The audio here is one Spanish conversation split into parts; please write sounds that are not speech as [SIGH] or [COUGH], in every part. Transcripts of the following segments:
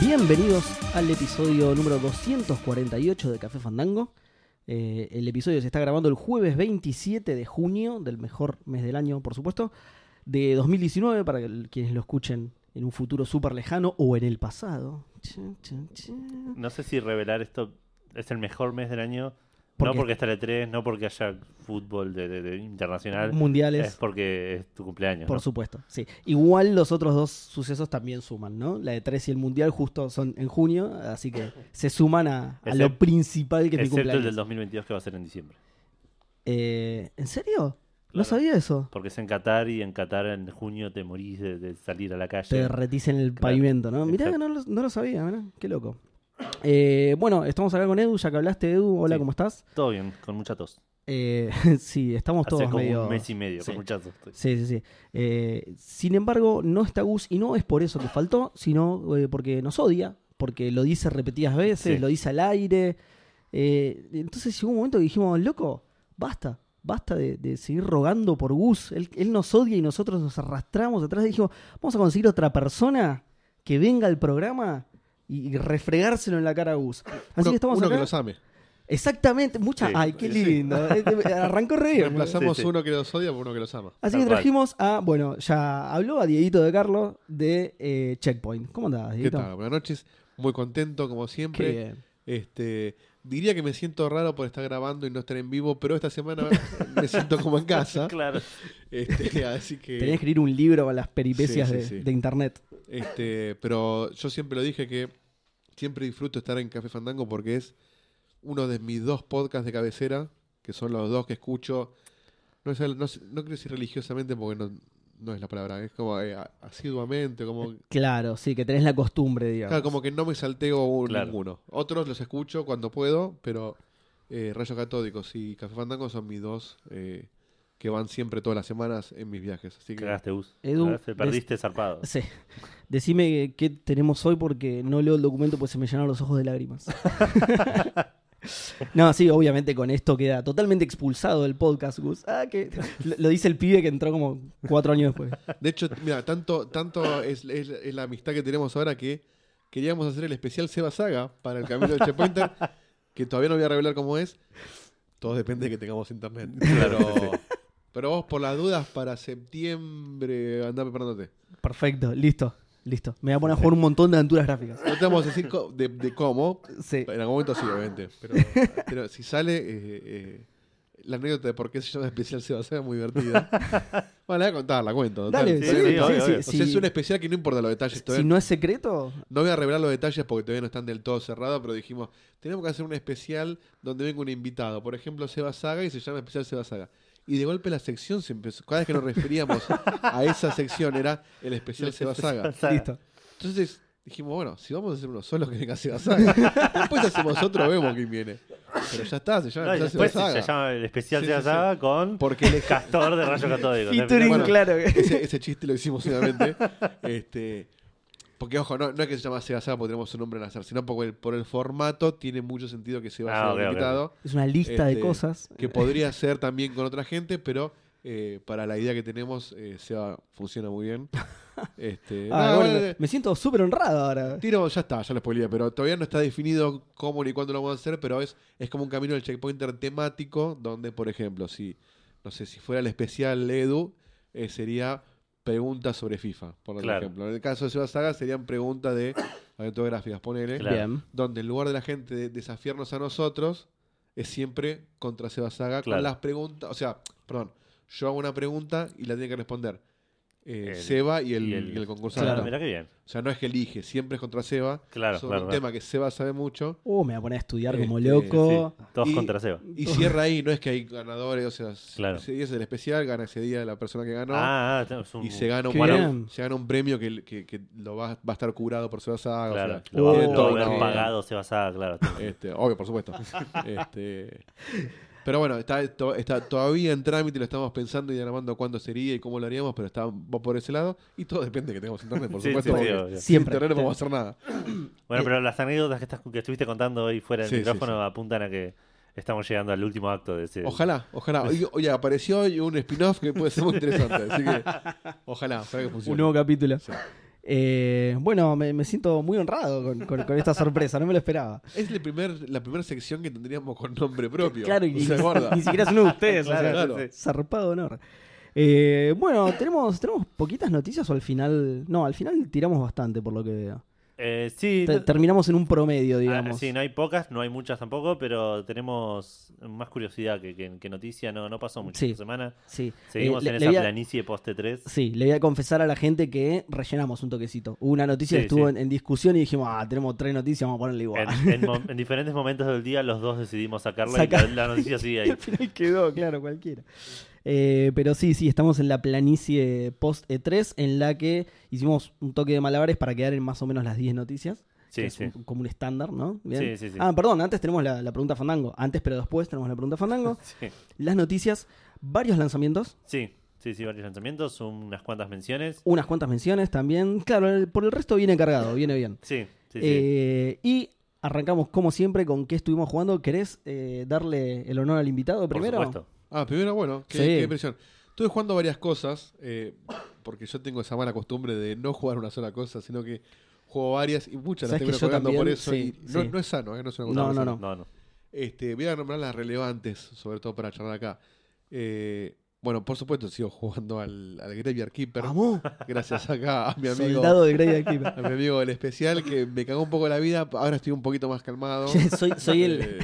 Bienvenidos al episodio número 248 de Café Fandango. Eh, el episodio se está grabando el jueves 27 de junio, del mejor mes del año, por supuesto, de 2019, para el- quienes lo escuchen en un futuro súper lejano o en el pasado. Chin, chin, chin. No sé si revelar esto es el mejor mes del año. ¿Por no qué? porque está el 3, no porque haya fútbol de, de- de internacional. Mundiales. Es porque es tu cumpleaños. Por ¿no? supuesto, sí. Igual los otros dos sucesos también suman, ¿no? La de 3 y el Mundial justo son en junio, así [LAUGHS] que se suman a, a lo Except- principal que es mi Excepto el del cumpleaños. 2022 que va a ser en diciembre. Eh, ¿En serio? No Claro. sabía eso. Porque es en Qatar y en Qatar en junio te morís de, de salir a la calle. Te reticen el Claro, pavimento, ¿no? Mirá que no lo, no lo sabía, mirá, qué loco. Eh, bueno, estamos acá con Edu, ya que hablaste, Edu, hola, Sí. ¿cómo estás? Todo bien, con mucha tos. Eh, [LAUGHS] sí, estamos Hace todos como medio... un mes y medio, Sí. con mucha tos. [LAUGHS] estoy. Sí, sí, sí. Eh, sin embargo, no está Gus y no es por eso que faltó, sino eh, porque nos odia, porque lo dice repetidas veces, Sí. lo dice al aire. Eh, entonces llegó un momento que dijimos, loco, basta, basta de, de seguir rogando por Gus. Él, él nos odia y nosotros nos arrastramos atrás y dijimos, vamos a conseguir otra persona que venga al programa y, y refregárselo en la cara a Gus. Así uno, que estamos uno acá. que los ame. Exactamente, mucha... Sí, Ay, qué sí. [LAUGHS] lindo. Eh, Arrancó re bien. boludo. Reemplazamos Sí, sí. uno que los odia por uno que los ama. Así Tal que cual. trajimos a, bueno, ya habló a Dieguito de Carlos de eh, Checkpoint. ¿Cómo andás, ¿Qué Dieguito? tal? Buenas noches. Muy contento, como Qué siempre. bien. Este, diría que me siento raro por estar grabando y no estar en vivo, pero esta semana [LAUGHS] me siento como en casa. [LAUGHS] Claro. Este, así que. Tenés que escribir un libro con las peripecias Sí, sí, de, sí. de internet. Este, pero yo siempre lo dije que siempre disfruto estar en Café Fandango porque es uno de mis dos podcasts de cabecera, que son los dos que escucho. No, es el- no, es- no quiero decir religiosamente porque no, no es la palabra, es como eh, asiduamente, como, Claro, sí, que tenés la costumbre, digamos. claro, como que no me salteo un- Claro. ninguno. Otros los escucho cuando puedo, pero eh, Rayos Catódicos y Café Fandango son mis dos eh, que van siempre todas las semanas en mis viajes. Así que Cagaste, Gus. Edu, Cagaste, perdiste zarpado. Sí. Decime qué tenemos hoy porque no leo el documento pues se me llenaron los ojos de [LAUGHS] lágrimas. no, sí, obviamente con esto queda totalmente expulsado del podcast, Gus. Ah, que lo, lo dice el pibe que entró como cuatro años después. De hecho, mira, tanto, tanto es, es- es la amistad que tenemos ahora que queríamos hacer el especial Seba Saga para el camino [LAUGHS] de Checkpointer, que todavía no voy a revelar cómo es. Todo depende de que tengamos internet. [LAUGHS] Claro, Pero, pero vos, por las dudas, para septiembre andá preparándote. Perfecto, listo, listo. Me voy a poner a jugar un montón de aventuras gráficas. No te vamos a decir co- de, de cómo. Sí. En algún momento sí, obviamente. [LAUGHS] Pero, pero si sale, eh, eh, la anécdota de por qué se llama especial Seba Saga es muy [LAUGHS] divertida. Bueno, la voy a contar, la cuento. total. Dale, sí, Sí, sí, sí, sí, obvio, sí, obvio. O sí. sea, es un especial que no importa los detalles. Si todavía no es secreto, No voy a revelar los detalles porque todavía no están del todo cerrados, pero dijimos, tenemos que hacer un especial donde venga un invitado. Por ejemplo, Seba Saga y se llama especial Seba Saga. Y de golpe la sección se empezó, cada vez que nos [LAUGHS] referíamos a esa sección era el especial Seba Saga. listo. Entonces dijimos, bueno, si vamos a hacer uno solo que venga [LAUGHS] Seba Saga. Después hacemos otro, vemos quién viene. Pero ya está, se llama No, y especial después Seba Saga. se llama el especial Sí, de sí, sí. Saga con Porque el Castor de Rayo Catódico. [LAUGHS] Featuring, Bueno, claro. que- ese, ese chiste lo hicimos [LAUGHS] obviamente. Este, porque, ojo, no, no es que se llama Seba Saga porque tenemos un nombre al azar, sino porque el- por el formato tiene mucho sentido que Seba Ah, Saga ok, sea ok, invitado, Es una lista de Este, cosas. que podría ser también con otra gente, pero eh, para la idea que tenemos, eh, Seba funciona muy [LAUGHS] bien. Este, Ah, nada, bueno, bueno, me- me siento súper honrado ahora. Tiro, ya está, ya lo spoileé, pero todavía no está definido cómo ni cuándo lo vamos a hacer, pero es, es como un camino del checkpointer temático, donde, por ejemplo, si, no sé, si fuera el especial Edu, eh, sería preguntas sobre FIFA, por Claro. ejemplo. En el caso de Seba Saga serían preguntas de aventuras gráficas, ponele, Claro. Bien. donde en lugar de la gente de desafiarnos a nosotros, es siempre contra Seba Saga Claro. con las preguntas, o sea, perdón, yo hago una pregunta y la tiene que responder. eh, El- Seba y el, y el- y el concursante. Claro, Claro. mirá que bien. O sea, no es que elige, siempre es contra Seba. Claro, sobre claro, un claro. tema que Seba sabe mucho. Oh, me voy a poner a estudiar como Este, loco. Sí, todos Y- contra Seba. [LAUGHS] Y cierra ahí, no es que hay ganadores, o sea, si- Claro. si es el especial, gana ese día la persona que ganó. Ah, ah, es un- y se gana, un Qué premio, bien. se gana un premio que, que- que lo va, va a estar curado por Seba Saga. o Claro, sea, lo va- Oh, tiene lo va todo a haber una- pagado Seba Saga, claro. Este, obvio, [LAUGHS] por supuesto. Este, pero bueno, está, to- está todavía en trámite, lo estamos pensando y diagramando cuándo sería y cómo lo haríamos, pero está, va por ese lado. Y todo depende de que tengamos internet, por Sí, supuesto. sí, sí, porque obvio. sin Siempre. internet no vamos a hacer nada. Bueno, pero las anécdotas que, estás, que estuviste contando hoy fuera del Sí, sí, micrófono apuntan a que estamos llegando al último acto de ese. Ojalá, ojalá. Oye, oye, apareció hoy un spin-off que puede ser muy interesante. Así que, ojalá, ojalá que Un funcione. nuevo capítulo. Sí. Eh, bueno, me, me siento muy honrado con, con- con esta sorpresa, no me lo esperaba. Es el primer, la primera sección que tendríamos con nombre propio. Claro, y O ni, sea, guarda. ni siquiera es uno de ustedes. Claro, o sea, claro. sí, sí. Zarpado honor. Eh, bueno, ¿tenemos, ¿tenemos poquitas noticias o al final...? No, al final tiramos bastante, por lo que veo. Eh, sí, Te- no- terminamos en un promedio, ah, digamos. sí, no hay pocas, no hay muchas tampoco, pero tenemos más curiosidad que, que- que noticia. No, no pasó mucho Sí. esta semana. Sí. Seguimos Eh, le- en le esa voy a- planicie E poste 3. Sí, le voy a confesar a la gente que rellenamos un toquecito. Hubo una noticia Sí, que estuvo en, sí. en discusión y dijimos, ah, tenemos tres noticias, vamos a ponerle [LAUGHS] igual. En, en mo- en diferentes momentos del día, los dos decidimos sacarla Sacar- y la, la noticia sigue Y [LAUGHS] ahí. al final quedó, claro, cualquiera. Eh, pero sí, sí, estamos en la planicie post E3, en la que hicimos un toque de malabares para quedar en más o menos las 10 noticias. que Sí, es sí. un- como un estándar, ¿no? Sí, sí, sí. Ah, perdón, antes tenemos la, la pregunta Fandango. Antes, pero después tenemos la pregunta [LAUGHS] Fandango. Sí. las noticias, varios lanzamientos. Sí, sí, sí, varios lanzamientos, unas cuantas menciones. unas cuantas menciones también. Claro, el- por el resto viene cargado, viene bien. Sí, sí, sí. Eh, y arrancamos como siempre con qué estuvimos jugando. ¿Querés eh, darle el honor al invitado Por primero? supuesto. Ah, primero, bueno, qué, Sí. qué impresión. Estuve jugando varias cosas, eh, porque yo tengo esa mala costumbre de no jugar una sola cosa, sino que juego varias y muchas las ¿Sabes que termino yo jugando por también? eso. Sí, y no, sí. no es sano, eh, no es una cosa No, sana. no, no. No, no. Este, voy a nombrar las relevantes, sobre todo para charlar acá. Eh, bueno, por supuesto, sigo jugando al, al Graveyard Keeper. Vamos, Gracias [LAUGHS] acá a mi amigo. soldado de Grey Keeper. [LAUGHS] [LAUGHS] A mi amigo el especial que me cagó un poco la vida, ahora estoy un poquito más calmado. [LAUGHS] soy soy, el, Eh,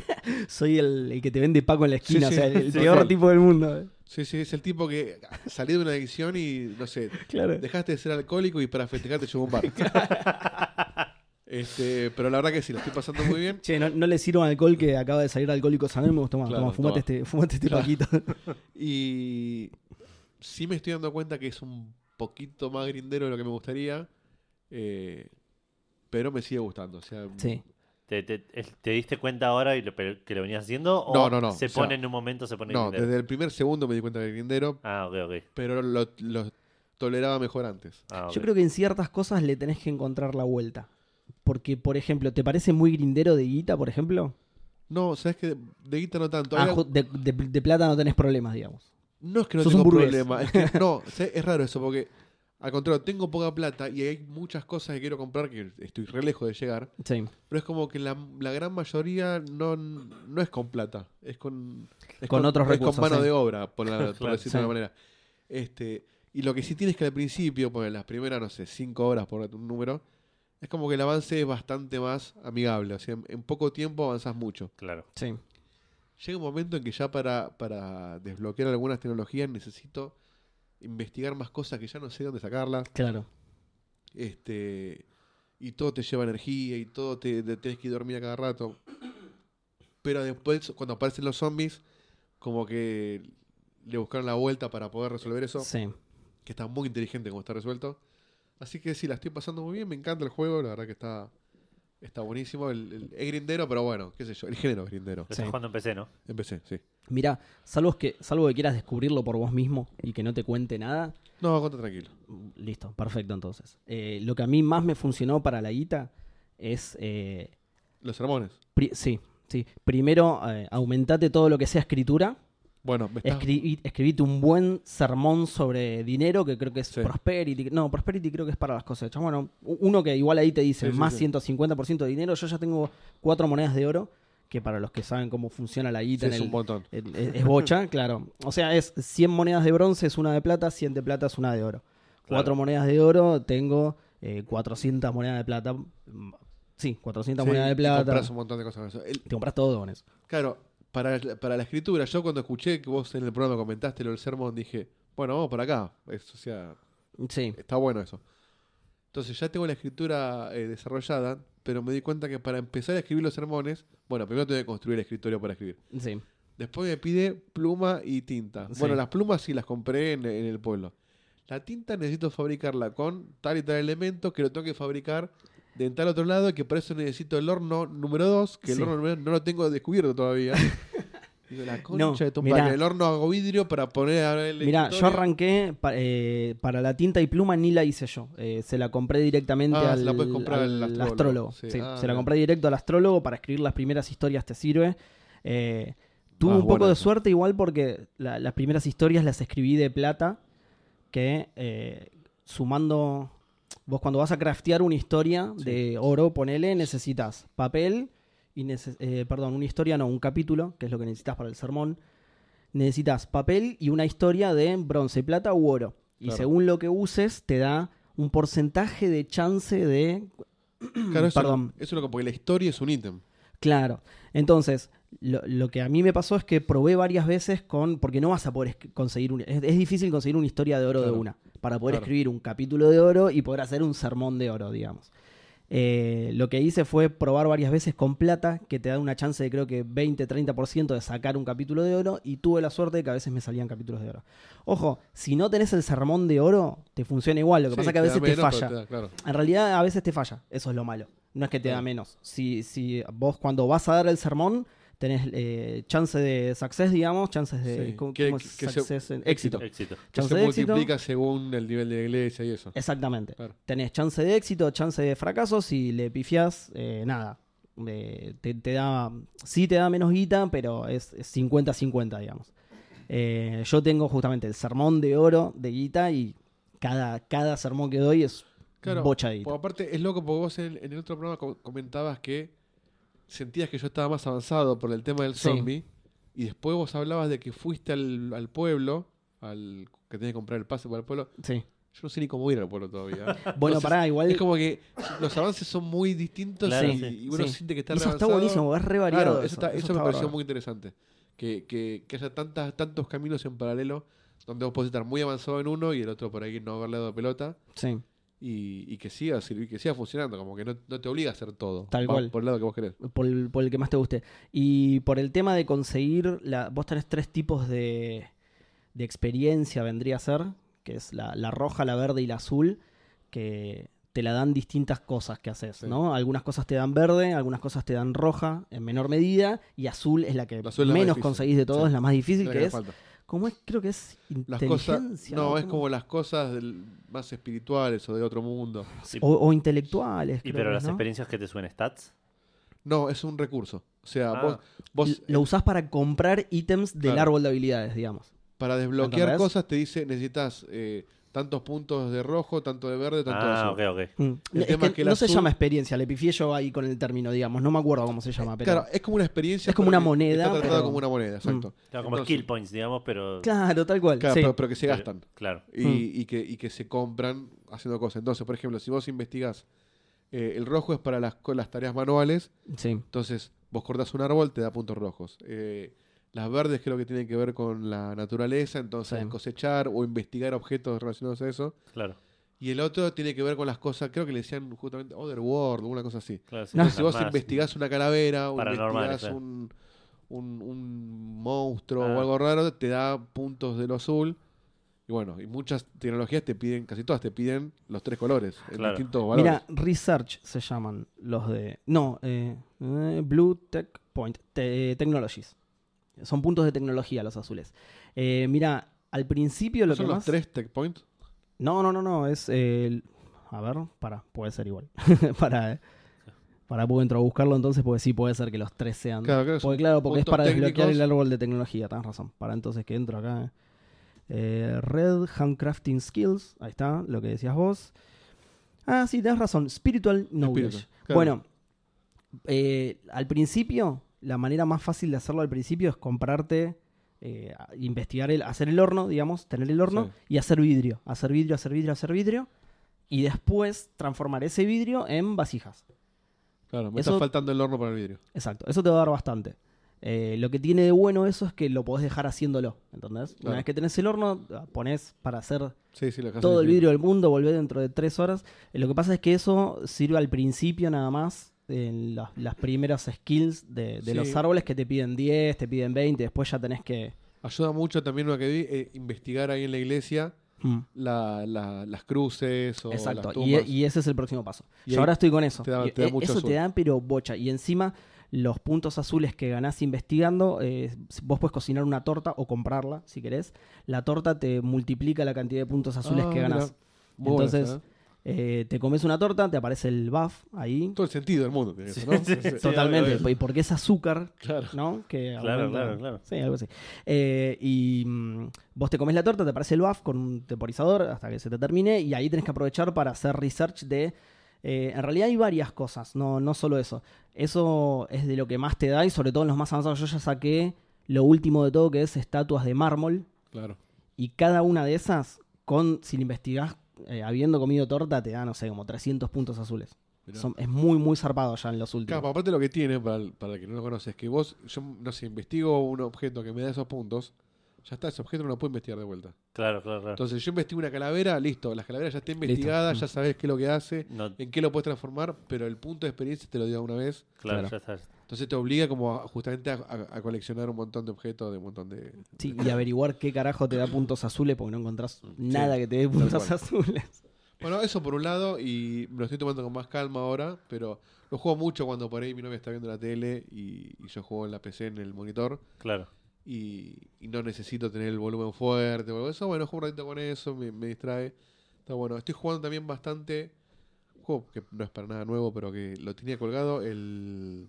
soy el, el que te vende Paco en la esquina, Sí, o sea, sí, el, el sí, peor sí. tipo del mundo. sí, sí, es el tipo que salió de una adicción y no sé, Claro. dejaste de ser alcohólico y para festejar te llevó a un bar. [LAUGHS] este, pero la verdad que sí, lo estoy pasando muy bien. Che, no, no le sirvo alcohol que acaba de salir alcohólico Sanemos. Toma, Claro, toma, fumate toma. este, fumate este Claro. [LAUGHS] paquito. Y sí me estoy dando cuenta que es un poquito más grindero de lo que me gustaría. eh, pero me sigue gustando. O sea, Sí. ¿Te, te, es- te diste cuenta ahora y lo, pero- que lo venías haciendo? ¿O No, no, no, se o sea, pone en un momento, se pone No, grindero? desde el primer segundo me di cuenta del grindero, Ah, ok, ok. pero lo, lo toleraba mejor antes. Ah, ok. Yo creo que en ciertas cosas le tenés que encontrar la vuelta. Porque, por ejemplo, ¿te parece muy grindero de guita, por ejemplo? No, sabes que de guita no tanto. Ah, Había- ju- de, de- de plata no tenés problemas, digamos. No es que no Sos tengo un burgués. problema. es [LAUGHS] que no, sé, es raro eso, porque al contrario, tengo poca plata y hay muchas cosas que quiero comprar que estoy re lejos de llegar. Sí. Pero es como que la, la gran mayoría no, no es con plata, es con, es Con otros es recursos, Con mano sí. de obra, por, la- por Claro, decirlo de sí. una manera. Este, y lo que sí tienes que al principio, por las primeras, no sé, cinco horas por un número, es como que el avance es bastante más amigable. O sea, en, en poco tiempo avanzas mucho. Claro. Sí. Llega un momento en que ya para, para desbloquear algunas tecnologías necesito investigar más cosas que ya no sé dónde sacarlas Claro. este y todo te lleva energía y todo te, te tenés que dormir a cada rato. Pero después, cuando aparecen los zombies, como que le buscaron la vuelta para poder resolver eso, Sí. que está muy inteligente como está resuelto. Así que sí, la estoy pasando muy bien, me encanta el juego, la verdad que está, está buenísimo. El, el- es grindero, pero bueno, qué sé yo, el género es Lo grindero. estás Sí. jugando en PC, ¿no? Empecé, sí. Mira, salvo que, salvo que quieras descubrirlo por vos mismo y que no te cuente nada, No, conta tranquilo. mm, listo, perfecto entonces. Eh, lo que a mí más me funcionó para la guita es... eh, Los sermones. pri- sí, sí. Primero, eh, aumentate todo lo que sea escritura. Bueno, me estás... Escribí- escribite un buen sermón sobre dinero, que creo que es Sí. Prosperity. No, Prosperity creo que es para las cosechas. Bueno, u- uno que igual ahí te dice Sí, sí, más sí. 150% de dinero. Yo ya tengo cuatro monedas de oro, que para los que saben cómo funciona la sí, guita en es el- un montón. en- es, es bocha, [LAUGHS] claro. O sea, es 100 monedas de bronce es una de plata, 100 de plata es una de oro. Cuatro monedas de oro, tengo eh, 400 monedas de plata. Mm, Sí, 400 Sí, monedas de y plata. compras un montón de cosas con eso. El- Te compras todo con eso. Claro, para, para la escritura, yo cuando escuché que vos en el programa comentaste lo del sermón, dije, bueno, vamos para acá. Es- o sea, Sí, está bueno eso. Entonces ya tengo la escritura eh, desarrollada, pero me di cuenta que para empezar a escribir los sermones, bueno, primero tengo que construir el escritorio para escribir. sí. Después me pide pluma y tinta. Sí. Bueno, las plumas sí las compré en, en el pueblo. La tinta necesito fabricarla con tal y tal elemento que lo tengo que fabricar de tal otro lado y que para eso necesito el horno número 2, que Sí. el horno número no lo tengo descubierto [LAUGHS] todavía. Digo, la concha No, de tu mirá. padre. El horno hago vidrio para poner a el Mira, yo escritorio. arranqué pa- eh, para la tinta y pluma ni la hice yo. Eh, se la compré directamente Ah, al, se la puedes comprar al astrólogo. Sí, Sí, ah, se la mirá. compré directo al astrólogo para escribir las primeras historias, te sirve. Eh, tuve Ah, un poco bueno de eso. suerte igual porque la- las primeras historias las escribí de plata que eh, sumando... Vos cuando vas a craftear una historia de oro, ponele, necesitas papel y neces- eh, perdón, una historia no, un capítulo, que es lo que necesitas para el sermón. Necesitas papel y una historia de bronce, plata u oro. Y Claro. según lo que uses, te da un porcentaje de chance de Claro, eso, Perdón. eso es lo que. Porque la historia es un ítem. Claro. Entonces, lo, lo que a mí me pasó es que probé varias veces con. Porque no vas a poder es- conseguir. un- es, es difícil conseguir una historia de oro Claro. de una. Para poder Claro. escribir un capítulo de oro y poder hacer un sermón de oro, digamos. Eh, lo que hice fue probar varias veces con plata, que te da una chance de creo que 20-30% de sacar un capítulo de oro, y tuve la suerte de que a veces me salían capítulos de oro. Ojo, si no tenés el sermón de oro, te funciona igual, lo que Sí, pasa que a da veces te menos, pero falla. da- claro. En realidad a veces te falla, eso es lo malo. No es que te da Claro. menos. Si, si vos cuando vas a dar el sermón, tenés eh, chance de success, digamos, chances de Sí, ¿cómo- que- cómo es que se- success en- éxito. Éxito. Que Chance se de éxito. multiplica según el nivel de la iglesia y eso. Exactamente. Claro. Tenés chance de éxito, chance de fracaso, si le pifias, eh, nada. Eh, te, te da, sí te da menos guita, pero es es 50-50, digamos. Eh, yo tengo justamente el sermón de oro de guita y cada, cada sermón que doy es Claro. bocha de guita. Por aparte, es loco porque vos en, en el otro programa co- comentabas que sentías que yo estaba más avanzado por el tema del Sí. zombie. Y después vos hablabas de que fuiste al, al pueblo, al que tenés que comprar el pase para el pueblo. Sí. Yo no sé ni cómo ir al pueblo todavía. Bueno, [LAUGHS] Entonces, pará, [LAUGHS] igual. Es como que los avances son muy distintos Claro, y, sí. y uno Sí. siente que está Y eso está avanzado. buenísimo, es re variado. Claro, eso, está- eso me pareció bárbaro. muy interesante. Que, que- que haya tantas, tantos caminos en paralelo donde vos podés estar muy avanzado en uno y el otro por ahí no haberle dado pelota Sí. y, y que siga sirvi- que siga funcionando, como que no, no te obliga a hacer todo. Tal Va cual. Por el lado que vos querés. Por, el- por el que más te guste. Y por el tema de conseguir. La, vos tenés tres tipos de, de experiencia, vendría a ser. Que es la, la roja, la verde y la azul. Que te la dan distintas cosas que haces, Sí. ¿no? Algunas cosas te dan verde, algunas cosas te dan roja en menor medida. Y azul es la que La azul es la más menos difícil. conseguís de todos, Sí. es la más difícil, Creo que que es. falta. ¿Cómo es? Creo que es Las cosas, inteligencia. no, es ¿cómo? como las cosas del- más espirituales o de otro mundo. O, o intelectuales. Y creo pero que, las ¿no? experiencias que te suben stats. No, es un recurso. O sea, Ah. vos, vos eh, lo usás para comprar ítems del Claro. árbol de habilidades, digamos. para desbloquear ¿Entendés? cosas te dice necesitas eh, tantos puntos de rojo, tanto de verde, tanto de Ah, azul. ok, ok. Mm. El Es tema que es que el no se azul- llama experiencia, le pifié yo ahí con el término, digamos. No me acuerdo cómo se llama, pero. Eh, Claro, es como una experiencia. Es como una pero que moneda, Está tratada pero- como una moneda, exacto. Claro, como Entonces, skill points, digamos, pero. Claro, tal cual. claro, sí. pero, pero que se pero- gastan Claro. y, Mm. y que, y que se compran haciendo cosas. Entonces, por ejemplo, si vos investigás, eh, el rojo es para las, co- las tareas manuales, Sí. entonces vos cortás un árbol, te da puntos rojos. Eh, las verdes creo que tienen que ver con la naturaleza, entonces Sí. cosechar o investigar objetos relacionados a eso. Claro. Y el otro tiene que ver con las cosas, creo que le decían justamente Otherworld, alguna cosa así. claro sí, No. las Si vos más- investigás una calavera, o Paranormales, investigás claro. un, un, un monstruo o Ah. algo raro, te da puntos de lo azul. Y bueno, y muchas tecnologías te piden, casi todas te piden los tres colores, en Claro. distintos valores. Mira, Research se llaman los de. No, eh, eh, Blue Tech Point. te- eh, Technologies. Son puntos de tecnología los azules. Eh, mira, al principio ¿No lo ¿Son que los más. tres tech points? No, no, no, no. Es el. A ver, para, puede ser igual. [LAUGHS] para, eh. para, puedo entro a buscarlo entonces, porque sí puede ser que los tres sean. Claro, creo que son Porque claro, porque es puntos para desbloquear el técnicos. árbol de tecnología, tenés razón. Para entonces que entro acá. eh, Red Handcrafting Skills, ahí está, lo que decías vos. Ah, sí, tenés razón. Spiritual Knowledge. Spiritual, claro. Bueno, eh, al principio, la manera más fácil de hacerlo al principio es comprarte, eh, a- investigar, el, hacer el horno, digamos, tener el horno Sí. y hacer vidrio. Hacer vidrio, hacer vidrio, hacer vidrio. Y después transformar ese vidrio en vasijas. Claro, me Eso- está faltando el horno para el vidrio. Exacto, eso te va a dar bastante. Eh, lo que tiene de bueno eso es que lo podés dejar haciéndolo, ¿entendés? Una Claro. vez que tenés el horno, pones para hacer Sí, sí, lo que todo el hacen es- vidrio del mundo, volvés dentro de tres horas. Eh, lo que pasa es que eso sirve al principio nada más, en las, las primeras skills de, de Sí. los árboles que te piden 10, te piden 20, después ya tenés que... Ayuda mucho también lo que vi, eh, investigar ahí en la iglesia Mm. la- la- las cruces o Exacto, las y, e, tumbas. y ese es el próximo paso. Y Yo ahí ahora estoy con eso. te da- Y, te da eh, mucho eso azul. te da, pero bocha. Y encima, los puntos azules que ganás investigando, eh, vos puedes cocinar una torta o comprarla, si querés. La torta te multiplica la cantidad de puntos azules Ah, que ganás. mirá. Muy buenas, Entonces, ¿eh? Eh, te comes una torta, te aparece el buff ahí. Todo el sentido del mundo tiene eso, ¿no? [LAUGHS] [LAUGHS] Sí, sí, sí. Totalmente, obvio, y porque es azúcar, Claro. ¿no? Que Claro, claro, claro. Sí, algo así. Eh, y mm, vos te comes la torta, te aparece el buff con un temporizador hasta que se te termine, y ahí tenés que aprovechar para hacer research de. eh, en realidad hay varias cosas, no, no solo eso. Eso es de lo que más te da, y sobre todo en los más avanzados. Yo ya saqué lo último de todo, que es estatuas de mármol. Claro. Y cada una de esas, con si la investigás, eh, habiendo comido torta, te da, no sé, como 300 puntos azules. Mirá. Son- es muy, muy zarpado ya en los últimos. Claro, aparte lo que tiene, para el, para el que no lo conoce, es que vos, yo no sé, investigo un objeto que me da esos puntos, ya está, ese objeto no lo puedo investigar de vuelta. Claro, claro, claro. Entonces yo investigo una calavera, listo, la calavera ya está investigada, Mm. ya sabes qué es lo que hace, No, en qué lo puedes transformar, pero el punto de experiencia te lo dio una vez. claro, claro. ya está. ya está. Entonces te obliga como a- justamente a, a- a coleccionar un montón de objetos, de un montón de... Sí, y averiguar qué carajo te da puntos azules porque no encontrás nada que te dé puntos cual. azules. Bueno, eso por un lado, y me lo estoy tomando con más calma ahora, pero lo juego mucho cuando por ahí mi novia está viendo la tele y, y yo juego en la PC, en el monitor. Claro. y, y no necesito tener el volumen fuerte o algo de eso. Bueno, juego un ratito con eso, me, me distrae. Está bueno. Estoy jugando también bastante. Un juego que no es para nada nuevo, pero que lo tenía colgado. El,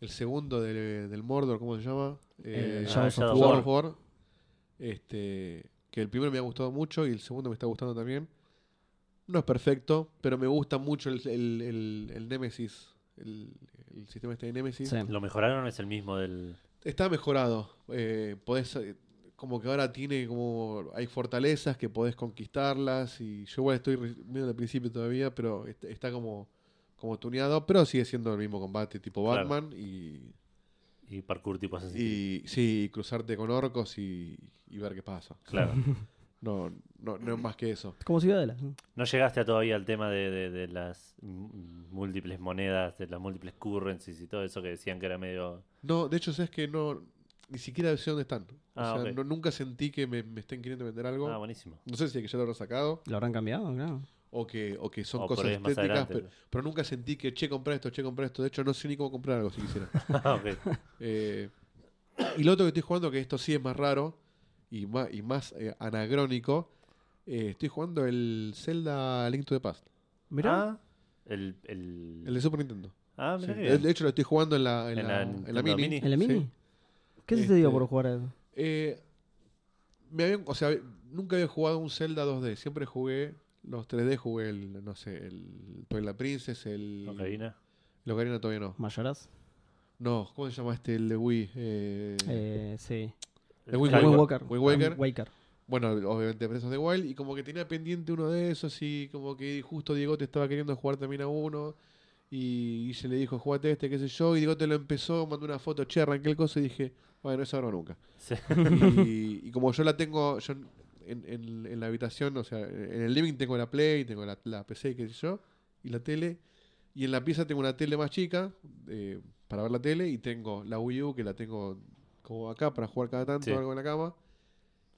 el segundo del, del Mordor, ¿cómo se llama? Eh, Eh, Shadows of War of War. Este, que el primero me ha gustado mucho y el segundo me está gustando también. No es perfecto, pero me gusta mucho el, el, el- el Nemesis. El, el sistema este de Nemesis. Sí. Lo mejoraron, es el mismo del. Está mejorado. Eh, podés, eh, como que ahora tiene como. Hay fortalezas que podés conquistarlas. Y yo igual estoy re- medio al principio todavía, pero est- está como, como tuneado. Pero sigue siendo el mismo combate tipo Claro. Batman. Y, Y parkour tipo Assassin's Creed. y sí, cruzarte con orcos y, y ver qué pasa. Claro. No, no, no es más que eso. Como Ciudadela. No llegaste a todavía al tema de, de- de las m- múltiples monedas, de las múltiples currencies y todo eso que decían que era medio. No, de hecho, es que no. Ni siquiera sé dónde están. O Ah, sea, ok. no- nunca sentí que me, me estén queriendo vender algo. Ah, buenísimo. [LAUGHS] No sé si es que ya lo habrán sacado. ¿Lo habrán cambiado? Claro. o que, o que son O por cosas ahí es más estéticas, adelante. pero, pero nunca sentí que che, compré esto, che, compré esto. De hecho, no sé ni cómo comprar algo [LAUGHS] si quisiera. Ah, ok. Eh, y lo otro que estoy jugando, que esto sí es más raro y más, y más eh, anagrónico, eh, estoy jugando el Zelda Link to the Past, Mirá. Ah, el, el- el de Super Nintendo. Ah, Sí. mirá qué De de bien. hecho, lo estoy jugando en la, en En la, la en la Nintendo mini. Mini. ¿El de mini? Sí. ¿Qué se te dio Este- por jugar a eso? Eh, me habían- o sea, nunca había jugado un Zelda 2D. Siempre jugué los 3D, jugué el, no sé, el Twilight Princess, el... Ocarina. el Ocarina todavía no. ¿Mayoras? No, ¿cómo se llama este? El de Wii. Eh, Eh, sí. el Wind Skyward. Wind Waker. Waker. Wind Waker. Ah, [LAUGHS] Waker. Bueno, obviamente Breath of the Wild. Y como que tenía pendiente uno de esos. Y como que justo Diego te estaba queriendo jugar también a uno. Y se le dijo, jugate este, qué sé yo. Y Diego te lo empezó, mandó una foto, che, arranqué el coso. Y dije, bueno, eso ahora o nunca. Sí. [LAUGHS] y, y como yo la tengo yo en, en- en la habitación, o sea, en el living tengo la Play, tengo la, la PC, qué sé yo, y la tele. Y en la pieza tengo una tele más chica eh, para ver la tele y tengo la Wii U que la tengo como acá para jugar cada tanto Sí. algo en la cama.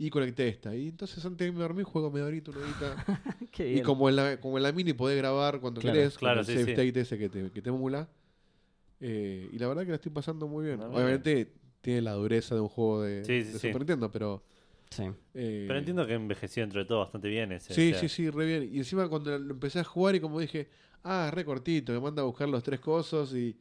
Y conecté esta. Y entonces antes de irme a dormir juego media horita, una horita. Qué y bien. como en, la, como en la mini podés grabar cuando Claro, querés, claro, con el sí, save sí. state ese que te, que te emula. Eh, y la verdad que la estoy pasando muy bien. Ah, bien. Obviamente tiene la dureza de un juego de, Sí, sí, sí. de Super Nintendo, pero... Sí. eh, Pero entiendo que envejeció dentro de todo bastante bien ese. Sí, o sea, sí, sí, re bien. Y encima cuando lo empecé a jugar y como dije, ah, re cortito, me manda a buscar los tres cosos y, y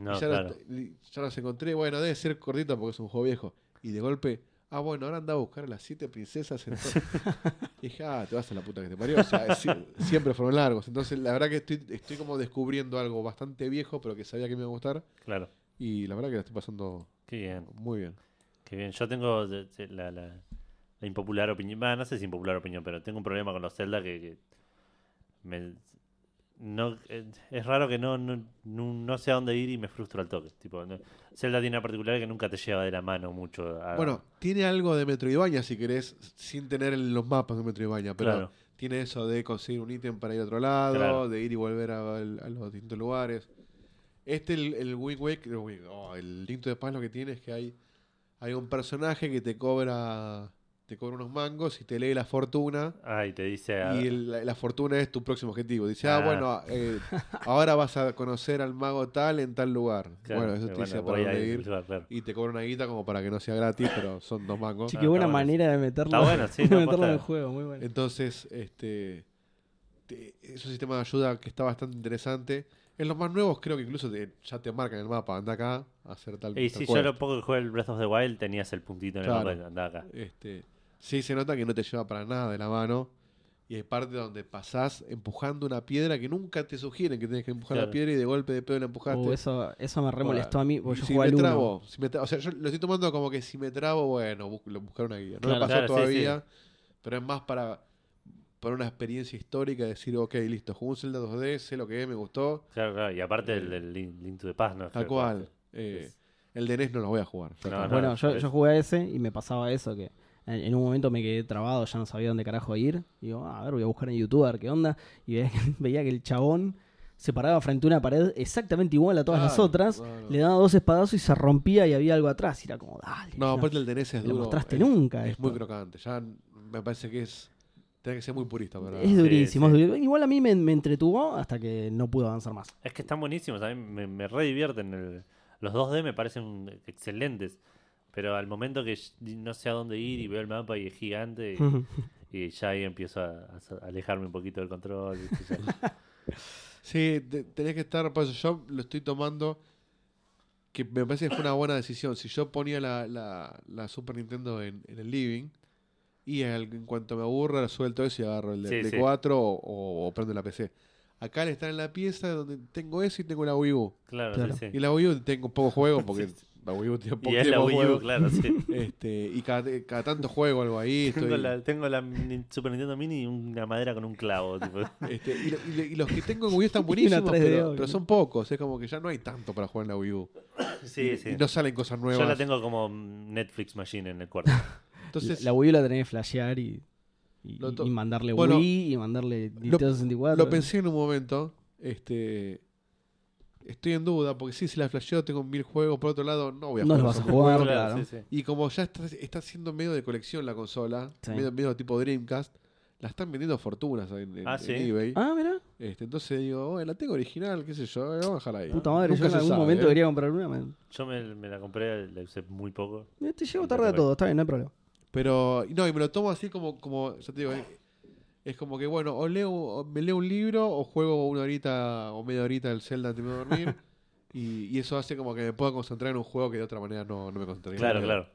No, ya, claro. los, y ya los encontré. Bueno, debe ser cortito porque es un juego viejo. Y de golpe, ah, bueno, ahora anda a buscar a las siete princesas. entonces. [LAUGHS] dije, ah, te vas a la puta que te parió. O sea, si- siempre fueron largos. Entonces, la verdad que estoy, estoy como descubriendo algo bastante viejo, pero que sabía que me iba a gustar. Claro. Y la verdad que la estoy pasando Qué bien. muy bien. Qué bien. Yo tengo de- de- la, la- la impopular opinión. Bah, no sé si impopular opinión, pero tengo un problema con los Zelda que. que me- no, eh, es raro que no, no, no- no sé a dónde ir y me frustro al toque. Tipo, no- Zelda tiene una particular que nunca te lleva de la mano mucho. a- Bueno, tiene algo de Metroidvania si querés, sin tener el- los mapas de Metroidvania, pero Claro. tiene eso de conseguir un ítem para ir a otro lado, Claro. de ir y volver a, a los distintos lugares. Este, el, el Wind Waker- el, Wind- oh, el Link to the Past lo que tiene es que hay, hay un personaje que te cobra te cobra unos mangos y te lee la fortuna. Ah, y te dice. ah, Y el- la, la fortuna es tu próximo objetivo. Dice, ah, Ah. bueno, eh, ahora vas a conocer al mago tal en tal lugar. claro, bueno, eso eh, te bueno, dice para voy a dónde ir, ir. claro, claro. Y te cobra una guita como para que no sea gratis, pero son dos mangos. Sí, Ah, qué está buena bueno. manera [LAUGHS] de meterlo, Está bueno, sí, de no, meterlo posta. en el juego. Muy bueno. Entonces, este. te- es un sistema de ayuda que está bastante interesante. En los más nuevos creo que incluso te- ya te marcan el mapa, anda acá a hacer tal, Y tal si yo quest. lo poco que jugué el Breath of the Wild, tenías el puntito en el Claro. mapa de andar acá. Este, sí, se nota que no te lleva para nada de la mano. Y hay parte donde pasás empujando una piedra que nunca te sugieren que tienes que empujar Claro. la piedra y de golpe de pedo la empujaste. Uh, eso, eso me re Bueno, molestó a mí, porque y yo si jugaba me al uno. trabo, si me tra- o sea, yo lo estoy tomando como que si me trabo, bueno, bus- lo- buscar una guía. No Claro, lo pasó claro, sí, todavía, pero es más para, para una experiencia histórica, decir, ok, listo, jugué un Zelda 2D, sé lo que es, me gustó, Claro, claro. Y aparte Eh, el del Lin- Link to the Past, ¿no? tal cual. Eh, Es- El de NES no lo voy a jugar. Ah, Ya No, está. no. Bueno, yo, es- yo jugué a ese y me pasaba eso, que en, en un momento me quedé trabado, ya no sabía dónde carajo ir. Y digo, "Ah, a ver, voy a buscar en YouTube, a ver qué onda. Y veía que, [LAUGHS] veía que el chabón se paraba frente a una pared exactamente igual a todas las Claro, otras, no, no. le daba dos espadazos y se rompía y había algo atrás. Y era como, dale. No, aparte el de NES es lo duro. mostraste es- nunca Es esto. muy crocante. Ya n- me parece que es. Tiene que ser muy purista [LAUGHS] para. es durísimo. es sí. durísimo. Igual a mí me, me entretuvo hasta que no pude avanzar más. Es que están buenísimos, a mí me, me re divierten. el- los 2D me parecen excelentes, pero al momento que sh- no sé a dónde ir y veo el mapa y es [LAUGHS] gigante, y, y ya ahí empiezo a, a sa- a alejarme un poquito del control. ¿viste? [LAUGHS] Ya. Sí, te- tenés que estar. Por eso yo lo estoy tomando. Que me parece que fue una buena decisión. Si yo ponía la, la- la Super Nintendo en, en el living. Y al- en cuanto me aburra, suelto eso y agarro el de Sí, Play sí. 4 o, o- o prendo la PC. Acá al estar en la pieza donde tengo eso y tengo la Wii U. Claro, Claro. sí, sí. Y la Wii U tengo poco juego [LAUGHS] porque la Wii U tiene poco Y es la poco Wii U, juego. claro, sí. [LAUGHS] Este, y cada, cada tanto juego algo ahí. Tengo [LAUGHS] estoy- la, tengo la Ni- Super Nintendo Mini y una madera con un clavo. tipo. [LAUGHS] Este, y, lo- y lo- y los [LAUGHS] que tengo en Wii U están Una buenísimos, 3D pero, hoy, pero ¿no? son pocos. Es como que ya no hay tanto para jugar en la Wii U. Sí, sí. Y no salen cosas nuevas. Yo la tengo como Netflix Machine en el cuarto. [LAUGHS] Entonces, la, la Wii U la tenés que flashear y, y- Lo to- y mandarle Bueno, Wii y mandarle Nintendo 64. lo pensé en un momento. Este, estoy en duda, porque sí, si la flasheo tengo mil juegos. Por otro lado, no voy a No jugar lo vas esos a juegos. jugar, Claro, claro. sí, sí. Y como ya está, está siendo medio de colección la consola, Sí. medio, medio tipo Dreamcast, la están vendiendo fortunas en, en- Ah, en sí. eBay. Ah, mira. Este, entonces digo, "Bueno, la tengo original, qué sé yo, eh, vamos a dejarla ahí. Puta madre, yo en se algún sabe, momento ¿eh? debería comprar una. man. Yo me, me la compré, la usé muy poco. Eh, Te llevo Nunca tarde a te todo, está bien, no hay problema. Pero, y no, y me lo tomo así como, como ya te digo, es, es como que, bueno, o leo, o me leo un libro o juego una horita o media horita el Zelda antes de irme a dormir. y, y eso hace como que me pueda concentrar en un juego que de otra manera no, no me concentraría. Claro, claro.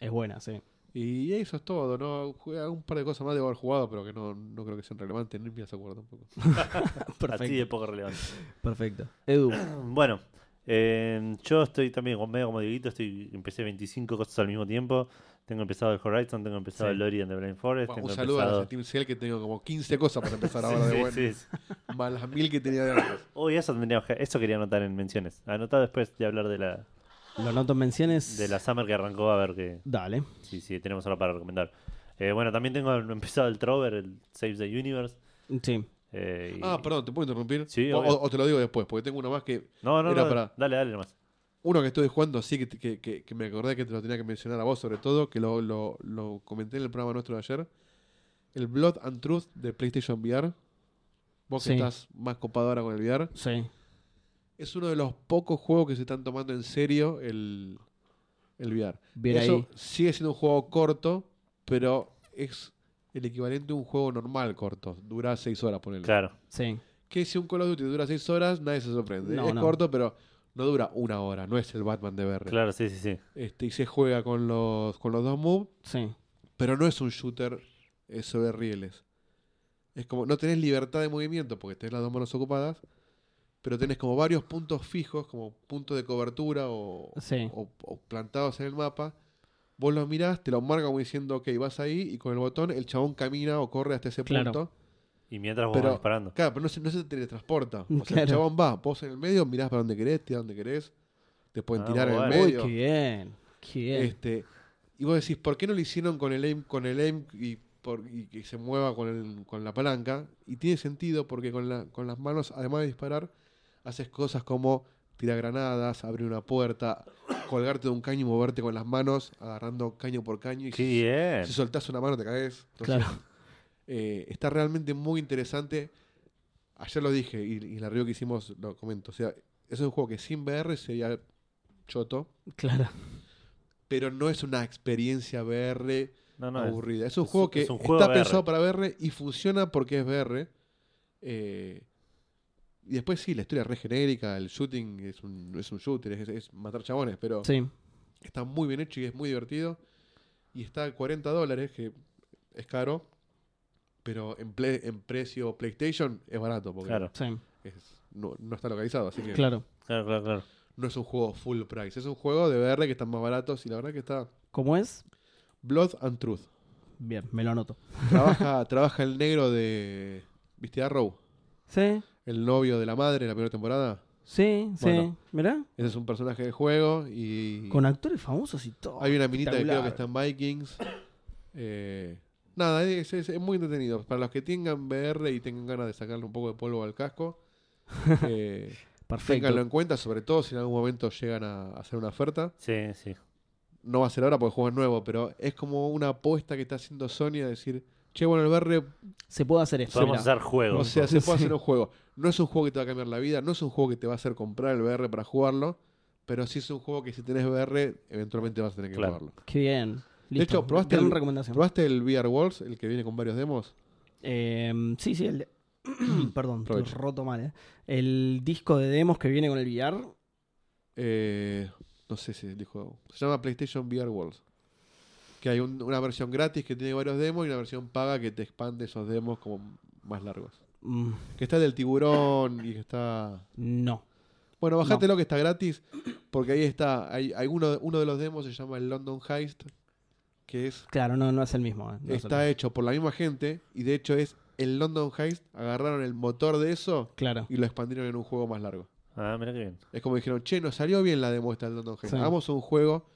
Es buena, sí. Y eso es todo, ¿no? Jugué a un par de cosas más de haber jugado, pero que no, no creo que sean relevantes, ni me las acuerdo tampoco. Así de [LAUGHS] Perfecto. poco relevante. Perfecto. Edu, Bueno, eh, yo estoy también con medio como Dieguito, estoy, empecé 25 cosas al mismo tiempo. Tengo empezado el Horizon, tengo empezado Sí. el Lori and the Blind Forest. Bueno, tengo un saludo a empezado... los de Team Cell que tengo como 15 cosas para empezar ahora [LAUGHS] de Sí, bueno. sí, sí. Más las mil que tenía de antes. Uy, eso, tendríamos que- eso quería anotar en menciones. Anotado después de hablar de la, lo noto en menciones. de la Summer que arrancó, a ver que, Dale. si, si tenemos algo para recomendar. Eh, bueno, también tengo empezado el Trover, el Save the Universe. Sí. eh, y- Ah, perdón, ¿te puedo interrumpir? Sí, o, obvio. o- o te lo digo después, porque tengo una más que No, no, era no, para- Dale, dale nomás. Uno que estuve jugando así, que, que, que- que me acordé que te lo tenía que mencionar a vos sobre todo, que lo, lo- lo comenté en el programa nuestro de ayer. El Blood and Truth de PlayStation VR. Vos Sí. que estás más copado ahora con el VR. Sí. Es uno de los pocos juegos que se están tomando en serio el, el VR. Bien Eso ahí. sigue siendo un juego corto, pero es el equivalente a un juego normal corto. Dura 6 horas, ponele. Claro. Sí. Que si un Call of Duty dura 6 horas, nadie se sorprende. No, es no. corto, pero no dura una hora. No es el Batman de VR. Claro, sí, sí, sí. Este, y se juega con los, con los dos moves, Sí. pero no es un shooter eh, sobre rieles. Es como, no tenés libertad de movimiento porque tenés las dos manos ocupadas, pero tenés como varios puntos fijos, como puntos de cobertura o, Sí. o- o plantados en el mapa. Vos los mirás, te los marca como diciendo, ok, vas ahí y con el botón el chabón camina o corre hasta ese Claro. punto. Y mientras vos Pero- vas disparando. Claro, pero no se, no se teletransporta. O sea, el Claro. chabón va, vos en el medio, mirás para donde querés, tira donde querés, te pueden Ah, tirar en el bueno. Uy, medio. qué bien. Qué bien. Este, y vos decís, ¿por qué no lo hicieron con el aim, con el aim y, por- y que se mueva con, el- con la palanca? Y tiene sentido porque con, la- con las manos, además de disparar, haces cosas como tirar granadas, abrir una puerta, colgarte de un caño y moverte con las manos, agarrando caño por caño. Y Qué si, bien. si soltás una mano te caes. Entonces, claro. [LAUGHS] eh, está realmente muy interesante. Ayer lo dije y, y la review que hicimos lo comento. O sea, es un juego que sin VR sería choto Claro. pero no es una experiencia VR No, no, es- aburrida. Es un es- juego que es un juego está VR. pensado para VR y funciona porque es VR. Eh, y después sí, la historia es re genérica, el shooting es un, es un shooter, es, es matar chabones, pero Sí. está muy bien hecho y es muy divertido. Y está a 40 dólares, que es caro, pero en, ple- en precio PlayStation es barato, porque Claro, Sí, es- no, no está localizado, así que claro. claro, claro, claro. no es un juego full price, es un juego de VR que están más baratos y la verdad que está ¿Cómo es? Blood and Truth. Bien, me lo anoto. Trabaja, trabaja el negro de. ¿Viste Arrow? Sí, El novio de la madre en la primera temporada. sí, sí. Bueno. ¿Mirá? Ese es un personaje del juego y. Con actores famosos y todo. Hay una minita que creo que está Espectacular. en Vikings. Eh, nada, es, es- es muy entretenido. Para los que tengan VR y tengan ganas de sacarle un poco de polvo [LAUGHS] al casco, eh, ténganlo en Perfecto. cuenta, sobre todo si en algún momento llegan a hacer una oferta. Sí, sí. No va a ser ahora porque el juego es nuevo, pero es como una apuesta que está haciendo Sony a decir, che, bueno, el VR, Se puede hacer esto. Podemos mirá. hacer juegos. o sea, se [LAUGHS] puede Sí. hacer un juego. No es un juego que te va a cambiar la vida, no es un juego que te va a hacer comprar el VR para jugarlo, pero sí es un juego que si tenés VR, eventualmente vas a tener que Claro. jugarlo. Qué bien. Listo. hecho, ¿probaste Gran el- recomendación. ¿Probaste el VR Worlds, el que viene con varios demos? Eh, sí, sí, el de- [CLEARS THROAT] Perdón, estoy Aprovecha. roto mal. eh. El disco de demos que viene con el VR. Eh, no sé si dijo. Se llama PlayStation VR Worlds. Que hay un- una versión gratis que tiene varios demos y una versión paga que te expande esos demos como más largos. mm, Que está el del tiburón y que está. no. Bueno, bájatelo que está gratis. Porque ahí está. Hay, hay uno, uno de los demos se llama el London Heist. Que es. Claro, no, no es el mismo. eh, no es el está mismo. hecho por la misma gente. Y de hecho es el London Heist. Agarraron el motor de eso Claro. y lo expandieron en un juego más largo. Ah, mira qué bien. Es como dijeron, che, nos salió bien la demo esta del London Heist. Sí. Hagamos un juego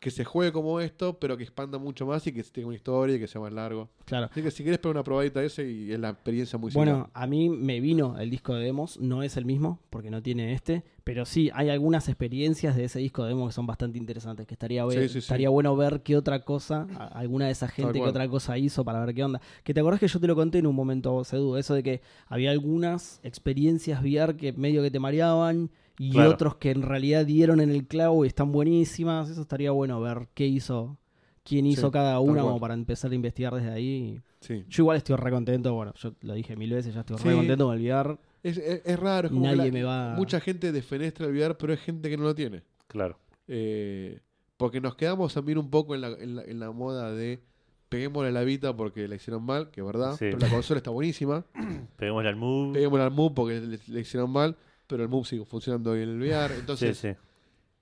que se juegue como esto, pero que expanda mucho más y que tenga una historia y que sea más largo. Claro. Así que si querés pegar una probadita a ese y es la experiencia muy Bueno, a mí me vino el disco de demos, no es el mismo, porque no tiene este, pero sí hay algunas experiencias de ese disco de demos que son bastante interesantes, que estaría, ve- Sí, sí, sí. estaría bueno ver qué otra cosa, a- alguna de esa gente qué cual. otra cosa hizo para ver qué onda. Que te acordás que yo te lo conté en un momento, a vos, Edu, eso de que había algunas experiencias VR que medio que te mareaban y Claro. otros que en realidad dieron en el clavo y están buenísimas, eso estaría bueno ver qué hizo. Quién Sí, hizo cada tal una cual. como para empezar a investigar desde ahí. Sí. Yo igual estoy re contento, bueno, yo lo dije mil veces, ya estoy re Sí. contento con el VR. Es, es- es raro. Es como Nadie que la- me va- Mucha gente defenestra el VR, pero es gente que no lo tiene. Claro. Eh, porque nos quedamos también un poco en la, en la- en la moda de peguémosle la Vita porque la hicieron mal, que es verdad, Sí. Mm. pero la consola [LAUGHS] está buenísima. Peguémosle al move. Peguémosle al Move porque le, le hicieron mal, pero el Move sigue funcionando bien en el VR. Entonces, sí, sí.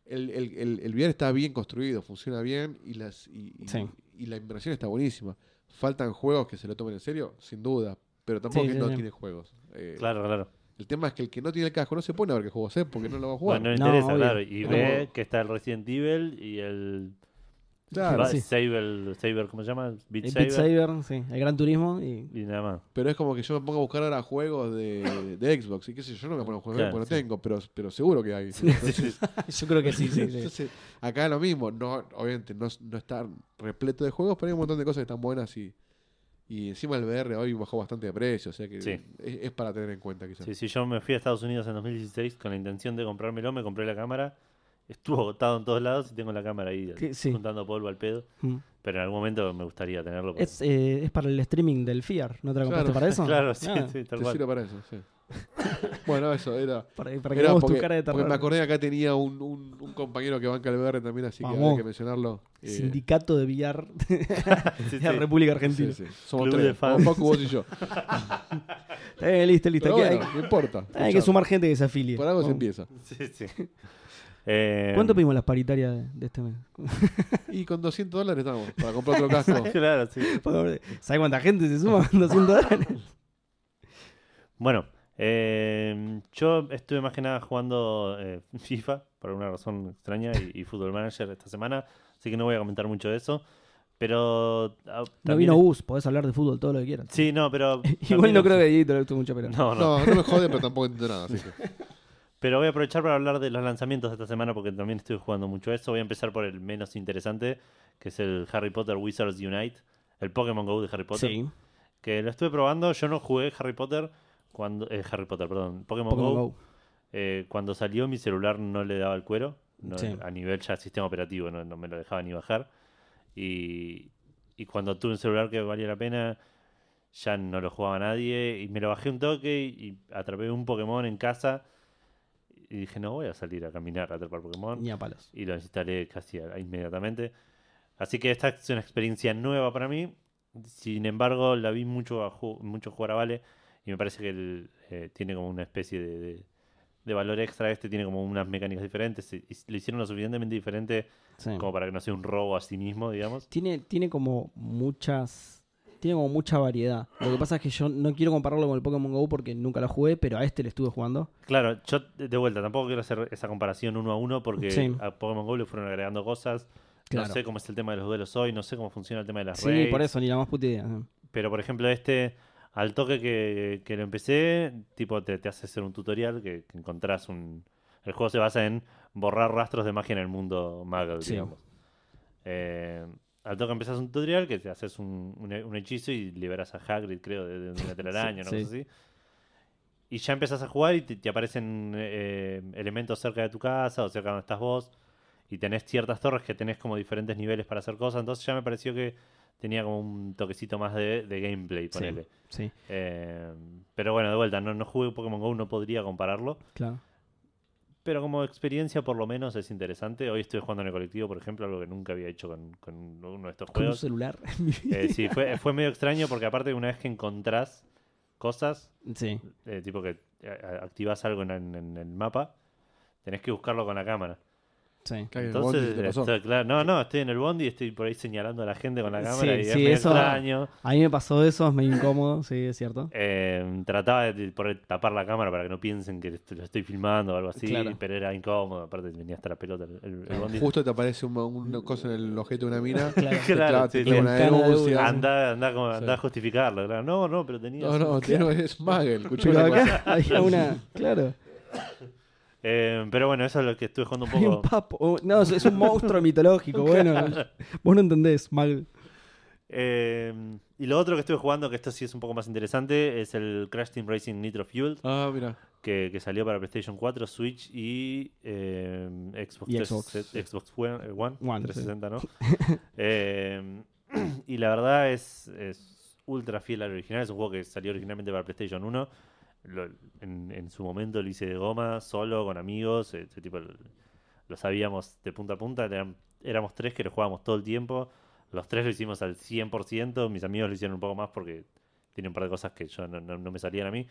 el, el, el, el VR está bien construido, funciona bien y, las, y, y- Sí. y la inversión está buenísima. Faltan juegos que se lo tomen en serio, sin duda, pero tampoco Sí, que sí, no sí. tiene juegos. Eh, Claro, claro. El tema es que el que no tiene el casco no se pone a ver qué juegos es porque no lo va a jugar. Bueno, no le No, interesa, obvio. claro. Y Es ve como- que está el Resident Evil y el. Claro, Va- sí. Saber, Saber, ¿cómo se llama? Beat El Saber. Beat Saber, sí, el Gran Turismo [LAUGHS] y Y nada más. pero es como que yo me pongo a buscar ahora juegos de, de Xbox y qué sé yo, yo no me pongo a jugar Claro, porque sí. no tengo, pero, pero seguro que hay. Entonces- yo creo que sí, sí, sí. [LAUGHS] Entonces, acá lo mismo. No, obviamente, no, no está repleto de juegos, pero hay un montón de cosas que están buenas y, y encima el VR hoy bajó bastante de precio, o sea que Sí. es, es para tener en cuenta quizás. Sí, sí, yo me fui a Estados Unidos en 2016 con la intención de comprármelo, me compré la cámara. Estuvo agotado en todos lados y tengo la cámara ahí Que- sí. juntando polvo al pedo. Mm. Pero en algún momento me gustaría tenerlo. porque- Es, eh, es para el streaming del FIAR, ¿no te la compraste Claro. para eso? [LAUGHS] Claro, sí, Ah, sí, tal Te cual. sirve para eso, sí. [LAUGHS] bueno, eso era. Para, para que era veamos porque, tu cara de porque terror. me acordé acá tenía un, un- un compañero que banca el VR también, así que Vamos. hay que mencionarlo. eh, Sindicato de VR [LAUGHS] Sí, de la sí. República sí, Argentina. sí. Somos Club de tres. fans. Somos Facu, vos y yo. Eh, listo, listo. Pero que bueno, hay, no importa. hay que sumar gente que se afilie. Por algo se Vamos. empieza. Sí, sí. [LAUGHS] Eh, ¿Cuánto pedimos las paritarias de, de este mes? Y con 200 dólares estamos para comprar [LAUGHS] otro casco. [LAUGHS] Claro, sí. ¿Sabes cuánta gente se [LAUGHS] suma? 200 dólares. Bueno, eh, yo estuve más que nada jugando eh, [LAUGHS] FIFA, por alguna razón extraña, y, y Football Manager esta semana, así que no voy a comentar mucho de eso. Pero. ah, No también- vino Gus, podés hablar de fútbol todo lo que quieras. Sí, no, pero. [LAUGHS] Igual también- no creo que Dieguito le guste mucho, pero. No, no. No, no me jode, pero tampoco entiendo nada. Así que. Pero voy a aprovechar para hablar de los lanzamientos de esta semana porque también estoy jugando mucho eso. Voy a empezar por el menos interesante, que es el Harry Potter Wizards Unite, el Pokémon Go de Harry Potter. Sí, Que lo estuve probando, yo no jugué Harry Potter cuando. eh, Harry Potter, perdón. Pokémon, Pokémon Go. Go. Eh, cuando salió mi celular no le daba el cuero, no- Sí. a nivel ya sistema operativo, no, no me lo dejaba ni bajar. Y, y cuando tuve un celular que valía la pena, ya no lo jugaba nadie. Y me lo bajé un toque y atrapé un Pokémon en casa. Y dije, no voy a salir a caminar a atrapar Pokémon. Ni a palos. Y lo instalé casi a- inmediatamente. Así que esta es una experiencia nueva para mí. Sin embargo, la vi mucho, a ju- mucho jugar a Vale. Y me parece que el, eh, tiene como una especie de, de- de valor extra. Este tiene como unas mecánicas diferentes. Y, y lo hicieron lo suficientemente diferente Sí. como para que no sea un robo a sí mismo, digamos. Tiene, tiene como muchas. Tiene como mucha variedad. Lo que pasa es que yo no quiero compararlo con el Pokémon Go porque nunca lo jugué, pero a este le estuve jugando. Claro, yo de de vuelta tampoco quiero hacer esa comparación uno a uno porque Sí. a Pokémon Go le fueron agregando cosas. Claro. No sé cómo es el tema de los duelos hoy, no sé cómo funciona el tema de las sí, raids. por eso, ni la más puta idea. Pero por ejemplo, este, al toque que, que lo empecé, tipo te, te hace hacer un tutorial que, que encontrás un. El juego se basa en borrar rastros de magia en el mundo Muggle, Sí. digamos. Eh, al toque empezás un tutorial que te haces un, un he- un hechizo y liberas a Hagrid, creo, de, de una [LAUGHS] telaraña, Sí, no sí. así. Y ya empezás a jugar y te, te aparecen eh, elementos cerca de tu casa o cerca de donde estás vos. Y tenés ciertas torres que tenés como diferentes niveles para hacer cosas. Entonces ya me pareció que tenía como un toquecito más de, de gameplay, Sí. ponele. Sí, Eh, pero bueno, de vuelta, no, no jugué Pokémon GO, no podría compararlo. claro. Pero como experiencia, por lo menos, es interesante. Hoy estoy jugando en el colectivo, por ejemplo, algo que nunca había hecho con, con uno de estos Con un juegos. celular. [LAUGHS] Eh, sí, fue, fue medio extraño porque aparte una vez que encontrás cosas, sí. eh, tipo que activas algo en, en- en el mapa, tenés que buscarlo con la cámara. Sí. Cae en el bondi, Entonces, eh, ¿te pasó? estoy- claro, no, no, estoy en el bondi y estoy por ahí señalando a la gente con Sí, la cámara y es sí, medio eso- extraño. A mí me pasó eso, es medio incómodo, sí, es cierto. Eh, trataba de t- por ahí tapar la cámara para que no piensen que est- lo estoy filmando o algo así, Claro. pero era incómodo. Aparte, venía hasta la pelota el- el, el bondi. Justo te aparece un- una cosa en el objeto de [LAUGHS] una mina. Claro. te clava- Claro, te sí, clava sí. una Cana de denuncia. uva. Andá, andá como- andá a Sí. justificarlo. claro. No, no, pero tenía. No, no, tío, es [LAUGHS] Magel. escuchá Pero una cosa. acá había una. Claro. Eh, pero bueno, eso es lo que estuve jugando un Hay un poco. papo. Oh, No, es es un monstruo [LAUGHS] mitológico, bueno. Vos no entendés, Mag. Eh, y lo otro que estuve jugando, que esto sí es un poco más interesante, es el Crash Team Racing Nitro Fuel, Ah, mira. que, que salió para PlayStation 4, Switch y eh, Xbox, Y 3, Xbox. eh, Xbox One, eh, One, One, [LAUGHS] 360, ¿no? Eh, [CLEARS THROAT] y la verdad es, es ultra fiel al original. Es un juego que salió originalmente para PlayStation 1. Lo- en, en su momento lo hice de goma, solo, con amigos. eh, Este tipo lo, lo sabíamos de punta a punta. eran- éramos tres que lo jugábamos todo el tiempo. Los tres lo hicimos al 100%. Mis amigos lo hicieron un poco más porque tiene un par de cosas que yo no, no- no me salían a mí.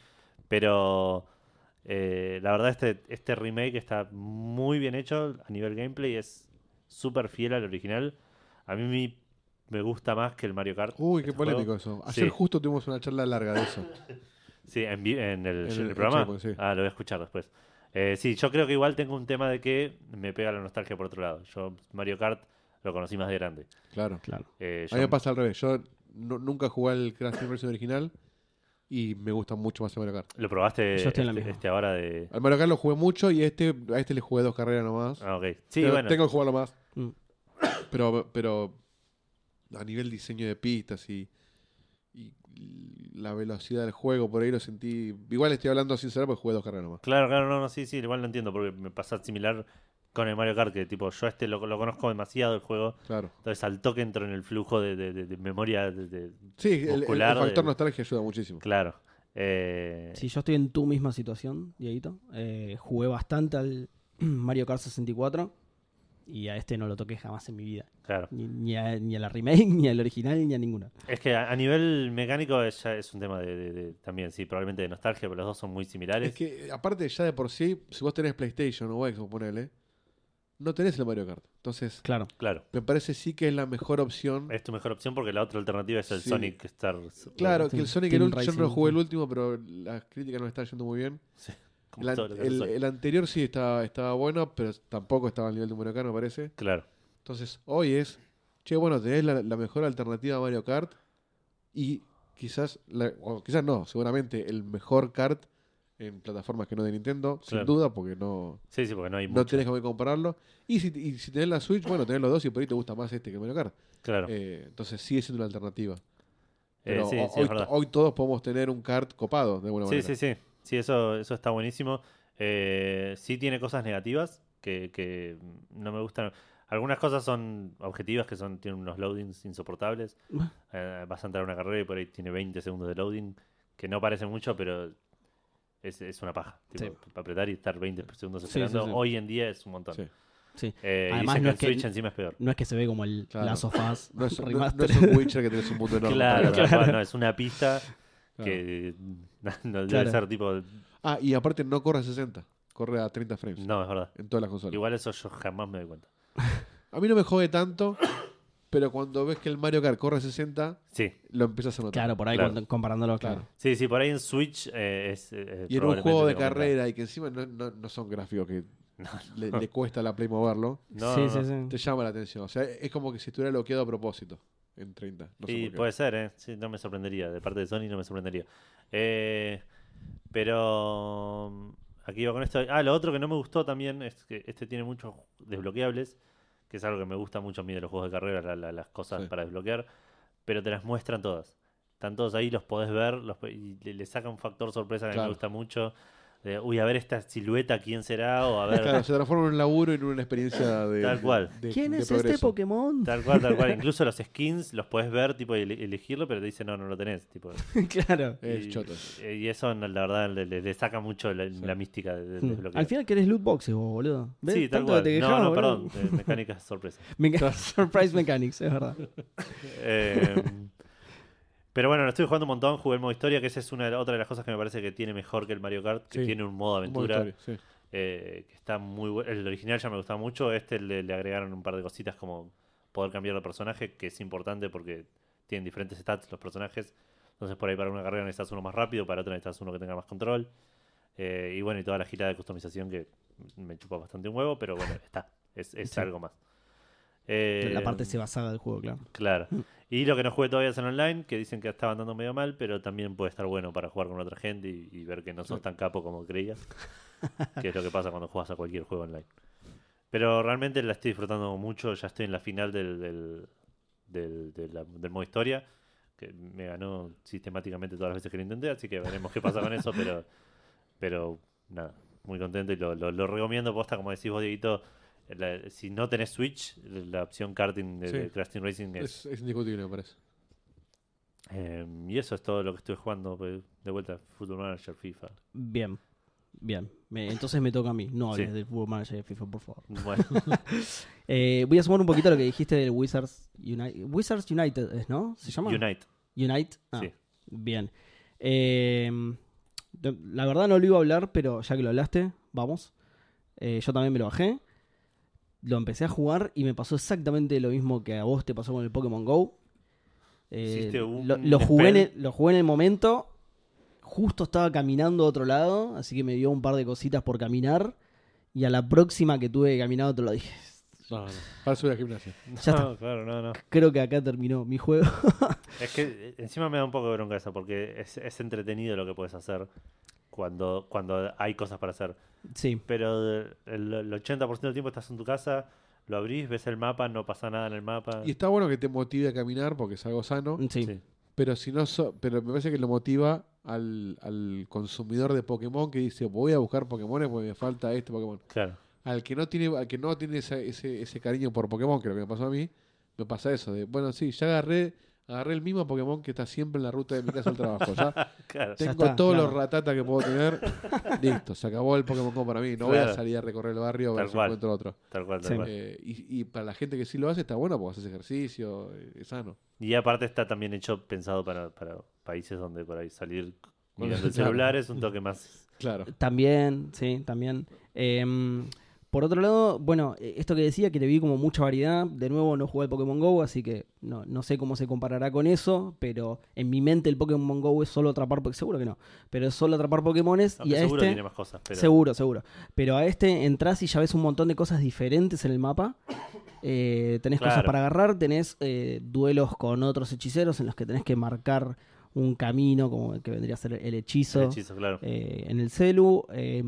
Pero eh, la verdad, este, este remake está muy bien hecho a nivel gameplay. Es súper fiel al original. A mí mi- me gusta más que el Mario Kart. Uy, qué este juego. polémico eso. Ayer Sí. justo tuvimos una charla larga de eso. Sí, en, vi- en el, en En el el programa. Checkpoint, sí. Ah, lo voy a escuchar después. Eh, sí, yo creo que igual tengo un tema de que me pega la nostalgia por otro lado. Yo Mario Kart lo conocí más de grande. Claro. Claro. Eh, A yo- mí me pasa al revés. Yo no- nunca jugué al Crash Team Racing original y me gusta mucho más el Mario Kart. ¿Lo probaste Yo estoy en la este, misma. este ahora de...? Al Mario Kart lo jugué mucho y este, a este le jugué dos carreras nomás. Ah, ok. Sí, Pero bueno. Tengo que jugarlo más. Mm. Pero, pero a nivel diseño de pistas y, y la velocidad del juego, por ahí lo sentí. Igual estoy hablando sin saber porque jugué dos carreras nomás. Claro, claro, no, no, sí, sí, igual lo entiendo porque me pasa similar con el Mario Kart, que tipo, yo este lo, lo conozco demasiado el juego, Claro. entonces al toque entro en el flujo de, de- de- de memoria, de, de- Sí, el- el, el Muscular factor del- nostalgia ayuda muchísimo. Claro. Eh, Si yo estoy en tu misma situación, Dieguito, eh, jugué bastante al [CLEARS THROAT] Mario Kart 64 y a este no lo toqué jamás en mi vida. Claro. Ni, ni a, ni a la remake, [LAUGHS] ni al original, ni a ninguna. Es que a, a nivel mecánico es, ya es un tema de, de- de- también, sí, probablemente de nostalgia, pero los dos son muy similares. Es que, aparte, ya de por sí, si vos tenés PlayStation o Xbox, ponele, no tenés el Mario Kart. Entonces, Claro. Claro. me parece sí que es la mejor opción. Es tu mejor opción porque la otra alternativa es el Sí. Sonic Stars. claro, Sí, que el Sonic, Team el ulti- yo no lo Racing, jugué el sí. último, pero las críticas no le están yendo muy bien. como El, an- todo lo que hace el- Sonic. el anterior sí estaba, estaba bueno, pero tampoco estaba al nivel de Mario Kart, me parece. Claro. Entonces, hoy es, che, bueno, tenés la, la mejor alternativa a Mario Kart y quizás, la- o quizás no, seguramente el mejor kart en plataformas que no de Nintendo, sin Claro. duda, porque no, Sí, sí, porque no hay no mucho. tenés que compararlo. Y si, y si tenés la Switch, bueno, tenés los dos y por ahí te gusta más este que Mario Kart. Claro. Eh, entonces sigue siendo una alternativa. Eh, Pero sí, ho- sí, hoy, es verdad. hoy todos podemos tener un kart copado, de alguna Sí, manera. sí, sí. Sí, eso, eso está buenísimo. Eh, sí tiene cosas negativas que, que no me gustan. Algunas cosas son objetivas que son tienen unos loadings insoportables. Eh, vas a entrar a una carrera y por ahí tiene 20 segundos de loading, que no parece mucho, pero es, es una paja. Tipo, Apretar y estar 20 segundos Sí, sí, esperando sí. hoy en día es un montón. Sí. Sí. Eh, y Además, dicen no que el es que- Switch encima es peor. No es que se ve como el Claro. Last of Us [LAUGHS] [LAUGHS] No es, no- no remaster. es un Witcher que tenés un mundo enorme. para Claro, [LAUGHS] explorar. tal cual, no, es una pista Claro. que [LAUGHS] no, no Claro. debe ser tipo. Ah, y aparte no corre a 60, corre a 30 frames No, es verdad. en todas las consolas. Igual eso yo jamás me doy cuenta. A mí no me jode tanto, [COUGHS] pero cuando ves que el Mario Kart corre a 60, Sí, lo empiezas a notar. Claro, por ahí Claro. cuando- comparándolo, claro. Claro. sí, sí, por ahí en Switch eh, es. eh, Y en un probablemente juego de te comenta. carrera y que encima no, no- no son gráficos que le, le cuesta a la Play moverlo, No, sí, no, sí, no. sí. te llama la atención. O sea, es como que si estuviera bloqueado a propósito en 30. No sé Sí, por qué. puede ser, ¿eh? Sí, no me sorprendería. De parte de Sony no me sorprendería. Eh, pero. mm, Aquí iba con esto. Ah, lo otro que no me gustó también es que este tiene muchos desbloqueables, que es algo que me gusta mucho a mí de los juegos de carrera, la- la- las cosas Sí. para desbloquear, pero te las muestran todas. Están todos ahí, los podés ver, los, po- y le, le saca un factor sorpresa que a mí Claro. me gusta mucho. de, uy, a ver esta silueta, ¿quién será? O a ver, Claro, se transforma en un laburo y en [LAUGHS] una experiencia de. Tal de- cual. de- ¿Quién de es este progreso. Pokémon? Tal cual, tal cual. Incluso los skins los puedes ver, tipo, y ele- elegirlo, pero te dice no, no lo tenés. Tipo, [LAUGHS] claro. Es y, choto. eh, Y eso, no, la verdad, le, le- le saca mucho la, la mística de, de- Hmm. de lo que Al es. final querés loot boxes, vos, boludo. ¿Ves? Sí, tal Tanto cual. que te no, quejabas, no, boludo. perdón. eh, mecánicas [LAUGHS] sorpresa. [LAUGHS] Me encanta. [LAUGHS] Surprise Mechanics, es verdad. Eh, pero bueno, lo estoy jugando un montón. Jugué el modo historia, que esa es una de la- otra de las cosas que me parece que tiene mejor que el Mario Kart, que Sí. tiene un modo Un modo aventura. historia, sí. eh, que está muy bueno. El original ya me gustaba mucho. Este le, le agregaron un par de cositas como poder cambiar de personaje, que es importante porque tienen diferentes stats los personajes. Entonces, por ahí para una carrera necesitas uno más rápido, para otra necesitas uno que tenga más control. Eh, y bueno, y toda la gira de customización que me chupa bastante un huevo, pero bueno, está. Es, es Sí. algo más. Eh, la parte se basada del juego, claro. Claro. Y lo que no jugué todavía es en online, que dicen que estaban dando medio mal, pero también puede estar bueno para jugar con otra gente y, y ver que no sos tan capo como creías. que es lo que pasa cuando juegas a cualquier juego online. Pero realmente la estoy disfrutando mucho. Ya estoy en la final del, del, del- de la- del modo historia, que me ganó sistemáticamente todas las veces que lo intenté, así que veremos qué pasa con eso, pero, pero nada, muy contento y lo, lo- lo recomiendo. Posta, como decís vos, Dieguito, la- si no tenés Switch, la opción karting de, Sí. de Crash Team Racing es Es, es indiscutible, me parece. eh, y eso es todo lo que estoy jugando. pues, De vuelta, Football Manager, FIFA. Bien. Bien. Me- entonces me toca a mí. No hables Sí. del Football Manager de FIFA, por favor. Bueno, Eh, voy a sumar un poquito a lo que dijiste del Wizards United. Wizards United, ¿es, ¿no? ¿Se llama? Unite. Unite. Ah, Sí. Bien. Eh, de- la verdad no lo iba a hablar, pero ya que lo hablaste, vamos. Eh, yo también me lo bajé. Lo empecé a jugar y me pasó exactamente lo mismo que a vos te pasó con el Pokémon Go. Eh, Hiciste un lo, lo jugué en el, spell. lo jugué en el momento. Justo estaba caminando a otro lado, así que me dio un par de cositas por caminar. Y a la próxima que tuve que caminar a otro lado dije, No, no. Para subir al gimnasio. ya está. No, claro, no, no. Creo que acá terminó mi juego. [LAUGHS] Es que eh, encima me da un poco de bronca eso, porque es, es entretenido lo que puedes hacer cuando, cuando hay cosas para hacer. sí, Pero de- el, el 80% del tiempo estás en tu casa, lo abrís, ves el mapa, no pasa nada en el mapa. Y está bueno que te motive a caminar porque es algo sano. sí. Sí. Pero si no so- pero me parece que lo motiva al, al consumidor de Pokémon que dice voy a buscar Pokémon porque me falta este Pokémon. Claro. Al que no tiene, al que no tiene esa- ese, ese cariño por Pokémon, que es lo que me pasó a mí, me pasa eso de bueno sí, ya agarré, agarré el mismo Pokémon que está siempre en la ruta de mi casa al trabajo. Ya Claro. Te- tengo está, todos claro. los ratatas que puedo tener, listo, se acabó el Pokémon Go para mí, no voy a Claro. salir a recorrer el barrio a ver Tal si cual. encuentro otro. Tal cual, tal Sí. cual. Eh, y, y para la gente que sí lo hace está bueno porque haces ejercicio, eh, es sano. Y aparte está también hecho pensado para, para países donde por ahí salir Bueno, mirando el claro. celular es un toque más. Claro. También, sí, también. Em, por otro lado, bueno, eh, esto que decía, que le vi como mucha variedad. De nuevo, no jugué al Pokémon Go, así que no, no sé cómo se comparará con eso, pero en mi mente el Pokémon Go es solo atrapar, po- seguro que no, pero es solo atrapar Pokémones y aunque a seguro este... tiene más cosas, pero Seguro, seguro. Pero a este entras y ya ves un montón de cosas diferentes en el mapa. Eh, tenés cosas Claro. para agarrar, tenés eh, duelos con otros hechiceros en los que tenés que marcar un camino, como el que vendría a ser el el hechizo, claro. eh, en el celu. eh,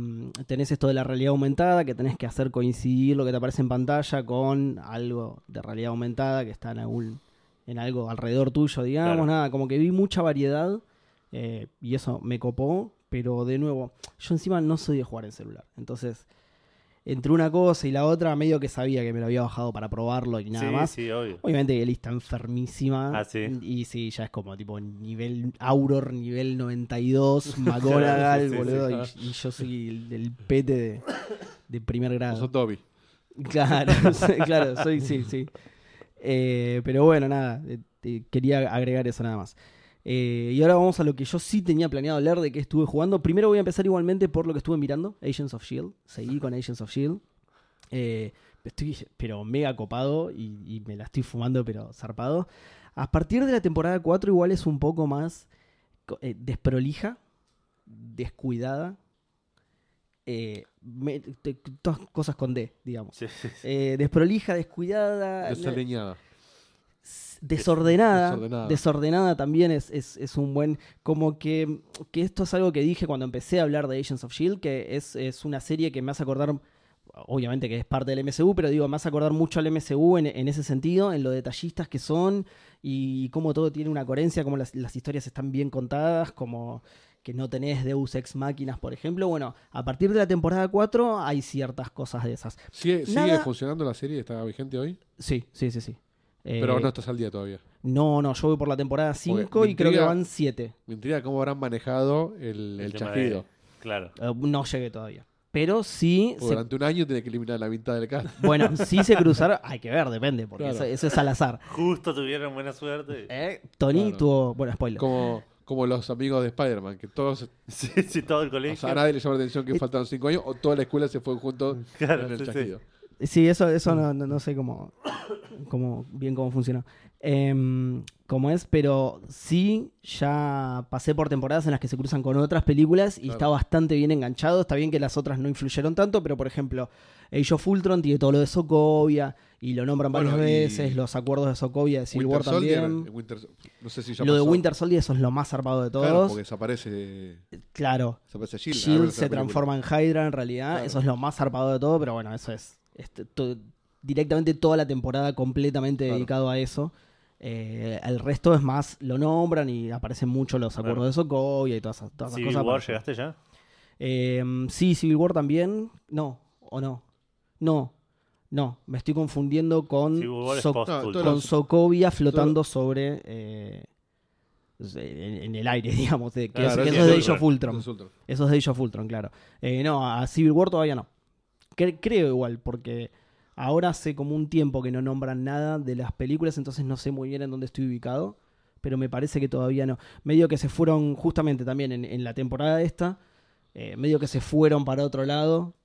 tenés esto de la realidad aumentada, que tenés que hacer coincidir lo que te aparece en pantalla con algo de realidad aumentada que está en algún- en algo alrededor tuyo, digamos, Claro. nada, como que vi mucha variedad eh, y eso me copó, pero de nuevo, yo encima no soy de jugar en celular, entonces entre una cosa y la otra, medio que sabía que me lo había bajado para probarlo y nada sí, más. sí, obvio. Obviamente que Ellie está enfermísima. Ah, sí. Y sí, ya es como tipo nivel Auror, nivel [LAUGHS] 92, McGonagall, Sí, sí, boludo. sí. y, y yo soy el, el pete de, de primer O grado. sos Dobby. Claro, [LAUGHS] soy- claro, soy, sí, sí. Eh, pero bueno, nada, eh, eh, quería agregar eso nada más. Eh, y ahora vamos a lo que yo sí tenía planeado hablar de que estuve jugando. Primero voy a empezar igualmente por lo que estuve mirando, Agents of Shield. E Seguí con Agents of Shield. E Eh, estoy pero mega copado y, y me la estoy fumando pero zarpado. A partir de la temporada 4 igual es un poco más co- eh, desprolija, descuidada. Eh, me- te- todas cosas con D, digamos. Sí, sí, sí. Eh, desprolija, descuidada, ne- Desaliñada. s- desordenada, Desordenada. desordenada. también es, es- es un buen. Como que, que esto es algo que dije cuando empecé a hablar de Agents of Shield, E que es, es una serie que me hace acordar. Obviamente que es parte del MCU, pero digo, me hace acordar mucho al MCU en, en ese sentido, en lo detallistas que son y cómo todo tiene una coherencia, cómo las, las historias están bien contadas, como que no tenés Deus Ex Máquinas, por ejemplo. Bueno, a partir de la temporada 4 hay ciertas cosas de esas. ¿Sigue, sigue Nada- funcionando la serie? ¿Está vigente hoy? Sí, sí, sí, sí. Eh, Pero no estás al día todavía. No, no, yo voy por la temporada 5 me y creo que intriga- van 7. Me intriga cómo habrán manejado [LAUGHS] el, el, tema de- chasquido. Claro. Eh, no llegué todavía. Pero sí. Porque se- Durante un año tiene que eliminar la mitad [LAUGHS] del cast. [LAUGHS] bueno, sí se cruzaron. Hay que ver, depende, porque Claro. eso, eso es al azar. Justo tuvieron buena suerte. ¿Eh? Tony Claro. tuvo. Bueno, spoiler. Como, como los amigos de Spider-Man, que todos. [LAUGHS] Sí, sí, todo el O sea, a colegio. nadie le llama la Eh, atención que faltaron cinco años o toda la escuela se fue juntos [LAUGHS] Claro, en el sí, sí. chasquido. Sí, eso, Mm. eso no, no- no sé cómo, cómo- bien cómo funciona. Em, cómo es, pero sí, ya pasé por temporadas en las que se cruzan con otras películas y Claro. está bastante bien enganchado. Está bien que las otras no influyeron tanto, pero por ejemplo, Age of Ultron tiene todo lo de Sokovia y lo nombran Bueno, varias y- veces, los acuerdos de Sokovia, de Civil War Soldier, también. Winter- no sé si ya Lo de pasó. Winter Soldier, eso es lo más zarpado de Claro, todos. porque desaparece, claro. desaparece Shield. Ah, Shield se bueno, esa película. transforma en Hydra en realidad. Claro. Eso es lo más zarpado de todo, pero bueno, eso es. este, to- directamente toda la temporada completamente Claro. dedicado a eso. Eh, el resto es más, lo nombran y aparecen mucho los acuerdos Claro. de Sokovia y todas esas, todas esas Civil cosas. War, pero- ¿llegaste ya? Eh, sí, Civil War también. No, o no. No, no. Me estoy confundiendo con, Civil War Mm, es So- post No, todo Ultron. con los- Sokovia flotando sobre. eh, en, en el aire, [LAUGHS] digamos. de- que Claro, es- eso que es eso es de Age Ultron. of Ultron. Los Ultron. Eso es de Age of Ultron, claro. Eh, no, a Civil War todavía no. Cre- creo igual, porque ahora hace como un tiempo que no nombran nada de las películas, entonces no sé muy bien en dónde estoy ubicado, pero me parece que todavía no. Medio que se fueron, justamente también en, en la temporada esta, eh, medio que se fueron para otro lado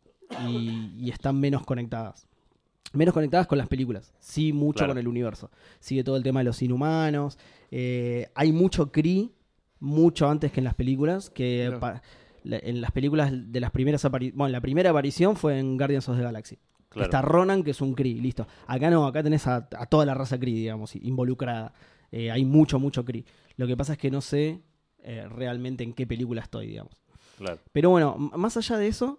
y, y están menos conectadas. Menos conectadas con las películas, sí mucho Claro. con el universo. Sigue todo el tema de los inhumanos. eh, hay mucho Cree, mucho antes que en las películas, que Mirá. pa- la- en las películas de las primeras apariciones, bueno, la primera aparición fue en Guardians of the Galaxy. Claro. Está Ronan, que es un Kree, listo. Acá no, acá tenés a, a toda la raza Kree, digamos, involucrada. Eh, hay mucho, mucho Kree. Lo que pasa es que no sé eh, realmente en qué película estoy, digamos. Claro. Pero bueno, m- más allá de eso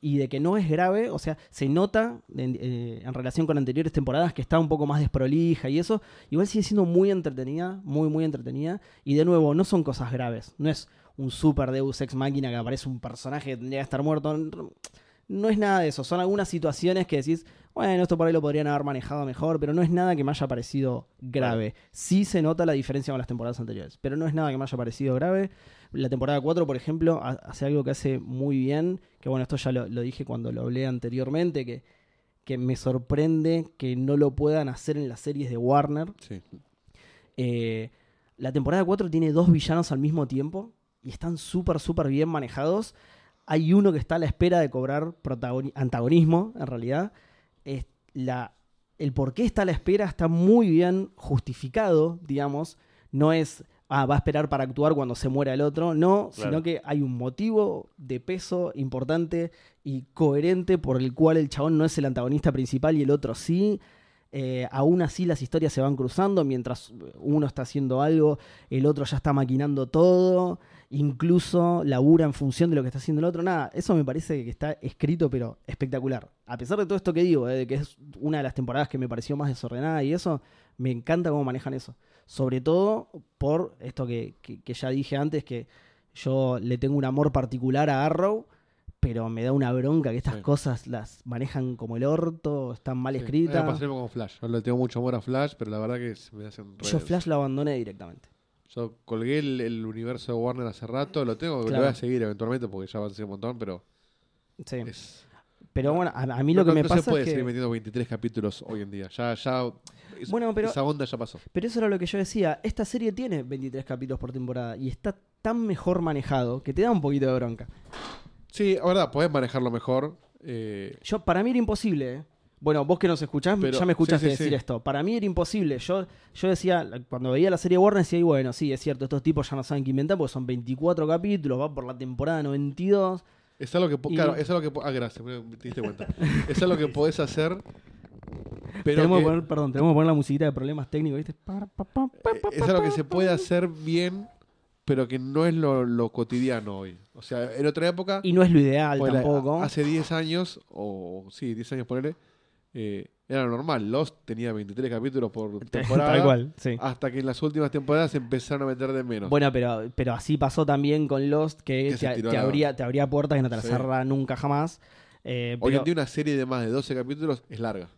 y de que no es grave, o sea, se nota en, eh, en relación con anteriores temporadas que está un poco más desprolija y eso, igual sigue siendo muy entretenida, muy, muy entretenida. Y de nuevo, no son cosas graves, no es un super Deus Ex Máquina que aparece un personaje que tendría que estar muerto. n- No es nada de eso, son algunas situaciones que decís, bueno, esto por ahí lo podrían haber manejado mejor, pero no es nada que me haya parecido grave. Sí se nota la diferencia con las temporadas anteriores, pero no es nada que me haya parecido grave. La temporada 4, por ejemplo, ha- hace algo que hace muy bien, que bueno, esto ya lo, lo dije cuando lo hablé anteriormente, que, que me sorprende que no lo puedan hacer en las series de Warner. Sí. Eh, la temporada 4 tiene dos villanos al mismo tiempo y están súper, súper bien manejados. Hay uno que está a la espera de cobrar protagoni- antagonismo, en realidad. Es la, el por qué está a la espera está muy bien justificado, digamos. No es, ah, va a esperar para actuar cuando se muera el otro. No, Claro. sino que hay un motivo de peso importante y coherente por el cual el chabón no es el antagonista principal y el otro sí. Eh, aún así las historias se van cruzando mientras eh, uno está haciendo algo, el otro ya está maquinando todo, incluso labura en función de lo que está haciendo el otro. Nada, eso me parece que está escrito, pero espectacular. A pesar de todo esto que digo, eh, de que es una de las temporadas que me pareció más desordenada y eso, me encanta cómo manejan eso. Sobre todo por esto que, que- que ya dije antes, que yo le tengo un amor particular a Arrow, pero me da una bronca que estas Sí. cosas las manejan como el orto, están mal Sí, escritas. ahora pasé lo mismo con Flash. Yo le tengo mucho amor a Flash, pero la verdad que se me hacen re Yo Flash lo abandoné directamente. Yo colgué el, el universo de Warner hace rato, lo tengo, lo Claro. voy a seguir eventualmente porque ya avancé un montón, pero Sí. es- Pero bueno, a, a mí lo no- que me no pasa se puede es que... seguir metiendo 23 capítulos hoy en día. Ya, ya es- Bueno, pero- esa onda ya pasó. Pero eso era lo que yo decía. Esta serie tiene 23 capítulos por temporada y está tan mejor manejado que te da un poquito de bronca. Sí, la verdad, podés manejarlo mejor. eh, Yo, para mí era imposible. ¿eh? Bueno, vos que nos escuchás, Pero- ya me escuchaste sí, sí, sí. decir esto. Para mí era imposible. Yo, yo decía, la- cuando veía la serie Warner, decía, y bueno, sí, es cierto, estos tipos ya no saben qué inventar porque son 24 capítulos, va por la temporada 92. es algo que po- Y- claro, es algo que po- ah, gracias, me me diste [LAUGHS] cuenta. es algo que podés hacer, pero tenemos que... que- poner, perdón, tenemos que poner la musiquita de problemas técnicos, ¿viste? Pa, pa, pa, pa, pa, eh, es pa, algo pa. que se puede hacer bien, pero que no es lo, lo cotidiano hoy. O sea, en otra época Y no es lo ideal Ponele, tampoco. a- Pues Hace 10 años, o sí, 10 años ponele, eh, era normal. Lost tenía 23 capítulos por [LAUGHS] [LAUGHS] temporada. Tal cual, sí. Hasta que en las últimas temporadas se empezaron a meter de menos. Bueno, pero, pero así pasó también con Lost, que Que se te, tiró te la- abría, te abría puertas que no te las Sí. cerraba nunca jamás. Eh, Hoy pero- en día una serie de más de 12 capítulos es larga.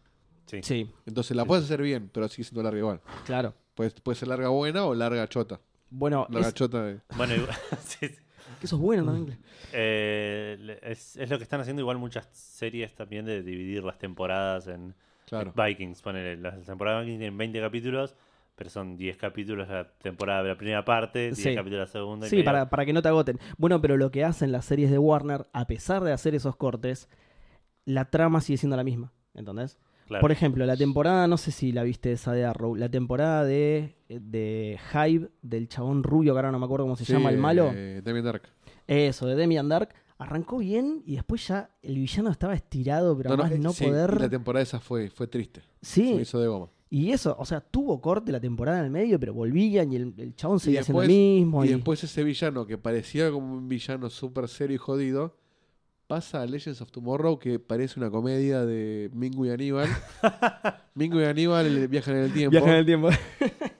Sí. Sí, Entonces la puedes hacer bien, pero sigue siendo larga igual. claro. Puede, puede ser larga buena o larga chota. Bueno, Larga es- chota eh, de- Bueno, [LAUGHS] igual- [LAUGHS] sí, sí. que eso es bueno también. Eh, le- es, es lo que están haciendo igual muchas series también de dividir las temporadas en Claro. Vikings. Ponele, la temporada de Vikings tienen 20 capítulos, pero son 10 capítulos la temporada de la primera parte, 10 Sí. capítulos de la segunda. y Sí, medio- para, para que no te agoten. Bueno, pero lo que hacen las series de Warner, a pesar de hacer esos cortes, la trama sigue siendo la misma. ¿Entendés? claro. Por ejemplo, la temporada, no sé si la viste esa de Arrow, la temporada de, de Hive, del chabón rubio, que ahora no me acuerdo cómo se Sí, llama, el malo. eh, Damien Dark. Eso, de Demian Dark. Arrancó bien y después ya el villano estaba estirado, pero más eh, no sí, y La poder. temporada esa fue, fue triste. Se Sí, me hizo de goma. y eso, o sea, tuvo corte la temporada en el medio, pero volvían y el, el chabón Y seguía haciendo lo después- mismo. Y después ese villano que parecía como un villano súper serio y jodido, pasa a Legends of Tomorrow que parece una comedia de Mingo [LAUGHS] y Aníbal. Mingo y Aníbal le- viajan en el tiempo Viajan en el [LAUGHS] tiempo.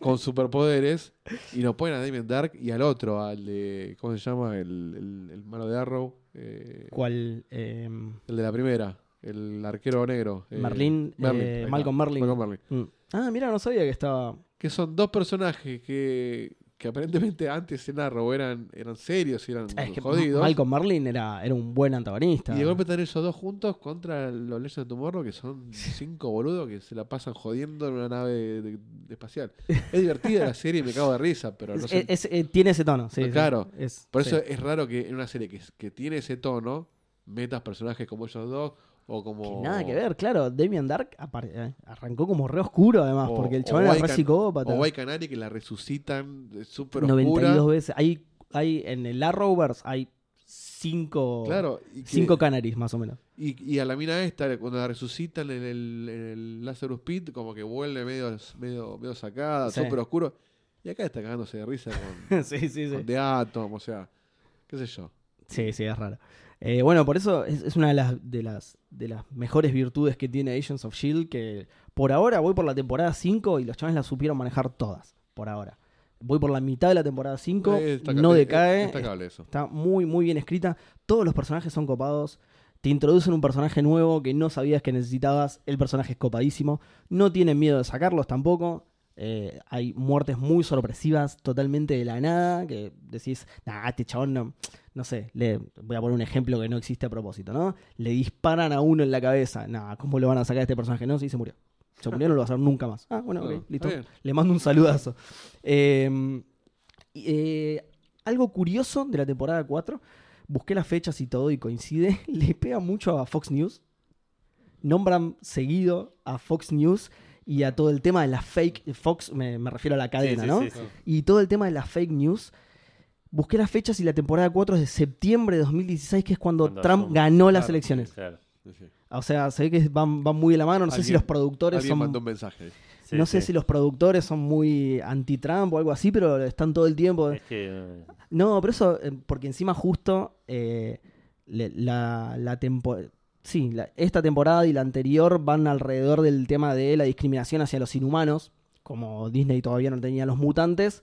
con superpoderes y lo ponen a Damien Dark y al otro, al de... ¿Cómo se llama? El, el- el malo de Arrow. eh, ¿Cuál? Eh, el de la primera. El arquero negro. eh, Merlin, eh, ahí está, Malcolm Merlin. Malcolm Merlin. mm. Ah, mira, no sabía que estaba. Que son dos personajes que... Que aparentemente antes en Arrow eran, eran serios y eran Es que jodidos. Malcolm Merlin era, era un buen antagonista. Y de golpe están esos dos juntos contra los Legends de Tomorrow, que son cinco boludos que se la pasan jodiendo en una nave de- de espacial. Es divertida la serie y me cago de risa, pero no Es- sé. es- eh, tiene ese tono, sí. No, sí. claro. Es- Por eso sí. es raro que en una serie que, que tiene ese tono, metas personajes como ellos dos o como... Que nada que ver, claro. Damian Dark apare- eh, arrancó como re oscuro, además, o- porque el o chabón era White re Can- psicópata. O White Canary que la resucitan eh, súper 92 oscura. veces. Hay, hay en el Arrowverse hay cinco, Claro, y, que- cinco canaries más o [LAUGHS] menos. y, y a la mina esta, cuando la resucitan en el, en el Lazarus Pit, como que vuelve medio, medio, medio sacada, Sí. súper oscuro. Y acá está cagándose de risa con, sí, sí, sí. de Atom, o sea, qué sé yo. Sí, sí, es raro. Eh, bueno, por eso es, es una de las, de, las, de las mejores virtudes que tiene Agents of Shield, E que por ahora voy por la temporada 5 y los chavales las supieron manejar todas, por ahora. Voy por la mitad de la temporada 5, Eh, está- no eh, decae, eh, Destacable eso. Está muy, muy bien escrita. Todos los personajes son copados. Te introducen un personaje nuevo que no sabías que necesitabas. El personaje es copadísimo. No tienen miedo de sacarlos tampoco. Eh, hay muertes muy sorpresivas, totalmente de la nada, que decís, nah, este chabón no, no sé, le, voy a poner un ejemplo que no existe a propósito, ¿no? Le disparan a uno en la cabeza, nah, ¿cómo lo van a sacar a este personaje? No, sí, se murió. Se murió, no lo va a hacer nunca más. Ah, bueno, ok, Claro, está listo. bien. Le mando un saludazo. Eh, y, eh, algo curioso de la temporada 4, busqué las fechas y todo y coincide, [LAUGHS] le pega mucho a Fox News. Nombran seguido a Fox News y a todo el tema de las fake, eh, Fox me, me refiero a la cadena, sí, ¿no? sí, sí. Y todo el tema de las fake news. Busqué las fechas y la temporada 4 es de septiembre de 2016, que es cuando, Cuando Trump asume. ganó las Claro, elecciones. Claro. O sea, se ve que van, van muy de la mano. No sé si Alguien- los productores Alguien son mandó un mensaje. Sí, no sé sí. si los productores son muy anti-Trump o algo así, pero están todo el tiempo. Es que, eh, No, pero eso, eh, porque encima justo eh, le- la, la tempo- Sí, la- esta temporada y la anterior van alrededor del tema de la discriminación hacia los inhumanos. Como Disney todavía no tenía los mutantes,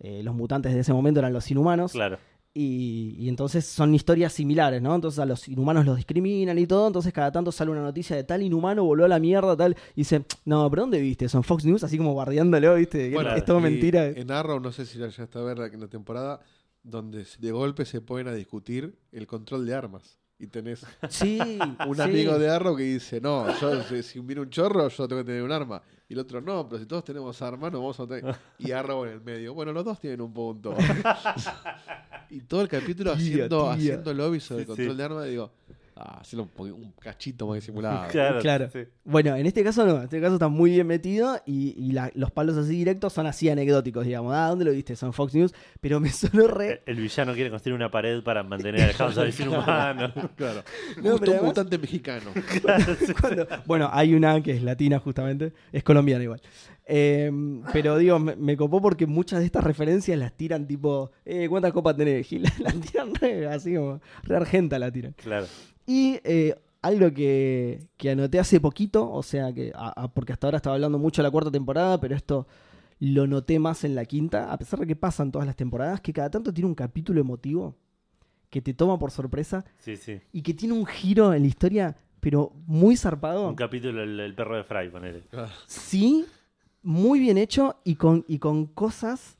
eh, los mutantes de ese momento eran los inhumanos. claro. Y, y entonces son historias similares, ¿no? Entonces a los inhumanos los discriminan y todo. Entonces cada tanto sale una noticia de tal inhumano voló a la mierda, tal. Y dicen, no, pero ¿dónde viste? Son Fox News, así como bardeándolo, ¿viste? Que Bueno, es todo y mentira. En Arrow, no sé si ya está a ver la, la temporada, donde de golpe se ponen a discutir el control de armas. Y tenés Sí. [LAUGHS] un sí. amigo de Arrow que dice, no, yo si, si viene un chorro, yo tengo que tener un arma. Y el otro, no, pero si todos tenemos armas, no vamos a tener... Y Arrow en el medio. Bueno, los dos tienen un [LAUGHS] punto. y todo el capítulo Tía, haciendo, tía. haciendo lobby sobre el Sí, sí. control de armas, digo, ah, hacerlo un, po- un cachito más disimulado. Claro. sí. Bueno, en este caso no, en este caso está muy bien metido y, y la- los palos así directos son así anecdóticos, digamos. Ah, ¿dónde lo viste? Son Fox News, pero me sonó El, re. [LAUGHS] el villano quiere construir una pared para mantener al House al humano. [LAUGHS] Claro. No, Justo pero un además- [LAUGHS] mutante mexicano. cuando- bueno, hay una que es latina justamente, es colombiana igual. Eh, pero digo, me, me copó porque muchas de estas referencias las tiran tipo, eh, ¿cuántas copas tenés? [LAUGHS] Gil? las tiran re, así como, re argenta la tiran. [LAUGHS] Claro. Y eh, algo que, que anoté hace poquito, o sea, que a- a- porque hasta ahora estaba hablando mucho de la cuarta temporada, pero esto lo noté más en la quinta, a pesar de que pasan todas las temporadas, que cada tanto tiene un capítulo emotivo que te toma por sorpresa Sí, sí. y que tiene un giro en la historia, pero muy zarpado. Un capítulo, el, el perro de Fry, ponele. Sí, muy bien hecho y con, y con cosas.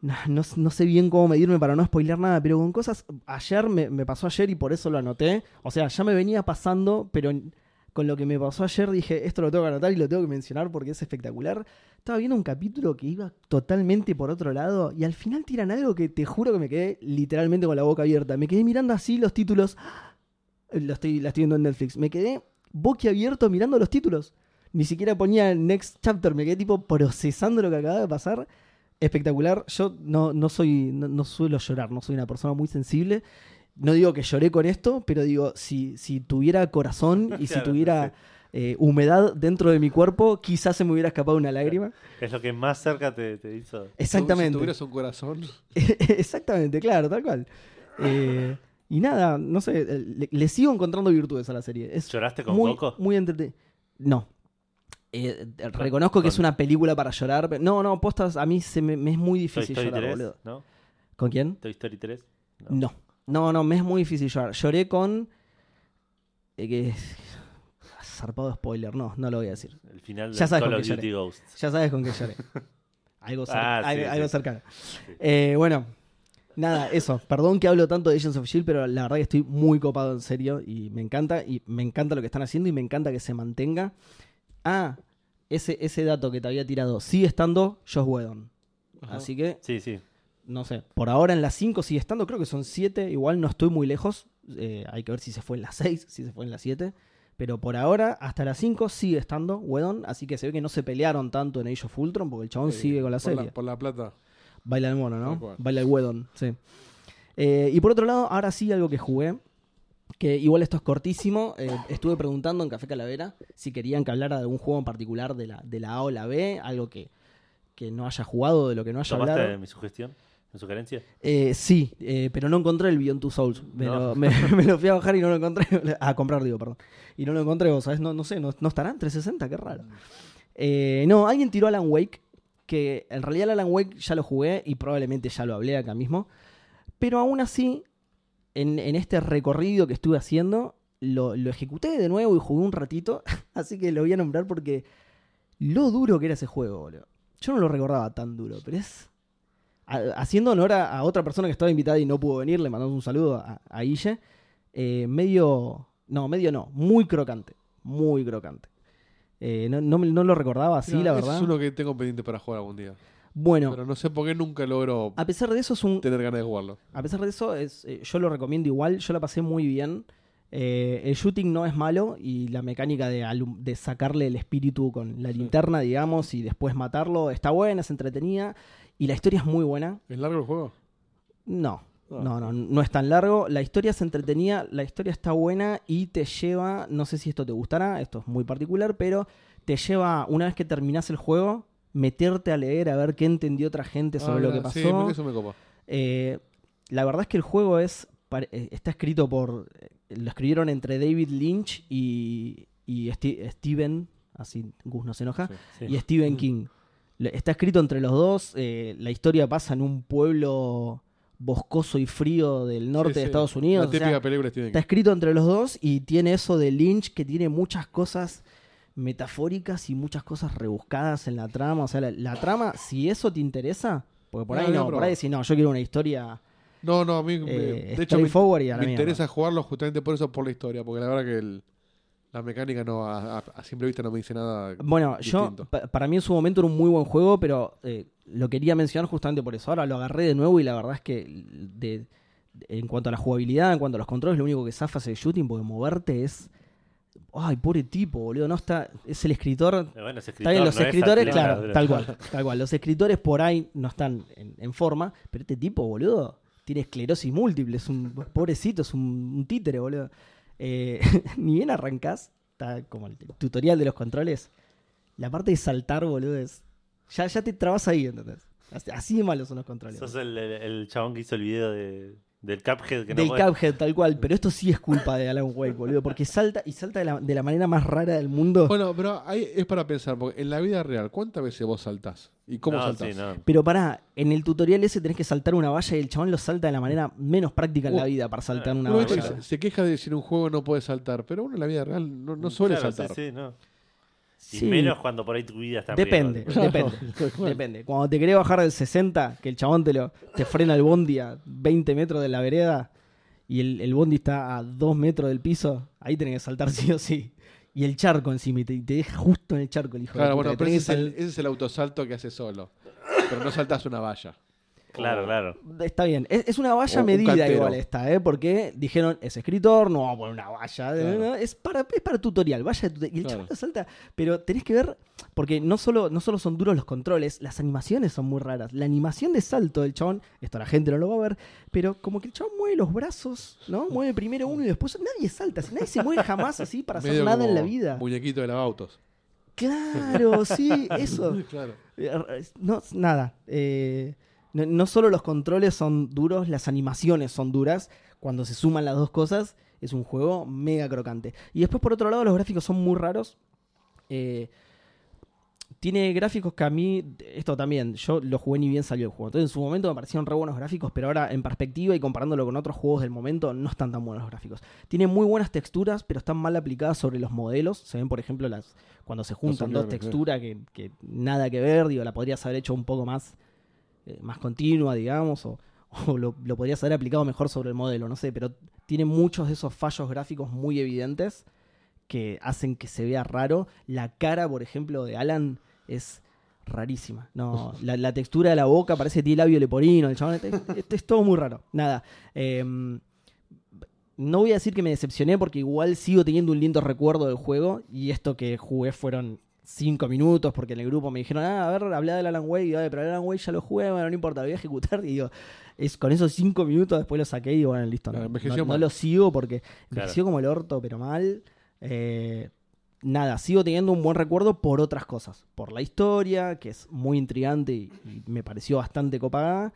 No, no- no sé bien cómo medirme para no spoiler nada, pero con cosas. Ayer me, me pasó ayer y por eso lo anoté. O sea, ya me venía pasando, pero n- con lo que me pasó ayer dije, esto lo tengo que anotar y lo tengo que mencionar porque es espectacular. Estaba viendo un capítulo que iba totalmente por otro lado y al final tiran algo que te juro que me quedé literalmente con la boca abierta. Me quedé mirando así los títulos. Eh, Lo estoy, la estoy viendo en Netflix. Me quedé boquiabierto mirando los títulos. Ni siquiera ponía Next Chapter, me quedé tipo procesando lo que acaba de pasar. Espectacular. Yo no, no soy, no, no suelo llorar, no soy una persona muy sensible. No digo que lloré con esto, pero digo, si, si tuviera corazón y si [LAUGHS] Claro, tuviera sí. eh, humedad dentro de mi cuerpo, quizás se me hubiera escapado una lágrima. Es lo que más cerca te, te hizo. Si [LAUGHS] Exactamente. tuvieras un corazón... Exactamente, claro, tal cual. Eh, y nada, no sé, eh, le, le sigo encontrando virtudes a la serie. Es ¿Lloraste con muy, Coco? Muy entrete- No. Eh, eh, reconozco que es Con- una película para llorar. Pero... No, no, postas, a mí se me, me es muy Toy difícil Story llorar, 3, boludo. ¿no? ¿Con quién? Toy Story 3. No. No, no, me es muy difícil llorar. Lloré con. eh, que... Zarpado spoiler, no, no lo voy a decir. El final de Ya sabes Call con of qué Duty Ghosts. Ya sabes con qué [LAUGHS] lloré. Algo, cer- Ah, sí, algo- sí. algo cercano. Sí. Eh, bueno, nada, eso. Perdón que hablo tanto de Agents of Shield, E pero la verdad que estoy muy copado en serio y me encanta. Y me encanta lo que están haciendo y me encanta que se mantenga. Ah, ese, ese dato que te había tirado sigue estando Josh Whedon. Así que, Sí, sí. no sé, por ahora en las 5 sigue estando, creo que son 7, igual no estoy muy lejos, eh, hay que ver si se fue en las 6, si se fue en las 7, pero por ahora hasta las 5 sigue estando Whedon, así que se ve que no se pelearon tanto en Age of Ultron porque el chabón Eh, sigue con la por serie. por la plata. Baila el mono, Tal ¿no? cual. Baila el huedón, sí. Eh, y por otro lado, ahora sí algo que jugué, que igual esto es cortísimo. eh, estuve preguntando en Café Calavera si querían que hablara de algún juego en particular de la, de la A o la B, algo que, que no haya jugado, de lo que no haya ¿Tomaste hablado. mi sugestión? ¿Mi sugerencia? Eh, sí, eh, pero no encontré el Beyond Two Souls. Me, No. lo, me- [LAUGHS] me lo fui a bajar y no lo encontré. [LAUGHS] A comprar, digo, perdón. Y no lo encontré, vos sabés, no, no sé, no, no estará en 360, qué raro. Eh, no, alguien tiró Alan Wake, que en realidad el Alan Wake ya lo jugué y probablemente ya lo hablé acá mismo. Pero aún así, en, en este recorrido que estuve haciendo, lo, lo ejecuté de nuevo y jugué un ratito. Así que lo voy a nombrar porque lo duro que era ese juego, boludo. Yo no lo recordaba tan duro, pero es a- haciendo honor a, a otra persona que estaba invitada y no pudo venir, le mandamos un saludo a, a Guille. eh, medio. No, medio no. Muy crocante. Muy crocante. Eh, no, no me- no lo recordaba así, Mira, la ese verdad. Es uno que tengo pendiente para jugar algún día. Bueno, Pero no sé por qué nunca logro a pesar de eso es un. tener ganas de jugarlo. A pesar de eso, es, eh, yo lo recomiendo igual. Yo la pasé muy bien. Eh, el shooting no es malo y la mecánica de, alum- de sacarle el espíritu con la linterna, digamos, y después matarlo está buena, es entretenida. Y la historia es muy buena. ¿Es largo el juego? No, Ah. no, no, no es tan largo. La historia se entretenía, la historia está buena y te lleva, no sé si esto te gustará, esto es muy particular, pero te lleva, una vez que terminás el juego, meterte a leer, a ver qué entendió otra gente sobre Ah, lo que mira, pasó. Sí, mira, eso me copa. Eh, la verdad es que el juego es pare- eh, está escrito por. eh, Lo escribieron entre David Lynch y, y Sti- Steven, así Gus no se enoja, Sí. y Mm. Stephen King. Le- Está escrito entre los dos. eh, la historia pasa en un pueblo boscoso y frío del norte Sí, de sí. Estados Unidos. La o sea, típica película de Stephen está King. escrito entre los dos y tiene eso de Lynch que tiene muchas cosas metafóricas y muchas cosas rebuscadas en la trama. O sea, la, la trama, si eso te interesa, porque por No, ahí no, no, pero- por ahí decís, no, yo quiero una historia No, no, a mí. me- eh, de hecho, me, straightforward y a la me mierda. interesa jugarlo justamente por eso, por la historia. Porque la verdad que el- la mecánica no, a, a- a simple vista no me dice nada. Bueno, distinto. yo, pa- para mí en su momento era un muy buen juego, pero eh, lo quería mencionar justamente por eso. Ahora lo agarré de nuevo y la verdad es que de- en cuanto a la jugabilidad, en cuanto a los controles, lo único que zafa es el shooting, porque moverte es... Ay, pobre tipo, boludo, no está... Es el escritor... Pero Eh, bueno, es Está escritor, bien, los no es escritores, atleta, claro, pero- tal cual, tal cual. Los escritores por ahí no están en, en forma, pero este tipo, boludo, tiene esclerosis múltiple, es un pobrecito, es un, un títere, boludo. Eh, [LAUGHS] ni bien arrancás, está como el tutorial de los controles. La parte de saltar, boludo, es. Ya, ya te trabas ahí, ¿entendés? Así- Así de malos son los controles. [LAUGHS] Sos el, el- el chabón que hizo el video de, del Cuphead que no Del puede- Cuphead, tal cual, pero esto sí es culpa de Alan Wake, boludo, porque salta y salta de la, de la manera más rara del mundo. Bueno, pero ahí es para pensar, porque en la vida real, ¿cuántas veces vos saltás? ¿Y cómo no, saltás? sí, no. Pero pará, en el tutorial ese tenés que saltar una valla y el chabón lo salta de la manera menos práctica en la Uh, vida para saltar una Uno, viste, bueno. valla. se, se queja de decir un juego no puede saltar, pero uno en la vida real no, no suele Claro, sí, saltar. sí, no. Y Sí, menos cuando por ahí tu vida está en [LAUGHS] depende, riesgo. depende, [LAUGHS] depende. Cuando te querés bajar del 60, que el chabón te, lo, te frena el bondi a 20 metros de la vereda y el, el bondi está a 2 metros del piso, ahí tenés que saltar sí o sí. Y el charco encima, y te, y te deja justo en el charco el hijo Claro, de puta, bueno, que pero tenés ese es, que el, sal- ese es el autosalto que hace solo. Pero no saltás una valla. Claro, claro. Está bien, es, es una O valla un medida cantero. igual esta, ¿eh? Porque dijeron, es escritor, no vamos a poner una valla, Claro. ¿no? es, para, es para tutorial, vaya de tutorial. Y el Claro. chaval lo salta, pero tenés que ver, porque no solo, no solo son duros los controles, las animaciones son muy raras. La animación de salto del chabón, esto la gente no lo va a ver, pero como que el chabón mueve los brazos, ¿no? Mueve primero uno y después nadie salta, si nadie se mueve jamás así para hacer Medio nada como en la vida. Muñequito de lavautos. Claro, sí, eso. [LAUGHS] Claro. Eh, No, nada. eh, no, no solo los controles son duros, las animaciones son duras. Cuando se suman las dos cosas, es un juego mega crocante. Y después, por otro lado, los gráficos son muy raros. Eh, tiene gráficos que a mí, esto también, yo lo jugué ni bien salió el juego. Entonces, en su momento me parecieron re buenos gráficos, pero ahora en perspectiva y comparándolo con otros juegos del momento, no están tan buenos los gráficos. Tiene muy buenas texturas, pero están mal aplicadas sobre los modelos. Se ven, por ejemplo, las cuando se juntan dos Los aviones, texturas que, que nada que ver, digo, la podrías haber hecho un poco más, eh, más continua, digamos, o, o lo, lo podrías haber aplicado mejor sobre el modelo, no sé, pero tiene muchos de esos fallos gráficos muy evidentes que hacen que se vea raro. La cara, por ejemplo, de Alan es rarísima. [LAUGHS] No, la, la textura de la boca parece que tiene labio leporino. El chabón, este- este es todo muy raro. Nada. eh, no voy a decir que me decepcioné porque igual sigo teniendo un lindo recuerdo del juego y esto que jugué fueron cinco minutos porque en el grupo me dijeron, ah, a ver, hablá del Alan Wake, y, "Ay, pero el Alan Wake ya lo jugué, bueno, no importa, lo voy a ejecutar y digo, es con esos cinco minutos después lo saqué y digo, bueno, listo, no, Claro, envejeció no- no mal. lo sigo porque envejeció como el orto, pero mal. Eh, nada, sigo teniendo un buen recuerdo por otras cosas. Por la historia, que es muy intrigante y, y me pareció bastante copada.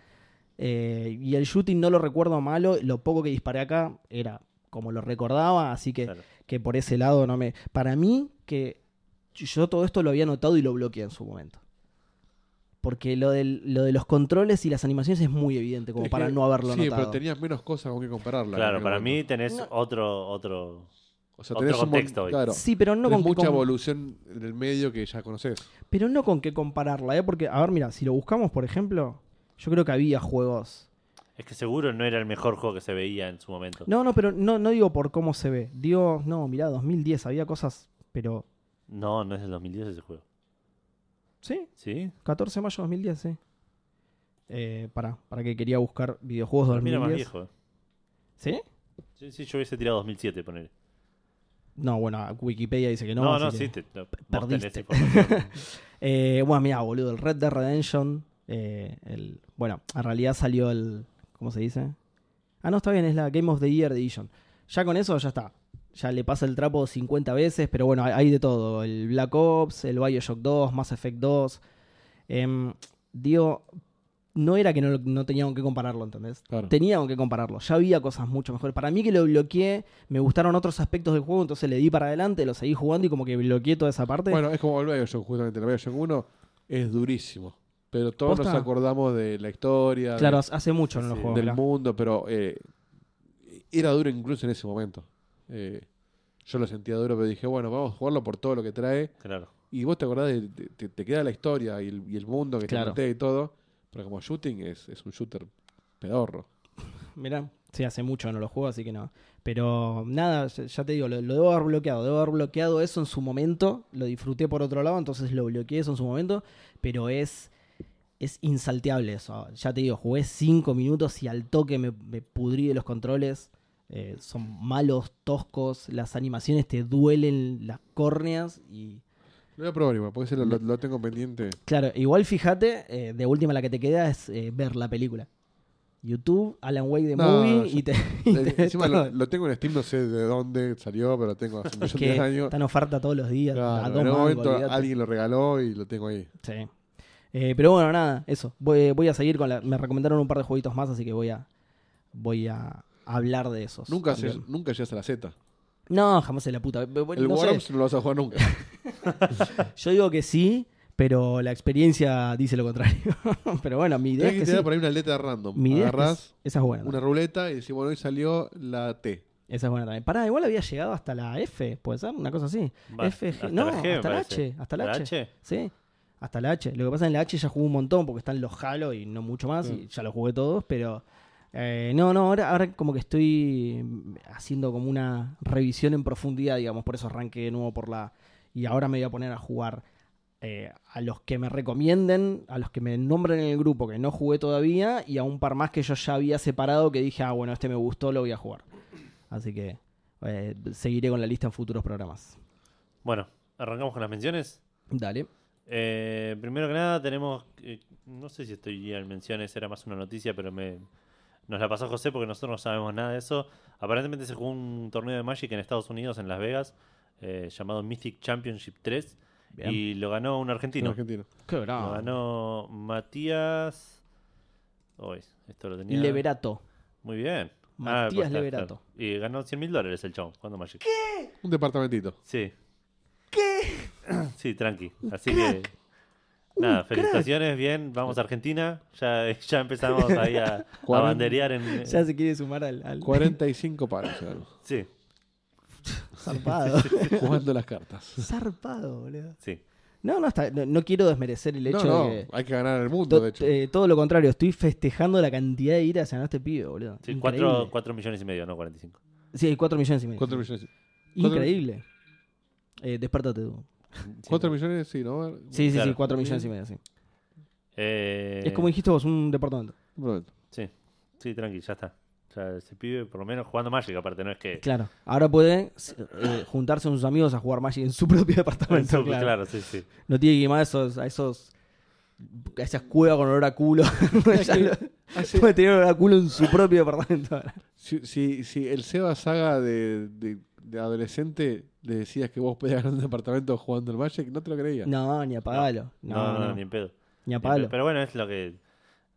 Eh, y el shooting no lo recuerdo malo. Lo poco que disparé acá era como lo recordaba, así que, Claro. que por ese lado no me... Para mí, que yo todo esto lo había notado y lo bloqueé en su momento. Porque lo, del, lo de los controles y las animaciones es muy evidente, como Es para que- no haberlo Sí, notado. pero tenías menos cosas con que compararla. en Claro, aquel para mí momento. tenés No. otro, otro. O sea, otro tenés un mon- contexto hoy. Claro, Sí, pero no tenés con que mucha con- evolución del medio que ya conoces. Pero no con qué compararla, ¿eh? Porque, a ver, mira, si lo buscamos, por ejemplo, yo creo que había juegos. Es que seguro no era el mejor juego que se veía en su momento. No, no, pero no, no digo por cómo se ve. Digo, no, mirá, 2010 había cosas, pero. No, no es del 2010 ese juego. Sí, ¿Sí? 14 de mayo de 2010, sí. Eh, para, para que quería buscar videojuegos Para mí era 2010. más viejo. eh. ¿Sí? Sí, sí, yo hubiese tirado 2007, poner. No, bueno, Wikipedia dice que no. No, no, así que- sí, te, no, vos tenés perdiste. [LAUGHS] información. Eh, bueno, mira, boludo, el Red Dead Redemption. eh, el, bueno, en realidad salió el. ¿Cómo se dice? Ah, no, está bien, es la Game of the Year Edition. Ya con eso ya está. Ya le pasa el trapo 50 veces, pero bueno, hay, hay de todo. El Black Ops, el Bioshock 2, Mass Effect 2. Em, digo, no era que no, lo- no tenían que compararlo, ¿entendés? Claro. Tenían que compararlo. Ya había cosas mucho mejores. Para mí que lo bloqueé, me gustaron otros aspectos del juego, entonces le di para adelante, lo seguí jugando y como que bloqueé toda esa parte. Bueno, es como el Bioshock, justamente. El Bioshock 1 es durísimo. Pero todos ¿Posta? nos acordamos de la historia, Claro, de- hace- hace mucho en los Sí, juegos. del mirá. mundo, pero eh, era duro incluso en ese momento. Eh, yo lo sentía duro, pero dije, bueno, vamos a jugarlo por todo lo que trae. Claro. Y vos te acordás, de, te- te, te queda la historia y el, y el mundo que Claro. te plantea y todo. Pero como shooting es, es un shooter pedorro. Mirá, sí, hace mucho no lo juego, así que no. Pero nada, ya- ya te digo, lo, lo debo haber bloqueado. Debo haber bloqueado eso en su momento. Lo disfruté por otro lado, entonces lo bloqueé eso en su momento. Pero es, es insalteable eso. Ya te digo, jugué 5 minutos y al toque me, me pudrí de los controles. Eh, son malos, toscos. Las animaciones te duelen las córneas y. Lo voy a probar igual, porque ese lo, lo- lo tengo [LAUGHS] pendiente. Eh, Claro, igual fíjate, eh, de última la que te queda es eh, ver la película. YouTube, Alan Wake de No, Movie yo- y [LAUGHS] te. y Eh, te- Encima todo. lo, lo tengo en Steam, no sé de dónde salió, pero lo tengo hace [LAUGHS] un Es millón que de años. está en oferta todos los días. Claro, a dos en un mangos, momento olvídate. alguien lo regaló y lo tengo ahí. Sí. Eh, pero bueno, nada, eso. Voy, voy a seguir con la. Me recomendaron un par de jueguitos más, así que voy a. Voy a hablar de esos. Nunca, se- también. nunca llegas a la Z. No, jamás en la puta. Pero, bueno, El no sé. Worms no lo vas a [LAUGHS] jugar nunca. Yo digo que sí, pero la experiencia dice lo contrario. [LAUGHS] pero bueno, mi idea es Tenés que que tener sí. por ahí una letra random. Mi idea es que Agarrás esa es buena. una también. ruleta y decís, bueno, hoy salió la T. Esa es buena también. Pará, igual había llegado hasta la F, puede ser, una cosa así. Va, F, G- hasta no, la G, me hasta la parece. H, hasta la ¿La H. H? Sí, hasta la H. Lo que pasa en la H ya jugué un montón porque están los Halo y no mucho más, Mm. y ya los jugué todos, pero eh, no, no, ahora, ahora como que estoy haciendo como una revisión en profundidad, digamos, por eso arranqué de nuevo por la... Y ahora me voy a poner a jugar eh, a los que me recomienden, a los que me nombren en el grupo que no jugué todavía, y a un par más que yo ya había separado que dije, ah, bueno, este me gustó, lo voy a jugar. Así que eh, seguiré con la lista en futuros programas. Bueno, arrancamos con las menciones. Dale. Eh, primero que nada tenemos, eh, no sé si estoy en menciones, era más una noticia, pero me, nos la pasó José porque nosotros no sabemos nada de eso. Aparentemente se jugó un torneo de Magic en Estados Unidos, en Las Vegas, eh, llamado Mythic Championship 3, Bien. Ah. y lo ganó un En argentino. Argentina. Qué Lo ganó Matías... Uy, esto lo tenía... Leverato. Muy bien. Matías pues, claro, Leverato. claro. Y ganó 100 mil dólares el chabón jugando Magic. Un departamentito. [LAUGHS] Sí. ¿Qué? Sí, tranqui. Así que. Nada, felicitaciones, bien. Vamos a Argentina. Ya, [LAUGHS] ya empezamos ahí a, a Cuarenta- banderear en. Ya se quiere sumar al, al 45 paros, claro, Sí, [LAUGHS] zarpado. jugando las cartas. zarpado, boludo. sí. No, no, está, no, no quiero desmerecer el hecho no, no, de que. hay que ganar el mundo, to- de hecho. eh, todo lo contrario, estoy festejando la cantidad de iras a este pibe, boludo. sí Increíble. cuatro, cuatro millones y medio, no 45. Sí, cuatro millones y medio. 4 millones. cuatro- Increíble. Eh, despértate tú. Sí, 4 no. millones, sí, Sí, ¿no? sí, sí, Claro. cuatro millones y medio, sí. Eh, Es como dijiste vos, un departamento. [LAUGHS] Un momento. Sí, sí, tranqui, ya está. Ya ese pibe, por lo menos jugando Magic, aparte, no es que. Claro. Ahora puede eh, juntarse con sus amigos a jugar Magic en su propio [LAUGHS] departamento. Claro, claro. sí, sí. No tiene que ir más a esos, a esos a esas cuevas con olor a culo. [LAUGHS] Ya lo- puede tener olor a culo en su propio departamento. ahora. Si, si, si el Seba Saga de, de, de adolescente le decías que vos podías ganar un departamento jugando el Magic, no te lo creía. No, ni apagalo. No, No, no, no, ni ni, en pedo. apagalo. Pero bueno, es lo que.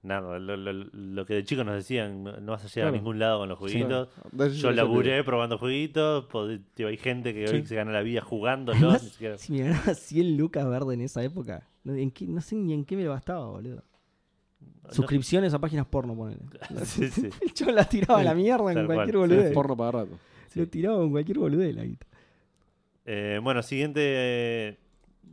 Nada, lo, lo- lo que de chicos nos decían, no, no vas a llegar Claro. a ningún lado con los jueguitos. Entonces, Yo eso- laburé probando jueguitos, pod- tipo, hay gente que hoy Sí. se gana la vida [LAUGHS] jugándolos. ni Además, siquiera- si me ganaba 100 lucas verde en esa época, no, en qué- no sé ni en qué me lo gastaba, boludo. Suscripciones a páginas porno, ponele. No- [LAUGHS] sí, sí, El chon la tiraba a la mierda en Tal cualquier cual, sí, boludez. sí. Porno para rato. sí. Lo tiraba en cualquier boludez la [LAUGHS] guita. Eh, bueno, siguiente,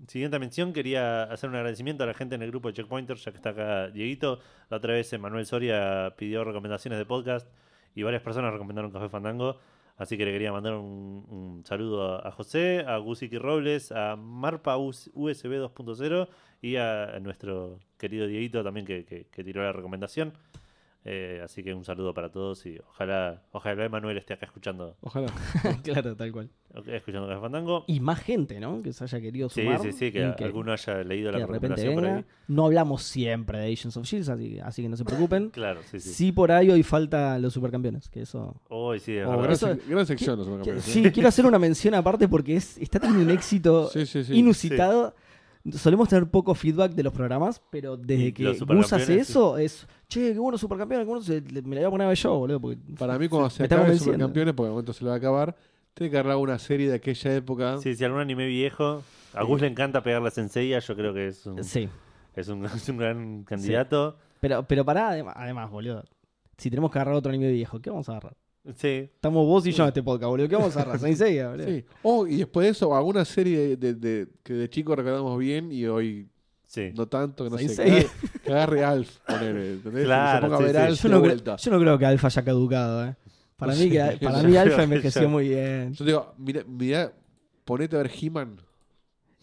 siguiente mención. Quería hacer un agradecimiento a la gente en el grupo de Checkpointer, ya que está acá Dieguito. La otra vez eh, Manuel Soria pidió recomendaciones de podcast y varias personas recomendaron Café Fandango. Así que le quería mandar un, un saludo a, a José, a Gusiki Robles, a Marpa US- USB 2.0 y a nuestro querido Dieguito también que, que- que tiró la recomendación. Eh, así que un saludo para todos y ojalá, ojalá Manuel esté acá escuchando, Ojalá. claro, tal cual. escuchando Café Fandango. Y más gente, ¿no? Que se haya querido Sí, sumar. sí, sí, que Increíble. alguno haya leído que la de repente recomendación por venga. ahí. No hablamos siempre de Agents of Shields, E así, así que no se preocupen. [LAUGHS] Claro, sí, sí. Sí, por ahí hoy falta los supercampeones, que eso... Hoy sí, es Oh, verdad. gran, Eso- sec- gran sección los que- supercampeones. sí, quiero hacer una mención aparte porque es, está teniendo un éxito [LAUGHS] Sí, sí, sí. inusitado. Solemos tener poco feedback de los programas, pero desde Y que los Gus hace supercampeones, eso, es... Che, qué bueno supercampeón, qué bueno, se- le- me la voy a poner yo, boludo, porque... Para mí, cuando se Me está acabe convenciendo. Supercampeones, porque en el momento se lo va a acabar, tiene que agarrar una serie de aquella época. Sí, si algún anime viejo. A Gus le encanta pegar la sencilla, yo creo que es un, Sí, es que es un, [LAUGHS] es un gran candidato. Pero, pero pará, adem- además, boludo. Si tenemos que agarrar otro anime viejo, ¿qué vamos a agarrar? Sí. Estamos vos y yo en este podcast, boludo. ¿Qué vamos a agarrar? Saint Seiya, boludo. Sí. Oh, y después de eso, alguna serie de, de- de- que de chico recordamos bien y hoy Sí. no tanto, que no Saint sé. Que Seiya. agarre, que agarre Alf, ponele, ¿entendés? Claro, que se ponga sí, a ver sí. Alf Yo de no, vuelta. creo, yo no creo que Alfa haya caducado, ¿eh? Para mí, que, para mí Alfa envejeció muy bien. Yo te digo, mira, mira, ponete a ver He-Man.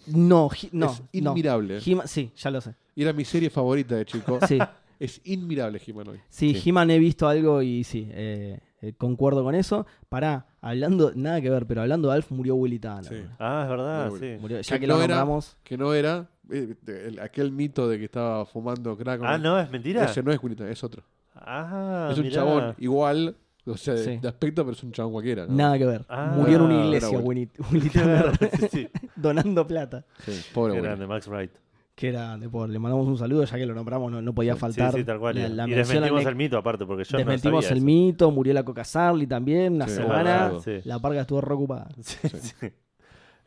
No, He- no, es no. inmirable. He-Man- sí, ya lo sé. Y Era mi serie favorita de chico. [LAUGHS] Sí, Es inmirable He-Man hoy. [LAUGHS] sí, Sí. He-Man he visto algo y sí, eh, eh, concuerdo con eso. Pará, hablando, nada que ver, pero hablando de Alf, murió Willy Tanner. Sí. boludo. Ah, es verdad, Muy sí. Murió- ya Que que no lo era- nombramos. Que no era eh, el- aquel mito de que estaba fumando crack. Ah, no, es mentira. Ese no es Willy Tanner, es otro. Ah, es un mirá. chabón igual, o sea, de- Sí. de aspecto, pero es un chabón cualquiera. ¿no? Nada que ver. Ah. murió en una Bueno, iglesia era Willy, Willy Qué [LAUGHS] Tanner, raro, [LAUGHS] sí, sí. donando plata. Sí, pobre Qué Willy. grande, Max Wright. Que era, de por, le mandamos un saludo, ya que lo nombramos, no, no podía faltar. sí, sí, tal cual. La, la y mención al desmentimos ne- el mito, aparte, porque yo desmentimos no el sabía mito, murió la Coca Sarli también, una Sí, eso. el Es semana. verdad, sí. La parga estuvo reocupada. [LAUGHS] Sí, sí.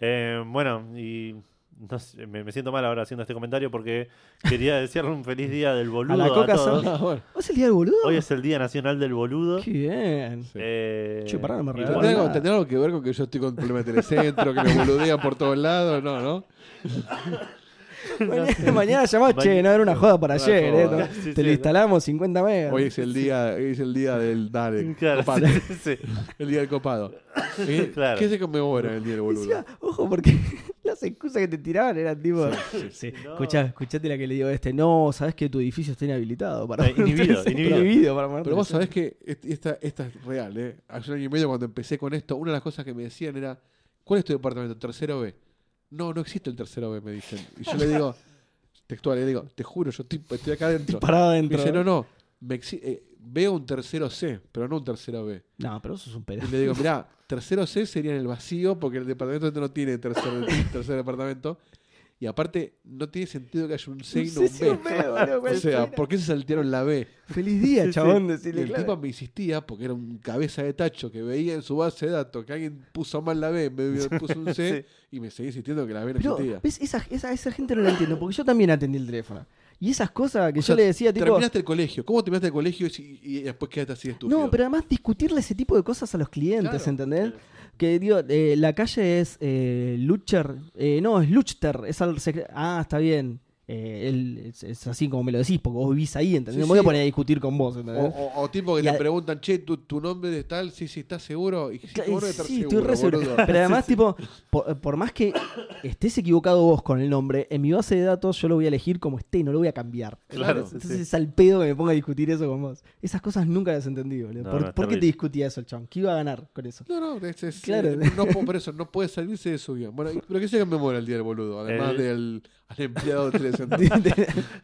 Eh, bueno, y no sé, me, me siento mal ahora haciendo este comentario porque quería desearle un feliz día del boludo. A la coca a todos. Sarli. Ah, [LAUGHS] bueno. ¿Hoy es el día del boludo? Hoy es el Día Nacional del Boludo. Qué [LAUGHS] bien. Sí. Eh, Che, pará, no me y regalaron. bueno, ¿Tendrá Igual algo, nada. tendrá algo que ver con que yo estoy con problemas de telecentro, que me boludean por todos lados? No, ¿no? Mañana- [LAUGHS] Mañana llamás, che, no era una joda para Una ayer, eh, joda. ¿no? [LAUGHS] Sí, Te sí, lo no. instalamos 50 megas. Hoy es el día, hoy es el día del dale, [LAUGHS] claro, copado, sí, sí, sí. el día [LAUGHS] del copado. Eh, Claro. ¿Qué se conmemora el día del boludo? Decía, ojo, porque [LAUGHS] las excusas que te tiraban eran tipo. [LAUGHS] Sí, No. escuchá, escuchate la que le digo a este. No, sabes que tu edificio está inhabilitado para. Eh, inhibido, Sí, inhibido. para ponerte- Pero vos sabés que est- esta, esta es real, ¿eh? Hace un año y medio cuando empecé con esto, una de las cosas que me decían era, ¿cuál es tu departamento? ¿Tercero B? No, no existe el tercero B, me dicen. Y yo [LAUGHS] le digo, textual, le digo, te juro, yo estoy, estoy acá adentro. Parado Me adentro. dice, no, no, me exi- eh, veo un tercero C, pero no un tercero B. No, pero vos sos un Y pedo. le digo, mirá, tercero C sería en el vacío porque el departamento no tiene tercer, tercer departamento. Y aparte, no tiene sentido que haya un C [LAUGHS] y no Sí, sí, un un B. pedo, boludo, O sea, cualquiera. ¿por qué se saltearon la B? Feliz día, Sí, chabón. Y decirle, el tipo me insistía porque era un cabeza de tacho que veía en su base de datos que alguien puso mal la B, [LAUGHS] en vez de puso un C y me seguía insistiendo que la B no Pero, existía. ¿ves? Esa, esa, esa gente no la entiendo, porque yo también atendí el teléfono. Y esas cosas que O yo sea, le decía, tipo. Terminaste el colegio. ¿Cómo terminaste el colegio y, si- y después quedaste así estúpido? No, pero además discutirle ese tipo de cosas a los clientes, Claro. ¿entendés? Que digo, eh, la calle es eh, Lucher, eh, no, es Luchter, es al sec- Ah, está bien. Eh, él es, es así como me lo decís, porque vos vivís ahí, ¿entendés? Sí, No me voy sí. a poner a discutir con vos, O, ¿entendés? o- o tipo que Y le a- preguntan, che, ¿tu, tu nombre es tal? Sí, sí, ¿estás seguro? Y sí, Claro, seguro que y estás eh, sí, estoy seguro, re seguro. boludo. Pero [LAUGHS] además, tipo, por, por más que estés equivocado vos con el nombre, en mi base de datos yo lo voy a elegir como esté, no lo voy a cambiar. Claro, sí, Entonces sí. es al pedo que me ponga a discutir eso con vos. Esas cosas nunca las entendí, boludo. No, ¿Por, no, es por qué te terrible. discutía eso el chabón? ¿Qué iba a ganar con [LAUGHS] eso? No, no, es, es- Claro. eh, no, po- por eso no puede salirse de su guión. Bueno, y- pero que se conmemora el día del boludo, además El- Eh. del [LAUGHS] al empleado de Telecentro.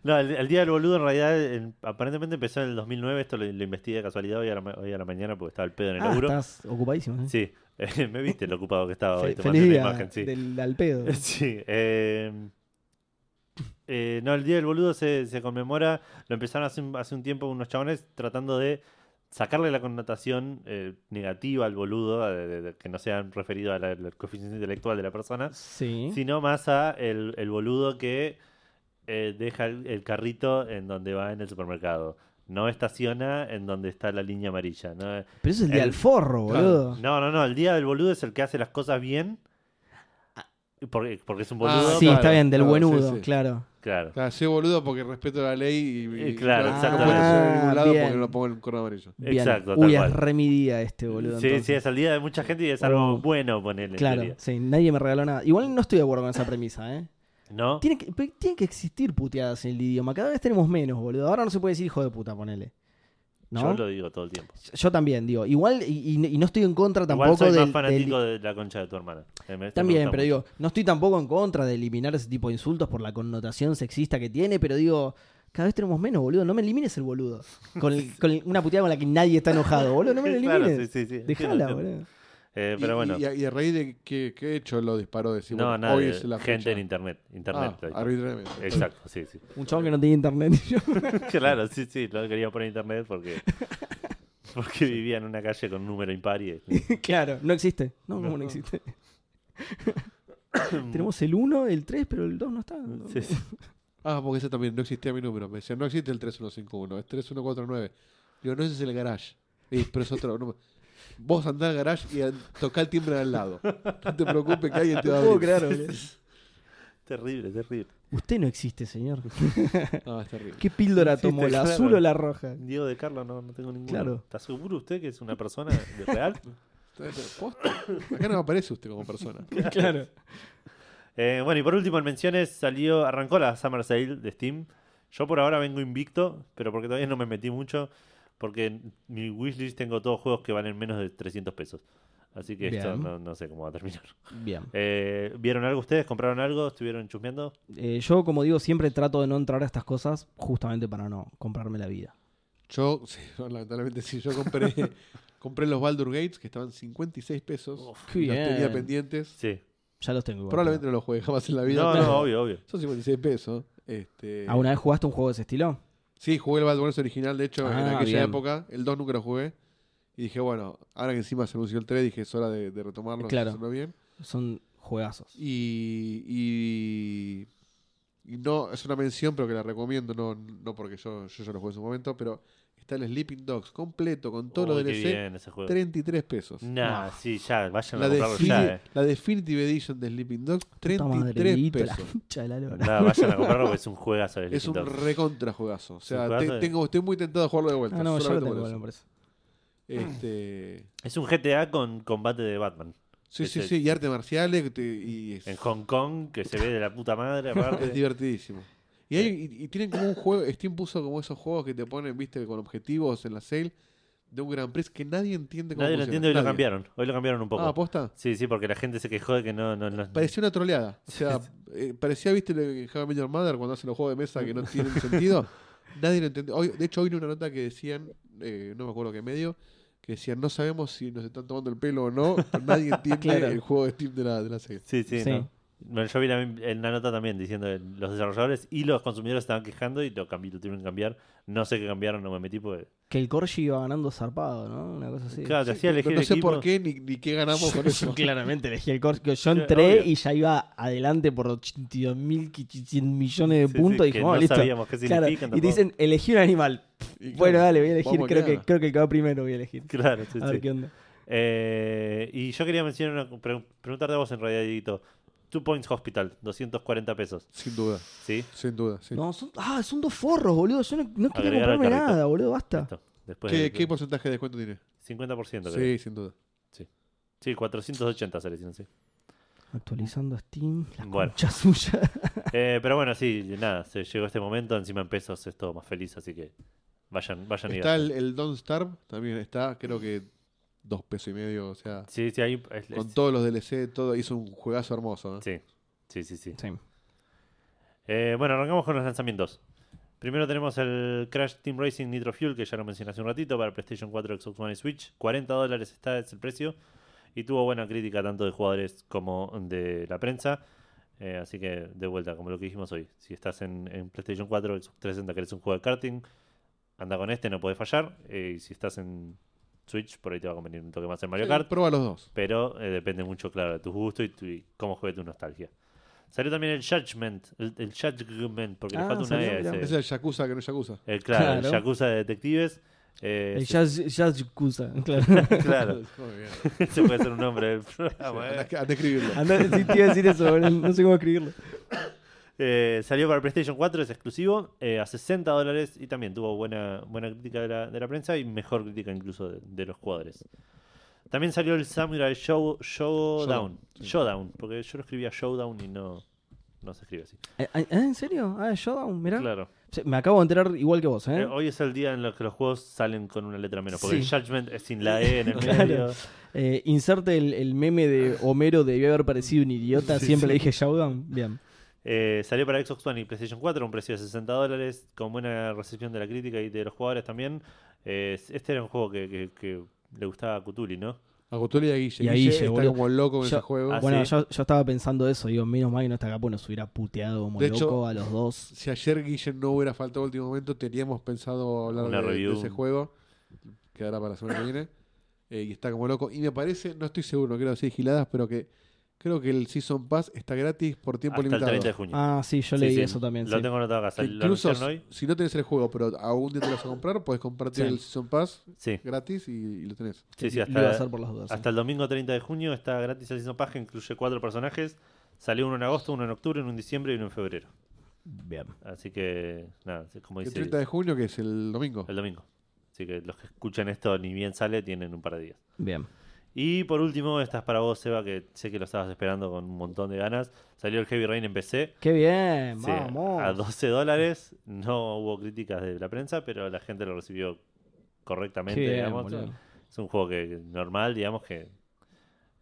No, el, el Día del Boludo en realidad en- aparentemente empezó en el 2009. Esto lo, lo investigué de casualidad hoy a, la, ma- hoy a la mañana porque estaba el pedo en el Ah, laburo. estás ocupadísimo. ¿eh? Sí, [LAUGHS] eh, me viste lo ocupado que estaba hoy. Fe- te feliz mandé día la imagen, sí. del al pedo. [LAUGHS] Sí. eh, eh, no, el Día del Boludo se, se conmemora. Lo empezaron hace un, hace un tiempo unos chabones tratando de sacarle la connotación eh, negativa al boludo, a- de- de- de- que no se han referido a la- al coeficiente intelectual de la persona, Sí. sino más a el, el boludo que eh, deja el, el carrito en donde va en el supermercado. No estaciona en donde está la línea amarilla. No, Pero eso es el día El- del forro, Claro. boludo. no, no, no, el día del boludo es el que hace las cosas bien. Porque, porque es un boludo. Ah, Ah. sí, claro, está bien, del claro, buenudo, sí, sí. claro. Claro. Claro, soy boludo porque respeto la ley y, Eh, claro, no, no exactamente. puedo hacer en ningún lado Ah, porque bien. no pongo el corno amarillo. Bien. Exacto, tal Uy, es cual. re mi día este, boludo. sí, sí, entonces. es el día de mucha gente y es Oh. algo bueno ponerle. Claro, sí, nadie me regaló nada. Igual no estoy de acuerdo con esa premisa, ¿eh? ¿No? Tiene que, pe- tiene que existir puteadas en el idioma. Cada vez tenemos menos, boludo. Ahora no se puede decir hijo de puta, ponele. ¿No? Yo Yo, lo digo todo el tiempo. también, digo. Igual, y, y- y no estoy en contra Igual tampoco soy del- más del, fanático de la concha de tu hermana. Eh, me- esto me También, gusta pero mucho. digo, no estoy tampoco en contra de eliminar ese tipo de insultos por la connotación sexista que tiene, pero digo, cada vez tenemos menos, boludo. No me elimines el boludo. Con, el- con el- una puteada con la que nadie está enojado, boludo. No me lo [LAUGHS] Claro, elimines. sí, sí, sí, Dejala, entiendo, boludo. Eh, Y- pero bueno, y, a- y a raíz de que, que he hecho lo disparó de decir, no, bueno, nada. hoy eh, es la gente fecha. en internet. internet Ah, lo digo. arbitrariamente. Exacto, sí, [LAUGHS] sí. Un chabón que no tiene internet. [LAUGHS] claro, sí, sí. Lo quería poner en internet porque. Porque vivía en una calle con un número impar [LAUGHS] y. claro, no existe. No, ¿cómo no No. [COUGHS] existe? Tenemos el 1, el 3, pero el 2 no está. [LAUGHS] Sí, sí. Ah, porque ese también no existía mi número. Me decían, no existe el 3151, es 3149. Digo, no, ese es el garage. Y, pero es otro número. Vos andá al garage y an- tocá el timbre al lado. No te preocupes que alguien te va a abrir. Terrible, terrible. Usted no existe, señor. No, es terrible. ¿Qué píldora Sí, tomó? está ¿La claro. azul o la [LAUGHS] roja? Diego de Carlos no, no tengo ninguno. Claro. ¿Está seguro usted que es una persona [LAUGHS] de real? Posta. Acá no aparece usted como persona. claro. Eh, bueno, y por último, en menciones salió, arrancó la Summer Sale de Steam. Yo por ahora vengo invicto, pero porque todavía no me metí mucho, porque en mi wishlist tengo todos juegos que valen menos de 300 pesos. Así que esto Bien. no, no sé cómo va a terminar. [LAUGHS] Bien. Eh, ¿Vieron algo ustedes? ¿Compraron algo? ¿Estuvieron chusmeando? Eh, yo, como digo, siempre trato de no entrar a estas cosas justamente para no comprarme la vida. Yo, [LAUGHS] sí, no, lamentablemente sí, [LAUGHS] yo compré, compré los Baldur Gates que estaban 56 pesos. qué y los bien. tenía pendientes. Sí. Ya los tengo. igual, Probablemente no los juegue jamás en la vida. No, pero no, obvio, obvio. Son 56 pesos. Este, pero- ¿Alguna vez jugaste un juego de ese estilo? Sí, jugué el Bad Wars original, de hecho, en Ah, aquella bien. época. El 2 nunca lo jugué. Y dije, bueno, ahora que encima se anunció el 3, dije, es hora de, de retomarlo, Claro. hacerlo bien. Son juegazos. Y, y- y no, es una mención, pero que la recomiendo, no, no porque yo, yo ya lo jugué en su momento, pero está el Sleeping Dogs completo, con todo lo Uy, qué DLC, bien ese juego. 33 pesos. Nah, No. sí, ya, vayan La, a comprarlo defini- ya, eh. la Definitive Edition de Sleeping Dogs, Puta 33 Guito, [LAUGHS] pesos. la hincha de la lora. Nah, vayan a comprarlo porque es un juegazo. el Es un Nintendo. recontra juegazo. O ¿Es sea, un te- juegazo? tengo, estoy muy tentado a jugarlo de vuelta. Ah, no, yo lo solamente tengo por igual, eso. me parece. [CLEARS THROAT] Este, Es un GTA con combate de Batman. sí, Es sí, el- sí, y artes marciales que te- y es, En Hong Kong, que se ve de la puta madre, [LAUGHS] aparte. es divertidísimo. Y, hay- y- y tienen como un juego, Steam puso como esos juegos que te ponen, viste, con objetivos en la sale de un Grand Prix que nadie entiende cómo Nadie lo funciona. entiende, hoy lo Este Nadie. cambiaron. Hoy lo cambiaron un poco. Ah, ¿aposta? Sí, sí, porque la gente se quejó de que no. no, no- Parecía una troleada. O sea, eh, parecía, viste, lo que How I Met Your Mother cuando hacen los juegos de mesa que no tienen sentido. Nadie lo entendió. Hoy, de hecho, hoy vi una nota que decían, eh, no me acuerdo qué medio, que decían, no sabemos si nos están tomando el pelo o no, pero nadie entiende Claro. el juego de Steam de la, de la serie. Sí, sí, Sí. no. Bueno, yo vi la, en la nota también diciendo que los desarrolladores y los consumidores estaban quejando y lo, cambi- lo tuvieron que cambiar. No sé qué cambiaron, no me metí porque. Que el Corgi iba ganando zarpado, ¿no? Una cosa así. Claro, te hacía elegir Pero no sé equipo. por qué ni, ni qué ganamos [LAUGHS] con Yo eso. claramente elegí el Corgi. Yo Sí, entré obvio. y ya iba adelante por 82.500 millones de Sí, sí, puntos. y dije, que "Ah, bueno, no listo. sabíamos qué Claro, significan. y te tampoco. dicen, elegí un animal. Y claro, Bueno, dale, voy a elegir. vamos Creo que, gana. creo que el que va primero voy a elegir. [LAUGHS] Claro, sí, A ver sí. qué onda. Eh, y yo quería mencionar una, pre- preguntarte a vos en realidad, Dieguito. Two Points Hospital, 240 pesos. Sin duda, ¿Sí? sin duda. sí. No, son, ah, son dos forros, boludo. Yo no, no quería Agregar al comprarme carrito. nada, boludo. Basta. Listo. Después ¿Qué, del- qué porcentaje de descuento tiene? 50%, creo. Sí, sin duda. Sí, 480 se le hicieron, sí. Actualizando Steam. La Bueno. concha suya. [LAUGHS] Eh, pero bueno, sí, nada, se llegó este momento, encima en pesos es todo más feliz, así que vayan, vayan y Está gasten. el, el Don't Starve, también está, creo que dos pesos y medio, o sea, Sí, sí, hay... es- con es- todos los DLC, todo, hizo un juegazo hermoso. ¿eh? sí, sí, sí, sí. Sí. Eh, bueno, arrancamos con los lanzamientos. Primero tenemos el Crash Team Racing Nitro Fuel, que ya lo mencioné hace un ratito, para PlayStation 4, Xbox One y Switch. 40 dólares está, es el precio. Y tuvo buena crítica tanto de jugadores como de la prensa. Eh, así que, de vuelta, como lo que dijimos hoy. Si estás en, en PlayStation 4, Xbox 360, querés un juego de karting, anda con este, no puede fallar. Eh, y si estás en Switch, por ahí te va a convenir un toque más el Mario Sí, Kart. Prueba los dos. Pero eh, depende mucho, claro, de tus gustos y, tu- y cómo juegue tu nostalgia. Salió también el Judgment, el, el Judgment, porque le Ah, falta una salió, E a mirá. ese. Es el Yakuza que no es Yakuza. El, claro, el Claro. Yakuza de detectives. eh, El se- jazz, jazz Yakuza, [LAUGHS] claro. claro, [LAUGHS] Muy bien. ese puede ser un nombre del programa. [LAUGHS] Andá eh. a describirlo. Andá, Ah, sí, te iba a decir eso, boludo. No sé cómo escribirlo. Eh, salió para PlayStation 4, es exclusivo, eh, a 60 dólares y también tuvo buena, buena crítica de la, de la prensa y mejor crítica incluso de, de los jugadores. También salió el Samurai Show, Showdown. Showdown, sí. Showdown, porque yo lo escribía Showdown y no, no se escribe así. Eh, eh, ¿En serio? Ah, Showdown, mirá. Claro. Sí, Me acabo de enterar igual que vos, ¿eh? Eh, hoy es el día en el que los juegos salen con una letra menos, porque Sí. el Judgment es sin la E en el [LAUGHS] Claro. medio. Eh, inserte el, el meme de Homero debió haber parecido un idiota. Siempre le dije Showdown. Bien. Eh, salió para Xbox One y PlayStation 4 a un precio de 60 dólares, con buena recepción de la crítica y de los jugadores también. Eh, este era un juego que, que- que le gustaba a Cutuli, ¿no? A Cotuli y a Guille. Y a Guille Guille, está boludo. como loco con Yo- ese juego. Ah, bueno, sí. yo, yo estaba pensando eso. Digo, menos mal que no está acá, pues nos hubiera puteado como De loco hecho- a los dos. Si ayer Guille no hubiera faltado al último momento, teníamos pensado hablar Una de, de review. ese juego. Quedará para la semana que viene. Eh, y está como loco. Y me parece, no estoy seguro, no quiero decir giladas, pero que Creo que el Season Pass está gratis por tiempo Hasta limitado. el 30 de junio. Ah, sí, yo Sí, leí sí, eso también. Lo sí. tengo anotado acá. Que sal- ¿Lo incluso anunciaron hoy? si no tenés el juego, pero algún día te lo vas a comprar, puedes comprar Sí. el Season Pass Sí. gratis y, y lo tenés. Sí, sí, Lo iba a hasta, hacer por las dudas. sí. hasta el domingo 30 de junio está gratis el Season Pass que incluye cuatro personajes. Salió uno en agosto, uno en octubre, uno en diciembre y uno en febrero. Bien. Así que, nada, sí, como El dice 30 de junio, que es el domingo. el domingo. Así que los que escuchan esto ni bien sale tienen un par de días. Bien. Y por último, esta es para vos, Seba, que sé que lo estabas esperando con un montón de ganas. Salió el Heavy Rain en PC. Qué bien, Sí, vamos. a 12 dólares. No hubo críticas de la prensa, pero la gente lo recibió correctamente. Qué bien, digamos. boludo. Es un juego que normal, digamos que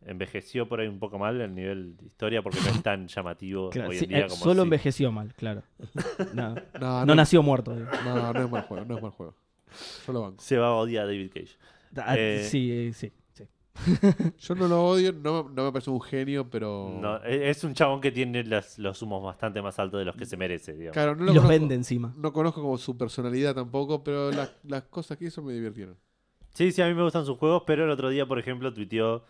envejeció por ahí un poco mal el nivel de historia porque no es tan llamativo Claro, hoy en sí, día eh, como Ah, solo si- envejeció mal, claro. [LAUGHS] No, no, No, no, nació muerto. digo. no, no es mal juego, no es mal juego. Yo lo banco. Se va a odiar a David Cage. Ah, Eh, sí, eh, sí, sí. Yo no lo odio, no, no me parece un genio, pero. No, e- es un chabón que tiene las- los humos bastante más altos de los que se merece, digamos. Claro, no Y lo los conozco, vende encima. No conozco como su personalidad tampoco, pero las, las cosas que hizo me divirtieron. Sí, sí, a mí me gustan sus juegos, pero el otro día, por ejemplo, tuiteó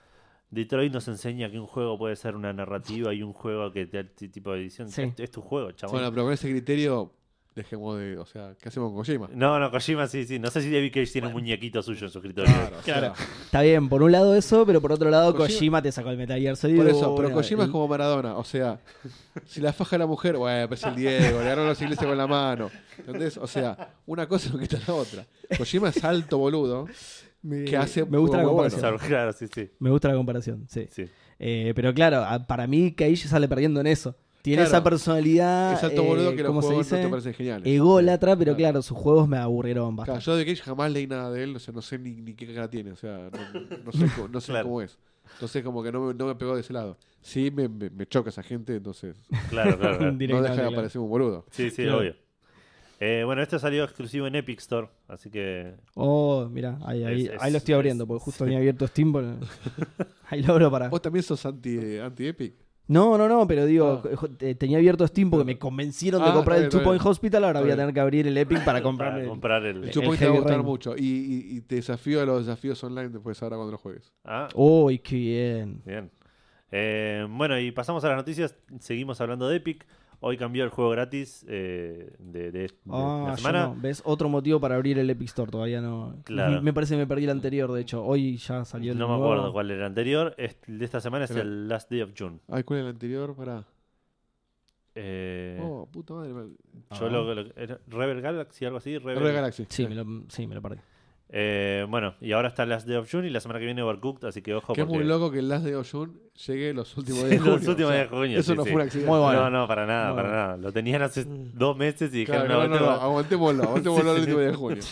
Detroit nos enseña que un juego puede ser una narrativa y un juego que te te- tipo de edición. Sí. Es, es tu juego, chabón. Bueno, pero con ese criterio, dejemos de. O sea, ¿qué hacemos con Kojima? No, no, Kojima sí, sí. No sé si David Cage tiene un muñequito suyo en su escritorio. [LAUGHS] [LAUGHS] Claro, o sea, Está bien, por un lado eso, pero por otro lado Kojima, Kojima- te sacó el Metal Gear Solid. Por eso, pero una, Kojima el- es como Maradona. [LAUGHS] O sea, si la faja de la mujer, bueno, pues el Diego, le agarró los ingleses con la mano. ¿Entendés? O sea, una cosa [LAUGHS] no quita la otra. Kojima es alto boludo. me, que hace me gusta la muy bueno. comparación. Claro, claro, sí, sí. Me gusta la comparación, sí. sí. Eh, pero claro, a- para mí Cage sale perdiendo en eso. Tiene Claro. esa personalidad, Es alto eh, boludo que los ¿cómo se juegos dice? no te parecen geniales. ególatra, pero Claro. claro, sus juegos me aburrieron Claro, bastante. yo de Cage jamás leí nada de él, o sea, no sé ni, ni qué cara tiene, o sea, no, no sé, cómo, no [LAUGHS] sé Claro. cómo es. Entonces, como que no, me- no me pegó de ese lado. Sí, me, me- me choca esa gente, entonces Claro, claro. [LAUGHS] claro. [LAUGHS] Directamente, no deja de claro. aparecer un boludo. Sí, sí, Claro. obvio. Eh, bueno, este salió exclusivo en Epic Store, así que Oh, mira, ahí, ahí, Es- es- ahí lo estoy abriendo, es- porque justo [LAUGHS] tenía abierto Steam. pero- Ahí lo abro para. ¿Vos también sos anti- anti-Epic? No, no, no, pero digo, Ah. jo- te- tenía abierto Steam porque me convencieron de Ah, comprar el está bien, Two está Point bien. Hospital, ahora Está voy a bien. tener que abrir el Epic [LAUGHS] Ah, para comprarme. eh, para el- comprar el... el Chupón te Heavy va a gustar Rain. mucho. Y, y- y te desafío a los desafíos online después, ahora cuando lo juegues. Ah, Uy, qué bien. bien. Eh, bueno, y pasamos a las noticias. Seguimos hablando de Epic. Hoy cambió el juego gratis eh, de, de- de Ah, la yo semana. no. ¿Ves? Otro motivo para abrir el Epic Store, todavía no. [LAUGHS] Claro. Me parece que me perdí el anterior, de hecho. Hoy ya salió el No me nuevo. acuerdo cuál era el anterior. Es- El de esta semana es Pero- el Last Day of June. Ay, ¿cuál es el anterior? Pará. Eh, Oh, puta madre. me- Yo Ah. lo, lo- era Rebel Galaxy, algo así. Rebel- Rebel Galaxy. Sí, me lo, sí, me lo perdí. Eh, bueno, y ahora está Last Day of June y la semana que viene Overcooked, así que ojo Que es muy porque- [LAUGHS] loco que el Last de Oshun llegue los últimos Sí, días de [LAUGHS] los junio. últimos días de junio, Eso sí, no sí. fue un accidente. Muy bueno. No, no, para nada, No, para bueno. nada. Lo tenían hace dos meses y dijeron, Mm. Claro, no, no, este no, va- [LAUGHS] aguantémoslo, aguantémoslo el último día de junio.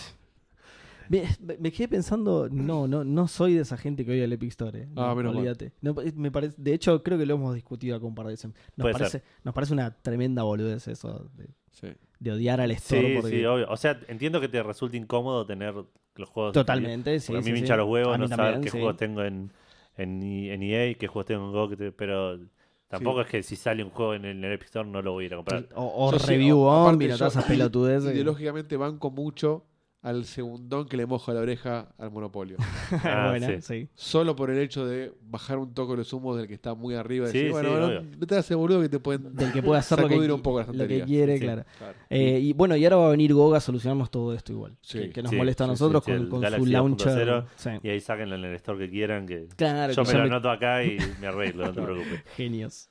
Me, me- me quedé pensando, no, no, no soy de esa gente que odia el Epic Store. eh. No, Ah, menos mal. olvídate. No, eh, me parece, de hecho, creo que lo hemos discutido acá un par de veces. Nos, Puede parece, nos parece una tremenda boludez eso de, Sí. de odiar al Store. Sí, porque- sí, obvio. O sea, entiendo que te resulta incómodo tener los juegos. Totalmente, sí. Porque a mí sí, me sí. hincha los huevos A mí no saber también, qué sí. juegos tengo en, en, E- en EA, qué juegos tengo en Go, que te- pero tampoco es que si sale un juego en el, en el Epic Store no lo voy a ir [LAUGHS] a comprar. O, o Yo sí, Review o- aparte Bomb y no yo todas [LAUGHS] esas pelotudeces. que- [LAUGHS] Ideológicamente banco mucho al segundón que le moja la oreja al monopolio. Ah, Buena, sí. sí. Solo por el hecho de bajar un toco los humos del que está muy arriba. Y Sí, decir, sí, bueno, obvio. no, no te hagas boludo que te pueden Del que puede hacer lo que, sacudir un poco las lo que estanterías. quiere, Sí, sí. claro. Claro. Eh, y bueno, y ahora va a venir GOG a solucionarnos todo esto igual. Sí, que, que nos sí, molesta a sí, nosotros sí, con, el con su Galaxy launcher. 2.0. Sí. Y ahí sáquenlo en el store que quieran. que Claro, que Yo me son lo de- anoto [LAUGHS] acá y me arreglo, no te preocupes. genios.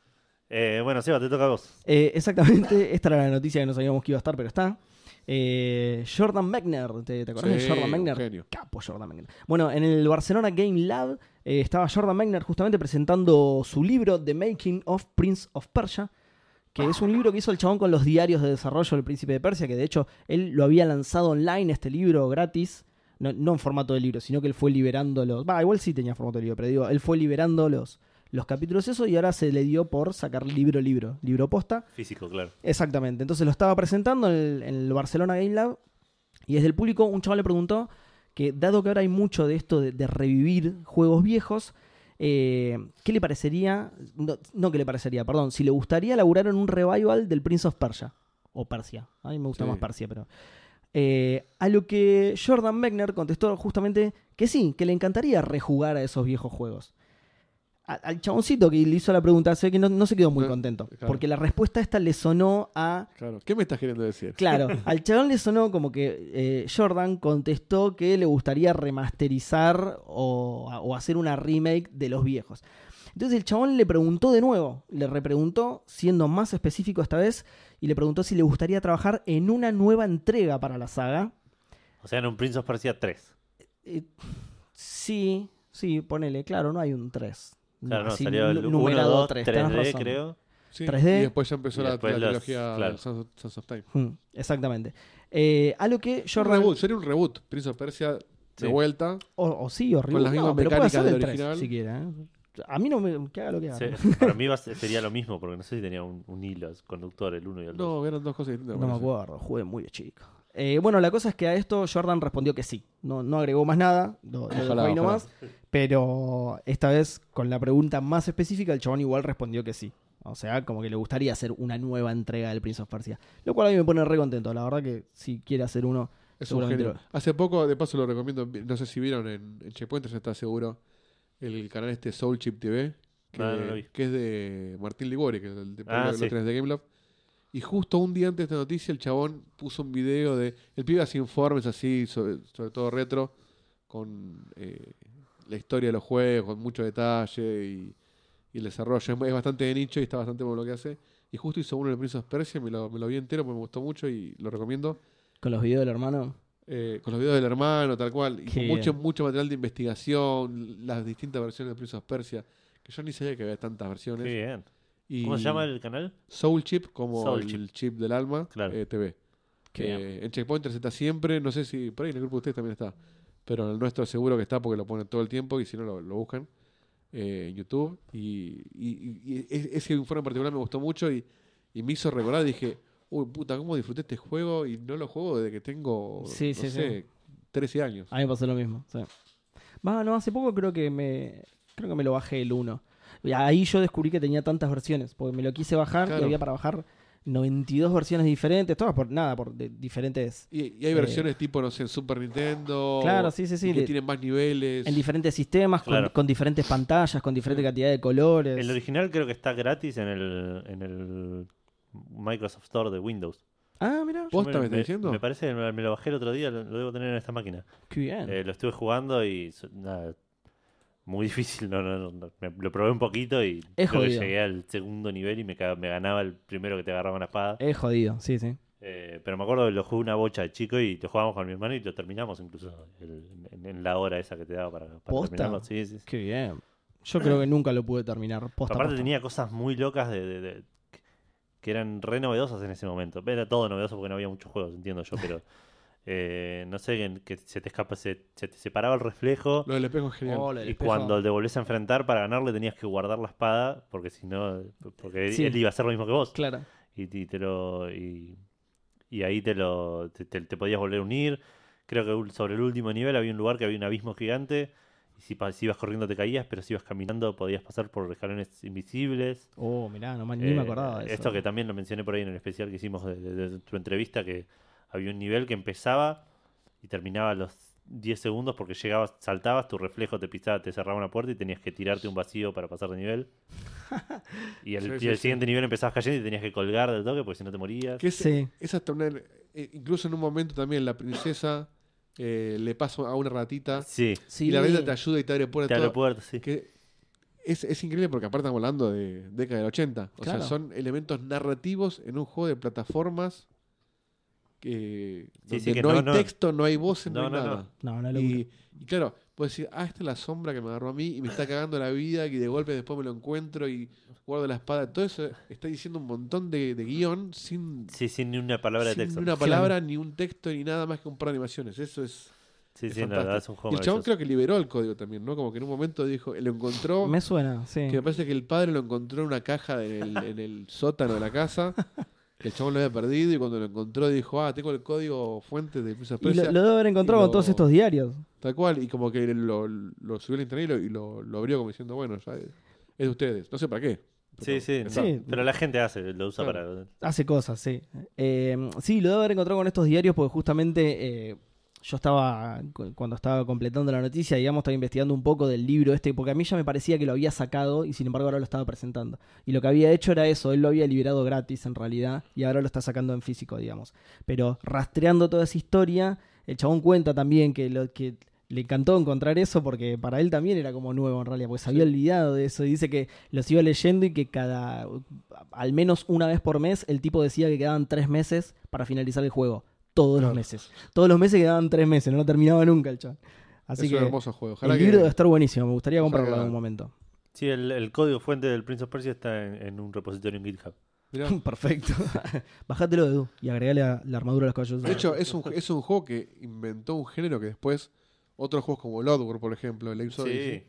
Eh, bueno, Seba, te toca a vos. Eh, exactamente, [LAUGHS] esta era la noticia que no sabíamos que iba a estar, pero está. Eh, Jordan Mechner, ¿te, te acordás Sí, de Jordan un Mechner? genio. Capo Jordan Mechner. Bueno, en el Barcelona Game Lab eh, estaba Jordan Mechner justamente presentando su libro The Making of Prince of Persia, que es un libro que hizo el chabón con los diarios de desarrollo del Príncipe de Persia, que de hecho él lo había lanzado online, este libro gratis, no, no en formato de libro, sino que él fue liberando los... Bah, igual sí tenía formato de libro, pero digo, él fue liberando los, los capítulos eso y ahora se le dio por sacar libro-libro, libro posta. Físico, claro. Exactamente. Entonces lo estaba presentando en el, en el Barcelona Game Lab. Y desde el público, un chaval le preguntó que, dado que ahora hay mucho de esto de, de revivir juegos viejos, eh, ¿qué le parecería? No, no que le parecería, perdón, si le gustaría laburar en un revival del Prince of Persia. O Persia. A mí me gusta Sí. más Persia, pero. Eh, a lo que Jordan Mechner contestó justamente que sí, que le encantaría rejugar a esos viejos juegos. a- al chaboncito que le hizo la pregunta, se ve que no, no se quedó muy No, contento. claro. Porque la respuesta esta le sonó a. Claro. ¿Qué me estás queriendo decir? [LAUGHS] Claro, al chabón le sonó como que eh, Jordan contestó que le gustaría remasterizar o, o hacer una remake de los viejos. Entonces el chabón le preguntó de nuevo, le repreguntó, siendo más específico esta vez, y le preguntó si le gustaría trabajar en una nueva entrega para la saga. O sea, en un Prince of Persia 3. Eh, sí, sí, ponele, claro, no hay un 3. Claro, no, Así, salió el nu- 1, 2, tres, 3D, tenés razón. creo. Sí, 3D. Y después ya empezó Y la, después la los- trilogía claro. Sons, of, Sons of Time. Hmm, exactamente. Eh, a lo que Un Jordan... reboot, sería un reboot. Prince of Persia de Sí. vuelta. O, o sí, o reboot. las mismas no, pero puede mecánicas hacer el del 3, original. si quiere. ¿eh? A mí no me... Que haga lo que haga. Se- para mí va a ser- sería lo mismo, porque no sé si tenía un, un hilo conductor, el 1 y el 2. No, eran dos cosas distintas. No me parece. acuerdo, jugué muy de chico. Eh, bueno, la cosa es que a esto Jordan respondió que sí. No, no agregó más nada, lo, lo dejó Ojalá, ahí ojalá. nomás. Pero esta vez, con la pregunta más específica, el chabón igual respondió que sí. O sea, como que le gustaría hacer una nueva entrega del Prince of Persia. Lo cual a mí me pone re contento. La verdad que si quiere hacer uno, Es un seguramente genio. lo- Hace poco, de paso lo recomiendo, vi- no sé si vieron en, en Checkpoint, ya está seguro, el canal este Soul Chip TV, que, No, no lo vi. que es de Martín Ligori, que es el de Ah, los sí. tres de GameLab. Y justo un día antes de esta noticia, el chabón puso un video de. El pibe hace informes así, sobre, sobre todo retro, con eh, la historia de los juegos, con mucho detalle y, y el desarrollo. Es, es bastante de nicho y está bastante bueno lo que hace. Y justo hizo uno de Prince of Persia, me lo, me lo vi entero, porque me gustó mucho y lo recomiendo. con los videos del hermano. Eh, con los videos del hermano, tal cual. Y Qué con mucho, bien. mucho material de investigación, las distintas versiones de Prince of Persia, que yo ni sabía que había tantas Qué versiones. bien. Y ¿Cómo se llama el canal? Soul Chip, como Soul el Chip. chip. del alma, Claro. eh, TV. Qué Eh, bien. en Checkpointer está siempre, no sé si por ahí en el grupo de ustedes también está, pero en el nuestro seguro que está porque lo ponen todo el tiempo y si no lo, lo buscan eh, en YouTube. Y, y- y- y es- ese informe en particular me gustó mucho y, y me hizo recordar, dije, uy puta, ¿cómo disfruté este juego? Y no lo juego desde que tengo, Sí, sí, no sí. sé, 13 años. A mí me pasó lo mismo. sí. Va, no, hace poco creo que me creo que me lo bajé el 1. Y ahí yo descubrí que tenía tantas versiones, porque me lo quise bajar y Claro. había para bajar 92 versiones diferentes, todas por nada, por de- diferentes Y, y hay Eh, versiones tipo, no sé, en Super Nintendo. Claro, sí, sí, sí, y Que de- tienen más niveles. en diferentes sistemas, con- Claro. Mm. con, diferentes pantallas, con diferente cantidad de colores. El original creo que está gratis en el, en el Microsoft Store de Windows. Ah, mira, Yo ¿Posta me me, estás diciendo? me parece que me, me lo bajé el otro día, lo, lo debo tener en esta máquina. qué bien. Eh, lo estuve jugando y so- nada, muy [LAUGHS] difícil. No, no, no, no. Me- lo probé un poquito y Es creo que jodido. llegué al segundo nivel y me, ca- me ganaba el primero que te agarraba una espada. Es jodido, sí, sí. Eh, pero me acuerdo que lo jugué una bocha de chico y lo jugábamos con mi hermano y lo terminamos incluso el- en, en la hora esa que te daba para, para ¿Posta? terminarlo. Sí, sí, sí. Qué bien. Yo creo que nunca lo pude terminar. Posta, Aparte posta. tenía cosas muy locas de, de- de- que eran re novedosas en ese momento. Era todo novedoso porque no había muchos juegos, entiendo yo, [LAUGHS] pero eh, no sé, que, que se te escapa, se, se te separaba el reflejo Lo del espejo es genial. Oh, lo del y espejo. cuando te volvés a enfrentar para ganarle tenías que guardar la espada porque si no, porque Sí. él iba a hacer lo mismo que vos. Claro. Y, y te lo... Y, y ahí te lo te, te- te podías volver a unir. Creo que ul- sobre el último nivel había un lugar que había un abismo gigante. Y si, pa- si ibas corriendo te caías, pero si ibas caminando podías pasar por escalones invisibles. Oh, mirá, no, me- ni Eh, me acordaba de eso. Esto que también lo mencioné por ahí en el especial que hicimos de, de- de tu entrevista, que había un nivel que empezaba y terminaba a los 10 segundos porque llegabas, saltabas, tu reflejo te pisaba, te cerraba una puerta y tenías que tirarte un vacío para pasar [LAUGHS] de nivel. Y el, Sí, y sí, el sí. siguiente nivel empezabas cayendo y tenías que colgar del toque porque si no te morías. Que es, Sí. es hasta una- eh, incluso en un momento también la princesa eh, le pasa a una ratita Sí, Sí. y la ratita te ayuda y te abre te puertas. abro todo. puertas, sí. Que es, es increíble porque aparte estamos hablando de década del 80. O Claro. sea, son elementos narrativos en un juego de plataformas que, Sí, sí, donde que no, no, hay no. texto, no hay voces, no, No, hay no, nada. no. No, no lo Y, y claro, puedes decir, ah, esta es la sombra que me agarró a mí y me está cagando la vida y de golpe después me lo encuentro y guardo la espada. Todo eso está diciendo un montón de, de guión sin, Sí, sin ni una palabra sin de texto. ni una palabra, ni un texto, ni nada más que un par de animaciones. Eso es, Sí, es sí, no, la fantástico. verdad es un juego Y el chabón maravilloso. creo que liberó el código también, ¿no? Como que en un momento dijo, lo encontró, Me suena, sí. que me parece que el padre lo encontró en una caja en el, [LAUGHS] en el sótano de la casa. que El chabón lo había perdido y cuando lo encontró dijo, ah, tengo el código fuente de Prince of Y Persia". lo, lo debo haber encontrado y con todos lo- estos diarios. Tal cual, y como que lo, lo subió al internet y lo, y lo- lo abrió como diciendo, bueno, ya es, es de ustedes. No sé para qué. Sí, sí, está. Sí. Pero la gente hace, lo usa Claro. para... Hace cosas, sí. Eh, sí, lo debo haber encontrado con estos diarios porque justamente eh, yo estaba, cu- cuando estaba completando la noticia, digamos, estaba investigando un poco del libro este, porque a mí ya me parecía que lo había sacado y sin embargo ahora lo estaba presentando. Y lo que había hecho era eso, él lo había liberado gratis en realidad y ahora lo está sacando en físico, digamos. Pero rastreando toda esa historia, el chabón cuenta también que lo que... Le encantó encontrar eso porque para él también era como nuevo en realidad, porque se había olvidado de eso. Y dice que los iba leyendo y que cada, al menos una vez por mes, el tipo decía que quedaban tres meses para finalizar el juego. Todos los Claro. meses. Todos los meses quedaban tres meses, no lo terminaba nunca el chaval. Así es que un hermoso juego. Ojalá el que- libro debe estar buenísimo, me gustaría Ojalá comprarlo que- en algún momento. Sí, el, el código fuente del Prince of Persia está en, en un repositorio en GitHub. [LAUGHS] Mirá. [LAUGHS] Perfecto. Bajátelo, Edu, y agregale a la armadura de los caballos. De hecho, es un, es un juego que inventó un género que después otros juegos como Bloodborne, por ejemplo, el Apes Odyssey,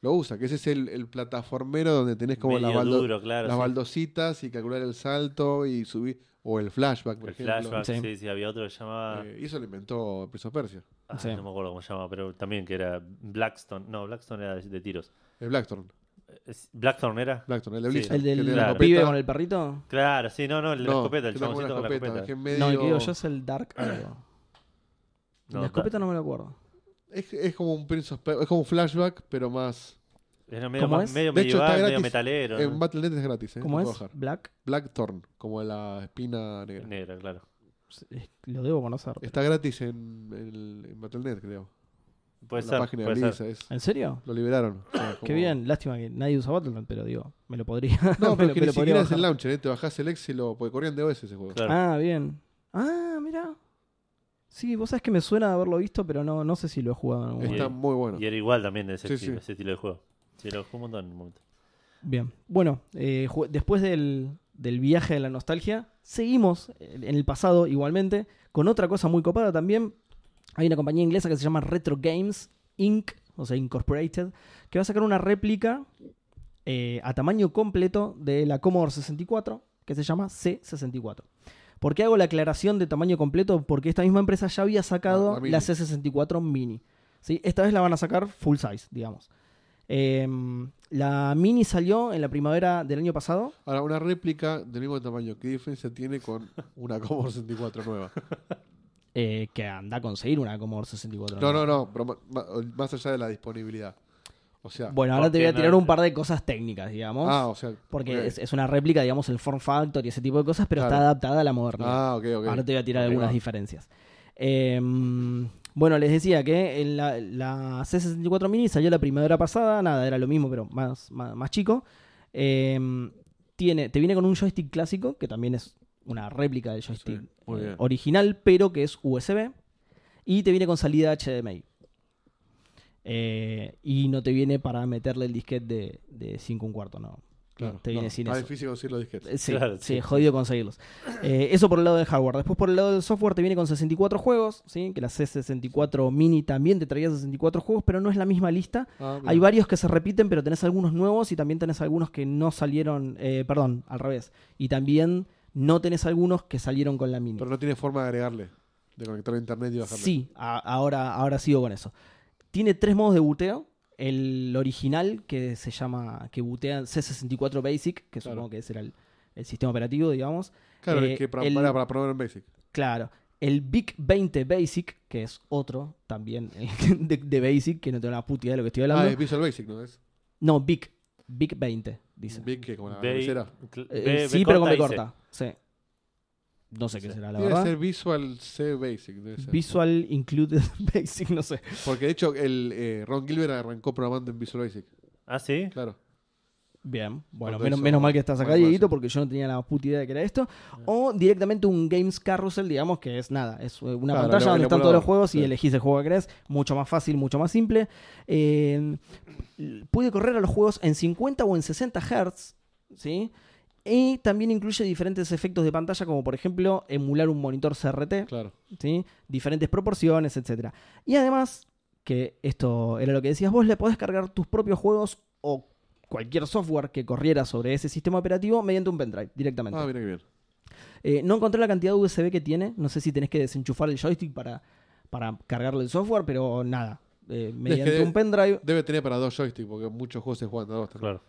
lo usa, que ese es el, el plataformero donde tenés como Medio las, baldo- duro, claro. las sí. baldositas y calcular el salto y subir, o el flashback, por El ejemplo. flashback, ah. Sí. sí. sí, había otro que se llamaba. Eh, y eso lo inventó Prince of Persia, ah, sí. No me acuerdo cómo se llamaba, pero también que era Blackstone. No, Blackstone era de, de tiros. el Blackthorn, Es- ¿Blackthorn era? Blackthorn, el de Sí. Blizzard. ¿El que del tiene la claro. pibe escopeta. con el perrito? Claro, sí, no, no, el de la No, escopeta, el que tiene como una chaboncito con la escopeta, escopeta. que es No, el medio- que digo yo es el [CLEARS THROAT] Dark algo. No, la escopeta no me lo acuerdo. es- es como un Prince of Per- es como un flashback, pero más... Era medio, ¿Cómo ma- es? medio De hecho, está medieval, medio gratis metalero. En ¿no? Battle.net es gratis, ¿eh? ¿Cómo lo es? puedo bajar. Black. Blackthorn, como la espina negra. Negra, claro. Eh, Lo debo conocer. Está gratis en, el- en Battle.net, creo. Puede En ser. la página puede de ser. Blizzard, es- ¿En serio? lo liberaron. O sea, Ah, Qué como- bien, lástima que nadie usa Battlefront, pero digo, me lo podría. No, [LAUGHS] me lo- pero es me que ni lo podría siquiera es el bajar. launcher, ¿eh? te bajás el exe y lo. Porque corrían de OS ese juego. Claro. Ah, bien. Ah, mira. Sí, vos sabés que me suena de haberlo visto, pero no, no sé si lo he jugado en algún Bien. momento. Está muy Ah. bueno. Y era igual también de ese, Sí, estilo, sí. ese estilo de juego. Sí, lo jugó un montón en un momento. Bien. Bueno, eh, ju- después del, del viaje de la nostalgia, seguimos en en el pasado igualmente con otra cosa muy copada también. Hay una compañía inglesa que se llama Retro Games Inc., o sea, Incorporated, que va a sacar una réplica eh, a tamaño completo de la Commodore 64, que se llama C64. ¿Por qué hago la aclaración de tamaño completo? Porque esta misma empresa ya había sacado La- la la, mini. C64 Mini. ¿sí? Esta vez la van a sacar full size, digamos. Eh, la Mini salió en la primavera del año pasado. Ahora, una réplica del mismo tamaño. ¿Qué diferencia tiene con una Commodore 64 [LAUGHS] nueva? eh, que anda a conseguir una Commodore 64. No, no, no. Pero ma- ma- más allá de la disponibilidad. O sea. Bueno, ahora te voy a Porque tirar no- un par de cosas técnicas, digamos. Ah, o sea. porque ok. es, es una réplica, digamos, el form factor y ese tipo de cosas, pero está Claro. adaptada a la modernidad. Ah, ok, ok. Ahora te voy a tirar Ok, algunas va. diferencias. Eh, bueno, les decía que en la, la C64 Mini salió la primavera pasada, nada, era lo mismo, pero más, más, más chico. Eh, tiene, te viene con un joystick clásico, que también es una réplica del joystick Sí, muy eh, bien. original, pero que es USB. Y te viene con salida HDMI. Eh, y no te viene para meterle el disquete de 5 un cuarto, no. Claro, te viene no, sin Más eso. difícil conseguir los disquetes. Eh, Sí, Claro, sí, sí, jodido conseguirlos. Eh, eso por el lado del hardware. Después por el lado del software te viene con 64 juegos, ¿sí? que la C64 Mini también te traía 64 juegos, pero no es la misma lista. Ah, mira. Hay varios que se repiten, pero tenés algunos nuevos y también tenés algunos que no salieron, eh, perdón, al revés. Y también no tenés algunos que salieron con la Mini. Pero no tiene forma de agregarle. De conectarlo a internet y bajarlo. Sí, a- ahora, ahora sigo con eso. Tiene tres modos de buteo. El original, que se llama, que butea C64 Basic, que Claro. supongo que ese era el, el sistema operativo, digamos. Claro, Eh, es que para, el- para, para probar en Basic. Claro. El Big 20 Basic, que es otro también eh, [LAUGHS] de, de Basic, que no tengo la puta idea de lo que estoy hablando. Ah, es Visual Basic, ¿no es? No, Big. Big 20, dice. Big que como la Ve- cabecera. cl- Eh, ve- sí, ve pero con B y se- corta. Sí. No sé qué Sí. será, la Debe verdad. ser Visual C Basic, debe ser. Visual Included [LAUGHS] Basic, no sé. Porque de hecho el eh, Ron Gilbert arrancó programando en Visual Basic, Ah, sí. claro. Bien, bueno, Cuando menos, hizo menos mal que estás acá, Michael Dieguito, Jackson. porque yo no tenía la puta idea de que era esto. O directamente un Games Carrusel, digamos, que es nada, es eh, una pantalla Claro, el- el donde están todos los emulador, juegos y sí. elegís el juego que querés. Mucho más fácil, mucho más simple. Eh, puede correr a los juegos en 50 o en 60 Hz, ¿sí? Y también incluye diferentes efectos de pantalla, como por ejemplo emular un monitor CRT, Claro. ¿sí? diferentes proporciones, etcétera Y además, que esto era lo que decías vos, le podés cargar tus propios juegos o cualquier software que corriera sobre ese sistema operativo mediante un pendrive directamente. Ah, mira que bien. Eh, no encontré la cantidad de USB que tiene, no sé si tenés que desenchufar el joystick para, para cargarle el software, pero nada. Eh, mediante que- un pendrive, Debe tener para dos joysticks porque muchos juegos se juegan a dos. también. Claro.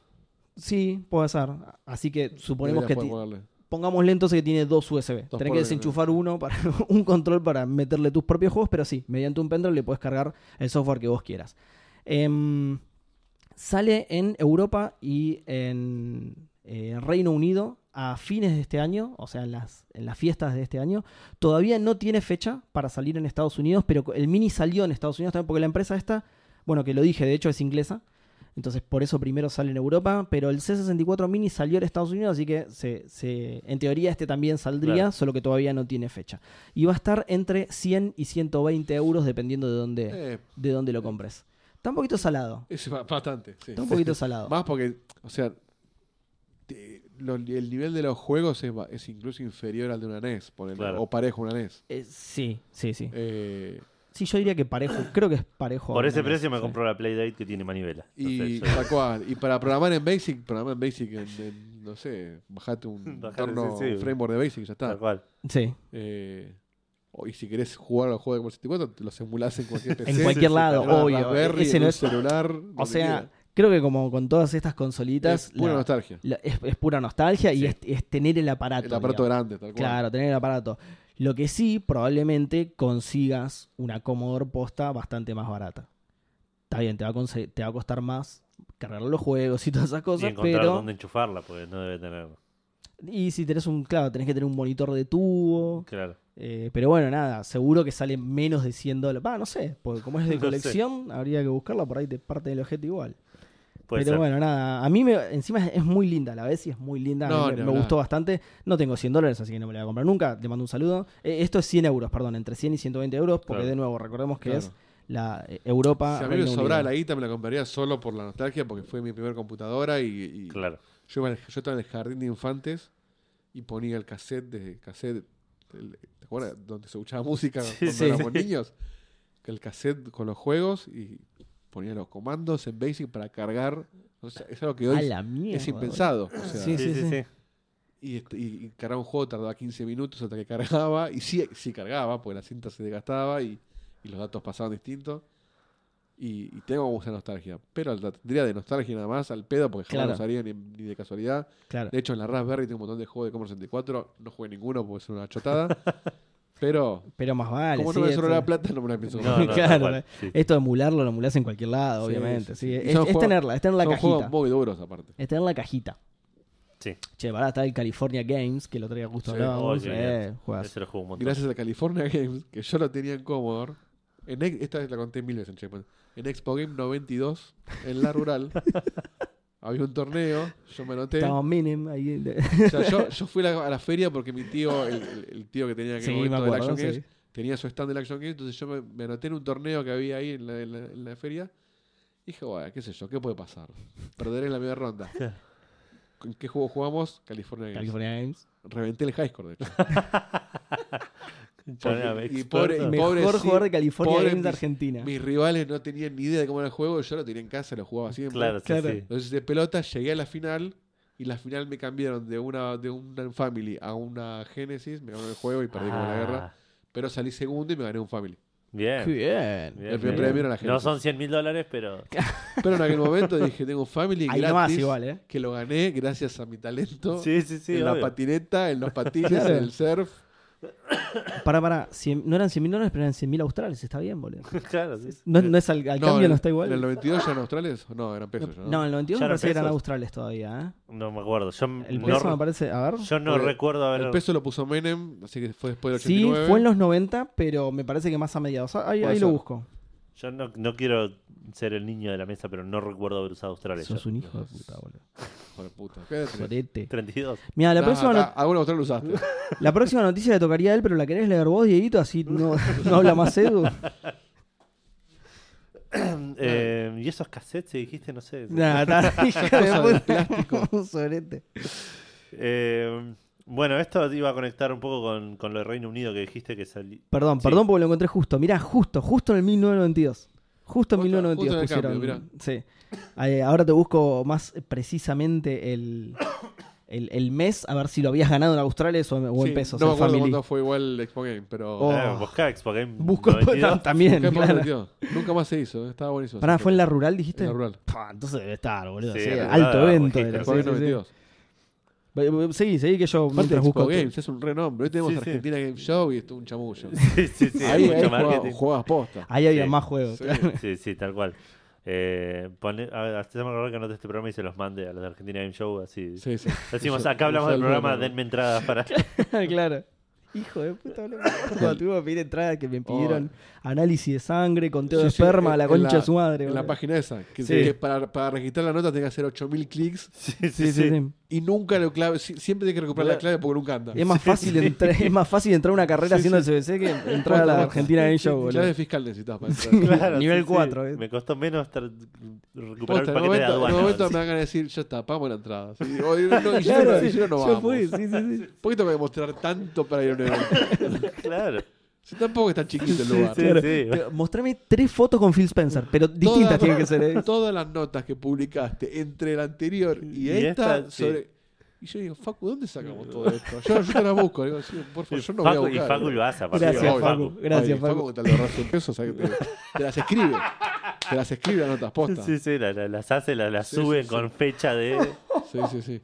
sí, puede ser. Así que suponemos Debería que poder ti- ponerle. Pongámosle entonces que tiene dos USB. Tenés Dos por que uno. desenchufar uno para [LAUGHS] un control para meterle tus propios juegos, pero sí, mediante un pendrive le puedes cargar el software que vos quieras. Em, sale en Europa y en eh, Reino Unido a fines de este año, o sea, en las, en las fiestas de este año. Todavía no tiene fecha para salir en Estados Unidos, pero el mini salió en Estados Unidos también porque la empresa esta, bueno, que lo dije, de hecho es inglesa. Entonces, por eso primero sale en Europa, pero el C64 Mini salió en Estados Unidos, así que se, se- en teoría este también saldría, Claro. solo que todavía no tiene fecha. Y va a estar entre 100 y 120 euros, dependiendo de dónde, Eh, de dónde lo compres. Está un poquito salado. es ba- bastante. sí. Está un poquito salado. Más porque, o sea, te- lo- el nivel de los juegos es, ba- es incluso inferior al de una NES, ponele, Claro. o parejo a una NES. Eh, sí, sí, sí. Eh, Sí, yo diría que parejo. Creo que es parejo. Por a ese una precio me vez, sí. compro la Playdate que tiene manivela. y, Entonces, yo- [LAUGHS] tal cual. y para programar en Basic, programar en Basic, en, en, no sé, bajate un Bajar el entorno, CC. un framework de Basic y ya tal está. cual. Sí, Eh, o- y si querés jugar a los juegos de Commodore 64, te los emulás en cualquier PC. [LAUGHS] en cualquier sí, lado, claro. obvio. Raspberry, Ese en no un es- celular. o donde sea, quiera. creo que como con todas estas consolitas. es pura la- nostalgia. la- es, es pura nostalgia y Sí. es, es tener el aparato. El aparato digamos. grande, tal cual. Claro, tener el aparato. Lo que sí, probablemente consigas una Commodore posta bastante más barata. Está bien, te va a, conse- te va a costar más cargar los juegos y todas esas Y cosas, encontrar pero... dónde enchufarla, porque no debe tener. Y si tenés un... Claro, tenés que tener un monitor de tubo. Claro. Eh, pero bueno, nada, seguro que sale menos de 100 dólares. Va, no sé, porque como es de [LAUGHS] No sé. colección, habría que buscarla, por ahí te parte del objeto igual. Puede pero ser. bueno, nada, a mí me, encima es, es muy linda, la ves y es muy linda, a mí No, me, ni me hablar. gustó bastante. No tengo 100 dólares, así que no me la voy a comprar nunca, te mando un saludo. Eh, esto es 100 euros, perdón, entre 100 y 120 euros, porque Claro. de nuevo, recordemos que Claro. es la eh, Europa... Si a mí me Reino sobraba Unido. la guita, me la compraría solo por la nostalgia, porque fue mi primer computadora y, y Claro. yo, iba al- yo estaba en el jardín de infantes y ponía el cassette de cassette, el- ¿te acuerdas? Donde se escuchaba música cuando sí, [LAUGHS] éramos sí. niños. Que el cassette con los juegos y ponía los comandos en Basic para cargar. O sea, es algo que A hoy la mierda. es impensado. o sea, Sí, sí, sí. [LAUGHS] y, este- y- y cargar un juego tardaba 15 minutos hasta que cargaba. Y sí, sí cargaba, porque la cinta se desgastaba y, y los datos pasaban distintos. Y, y tengo mucha nostalgia. Pero la tendría de nostalgia nada más al pedo, porque jamás Claro. lo usaría ni, ni de casualidad. Claro. [LAUGHS] De hecho, en la Raspberry tengo un montón de juegos de Commodore 64. No jugué ninguno porque es una [LAUGHS] chotada. pero Pero más vale. como sí, no me sobró esto- la plata, no me la pienso No, comprar. no, tal Claro, Eh, cual, sí. Esto de emularlo, lo emulás en cualquier lado, Sí, obviamente. sí, sí. sí. Y Es, son es juegos- tenerla, es tener la Son cajita. juegos muy duros aparte. Es tener la cajita. Sí. Che, pará, está el California Games, que lo traía justo Sí, hablábamos. oye, eh, juegas. Ese lo juego un montón. [LAUGHS] Gracias a California [LAUGHS] Games, que yo lo tenía en Commodore. En, ex- esta la conté mil veces en Checkpoint. En Expo Game 92, en la [LAUGHS] rural, había un torneo. Yo me anoté. Estamos mínimo ahí. de- [LAUGHS] O sea, yo, yo fui a la, a la feria porque mi tío, el, el- el tío que tenía que Sí, me del acuerdo. Action sí. Games, tenía su stand del Action Games. Entonces yo me, me anoté en un torneo que había ahí en la, en la- en la feria. Y dije, bueno, qué sé yo, ¿qué puede pasar? Perderé en la [LAUGHS] primera ronda. ¿Con qué juego jugamos? California Games. California Games. Reventé el high score, de hecho. Chorame, y experto. pobre- y Mejor Pobrecito, jugador de California pobre Games de mis- Argentina. Mis rivales no tenían ni idea de cómo era el juego, yo lo tenía en casa, lo jugaba siempre. Claro, sí, Claro. sí. Entonces de pelota llegué a la final y la final me cambiaron de una de un Family a una Genesis, me ganó el juego y perdí como la Ah, guerra, pero salí segundo y me gané un Family. Bien. Qué bien. bien, El primer bien. premio era la No Genesis. son 100 mil dólares, [LAUGHS] pero. Pero en aquel momento dije, tengo un Family Ahí gratis, nomás igual, ¿eh? que lo gané gracias a mi talento Sí, sí, sí. en obvio. la [LAUGHS] patineta, en los patines, Claro. en el surf. Pará, pará. cien- no eran 100 mil dólares, pero eran 100 mil australes. Está bien, boludo. [LAUGHS] claro, sí. sí. No, no es al, al No, cambio, en- no está igual. ¿En el 92 ya en australes? No, eran pesos ya, ¿no? no, en el 91 ¿Ya me eran parece que eran pesos? australes todavía. ¿eh? No me acuerdo. Yo El no, peso re- me parece. A ver. yo no Porque recuerdo haber. El peso lo puso Menem, así que fue después del Sí, 89. fue en los 90, pero me parece que más a mediados. Ah, Ahí, Puede ahí lo ser. busco. Yo no, no quiero ser el niño de la mesa, pero no recuerdo haber usado Australia. Sos [LAUGHS] yo. un hijo de puta, boludo. Hijo de puta. ¿qué tenés? Sorete. [COUGHS] 32. Mira, la, Nah, próxima nah, not- alguna otra [LAUGHS] lo usaste. la próxima noticia le tocaría a él, pero la querés leer vos, Dieguito, así no, [LAUGHS] no habla más Edu. Eh, y esos cassettes, si dijiste, no sé. Nah, [LAUGHS] ta- hija de Cosa de puta. [LAUGHS] plástico. Un sorete. Eh, bueno, esto te iba a conectar un poco con, con lo de Reino Unido que dijiste que salí. Perdón, Sí. perdón porque lo encontré justo. Mirá, justo, justo en el 1992. Justo en Justo- 1992 justo en el pusieron. cambio, sí. Eh, ahora te busco más eh, precisamente el, el, el mes, a ver si lo habías ganado en australes o, o en Sí, pesos. No me en acuerdo family. cuándo fue igual el Expo Game, pero. Oh, Eh, buscá Expo Game Busco [LAUGHS] 92. también. Nunca, claro. Nunca más se hizo, eh, estaba buenísimo. Pará, Siempre. ¿fue en la este. rural, dijiste? En la rural. Pá, entonces debe estar, boludo. Sí, sí, la rural, alto evento. registro, de la- Expo sí, Game sí, sí. 92. Eh, eh, Seguí, seguí que yo Aparte, mientras Expo busco. Games es un renombre. Hoy tenemos Sí, sí. Argentina Game Show y esto un chamullo. [LAUGHS] Sí, sí, sí, ahí hay mucho ahí jugaba- marketing. jugabas posta. Ahí había Sí. más juegos. Sí. Sí, sí, tal cual. Eh, ponle- a ver, hasta se me acordó que anoté este programa y se los mande a los de Argentina Game Show. Así Sí, sí. decimos, Yo- acá hablamos yo del lo programa, logro. denme entradas para. [LAUGHS] claro. Hijo de puta, boludo. [LAUGHS] Cuando tuvimos que pedir entrada, que me pidieron análisis de sangre, conteo de Oh. Sí, sí, esperma, en- la en concha la- de su madre. En la boludo. página esa. Que, Sí. que para, para registrar la nota tenés que hacer 8000 clics [LAUGHS] Sí, Sí, sí, sí. y nunca lo clave. si- Siempre tenés que recuperar la clave porque nunca anda. Es más, fácil entrar, es más fácil entrar a una carrera Sí, haciendo el [LAUGHS] CBC que entrar a la Argentina Game Show, boludo. [LAUGHS] Clave fiscal necesitas para entrar. [LAUGHS] Claro, Nivel sí, sí. cuatro, eh. Me costó menos tra- recuperar Posta, el en paquete de un momento, en un aduanas. momento me van a decir, ya está, pagamos la entrada. Sí, o- no, no, y yo Claro, no- y yo no yo vamos. fui, sí, sí, [LAUGHS] sí. ¿Por qué tengo que mostrar tanto para ir a un evento? [LAUGHS] Claro. Si tampoco está chiquito el lugar. Sí, Claro. sí. Te- Mostrame tres fotos con Phil Spencer, pero distintas Todas- tienen que ser. ¿eh? Todas las notas que publicaste entre la anterior y, Y esta, esta, sí. sobre. Y yo digo, Facu, ¿dónde sacamos [LAUGHS] todo esto? Yo, yo te la busco. Digo, sí, por favor, Pues yo no voy a Facu- y buscar. eh". Facu lo hace, aparte. Gracias, Obvio. Facu. Gracias, Ay, Facu. Facu. que te lo ahorras un peso, o sea, que te, te las escribe. Te las escribe las notas postas. Sí, sí, la- la- las hace, la- las Sí, sube sí, sí. con fecha [LAUGHS] de. Sí, sí, sí.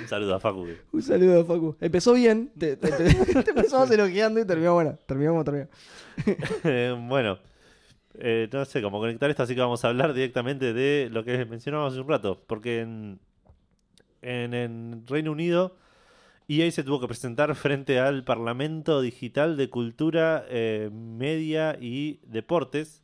Un saludo a Facu. [LAUGHS] Un saludo a Facu. Empezó bien, te, te- te- [LAUGHS] te empezamos elogiando y terminó bueno. Terminó como terminó. Eh, bueno, eh, no sé cómo conectar esto, así que vamos a hablar directamente de lo que mencionábamos hace un rato, porque en, en, en Reino Unido EA se tuvo que presentar frente al Parlamento Digital de Cultura, eh, Media y Deportes,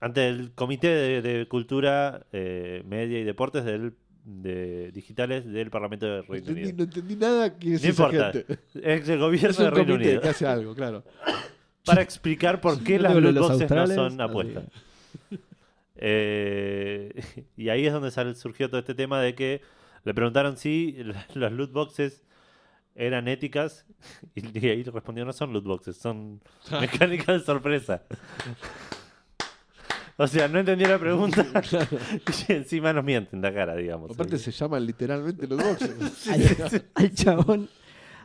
ante el Comité de, de Cultura, eh, Media y Deportes del, de Digitales del Parlamento de No Reino entendí, Unido. no entendí nada que es No esa importa, gente. es el Es gobierno de un Reino comité Unido que hace [LAUGHS] algo, claro. para explicar por qué las Lo de loot los boxes no australes, son así. apuestas. [LAUGHS] Eh, y ahí es donde sal- surgió todo este tema de que le preguntaron si [LAUGHS] la- las loot boxes eran éticas [LAUGHS] y, y ahí respondió no son loot boxes, son mecánicas de sorpresa. [LAUGHS] O sea, no entendí la pregunta [LAUGHS] y encima nos mienten la cara, digamos. Aparte se llaman literalmente los boxes. Al, [LAUGHS] al chabón.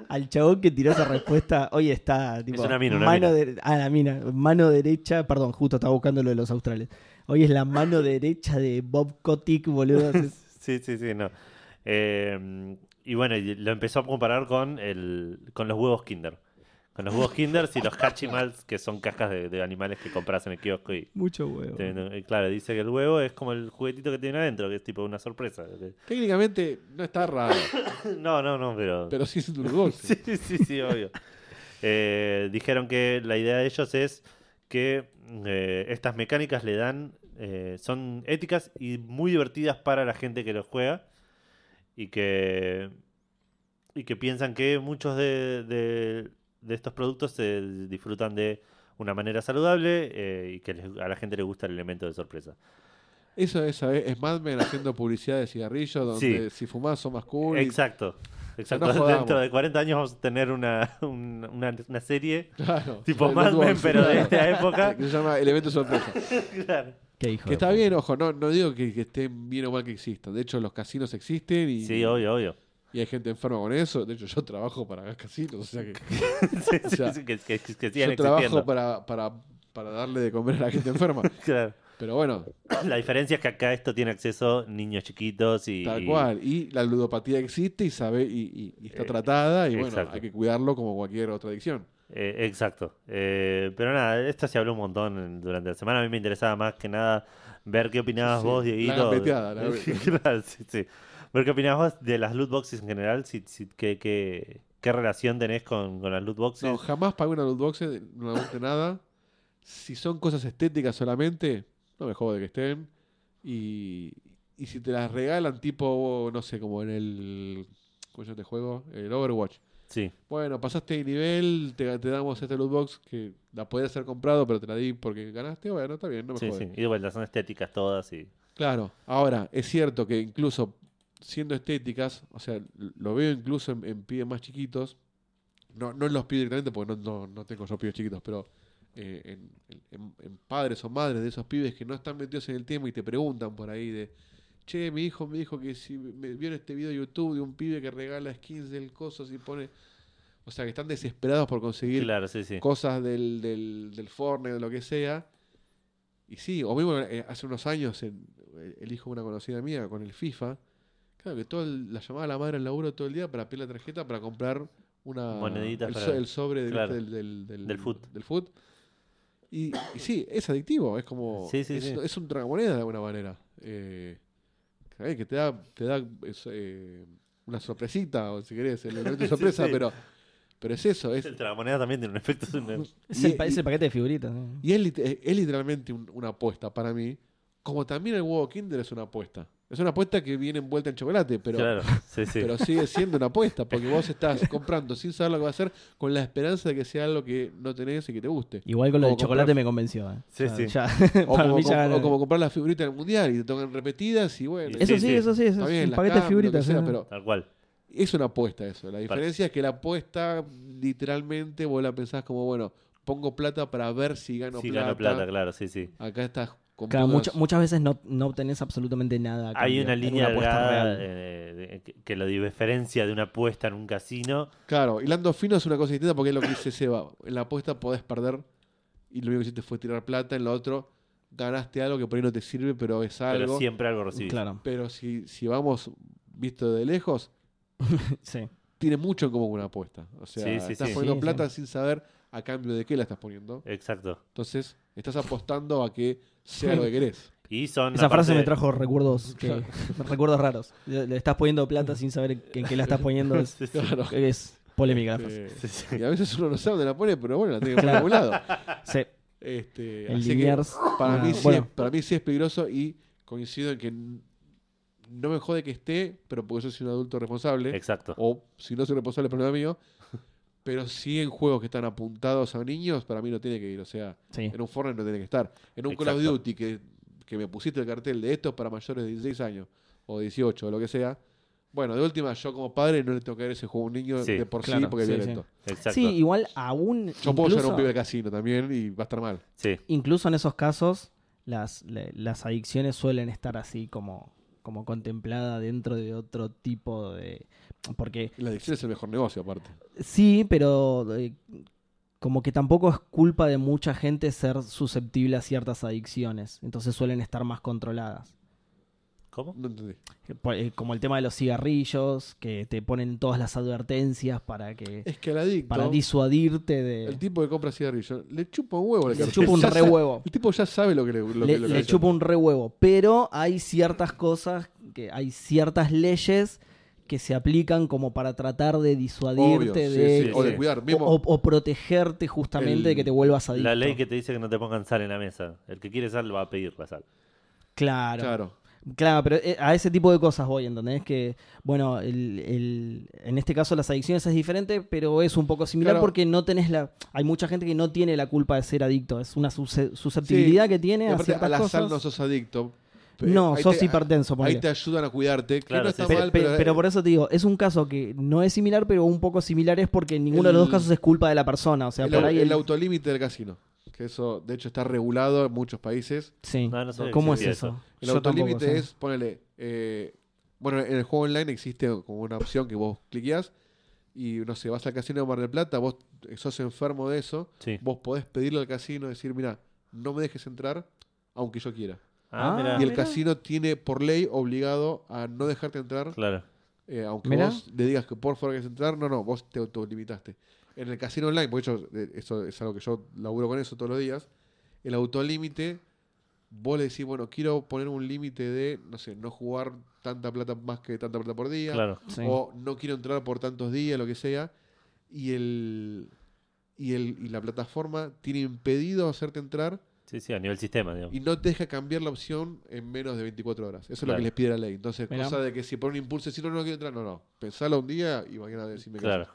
Al chabón que tiró esa respuesta, hoy está tipo, Es una mina, una mano mina. de- ah, la mina, mano derecha, perdón, justo estaba buscando lo de los australes. Hoy es la mano derecha de Bob Kotick, [LAUGHS] boludo. Es- Sí, sí, sí, no. Eh, y bueno, y lo empezó a comparar con, el, con los huevos Kinder. Con los huevos Kinder y los Hatchimals, que son cascas de, de animales que compras en el kiosco. Y, Mucho huevo. te- no, y claro, dice que el huevo es como el juguetito que tiene adentro, que es tipo una sorpresa. Técnicamente no está raro, No, no, no, pero... pero sí [LAUGHS] es un box. Sí, sí, sí, obvio. Eh, dijeron que la idea de ellos es que eh, estas mecánicas le dan, eh, son éticas y muy divertidas para la gente que lo juega y que, y que piensan que muchos de, de- de estos productos se disfrutan de una manera saludable eh, y que les- a la gente le gusta el elemento de sorpresa. Eso es, ¿sabes? Es Mad Men haciendo publicidad de cigarrillos donde si fumás son más cool. y- Exacto. Exacto. No jodamos. Dentro de 40 años vamos a tener una, un- una- una serie Claro. tipo Los Mad Box, Men, pero de este claro. esta época. [LAUGHS] Que se llama Elemento Sorpresa. [LAUGHS] Claro. Qué hijo que de está puta. bien, ojo, no, no digo que, que estén bien o mal que existan. De hecho, los casinos existen y, Sí, obvio, obvio. y hay gente enferma con eso. De hecho, yo trabajo para casinos. O sea [LAUGHS] que [LAUGHS] Sí, este sí, sea, sí, que, que- que- que sigan yo existiendo. trabajo para, para, para darle de comer a la gente enferma. [LAUGHS] Claro. [COUGHS] Pero bueno, La diferencia es que acá esto tiene acceso niños chiquitos y. Tal y- cual. Y la ludopatía existe y sabe y, y- y está Eh, tratada y bueno, exacto. hay que cuidarlo como cualquier otra adicción. eh, exacto. Eh, pero nada, de esto se habló un montón en- durante la semana. A mí me interesaba más que nada ver qué opinabas Sí, vos, la Dieguito. [LAUGHS] gambeteada, la- Claro, sí, sí. Ver qué opinabas vos de las loot boxes en general. Si, si- qué, qué- qué relación tenés con, con las loot boxes. No, jamás pagué una lootbox, no me gusta nada. Si son cosas estéticas solamente, no me jode que estén. Y, y si te las regalan tipo, no sé, como en el... ¿Cómo yo te juego? El Overwatch. Sí, Bueno, pasaste el nivel, te, te damos esta lootbox que la podías haber comprado, pero te la di porque ganaste. Bueno, está bien, no me sí, jode. sí. Y de vuelta, son estéticas todas. y Claro, ahora es cierto que incluso siendo estéticas, o sea, l- lo veo incluso en, en pibes más chiquitos, no, no en los pibes directamente porque no, no, no tengo yo pibes chiquitos, pero eh, en, en- en padres o madres de esos pibes que no están metidos en el tema y te preguntan por ahí de, che, mi hijo me dijo que si me, vio en este video de YouTube de un pibe que regala skins del coso y pone, o sea, que están desesperados por conseguir Claro, sí, sí. cosas del, del, del Fortnite, de lo que sea. eh, Y sí, o mismo eh, hace unos años, en- el hijo de una conocida mía con el FIFA, Claro, que todo el- la llamaba a la madre al laburo todo el día para pedir la tarjeta para comprar una Moneditas el, para- so- el sobre de- claro, del, del, del, del foot. del foot. Y, y sí, es adictivo, es como. Sí, sí, es, sí. es un tragamonedas de alguna manera. Eh, ¿sabés? que te da, te da es, eh, una sorpresita, o si querés, el elemento de [LAUGHS] Sí, sorpresa, sí. pero, pero es [LAUGHS] eso. Es, El tragamoneda también tiene un [LAUGHS] efecto. es una- Es y- el, pa- y- es el paquete de figuritas. ¿no? y es, lit- eh, es literalmente un- una apuesta para mí. Como también el huevo Kinder es una apuesta. Es una apuesta que viene envuelta en chocolate, pero, claro, sí, sí. pero sigue siendo una apuesta. Porque vos estás comprando sin saber lo que va a ser, con la esperanza de que sea algo que no tenés y que te guste. Igual con lo O del comprar- chocolate me convenció. ¿eh? Sí, sí. ya- O [LAUGHS] para como, mí ya comp- gané. o como comprar las figuritas del mundial y te tocan repetidas y bueno. Sí, Eso sí, sí. eso sí, eso está es bien, un las paquete de cambio, lo que figuritas. sea, ¿eh? pero Tal cual. es una apuesta eso. La Para- diferencia es que la apuesta, literalmente, vos la pensás como, bueno, pongo plata para ver si gano sí, plata. ganó plata, claro, sí, sí. Acá estás con Claro, puras- mucha- muchas veces no, no obtenés absolutamente nada. a Hay cambio. una Es línea apuesta delgada real. eh, de- que- que lo diferencia de una apuesta en un casino. Claro, hilando fino es una cosa distinta porque es lo que dice Seba. En la apuesta podés perder y lo único que hiciste fue tirar plata. En lo otro ganaste algo que por ahí no te sirve, pero es algo. Pero siempre algo recibís. Claro, [LAUGHS] Pero si, si vamos visto de lejos, sí. tiene mucho en común con una apuesta. O sea, Sí, sí, estás sí. poniendo Sí, plata sin saber a cambio de qué la estás poniendo. Exacto. Entonces, estás apostando a que [LAUGHS] sea lo que querés. Y son. Esa frase aparte- me trajo recuerdos que- [LAUGHS] recuerdos raros. Le le estás poniendo plata sin saber en qué la estás poniendo. Es, [LAUGHS] Sí, sí. Claro. es polémica. la frase. Eh, Sí, sí. y a veces uno no sabe dónde la pone, pero bueno, la tiene que poner a algún lado. Sí, Este, el así que- Liniers. Para, una- mí sí bueno, es, para mí sí es peligroso y coincido en que n- no me jode que esté, pero porque yo soy un adulto responsable. Exacto. O si no soy responsable, problema mío. [LAUGHS] Pero sí en juegos que están apuntados a niños, para mí no tiene que ir. O sea, sí. en un Fortnite no tiene que estar. En un Call of Exacto. Duty que, que me pusiste el cartel de esto es para mayores de 16 años o 18 o lo que sea. Bueno, de última, yo como padre no le tengo que dar ese juego a un niño Sí, de por sí claro, porque es sí, violento. Exacto. Sí, igual aún. Yo puedo ser un incluso- pibe de casino también y va a estar mal. Sí. incluso en esos casos, las, le- las adicciones suelen estar así como, como contemplada dentro de otro tipo de... Porque La adicción es el mejor negocio, aparte. sí, pero eh, como que tampoco es culpa de mucha gente ser susceptible a ciertas adicciones, entonces suelen estar más controladas. ¿Cómo? No entendí. Por- eh, Como el tema de los cigarrillos, que te ponen todas las advertencias para que Es que al adicto, para disuadirte el de... tipo que compra cigarrillo, le chupa un huevo. la Le cartera. chupa un [LAUGHS] Ya re sa- huevo. El tipo ya sabe lo que le, lo le, que- lo que le hace. chupa un re huevo. Pero hay ciertas cosas, que hay ciertas leyes que se aplican como para tratar de Obvio, disuadirte sí, de, sí, O de sí. cuidar. o, Mismo, o- o protegerte justamente El- de que te vuelvas adicto. La ley que te dice que no te pongan sal en la mesa. El que quiere sal va a pedir la sal. Claro, claro. claro. pero eh, a ese tipo de cosas voy, ¿entendés? Que, bueno, el- el- en este caso las adicciones es diferente, pero es un poco similar Claro. porque no tenés la... Hay mucha gente que no tiene la culpa de ser adicto. Es una susce- susceptibilidad que Y tiene a aparte, a ciertas la cosas. sal no sos adicto. Pe- No, ahí sos te- hipertenso, Ahí ponele. te ayudan a cuidarte. Que Claro, no sí, está sí. Pe- mal, pe- pero, pero, por eso te digo, es un caso que no es similar, pero un poco similar es porque ninguno de los El- dos casos es culpa de la persona. O sea, el, por au- ahí. el el- autolímite del casino. Que eso, de hecho, está regulado en muchos países. Sí. No, no sé ¿Cómo es si eso? El Yo tampoco autolímite sé. es, ponele. eh, bueno, en el juego online existe como una opción que vos cliqueás y no sé, vas al casino de Mar del Plata, vos eh, sos enfermo de eso. Sí. vos podés pedirle al casino decir, mira, no me dejes entrar aunque yo quiera. Ah, Ah, mira. y el mirá. casino tiene por ley obligado a no dejarte entrar, Claro. eh, aunque Mirá. vos le digas que por favor que entrar, no, no, vos te autolimitaste. En el casino online, porque yo, eh, eso es algo que yo laburo con eso todos los días, el autolímite, vos le decís, bueno, quiero poner un límite de, no sé, no jugar tanta plata más que tanta plata por día, Claro. Sí. o no quiero entrar por tantos días, lo que sea, y el y, el, y la plataforma tiene impedido hacerte entrar Sí, sí, a nivel sistema, digamos. y no te deja cambiar la opción en menos de 24 horas. Eso es lo Claro. que les pide la ley. Entonces, Mirá. cosa de que si por un impulso si no, no quiero entrar, no, no. Pensalo un día y mañana decime qué Claro. haces.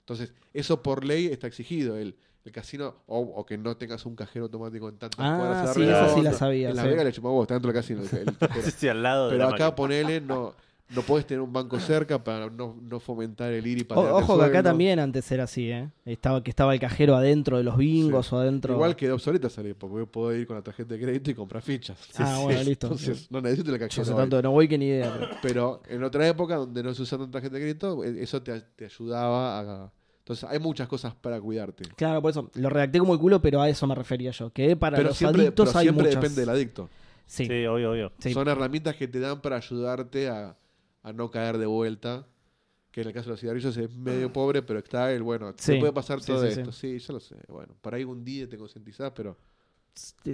Entonces, eso por ley está exigido. El, el casino, o, o que no tengas un cajero automático en tantas Ah, cuadras. de la sí, redonda. esa sí la sabía, En la sí. Vega le chupamos vos, está dentro del casino. el- [LAUGHS] el cajero. [LAUGHS] Sí, sí, al lado de Pero la acá máquina. ponele, no, no podés tener un banco cerca para no, no fomentar el ir y O- patear ojo que acá también antes era así, ¿eh? Estaba, que estaba el cajero adentro de los bingos Sí. o adentro. Igual quedó obsoleta salir, porque puedo ir con la tarjeta de crédito y comprar fichas. Ah, bueno, listo. Entonces, no necesito la Yo cajera. hace hoy. tanto que no voy que ni idea. [CLEARS THROAT] pero- Pero en otra época donde no se usaba tanta tarjeta de crédito, eh, eso te, te ayudaba a. Entonces, hay muchas cosas para cuidarte. Claro, por eso lo redacté como el culo, pero a eso me refería yo. Que para Pero los siempre, adictos pero hay siempre muchas. depende del adicto. Sí, Sí, obvio, obvio. sí. Son herramientas que te dan para ayudarte a, a no caer de vuelta. Que en el caso de los cigarrillos es medio pobre, pero está el bueno. Ah. Sí, te puede pasar sí, todo sí, esto. Sí. ya lo sé. Bueno, para ahí un día te concientizás, pero.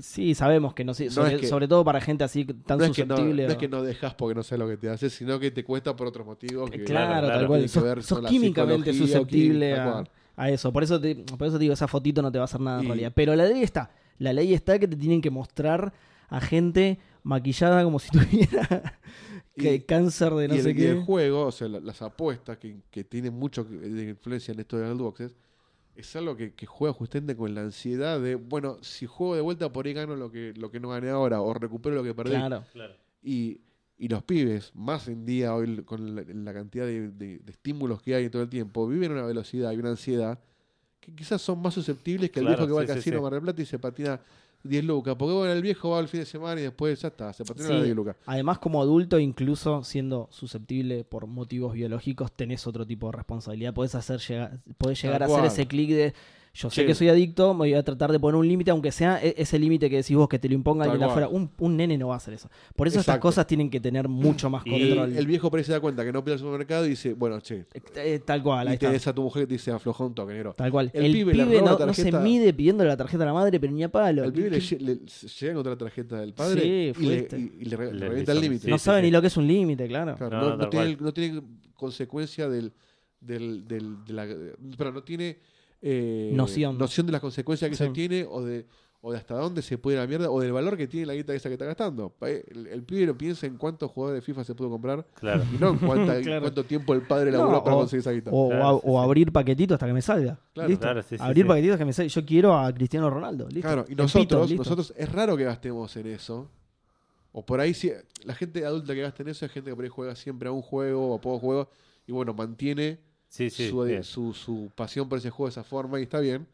Sí, sabemos que no sé, No sobre, es que- sobre todo para gente así tan no, es que no, susceptible. no a- es que no dejas porque no sabes lo que te haces, sino que te cuesta por otros motivos. Eh, Que, claro, claro, tal claro, cual. tiene que Sos, ver sos con la químicamente psicología, susceptible química, a, tal cual. a eso. Por eso, te, por eso te digo, esa fotito no te va a hacer nada en Y- realidad. Pero la ley está. La ley está que te tienen que mostrar a gente maquillada como si [LAUGHS] tuviera que Y- cáncer de no y el, sé y qué. el juego, o sea, la- las apuestas que, que tienen mucho que- de influencia en esto de las boxes, es algo que, que juega justamente con la ansiedad de, bueno, si juego de vuelta por ahí gano lo que, lo que no gané ahora o recupero lo que perdí. Claro. Claro. Y, y los pibes, más en día hoy con la, la cantidad de, de- de estímulos que hay en todo el tiempo, viven a una velocidad y una ansiedad que quizás son más susceptibles que el Claro, viejo que va sí, sí, al casino sí. a Mar del Plata y se patina 10 lucas. Porque bueno, el viejo va al fin de semana y después ya está, se patina las Sí. 10 lucas. Además, como adulto, incluso siendo susceptible por motivos biológicos, tenés otro tipo de responsabilidad. Podés, hacer llega- podés llegar a Tal hacer cual. ese clic de yo sé Che. que soy adicto, me voy a tratar de poner un límite, aunque sea e- ese límite que decís vos que te lo imponga Tal alguien cual. afuera. Un, un nene no va a hacer eso. Por eso estas Exacto. cosas tienen que tener mucho más Y control. El, el viejo por ahí se da cuenta que no pide al supermercado y dice, bueno, che, Eh, tal cual, ahí y te está. des a tu mujer y te dice, aflojó un toque, negro. Tal cual. El, el pibe, pibe le roba no, la no se tarjeta- mide pidiéndole la tarjeta a la madre, pero ni a palo. Al pibe ¿Qué- le, lle- le- se- llega contra la tarjeta del padre Sí, y, le, fuiste. y- y le re- Le- le le revienta el hizo- límite. sí, no sí, saben sí. ni lo que es un límite, claro. Claro, No, no, no, no tal tiene, cual. no tiene consecuencia del, del, del- de la, pero no tiene eh, Noción. de las consecuencias que Sí. se tiene o de, o de hasta dónde se puede ir a la mierda o del valor que tiene la guita esa que está gastando. Pa- eh, El, el pibe lo piensa en cuántos jugadores de FIFA se pudo comprar Claro. y no en cuánta- [LAUGHS] Claro. cuánto tiempo el padre No, laburó para o- conseguir esa guita. O, o Claro, a- sí, o sí. abrir paquetitos hasta que me salga. Claro, Listo. claro, sí, sí, abrir sí. paquetitos que me salga. Yo quiero a Cristiano Ronaldo. Listo. Claro, y En nosotros, pitos, listo. nosotros es raro que gastemos en eso. O por ahí, sí, la gente adulta que gasta en eso es gente que por ahí juega siempre a un juego o a pocos juegos y bueno, mantiene Sí, sí. su, bien. su- su pasión por ese juego de esa forma y está bien.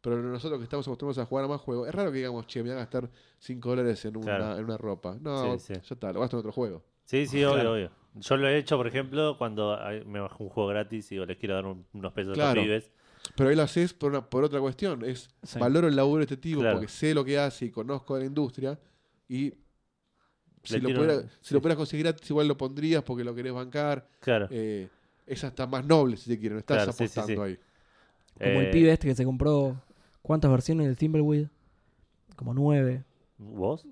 Pero nosotros que estamos acostumbrados a jugar a más juegos, es raro que digamos, che, me voy a gastar 5 dólares en una, Claro. en una ropa. No, Sí, sí. ya está, lo gasto en otro juego. Sí, sí, obvio, Claro. obvio. Yo lo he hecho, por ejemplo, cuando ay, me bajo un juego gratis y digo, les quiero dar un- unos pesos a Claro. los pibes. Pero ahí lo haces por, una, por otra cuestión. Es Sí. valoro el laburo de este tipo Claro. porque sé lo que hace y conozco la industria. Y si, Le lo tiro pudieras, una- si lo sí. pudieras conseguir gratis, igual lo pondrías porque lo querés bancar. Claro. Eh, es hasta más noble si te quieren. Estás Claro, sí, sí, apostando ahí. Como el Eh, pibe este que se compró. ¿Cuántas versiones del Timberweed? Como nueve. [LAUGHS] ¿Vos?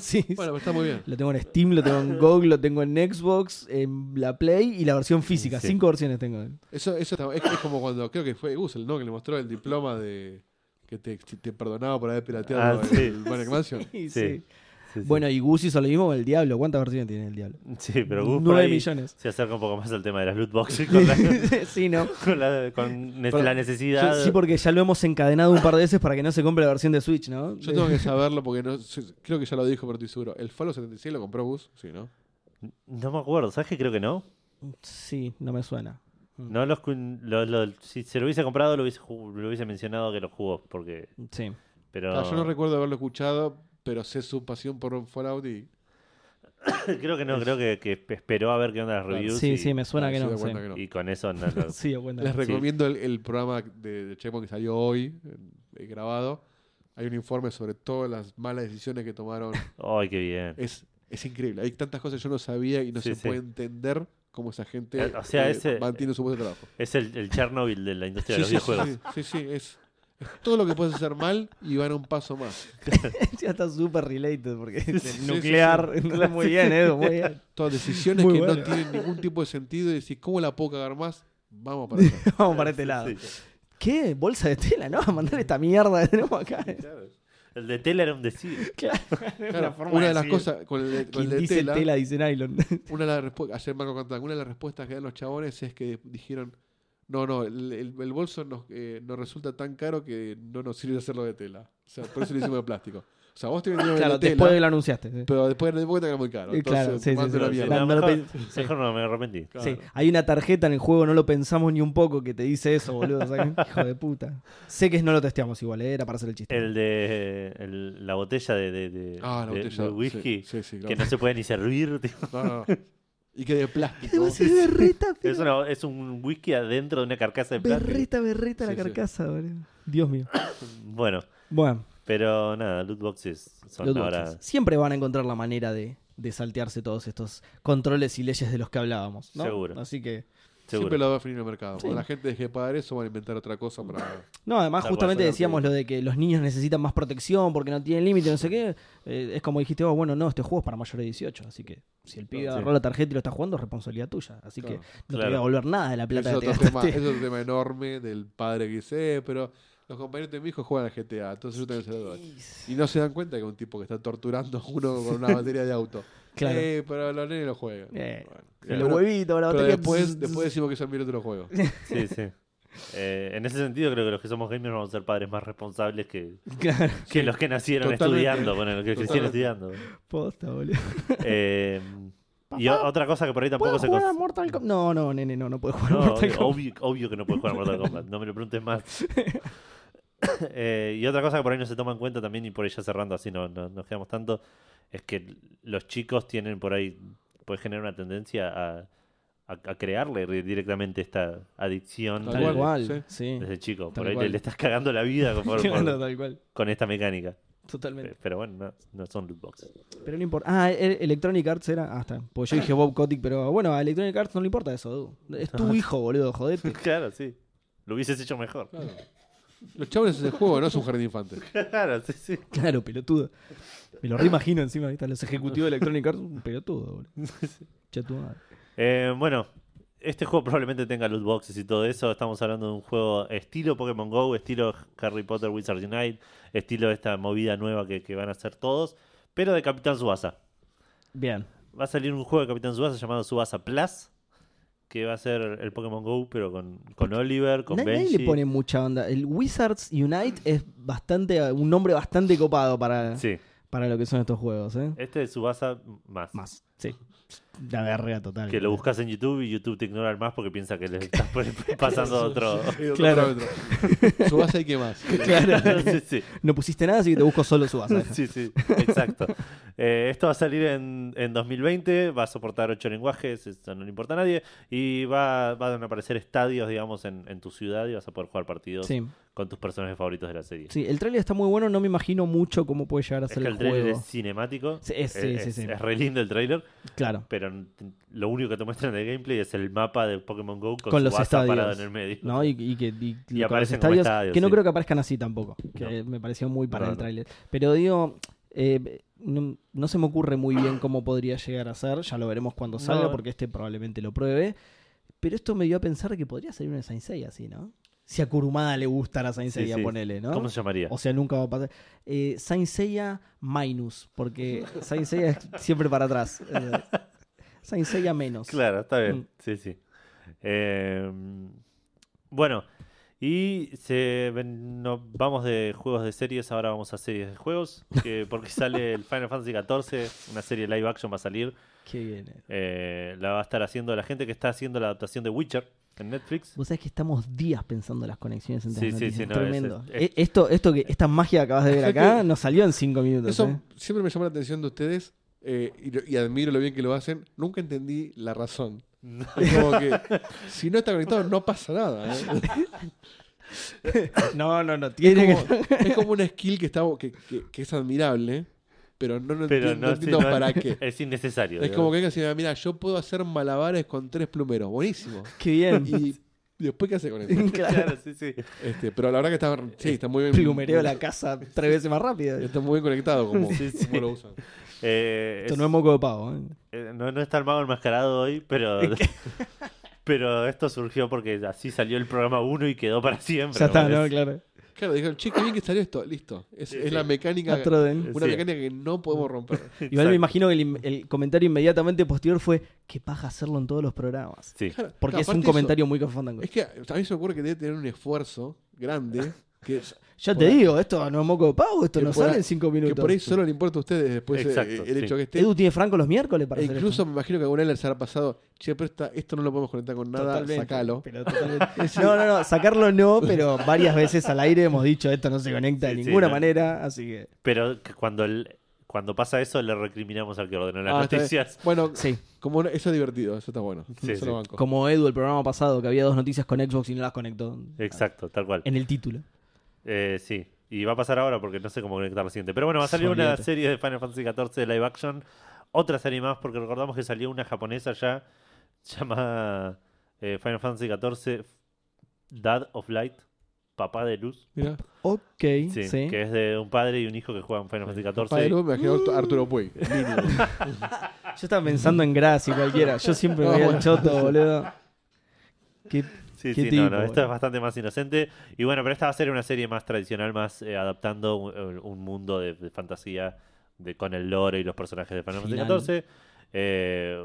sí. Bueno, pero está muy bien. Lo tengo en Steam, lo tengo en GOG, lo tengo en Xbox, en la Play y la versión física. Sí. Cinco versiones tengo. Eso, eso está- es, es como cuando creo que fue Gusel, ¿no? Que le mostró el diploma de que te, te perdonaba por haber pirateado Ah, el, sí. el Maniac Mansion. Sí, Sí, Sí, sí. Bueno, y Gus hizo lo mismo con el Diablo. ¿Cuántas versiones tiene el Diablo? [LAUGHS] Sí, pero Gus por Nueve ahí millones. se acerca un poco más al tema de las loot boxes [LAUGHS] con la, sí, ¿no? con la, con ne- Pero- la necesidad. Sí, porque ya lo hemos encadenado un par de veces para que no se compre la versión de Switch, ¿no? Yo tengo que saberlo porque no, sé- creo que ya lo dijo, pero estoy seguro. ¿El Fallout 76 lo compró Gus? Sí, ¿no? No me acuerdo, ¿sabes que creo que no? Sí, no me suena. Mm. No los, cu- lo- lo- si se lo hubiese comprado, lo hubiese, ju- lo hubiese mencionado que lo jugó, porque... Sí. Pero Ah, yo no recuerdo haberlo escuchado, pero sé su pasión por Fallout y [LAUGHS] creo que no, creo que, que esperó a ver qué onda las Claro. reviews. Sí, y, sí, me suena Ah, que se no. da sí. cuenta que no. y con eso no, [LAUGHS] no- Sí, de cuenta. Les Sí. recomiendo el, el programa de, de Checkpoint que salió hoy, eh, grabado. Hay un informe sobre todas las malas decisiones [LAUGHS] que tomaron. ¡Ay, qué bien! es, es increíble. Hay tantas cosas que yo no sabía y no Sí, se sí. puede entender cómo esa gente Eh, o sea, ese- mantiene su puesto de trabajo. Es el, el Chernobyl de la industria de los sí, videojuegos. sí, sí, sí, es, es todo lo que puedes hacer mal y van a un paso más. ya está súper related porque este, sí, sí. nuclear. [LAUGHS] muy bien, Edu, muy bien. [LAUGHS] Todas decisiones Muy que bueno. no tienen ningún tipo de sentido y decís, ¿cómo la puedo cagar más? [LAUGHS] Vamos para allá. Vamos para este lado. Sí. ¿Qué? ¿Bolsa de tela? No, [LAUGHS] a mandar esta mierda que tenemos acá. El de Tela era un decir. [LAUGHS] Claro, Claro, forma una de las decir. cosas con el de, con [LAUGHS] el Quien de dice tela, tela, dice [LAUGHS] nylon. Una de las respu- ayer Marco contaba, una de las respuestas que dan los chabones es que dijeron, no, no, el, el- el bolso nos, eh, nos resulta tan caro que no nos sirve hacerlo de tela. O sea, por eso lo hicimos de plástico. O sea, vos te vendieron claro, el de después tela, lo anunciaste. sí. pero después nos dimos cuenta que era muy caro. Eh, claro, Entonces, sí, sí, mande sí, una sí. mierda. No, No, no lo mejor, pensé. Sí. mejor no me arrepentí. Claro. Sí, hay una tarjeta en el juego, no lo pensamos ni un poco que te dice eso, boludo. o sea, [LAUGHS] que- hijo de puta. Sé que no lo testeamos igual, eh, era para hacer el chiste. El de el- la botella de, de, de- Ah, la de- botella. de whisky Sí, sí, sí, que claro. no se puede ni servir. [LAUGHS] tipo. No, no, no. Y que de Qué [LAUGHS] plástico. demasiado berreta, Es, una- es un whisky adentro de una carcasa de plástico. berreta, berreta la Sí, sí. carcasa, boludo. Dios mío. Bueno, Bueno, pero nada, loot boxes son los ahora. dulces. siempre van a encontrar la manera de, de saltearse todos estos controles y leyes de los que hablábamos. ¿no? Seguro. Así que. Seguro. Siempre lo va a definir el mercado. Sí. Cuando la gente deje de pagar eso, van a inventar otra cosa para. No, además, Tal cual, justamente soy decíamos artista. lo de que los niños necesitan más protección porque no tienen límite, no sé qué. Eh, es como dijiste vos, bueno, no, este juego es para mayores de 18. Así que si el pibe Sí. agarró la tarjeta y lo está jugando, es responsabilidad tuya. Así Claro. que no te Claro. voy a devolver nada de la plata Ese que es te otro tema, gastaste. ese es un tema enorme del padre que dice, "Eh, pero los compañeros de mi hijo juegan al GTA, entonces yo tengo que hacer algo". Y no se dan cuenta que un tipo que está torturando a uno con una batería de auto. [LAUGHS] Claro. Eh, pero los nenes lo juegan. Eh, Bueno, Los pero- huevitos, la pero batería. después, después decimos que son mil [LAUGHS] otros juegos. Sí, sí. Eh, en ese sentido, creo que los que somos gamers vamos a ser padres más responsables que, Claro, que los que nacieron Totalmente. estudiando, bueno, los que crecieron estudiando. [LAUGHS] posta, boludo. Eh, y o- otra cosa que por ahí ¿Puedo tampoco se jugar cons- a Mortal Kombat? No, no, nene, no, no puedo jugar No, a Mortal Kombat. obvio, obvio que no puedes jugar a Mortal Kombat, no me lo [LAUGHS] preguntes más. [COUGHS] Eh, y otra cosa que por ahí no se toma en cuenta también, y por ahí ya cerrando así no, no- nos quedamos tanto, es que los chicos tienen por ahí, puede generar una tendencia a, a- a crearle re- directamente esta adicción Tal Tal desde, Igual, cual, sí. sí. desde chico. Tal Por ahí le, cual. le estás cagando la [LAUGHS] vida con, por- por- Claro, tal cual. con esta mecánica. Totalmente. Pe- Pero bueno, no, no son loot boxes. Pero no importa. Ah, e- Electronic Arts era. Ah, está. Pues yo dije Bob Kotick, pero bueno, a Electronic Arts no le importa eso, dude. Es tu hijo, boludo, [LAUGHS] jodete. Claro, sí. Lo hubieses hecho mejor. Claro. Los chavales es el juego, no es un jardín infante. Claro, sí, sí. Claro, pelotudo. Me lo reimagino encima, ¿viste? Los ejecutivos de Electronic Arts, un pelotudo, [LAUGHS] boludo. Che, tu madre. Eh, bueno, este juego probablemente tenga loot boxes y todo eso. Estamos hablando de un juego estilo Pokémon Go, estilo Harry Potter Wizards Unite, estilo esta movida nueva que, que van a hacer todos, pero de Capitán Subasa. Bien. Va a salir un juego de Capitán Subasa llamado Subasa Plus, que va a ser el Pokémon Go, pero con, con Oliver, con Nad- Nadie Benji. le pone mucha onda. El Wizards Unite es bastante un nombre bastante copado para, Sí, para lo que son estos juegos, ¿eh? este es Subasa más. Más, sí. La verga total. Que lo buscas en YouTube y YouTube te ignora al más porque piensa [LAUGHS] que le estás [LAUGHS] pasando a otro. [LAUGHS] Claro. Su base hay que más. Claro. [LAUGHS] sí, sí. No pusiste nada, así que te busco solo su base. [LAUGHS] Sí, sí, exacto. Eh, esto va a salir en, en 2020, va a soportar ocho lenguajes, eso no le importa a nadie, y va, van a aparecer estadios, digamos, en, en tu ciudad y vas a poder jugar partidos Sí. con tus personajes favoritos de la serie. Sí, el tráiler está muy bueno, no me imagino mucho cómo puede llegar a Es ser que el, el trailer juego. es cinemático, Sí, Eh, es- sí, es, sí, sí. es re lindo el trailer, Claro. pero n- lo único que te muestran de gameplay es el mapa de Pokémon GO con, Con su los Subasa estadios. parado en el medio. ¿No? Y, y que y con los aparecen como estadios, que no sí. creo que aparezcan así tampoco. Que me pareció muy para No, el no. tráiler. Pero digo, eh, no, no se me ocurre muy bien cómo podría llegar a ser. Ya lo veremos cuando No. salga, porque este probablemente lo pruebe. Pero esto me dio a pensar que podría salir una Saint Seiya así, ¿no? Si a Kurumada le gusta la Saint Sí, Seiya, sí. ponele, ¿no? ¿Cómo se llamaría? O sea, nunca va a pasar. Eh, Saint Seiya minus, porque Saint Seiya es siempre para atrás. Eh, Saint Seiya menos. Claro, está bien. Mm. Sí, sí. Eh, bueno, y se, ven- no- vamos de juegos de series, ahora vamos a series de juegos, que- porque sale el Final Fantasy XIV, una serie live action va a salir, Qué bien. eh. eh, la va a estar haciendo la gente que está haciendo la adaptación de Witcher en Netflix. Vos sabés que estamos días pensando las conexiones entre Sí, las sí, noticias. sí, no, es- Tremendo. es- Eh, esto, esto que, esta magia que acabas de ver acá nos salió en cinco minutos. eh. Eso siempre me llamó la atención de ustedes eh, y, lo- y admiro lo bien que lo hacen. Nunca entendí la razón. Es como que si no está conectado no pasa nada. ¿eh? [LAUGHS] No, no, no. Es ¿eh? Tiene que- como, es como una skill que, está, que, que- que es admirable, pero no, lo Pero entiendo, no no, sí, entiendo no, para qué. [LAUGHS] Es innecesario. Es digamos. como que hay que decir, mira, yo puedo hacer malabares con tres plumeros. Buenísimo. [LAUGHS] Qué bien. [LAUGHS] Y después, ¿qué hace con eso? [LAUGHS] Claro, sí, sí. Este, pero la verdad que está, sí, está muy bien. Plumereo la casa tres veces más rápido. [LAUGHS] Está muy bien conectado como, Sí, sí. como lo usan. Eh, Esto es- no es moco de pavo. eh. Eh, No, no está el mago enmascarado hoy, [LAUGHS] pero. [LAUGHS] pero esto surgió porque así salió el programa 1 y quedó para siempre. Ya está, ¿no? ¿no? Es- Claro. Claro, dijeron, che, qué bien que salió esto. Listo. Es, Sí, es sí. la mecánica. [LAUGHS] Atroden. Una Sí. mecánica que no [LAUGHS] podemos romper. Igual me Exacto. imagino que el, im- el comentario inmediatamente posterior fue: Qué paja hacerlo en todos los programas. Sí. Claro, Porque es aparte un eso, comentario muy confundango. es que a mí se me ocurre que debe tener un esfuerzo grande. Que, Ya te por ahí- digo, esto no es moco de pavo, esto que no por sale ahí- en cinco [LAUGHS] que minutos. por ahí solo le importa a ustedes después eh, Exacto, el sí. hecho que esté. Edu tiene Franco los miércoles para E hacer incluso esto. me imagino que alguna vez les habrá pasado, che, pero esta- esto no lo podemos conectar con nada, Totalmente, sacalo. pero totalmente. [LAUGHS] No, no, no, sacarlo no, pero varias veces al aire hemos dicho esto no se conecta de Sí, sí, ninguna no. manera, así que Pero que cuando el- cuando pasa eso, le recriminamos al que ordenó las Ah, está bien. noticias. Bueno, sí. como una- eso es divertido, eso está bueno. Sí, Eso lo sí. banco. Como Edu el programa pasado que había dos noticias con Xbox y no las conectó. Exacto, tal cual. Ah. En el título. Eh, sí. Y va a pasar ahora porque no sé cómo conectar la siguiente. Pero bueno, va a salir una Olvídate. serie de Final Fantasy XIV de live action. otra serie más, porque recordamos que salió una japonesa ya llamada eh, Final Fantasy XIV Dad of Light, Papá de Luz, Mira, Ok, sí, sí. que es de un padre y un hijo que juegan Final Fantasy XIV. Padre Luz, me imagino Mm. a Arturo Puig. [LAUGHS] mínimo. Yo estaba pensando en Graci cualquiera. Yo siempre veía el choto, boludo. [LAUGHS] Qué- Sí, ¿Qué sí, no, tipo, no, boludo? esta es bastante más inocente. Y bueno, pero esta va a ser una serie más tradicional, más eh, adaptando un, eh, un mundo de, de fantasía de, con el lore y los personajes de Final Final. Fantasy XIV. eh,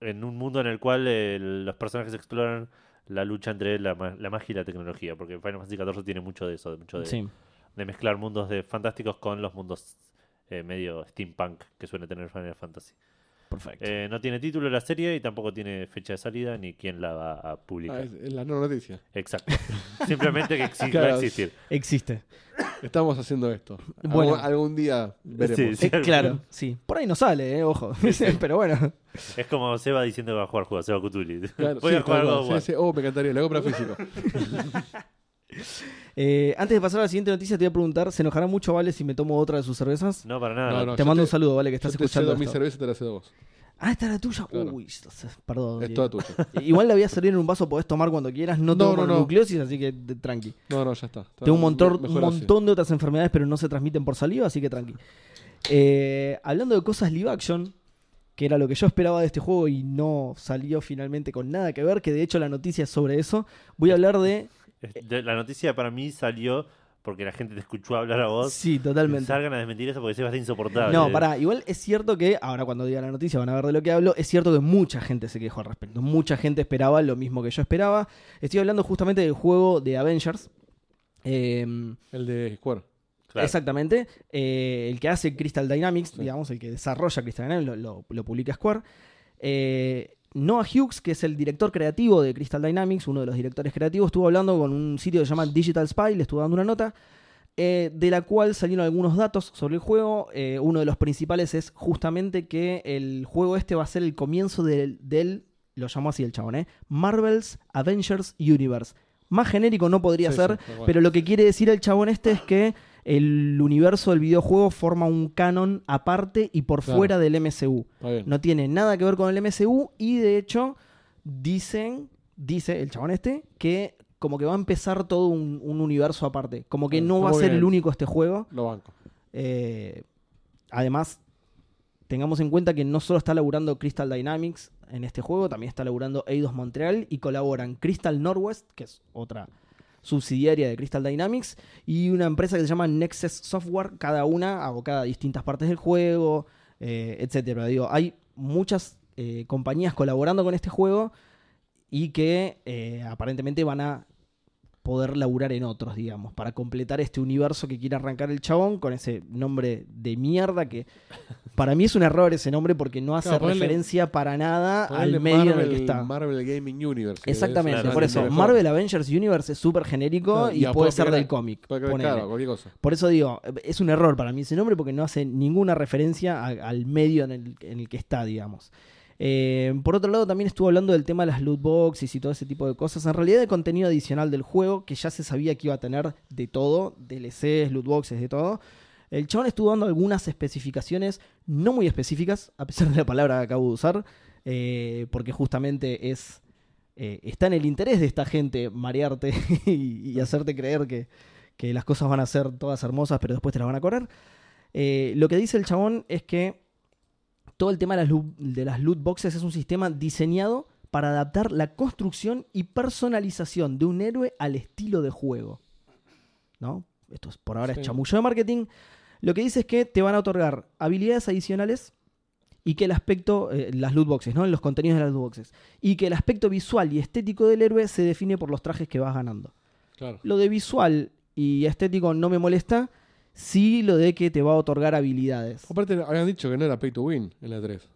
en un mundo en el cual eh, los personajes exploran la lucha entre la, ma- la magia y la tecnología, porque Final Fantasy XIV tiene mucho de eso, de mucho de, Sí. de mezclar mundos de fantásticos con los mundos eh, medio steampunk que suele tener Final Fantasy. Perfecto. Eh, no tiene título la serie y tampoco tiene fecha de salida ni quién la va a publicar. Ah, es- es la no noticia. [LAUGHS] Exacto. Simplemente que exi- va Claro. a existir. Existe. Estamos haciendo esto. Algún- Bueno. Algún, día veremos. Sí, Eh, claro, sí. Por ahí no sale, eh, ojo. [LAUGHS] Pero bueno. Es como Seba diciendo que va a jugar juegos, Seba Cutuli. [LAUGHS] Claro, Voy sí, a jugar tal God cual. of War. Sí, sí. Oh, me encantaría. La [LAUGHS] compra físico. Eh, antes de pasar a la siguiente noticia, te voy a preguntar: ¿se enojará mucho, Vale, si me tomo otra de sus cervezas? No, para nada. No, no, te yo mando te- un saludo, Vale, que estás Yo te escuchando. cedo mi esto. cerveza y te la cedo vos. Ah, esta era tuya. Claro. Uy, s- perdón. Es Diego. toda tuya. Igual la voy a servir en un vaso, podés tomar cuando quieras. No No, tengo no, no. mononucleosis, así que de- tranqui. No, no, ya está. Está Tengo un montón, mejor un así. montón de otras enfermedades, pero no se transmiten por saliva, así que tranqui. Eh, hablando de cosas live action, que era lo que yo esperaba de este juego y no salió finalmente con nada que ver, que de hecho la noticia es sobre eso, voy a hablar de... De- La noticia para mí salió porque la gente te escuchó hablar a vos. Sí, totalmente. Salgan a desmentir eso porque Seba está insoportable. No, pará, igual es cierto que, ahora cuando diga la noticia van a ver de lo que hablo, es cierto que mucha gente se quejó al respecto, mucha gente esperaba lo mismo que yo esperaba. Estoy hablando justamente del juego de Avengers. Eh, El de Square. Claro. Exactamente. Eh, el que hace Crystal Dynamics, Sí. digamos, el que desarrolla Crystal Dynamics, lo, lo- lo publica Square. Eh, Noah Hughes, que es el director creativo de Crystal Dynamics, uno de los directores creativos, estuvo hablando con un sitio que se llama Digital Spy, le estuvo dando una nota, eh, de la cual salieron algunos datos sobre el juego. Eh, uno de los principales es justamente que el juego este va a ser el comienzo del, del- lo llamó así el chabón, ¿eh? Marvel's Avengers Universe. Más genérico no podría Sí, ser, sí, tal cual. pero lo que quiere decir el chabón este es que el universo del videojuego forma un canon aparte y por Claro. fuera del MCU. Está bien. No tiene nada que ver con el MCU y de hecho dicen, dice el chabón este, que como que va a empezar todo un, un universo aparte. Como que Claro, no está va a muy ser bien. el único este juego. Lo banco. Eh, además, tengamos en cuenta que no solo está laburando Crystal Dynamics en este juego, también está laburando Eidos Montreal y colaboran Crystal Northwest, que es otra subsidiaria de Crystal Dynamics, y una empresa que se llama Nexus Software, cada una abocada a distintas partes del juego, eh, etcétera. Digo, hay muchas eh, compañías colaborando con este juego y que eh, aparentemente van a poder laburar en otros, digamos, para completar este universo que quiere arrancar el chabón con ese nombre de mierda que para mí es un error ese nombre porque no hace Claro, ponele- referencia para nada Ponele al medio en el Marvel- que está. Marvel Gaming Universe. que Exactamente, debe ser por la eso mejor. Marvel Avengers Universe es súper genérico Claro, y, y puede puedo ser pegar- del cómic. Puede- ponele. Claro, cualquier cosa. Por eso digo, es un error para mí ese nombre porque no hace ninguna referencia a- al medio en el, en el que está, digamos. Eh, por otro lado, también estuvo hablando del tema de las loot boxes y todo ese tipo de cosas. En realidad, el contenido adicional del juego, que ya se sabía que iba a tener de todo, DLCs, loot boxes, de todo. El chabón estuvo dando algunas especificaciones no muy específicas, a pesar de la palabra que acabo de usar, eh, porque justamente es eh, está en el interés de esta gente marearte [LAUGHS] y, y hacerte creer que, que las cosas van a ser todas hermosas, pero después te las van a correr. Eh, lo que dice el chabón es que todo el tema de las, lu- de las loot boxes es un sistema diseñado para adaptar la construcción y personalización de un héroe al estilo de juego. ¿No? Esto es- por ahora Sí. es chamullo de marketing. Lo que dice es que te van a otorgar habilidades adicionales y que el aspecto, eh, las loot boxes, ¿no? Los contenidos de las loot boxes. Y que el aspecto visual y estético del héroe se define por los trajes que vas ganando. Claro. Lo de visual y estético no me molesta, sí lo de que te va a otorgar habilidades. Aparte, habían dicho que no era pay to win en la 3.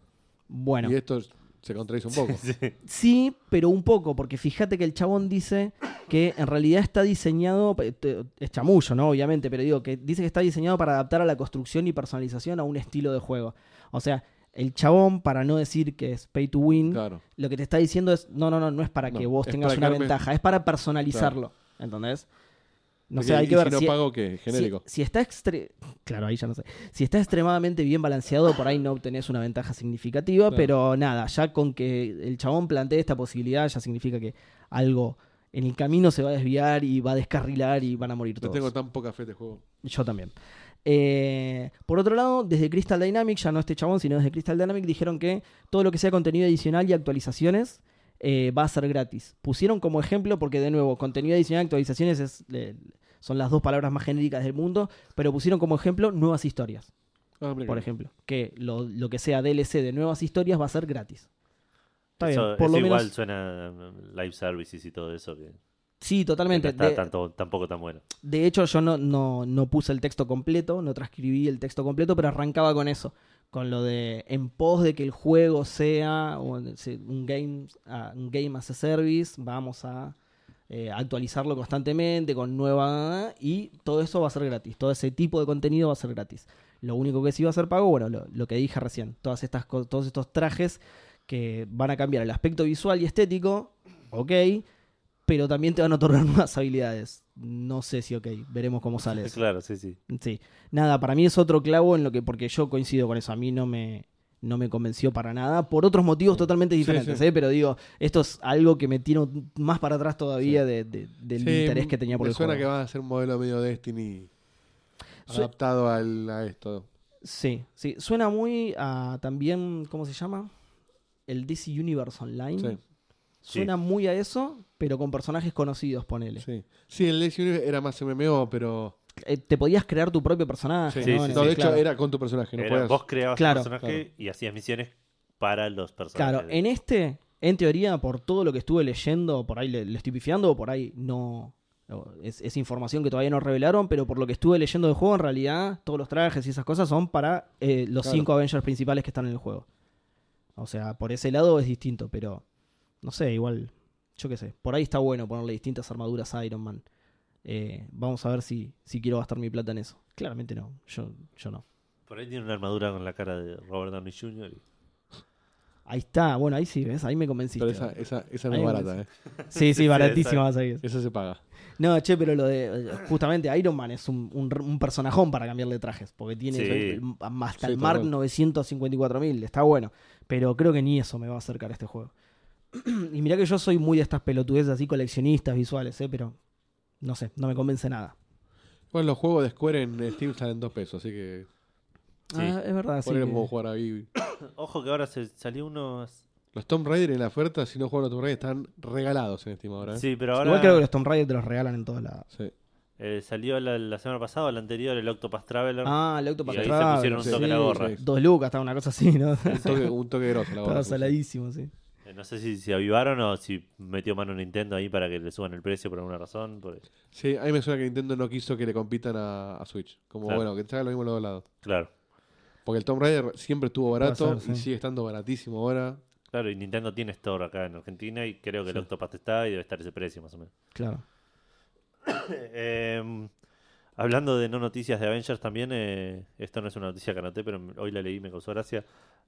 Bueno, Y esto se contradice un [LAUGHS] poco. [LAUGHS] sí, pero un poco, porque fíjate que el chabón dice que en realidad está diseñado, te- es chamullo, ¿no? Obviamente, pero digo que dice que está diseñado para adaptar a la construcción y personalización a un estilo de juego. O sea, el chabón, para no decir que es pay to win, Claro. lo que te está diciendo es, no, no, no, no es para No, que vos es tengas para una que armes- ventaja, es para personalizarlo, ¿entendés? No Porque, sé, hay ¿y que ver si no si, pago, si- ¿qué? Genérico. si está extre- claro, ahí ya no sé. Si está extremadamente bien balanceado, por ahí no obtenés una ventaja significativa, Claro. pero nada, ya con que el chabón plantee esta posibilidad, ya significa que algo en el camino se va a desviar y va a descarrilar y van a morir No todos. tengo tan poca fe de juego. Yo también. Eh, por otro lado, desde Crystal Dynamics, ya no este chabón, sino desde Crystal Dynamics, dijeron que todo lo que sea contenido adicional y actualizaciones eh, va a ser gratis. Pusieron como ejemplo, porque de nuevo, contenido adicional y actualizaciones es, eh, son las dos palabras más genéricas del mundo, pero pusieron como ejemplo nuevas historias, Ah, mira por que- ejemplo. Que lo, lo que sea DLC de nuevas historias va a ser gratis. Está bien, Eso, por eso lo igual menos. suena a live services y todo eso. Que, que Sí, no totalmente. está De- tanto- tampoco tan bueno. De hecho, yo no, no, no puse el texto completo, no transcribí el texto completo, pero arrancaba con eso. Con lo de en pos de que el juego sea o en- se- un game, ah, un game as a service, vamos a eh, actualizarlo constantemente con nueva. Y todo eso va a ser gratis. Todo ese tipo de contenido va a ser gratis. Lo único que sí va a ser pago, bueno, lo, lo que dije recién. Todas estas, co- todos estos trajes que van a cambiar el aspecto visual y estético, ok pero también te van a otorgar [LAUGHS] nuevas habilidades. No sé si ok, veremos cómo [LAUGHS] sale eso. Claro, sí, sí. Sí. Nada, para mí es otro clavo en lo que, porque yo coincido con eso, a mí no me, no me convenció para nada, por otros motivos totalmente diferentes, sí. ¿eh? pero digo, esto es algo que me tira más para atrás todavía de- de- del Sí, mm, interés que tenía por me el suena juego. que va a ser un modelo medio Destiny Su- adaptado al, a esto. Sí, sí, suena muy a también, ¿cómo se llama? El DC Universe Online. Sí, Suena muy a eso, pero con personajes conocidos, ponele. sí. Sí, el Destiny era más MMO, pero... Eh, te podías crear tu propio personaje. Sí, sí, ¿no? En no, ese- de hecho claro. era con tu personaje, no Era- podías- vos creabas Claro. un personaje y hacías misiones para los personajes. Claro, en este, en teoría, por todo lo que estuve leyendo, por ahí le, le estoy pifiando, por ahí no. no, Es, es información que todavía no revelaron, pero por lo que estuve leyendo del juego, en realidad, todos los trajes y esas cosas son para eh, los Claro. cinco Avengers principales que están en el juego. O sea, por ese lado es distinto, pero. No sé, igual. Yo qué sé. Por ahí está bueno ponerle distintas armaduras a Iron Man. Eh, vamos a ver si, si quiero gastar mi plata en eso. Claramente no. Yo, yo no. Por ahí tiene una armadura con la cara de Robert Downey Jr. y- [LAUGHS] Ahí está. Bueno, ahí sí, ¿ves? Ahí me convenciste. Pero esa, esa, esa no Ahí es me barata, ¿eh? Sí, sí, Sí, baratísima exacto. va a salir. Esa se paga. No, che, pero lo de. Justamente Iron Man es un, un- un personajón para cambiarle trajes. Porque tiene Sí. el- el- hasta Sí, el tal Mark cual. 954.000. Está bueno. Pero creo que ni eso me va a acercar a este juego. [CLEARS THROAT] y mirá que yo soy muy de estas pelotudeces así, coleccionistas visuales, ¿eh? Pero. No sé, no me convence nada. Bueno, los juegos de Square en Steam salen dos pesos, así que... Sí. Ah, es verdad, sí. por ahí que- podemos jugar ahí. Ojo que ahora se salió uno. Los Tomb Raider en la oferta, si no juegan los Tomb Raider, están regalados en Steam ahora. ¿eh? Sí, pero ahora Igual creo que los Tomb Raider te los regalan en todos lados. Sí. eh, salió la, la semana pasada, o la anterior, el Octopath Traveler. Ah, el Octopath y ahí Traveler, se pusieron un sí. toque la gorra. sí. Dos lucas, estaba una cosa así, ¿no? Un toque, un toque grosso, [LAUGHS] la Estaba verdad. saladísimo, sí. Eh, No sé si se avivaron o si metió mano Nintendo ahí para que le suban el precio por alguna razón. porque- Sí, a mí me suena que Nintendo no quiso que le compitan a, a Switch. Como, Claro. bueno, que te hagan lo mismo en los dos lados. Claro, Porque el Tomb Raider siempre estuvo barato Puede ser, y sí. sigue estando baratísimo ahora. claro, y Nintendo tiene Store acá en Argentina y creo que el Sí. Octopath está y debe estar ese precio más o menos. Claro. Eh, hablando de no noticias de Avengers también, eh, esto no es una noticia que anoté, pero hoy la leí y me causó gracia.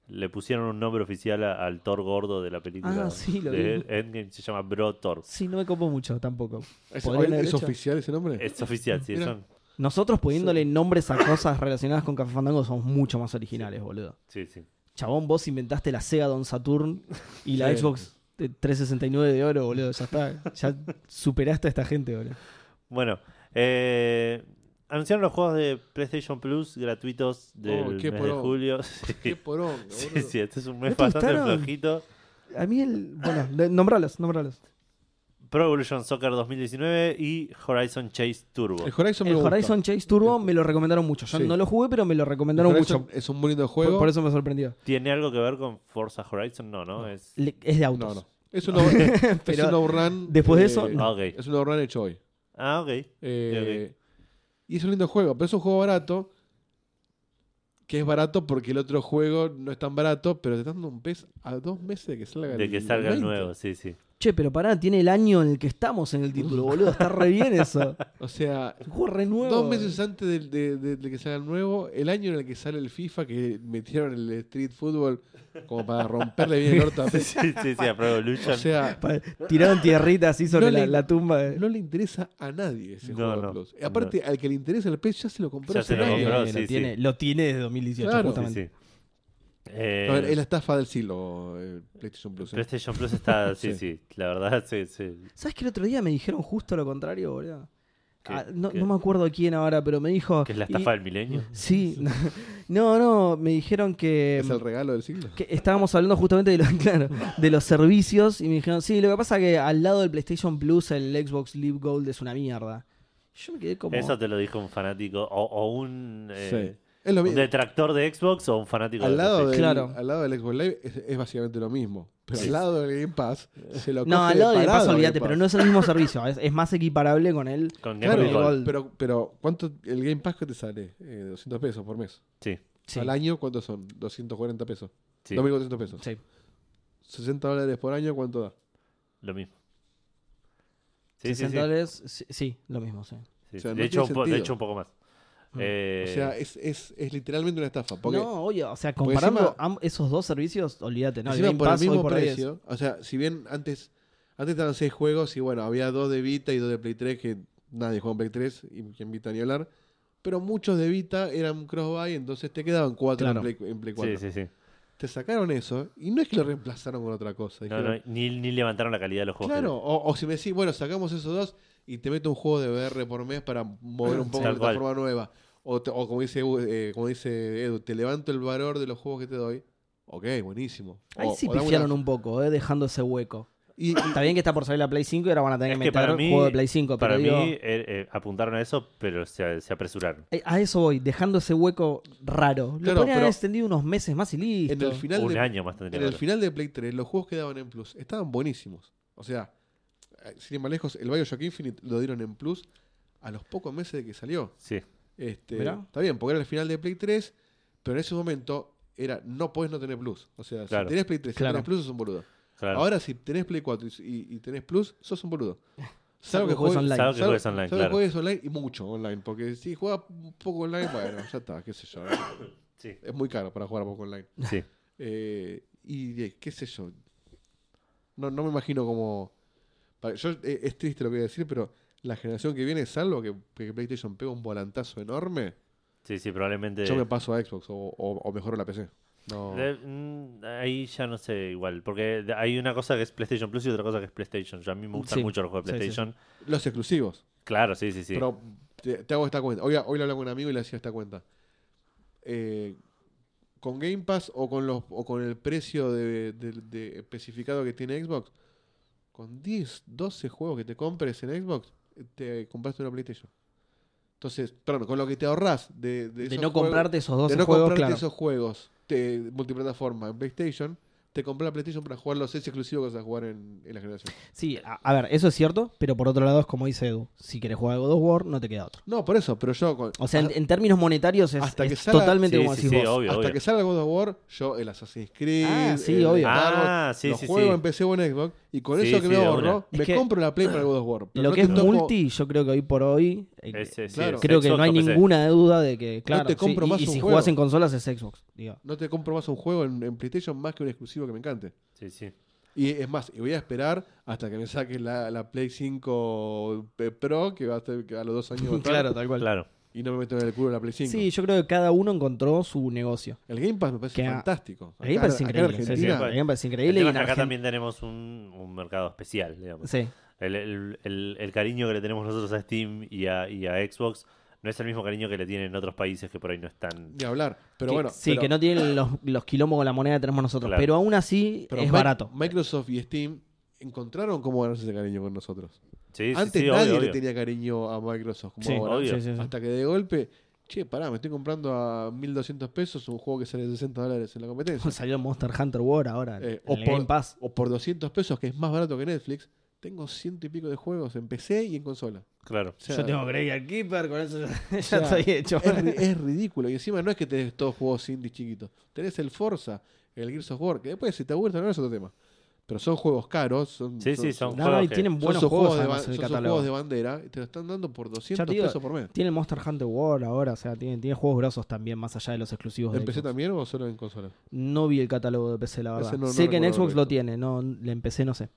Le pusieron un nombre oficial a- al Thor gordo de la película Ah, sí, lo de vi. Endgame, se llama Bro Thor. Sí, no me copo mucho tampoco. ¿Es, Podrían haber ¿es hecho. oficial ese nombre? Es oficial, [LAUGHS] sí, Mira. son- Nosotros poniéndole nombres a [COUGHS] cosas relacionadas con Café Fandango somos mucho más originales, boludo. sí, sí. Chabón, vos inventaste la Sega Don Saturn y la Sí. Xbox de 369 de oro, boludo. Ya está. Ya superaste a esta gente, boludo. Bueno, eh, anunciaron los juegos de PlayStation Plus gratuitos del Oh, qué mes de poronga. julio. [LAUGHS] Sí. Qué poronga, Sí, boludo. sí, este es un ¿No mes te bastante gustaron? flojito. A mí el. Bueno, de- nombralos, nombralos. Pro Evolution Soccer 2019 y Horizon Chase Turbo. El Horizon El me gusta. Horizon Chase Turbo me lo recomendaron mucho. Yo Sí. no lo jugué, pero me lo El recomendaron Horizon mucho. Es un muy lindo Por, juego. por eso me sorprendió. ¿Tiene algo que ver con Forza Horizon? No, no. Es... Le- es de No, autos. no. Es un, over- es [LAUGHS] Pero un overrun. después de eh, eso, no. Ah, ok. Es un overrun hecho hoy. Ah, ok. Eh, Y es un lindo juego, pero es un juego barato. Que es barato porque el otro juego no es tan barato, pero te están dando un pez a dos meses de que salga el De que salga el 20. [LAUGHS] nuevo, sí, sí. Che, pero pará, tiene el año en el que estamos en el título, boludo. Está re bien [LAUGHS] eso. O sea, Es un juego re nuevo. dos meses antes del- de, de- de que salga el nuevo, el año en el que sale el FIFA, que metieron el Street Football como para romperle bien el [LAUGHS] orto a Pep. sí, [LAUGHS] sí, sí, a Pro Evolution. [LAUGHS] O sea, Pa- Tiraron tierrita así sobre No le- la, la tumba. de- no le interesa a nadie ese No, juego de no. Plus. Aparte, al que le interesa el PES ya se lo compró. Ya hace se lo un año. compró. Bien, sí, lo, tiene, lo tiene desde 2018, Claro. Sí, justamente. sí. Eh, A ver, es la estafa del siglo, eh, PlayStation Plus. eh. PlayStation Plus [LAUGHS] está, sí, sí, la verdad, [LAUGHS] sí, sí. ¿Sabes que el otro día me dijeron justo lo contrario, boludo? ¿Qué? Ah, no, ¿Qué? no me acuerdo quién ahora, pero me dijo. Ah, Que es la y- estafa del milenio. [LAUGHS] Sí, [LAUGHS] no, no, me dijeron que. em, Es el regalo del siglo. que estábamos hablando justamente de los, [LAUGHS] claro, de los servicios y me dijeron, sí, lo que pasa es que al lado del PlayStation Plus el Xbox Live Gold es una mierda. Yo me quedé como... Eso te lo dijo un fanático o, o un, eh, Sí. Es lo un mismo. detractor de Xbox o un fanático Al de lado, del, PlayStation. Claro. al lado del Xbox Live es, es básicamente lo mismo. Pero Sí. al lado del Game Pass se lo No, coge al lado de Game parado Pass, el olvídate, pero Game Pass. no es el mismo servicio, es, es más equiparable con él. Con Game Claro, Boy Gold. Gold. pero, pero ¿cuánto el Game Pass que te sale? Eh, 200 pesos por mes. Sí, Sí, Al año, ¿cuánto son? 240 pesos. sí, 2.400 pesos. sí. 60 dólares por año, ¿cuánto da? lo mismo. Sí, sí, 60 sí. dólares, sí, sí, lo mismo, sí. Sí, O sea, de, no hecho, tiene un po- de sentido. hecho, un poco más. Mm. Eh, O sea, es, es, es literalmente una estafa. Porque no, oye, o sea, porque comparando encima- am- esos dos servicios, olvídate, no, el encima Game por el Pass hoy mismo por ahí es- precio, o sea, si bien antes antes estaban seis juegos y bueno, había dos de Vita y dos de Play 3 que nadie juega en Play 3 y que en Vita ni hablar, pero muchos de Vita eran cross-buy, entonces te quedaban cuatro Claro. en, Play, en Play 4. sí, sí, sí. Te sacaron eso ¿eh? y no es que lo reemplazaron con otra cosa. No, dijeron, no, ni, ni levantaron la calidad de los juegos. Claro, o, o si me decís, bueno, sacamos esos dos y te meto un juego de VR por mes para [CLEARS THROAT] mover un poco Tal la cual. plataforma nueva. O, te- o como, dice, Gu- eh, como dice Edu, te levanto el valor de los juegos que te doy. Ok, buenísimo. Ahí O- sí o dame una- pifiaron un poco, eh, dejando ese hueco. Y, y- Está bien que está por salir la Play 5 y ahora van a tener Es que que para meter un mí- juego de Play 5, pero Para mí digo- eh, eh, apuntaron a eso, pero se, se apresuraron. Eh, A eso voy, dejando ese hueco raro. Lo podrían Claro, haber pero- extendido unos meses más y listo. en el final Un de, año más tendría en que el haber. final de Play 3, los juegos que daban en Plus estaban buenísimos. O sea, eh, sin ir más lejos, el Bioshock Infinite lo dieron en Plus a los pocos meses de que salió. Sí, Este, Mirá. está bien, porque era el final de Play 3, pero en ese momento era no podés no tener Plus. O sea, Claro. si tenés Play 3 y Claro. tenés Plus, sos un boludo. claro. Ahora, si tenés Play 4 y- y, y tenés Plus, sos [LAUGHS] un boludo. Salvo que juegues online. Salvo que juegues online, salvo que claro. juegues online y mucho online, porque si juegas un poco online, bueno, ya está, qué sé yo. ¿eh? Sí, Es muy caro para jugar poco online. sí. Eh, y eh, qué sé yo. No, no me imagino como. pa- Yo, eh, es triste lo que voy a decir, pero la generación que viene, salvo que, que PlayStation pega un volantazo enorme, Sí, sí, probablemente. yo me paso a Xbox o, o- o mejoro la PC. No. Eh, mm, ahí ya no sé igual, porque de- hay una cosa que es PlayStation Plus y otra cosa que es PlayStation. Yo a mí me gustan Sí. mucho los juegos de Sí, sí, PlayStation. Los exclusivos. Claro, sí, sí, sí. Pero te, te hago esta cuenta. Hoy, hoy lo hablaba con un amigo y le hacía esta cuenta. Eh, con Game Pass o con, los, o con el precio de, de- de especificado que tiene Xbox, con 10, 12 juegos que te compres en Xbox, te compraste una PlayStation. Entonces, perdón, con lo que te ahorras de, de de esos no juegos- comprarte esos dos de no juegos, comprarte claro. esos juegos de multiplataforma en PlayStation, te compré la PlayStation para jugar los seis exclusivos que vas a jugar en, en la generación. Sí, a, a ver, eso es cierto, pero por otro lado es como dice Edu, si quieres jugar God of War, no te queda otro. No, por eso, pero yo. Con, O sea, en, en términos monetarios es, Hasta que es salga- totalmente Sí, como sí, decís sí, vos. obvio, Hasta obvio. que salga God of War, yo el Assassin's Creed. Ah, sí, el obvio. Star Wars, Ah, sí, los sí, juego sí. en PC o en Xbox. Y con Sí, eso que sí, me de ahorro, una. me Es que- compro la Play para God of War. pero Lo no que te es toco- multi, yo creo que hoy por hoy eh, Es- es- claro. es creo que Xbox no hay o PC. ninguna duda de que, claro, te sí, compro más y, y un si juego. jugás en consolas es Xbox, digo. No te compro más un juego en, en PlayStation más que un exclusivo que me encante. Sí, sí. Y es más, y voy a esperar hasta que me saque la, la Play 5 P- Pro, que va a estar que a los dos años. [LAUGHS] va a estar, tal Claro. Y no me meto en el culo la Play 5. Sí, yo creo que cada uno encontró su negocio. El Game Pass me parece Que a- fantástico. A mí me Acá- parece acá en increíble. sí, sí, Argentina, a mí me parece El increíble. y tema es que en acá Argen- también tenemos un, un mercado especial, digamos. Sí. El, el- el- el cariño que le tenemos nosotros a Steam y a, y a Xbox no es el mismo cariño que le tienen otros países que por ahí no están. ni hablar. Pero Que- bueno. sí, pero- que no tienen los, los quilombos con la moneda que tenemos nosotros. Claro. Pero aún así pero es Mi- barato. Microsoft y Steam encontraron cómo ganarse ese cariño con nosotros. Sí, sí, Antes sí, obvio, nadie le obvio. tenía cariño a Microsoft como Sí, ahora. obvio. Sí, sí, sí. Hasta que de golpe, che, pará, me estoy comprando a 1200 pesos un juego que sale 60 dólares en la [LAUGHS] competencia. Salió Monster Hunter War ahora. Eh, en el Game Pass. o por 200 pesos, que es más barato que Netflix, tengo ciento y pico de juegos en PC y en consola. Claro. O sea, yo tengo Grey al Keeper, con eso ya, [LAUGHS] ya sea, estoy hecho. es, ri- es ridículo. Y encima no es que tenés todos juegos indies chiquitos. Tenés el Forza, el Gears of War, que después si te aburres no es otro tema. Pero son juegos caros. Son, Sí, sí, [LAUGHS] son No, no, y que- son tienen buenos sus juegos, juegos, de, además, ba- en el son sus catálogo. juegos de bandera y te lo están dando por 200 digo, pesos por mes. Tiene Monster Hunter World ahora, o sea, tiene, tiene juegos grosos también, más allá de los exclusivos de ¿En PC Xbox. también o solo en consola? No vi el catálogo de PC, la Ese verdad. no- no sé que en recuerdo Xbox haber lo visto. tiene, no, le empecé, no sé.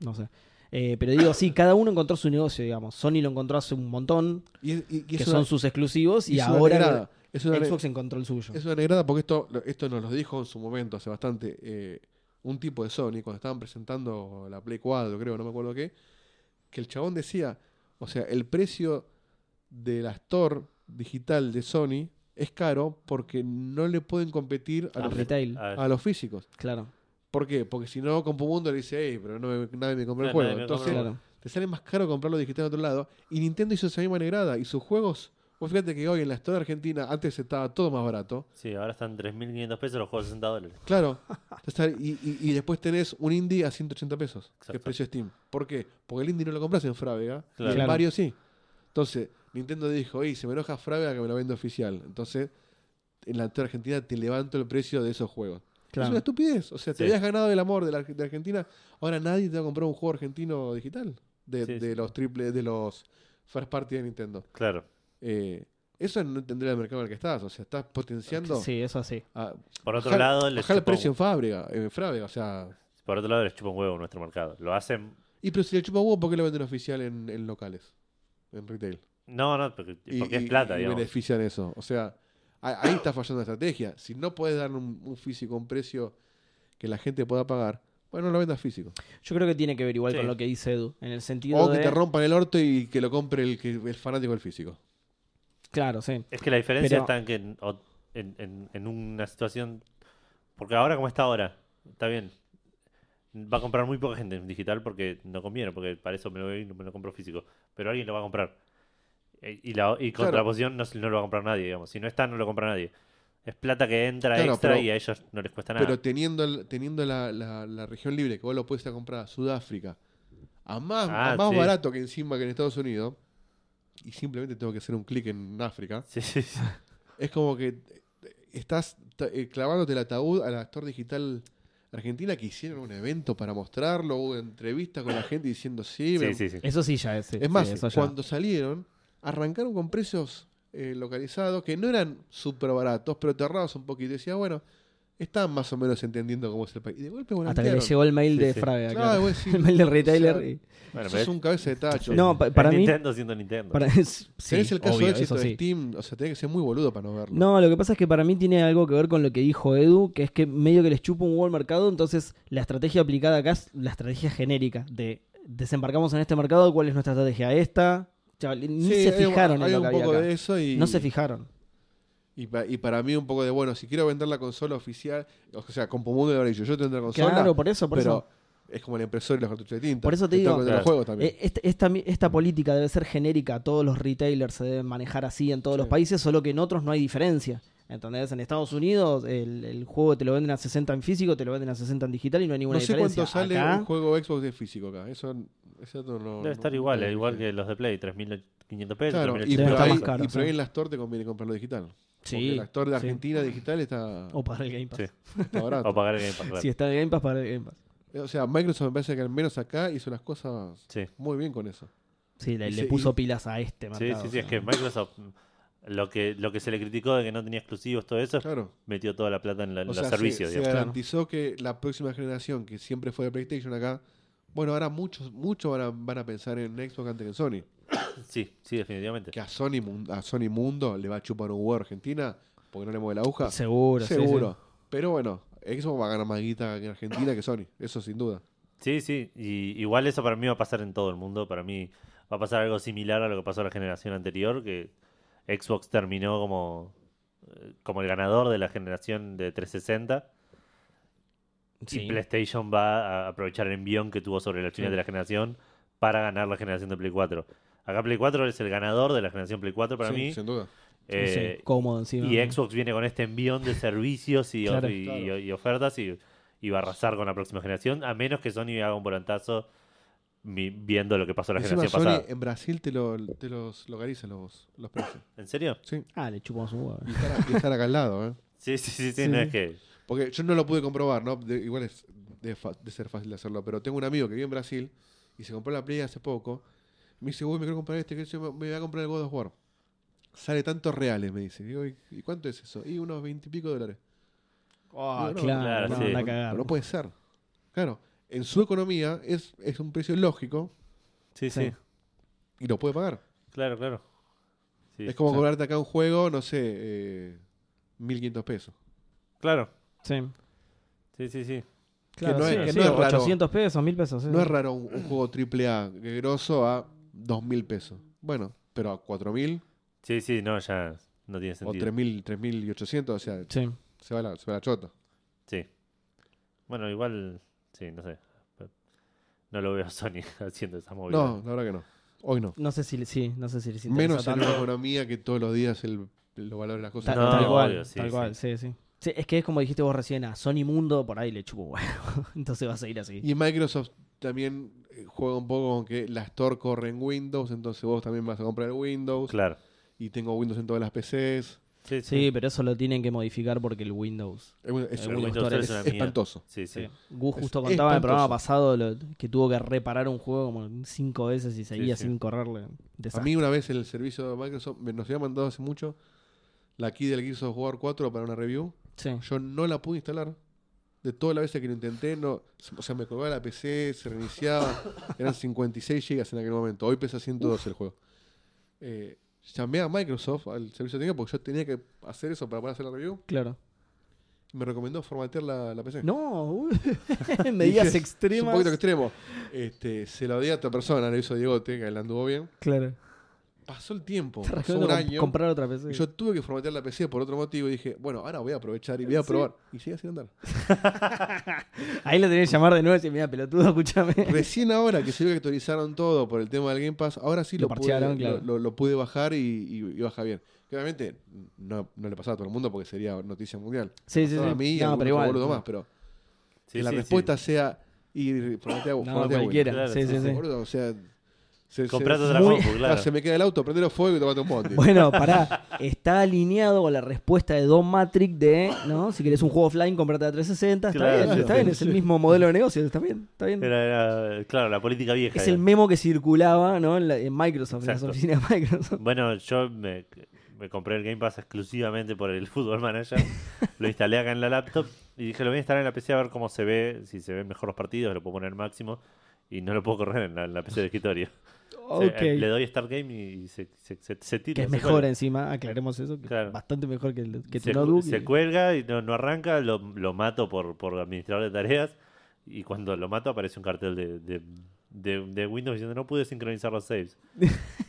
No sé. Eh, pero digo, sí, cada uno encontró su negocio, digamos. Sony lo encontró hace un montón, Y, es- y- y que es son una- sus exclusivos, y y es una ahora negrada. Es una, ne- Xbox encontró el suyo. es una negrada porque esto, lo- esto nos lo dijo en su momento, hace bastante, eh, un tipo de Sony, cuando estaban presentando la Play 4, creo, no me acuerdo qué, que el chabón decía, o sea, el precio de la Store digital de Sony es caro porque no le pueden competir a Al los, retail, A ver, a los físicos. claro. ¿Por qué? Porque si no, Compumundo le dice, hey, pero no me- nadie me compró Claro, nadie el juego. me Entonces, compró el Claro. te sale más caro comprarlo digital en otro lado. Y Nintendo hizo esa misma negrada. Y sus juegos, vos fíjate que hoy en la historia argentina, antes estaba todo más barato. sí, ahora están 3.500 pesos los juegos de 60 dólares. Claro. Te sale- y, y- y después tenés un indie a 180 pesos, que es Exacto. precio Steam. ¿Por qué? Porque el indie no lo compras en Frávega. y el Claro. Mario sí. Entonces, Nintendo dijo, y se me enoja Frávega que me lo vende oficial. Entonces, en la historia argentina te levanto el precio de esos juegos. Es Claro. una estupidez. O sea, te Sí. habías ganado el amor de, la, de Argentina. Ahora nadie te va a comprar un juego argentino digital de, Sí, de sí. los triple, de los first party de Nintendo. Claro. Eh, eso no tendría el mercado en el que estás. O sea, estás potenciando. Sí, eso así. a- Por otro bajar- lado, les bajar el chupa un- precio en fábrica, en Frávega, o sea. por otro lado, les chupa un huevo nuestro mercado. Lo hacen. Y pero si le chupa huevo, ¿por qué lo venden oficial en, en locales? En retail. No, no, porque, Y- porque es y- plata, y digamos. benefician eso. O sea, a- ahí está fallando la estrategia. Si no puedes dar un, un físico un precio que la gente pueda pagar, bueno, no lo vendas físico. Yo creo que tiene que ver igual Sí. con lo que dice Edu, en el sentido O de... que te rompan el orto y que lo compre el, que, el fanático del físico. Claro, sí. Es que la diferencia Pero- está en que en, o- en- en- en una situación. Porque ahora, como está ahora, está bien. Va a comprar muy poca gente en digital porque no conviene, porque para eso me lo, doy y me lo compro físico. Pero alguien lo va a comprar. Eh, Y, la, y Claro. contraposición no, se- no lo va a comprar nadie, digamos. Si no está, no lo compra nadie. Es plata que entra Claro, extra pero- y a ellos no les cuesta nada. [LAUGHS] Pero teniendo, el- teniendo la, la- la región libre, que vos lo puedes ir a comprar a Sudáfrica, a más, a Ah, más sí. barato que encima que en Estados Unidos, y simplemente tengo que hacer un clic en África, Sí, sí, sí. es como que estás ta- eh, clavándote el ataúd al actor digital argentina que hicieron un evento para mostrarlo, hubo entrevistas con la gente diciendo Sí, sí, ven- sí, sí. Eso sí ya es. sí, Es más, sí, eso ya. cuando salieron, arrancaron con precios eh, localizados que no eran súper baratos, pero aterrados un poquito. Y decía, bueno, están más o menos entendiendo cómo es el país. Y de golpe, bueno, Hasta que le llegó el mail Sí, de sí. Frávega, Claro, claro. vos decís, [LAUGHS] el mail del retailer. o sea, y- Bueno, sos pero es- un cabeza de tacho. No, pa- para es mí- Nintendo siendo Nintendo. Para, [LAUGHS] es, sí, Tenés el caso obvio, de éxito eso de sí. Steam, o sea, tenés que ser muy boludo para no verlo. No, lo que pasa es que para mí tiene algo que ver con lo que dijo Edu, que es que medio que les chupa un huevo al mercado, entonces la estrategia aplicada acá es la estrategia genérica de desembarcamos en este mercado, ¿cuál es nuestra estrategia? Esta. Chaval, ni Sí, se hay un- fijaron hay en lo un que había poco acá. de eso y, No se fijaron. y, pa- y para mí un poco de, bueno, si quiero vender la consola oficial, o sea, con Pumundo de haber dicho, yo tendré la consola, Claro, por eso, por pero eso. es como el impresor y los cartuchos de tinta. Por eso te Te digo- tengo que vender los Claro. juegos también. Eh, Esta, esta, esta política debe ser genérica, todos los retailers se deben manejar así en todos Sí. los países, solo que en otros no hay diferencia. ¿Entendés? En Estados Unidos el, el juego te lo venden a 60 en físico, te lo venden a 60 en digital y no hay ninguna No sé diferencia. cuánto sale Acá, un juego Xbox de físico acá. Eso, eso no, no- Debe estar no- igual, eh, no- igual que los de Play, 3.500 pesos. Claro, y 3.800 Debe pero, estar ahí, más pesos. caro, y sí. pero ahí en las torres te conviene comprarlo digital. Porque sí. el actor de sí. Argentina [LAUGHS] digital está, O para el Game Pass. Sí. está barato. O pagar el Game Pass, claro. Si está el Game Pass, para el Game Pass. O sea, Microsoft me parece que al menos acá hizo las cosas Sí. muy bien con eso. Sí, le, Y le se- puso y- pilas a este Sí, mercado. sí, sí, es o que sea. Microsoft lo que lo que se le criticó de que no tenía exclusivos, todo eso, Claro. metió toda la plata en la- O los sea, se- servicios. se, digamos. garantizó que la próxima generación, que siempre fue de PlayStation acá, bueno, ahora muchos muchos van a, van a pensar en Xbox antes que en Sony. Sí, sí, definitivamente. Que a Sony, mun- a Sony Mundo le va a chupar un huevo a Argentina porque no le mueve la aguja. Seguro, sí, Seguro. Pero bueno, Xbox va a ganar más guita en Argentina que Sony. Eso sin duda. Sí, sí, y igual eso para mí va a pasar en todo el mundo. Para mí va a pasar algo similar a lo que pasó en la generación anterior, que Xbox terminó como, eh, como el ganador de la generación de 360. sí. Y PlayStation va a aprovechar el envión que tuvo sobre los chinos Sí. de la generación para ganar la generación de Play 4. Acá Play 4 es el ganador de la generación Play 4 para Sí, mí. Sin duda. Sí, Eh, cómodo encima. y Xbox viene con este envión de servicios y, Claro, y- claro. y ofertas y, y va a arrasar con la próxima generación, a menos que Sony haga un volantazo mi- viendo lo que pasó la Encima generación Sony pasada. en Brasil te, lo, te los localiza los, los precios. ¿En serio? Sí. Ah, le chupamos un huevo. Y estar, y estar acá al lado, ¿eh? Sí, sí, sí, sí, Sí, no sí. es que... Porque yo no lo pude comprobar, ¿no? De- igual es de, fa- de ser fácil de hacerlo, pero tengo un amigo que vive en Brasil y se compró la Play hace poco. Me dice, uy, me quiero comprar este, que se me me voy a comprar el God of War. Sale tantos reales, me dice. Digo, ¿y y cuánto es eso? Y unos veintipico dólares. Ah, no, claro, claro, no, sí. anda a Pero cagar. no puede ser. Claro, en su economía es, es un precio lógico Sí, Sí. sí, y lo puede pagar. Claro, claro. Sí, es como sí. cobrarte acá un juego, no sé, eh, 1.500 pesos. Claro. Sí. Sí, sí, sí. Claro, no sí, es- que sí, no es raro. 800 pesos, 1000 pesos. sí. No es raro un, un juego triple A grosso a 2.000 pesos. Bueno, pero a 4.000 Sí, sí, no, ya no tiene o sentido. 3.000, 3.800, o sea, Sí. se va la, se va la chota. Sí. Bueno, igual, sí, no sé. No lo veo a Sony [LAUGHS] haciendo esa movida. No, la verdad que no. Hoy no. No sé si, sí, no sé si les interesa Menos en tanto. una economía que todos los días el, los valores de las Ta- cosas. No, tal obvio, cual, sí, tal sí. cual, sí, sí. Sí, Es que es como dijiste vos recién, a Sony Mundo por ahí le chupo huevo. [LAUGHS] Entonces va a seguir así. Y Microsoft también eh, juega un poco con que la Store corre en Windows, entonces vos también vas a comprar el Windows. Claro. Y tengo Windows en todas las PCs. Sí, Sí, sí. pero eso lo tienen que modificar porque el Windows. Es, un- es El un- Windows es- Store es una es mierda. espantoso. Sí, sí. Sí. Gus justo Es contaba en el programa espantoso. pasado lo- que tuvo que reparar un juego como cinco veces y seguía sí. sin correrle. A Desastre. mí una vez el servicio de Microsoft me- nos había mandado hace mucho la key del Gears of War 4 para una review. Sí. Yo no la pude instalar. De todas las veces que lo intenté, no, o sea, me colgaba la PC, se reiniciaba. Eran 56 GB en aquel momento. Hoy pesa 112 el juego. Eh, llamé a Microsoft, al servicio técnico, porque yo tenía que hacer eso para poder hacer la review. Claro. Y me recomendó formatear la, la PC. No, [LAUGHS] uy, medidas Dije, Es un extremas. poquito extremo. Este, se lo di a otra persona, lo hizo Diego T, que la anduvo bien. Claro. Pasó el tiempo, Te pasó recomiendo Oh, un com- año. comprar otra PC. Y yo tuve que formatear la PC por otro motivo y dije, bueno, ahora voy a aprovechar y voy a Sí. probar. Y sigue sin andar. Ahí lo tenés que llamar de nuevo y decir, mira, pelotudo, [LAUGHS] escúchame. Recién ahora que se ve que actualizaron todo por el tema del Game Pass, ahora sí Lo lo, parchearon, pude, claro. lo, lo- lo pude bajar y, y- y baja bien. Que obviamente no, no le pasaba a todo el mundo porque sería noticia mundial. Sí, sí, sí. Pasaba a mí y a no, pero algún otro igual. boludo más, pero Sí, que la sí, sí. respuesta sea ir formatea vos, No, formatea vos. cualquiera. Claro, sí, sí, sí. Boludo, o sea, se, Comprate se- otra muy- compu, Ah, claro. [LAUGHS] se me queda el auto, prendelo fuego y tomate un Este. ponte. [LAUGHS] Bueno, pará. Está alineado con la respuesta de Don Matrix de, ¿no? Si querés un juego offline, comprate la 360. Está Claro, bien, sí, está sí, bien. Es el mismo modelo de negocio. Está bien, está bien. Era, era, claro, la política vieja. Es era. el memo que circulaba, ¿no? En, la- en Microsoft, en las Exacto. oficinas de Microsoft. Bueno, yo me, me compré el Game Pass exclusivamente por el [LAUGHS] [LAUGHS] Football Manager. lo instalé acá en la laptop y dije, lo voy a instalar en la PC a ver cómo se ve, si se ven mejor los partidos, lo puedo poner al máximo. Y no lo puedo correr en la, en la PC de escritorio. O sea, Ok. eh, [LAUGHS] le doy Start Game y se, se, se, se tira. que es se mejor cuelga. encima, aclaremos eso. Que Claro. es Bastante mejor que, el- que tu se, notebook. se y- cuelga y no, no arranca, lo, lo mato por, por administrador de tareas. Y cuando lo mato aparece un cartel de, de, de- de Windows diciendo no pude sincronizar los [LAUGHS] saves.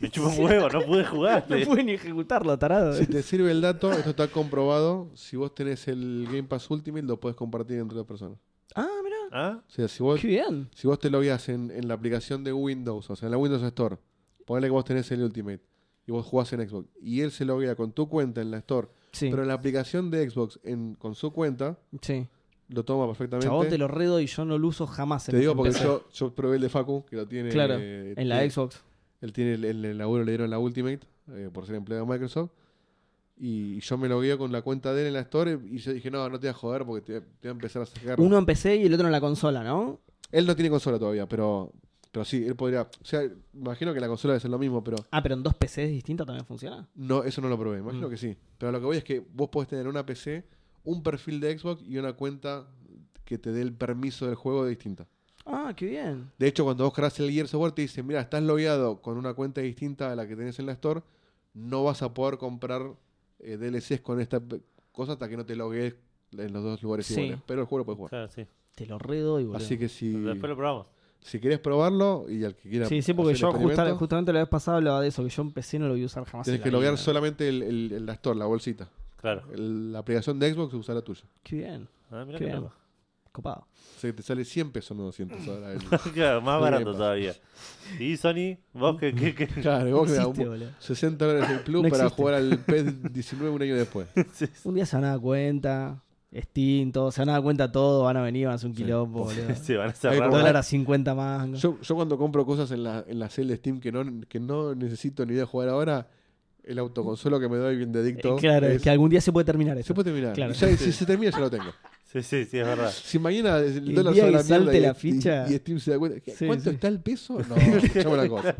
Me chupa un huevo, no pude jugar. No pude ni ejecutarlo, tarado. Si te sirve el dato, esto está comprobado. Si vos tenés el Game Pass Ultimate, lo puedes compartir entre dos personas. Ah, mirá. ¿Ah? O sea, si vos, Qué bien. si vos te logueás en, en la aplicación de Windows, o sea, en la Windows Store, ponele que vos tenés el Ultimate y vos jugás en Xbox, y él se loguea con tu cuenta en la Store, Sí, pero en la aplicación de Xbox en- con su cuenta, sí. lo toma perfectamente. Chabón, te lo redo y yo no lo uso jamás. Te en- digo en porque PC. yo, yo probé el de Facu, que lo tiene Claro, eh, En la tiene- Xbox. Él tiene el, el- el laburo, le dieron la Ultimate eh, por ser empleado de Microsoft. Y yo me logueo con la cuenta de él en la Store y yo dije, no, no te voy a joder porque te, te voy a empezar a eh, sacar. Uno en PC y el otro en la consola, ¿no? Él no tiene consola todavía, pero, pero sí, él podría... O sea, imagino que la consola debe ser lo mismo, pero Ah, pero en dos PCs distintas también funciona. no eso no lo probé. Imagino Mm. que sí. Pero lo que voy es que vos podés tener una PC, un perfil de Xbox y una cuenta que te dé el permiso del juego distinta. Ah, qué bien. De hecho, cuando vos creas el Gears of War, te dicen, mira, estás logueado con una cuenta distinta a la que tenés en la Store, no vas a poder comprar eh, DLCs con esta p- cosa hasta que no te loguees en los dos lugares Sí. iguales. Pero el juego lo puedes jugar. Claro, Ah, sí. Te lo redo y Así que si, Después lo probamos. si querés probarlo y al que quiera Sí, sí, porque hacer yo el justa- experimento, justamente la vez pasada hablaba de eso, que yo en PC no lo voy a usar jamás. tenés en que la vida. loguear solamente el, el- el- la Store, la bolsita. Claro. El- la aplicación de Xbox usa la tuya. Qué bien, Ah, mirá qué qué bien. loco. [LAUGHS] Copado. O sea que te sale 100 pesos, no 200 [LAUGHS] ahora. el- Claro, más Qué barato pues. bien. todavía. ¿Y Sony? ¿Vos qué? qué, qué? claro, vos que Existe, un- boludo. 60 dólares el club No para existe. [LAUGHS] jugar al PES 19 un año después. Un día se van a dar cuenta, Steam, todo, se van a dar cuenta todo, van a venir, van a hacer un [LAUGHS] Sí. quilombo, boludo. [LAUGHS] Se van a Ahí cerrar. probá. Dólar a 50 más. Yo, yo cuando compro cosas en la, en la sale de Steam que no, que no necesito ni idea de jugar ahora, el autoconsuelo que me doy bien de adicto. Eh, claro, es- que algún día se puede terminar eso. se puede terminar. Claro. Y ya- Si se termina, ya lo tengo. Sí, Sí, sí, sí, [LAUGHS] es verdad. Si mañana el, El dólar día sale que a la mierda salte y, la y- ficha- y Steam se da cuenta, ¿qué- Sí, ¿cuánto sí. está el [LAUGHS] peso? No, escuchame una cosa.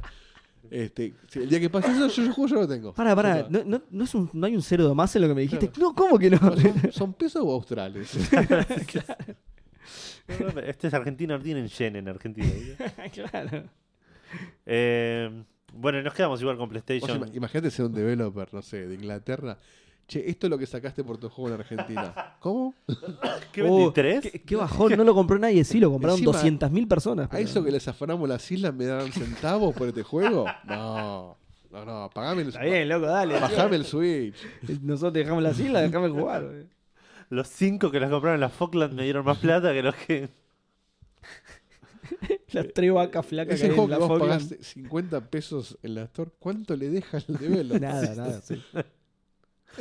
Este, si el día que pase eso, yo, yo juego, yo lo tengo. Para, para, Ya ¿no, no, no es un, no hay un cero de más en lo que me dijiste? No, ¿cómo que no? está. ¿Son, son pesos o australes? [LAUGHS] No, no, Este es argentino, no tienen yen en Argentina. ¿viste? [LAUGHS] claro. Eh, bueno, nos quedamos igual con Vos PlayStation. ima- imagínate ser un developer, no sé, de Inglaterra. Che, esto es lo que sacaste por tu juego en Argentina. ¿Cómo? ¿Qué Oh, vendí? ¿Tres? Qué, qué bajón, no lo compró nadie, sí, lo compraron Encima- 200.000 personas. ¿A pero- eso que les afanamos las islas me dan centavos por [LAUGHS] este juego? No, no, no, pagame el, Está bien, loco, dale. bajame el Switch. [LAUGHS] Nosotros te dejamos la isla, dejame jugar. güey. Los cinco que las compraron en la Falkland me dieron [LAUGHS] más plata que los que. [LAUGHS] Las tres vacas flacas Es que el hay en juego que la vos Falkland. pagaste 50 pesos en la Store. ¿Cuánto le deja al [LAUGHS] [LAUGHS] developer? Nada, nada. sí. Eh,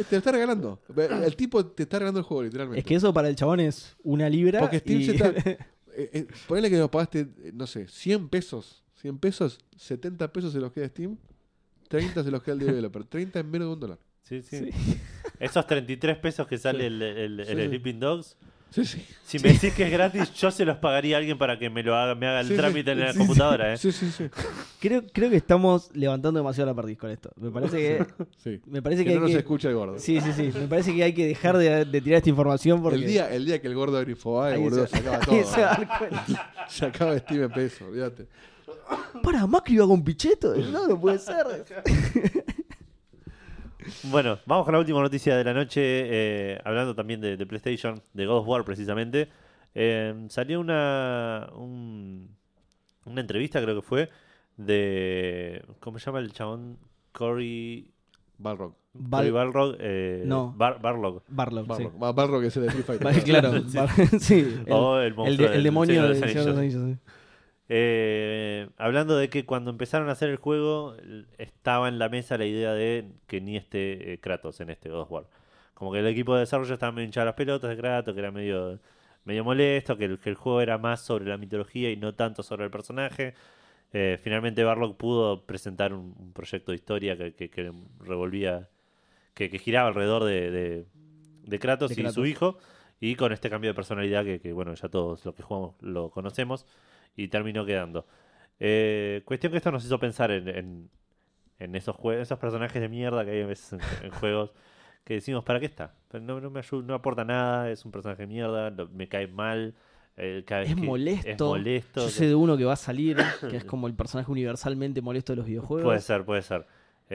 Te lo está regalando. El tipo te está regalando el juego, literalmente. Es que eso para el chabón es una libra. Porque Steam y- se está- Eh, eh, ponele que nos pagaste, eh, no sé, 100 pesos. 100 pesos, 70 pesos se los queda Steam, 30 se los queda el developer. 30 en menos de un dólar. Sí, sí. [LAUGHS] Sí. Esos 33 pesos que sale el, el- el Sí, sí. Sleeping Dogs. Sí, sí. Si me decís que es gratis, yo se los pagaría a alguien para que me lo haga, me haga el Sí, sí. trámite en la Sí, sí. [LAUGHS] computadora. ¿eh? Sí, sí, sí. Creo, creo que estamos levantando demasiado la perdiz con esto. Me parece que, [LAUGHS] Sí. me parece Que que, no nos hay que escucha el gordo. Sí, sí, sí. Me parece que hay que dejar de, de tirar esta información porque. el, día, el día que el gordo agrifoba, el ahí gordo se- sacaba [LAUGHS] ahí todo. se va a dar cuenta. [LAUGHS] Sacaba Steam en pesos, fíjate. Para, Macri va con [LAUGHS] picheto. No, no puede ser. Bueno, vamos con la última noticia de la noche. eh, hablando también de, de PlayStation, de God of War precisamente. Eh, salió una, un- una entrevista, creo que fue, de. ¿Cómo se llama el chabón? Cory. Balrog. Cory Bar- Balrog. eh, No. Bar- Barlog. Barlow, sí. Balrog. Más Balrog es el de Street Fighter. Bar- [LAUGHS] claro, Bar- sí. El, O el el monstruo de- el del demonio Señor del de los Señor de los Anillos, sí. Eh, hablando de que cuando empezaron a hacer el juego, l- estaba en la mesa la idea de que ni esté eh, Kratos en este God of War. Como que el equipo de desarrollo estaba medio hinchado a las pelotas de Kratos, que era medio, medio molesto, que el, que el juego era más sobre la mitología y no tanto sobre el personaje. Eh, finalmente Barlock pudo presentar un, un proyecto de historia que, que- que revolvía, que, que giraba alrededor de, de- de Kratos De y su Kratos. hijo. Y con este cambio de personalidad que, que, bueno, ya todos los que jugamos lo conocemos. Y terminó quedando. Eh, cuestión que esto nos hizo pensar en, en- en esos, jue- esos personajes de mierda que hay a veces [LAUGHS] en, en juegos que decimos, ¿para qué está? Pero No, no me ayu- no aporta nada, es un personaje de mierda, lo- me cae mal. eh, cada vez Es que- molesto. Es molesto. Yo que- sé de uno que va a salir, que es como el personaje universalmente molesto de los videojuegos. Puede ser, puede ser.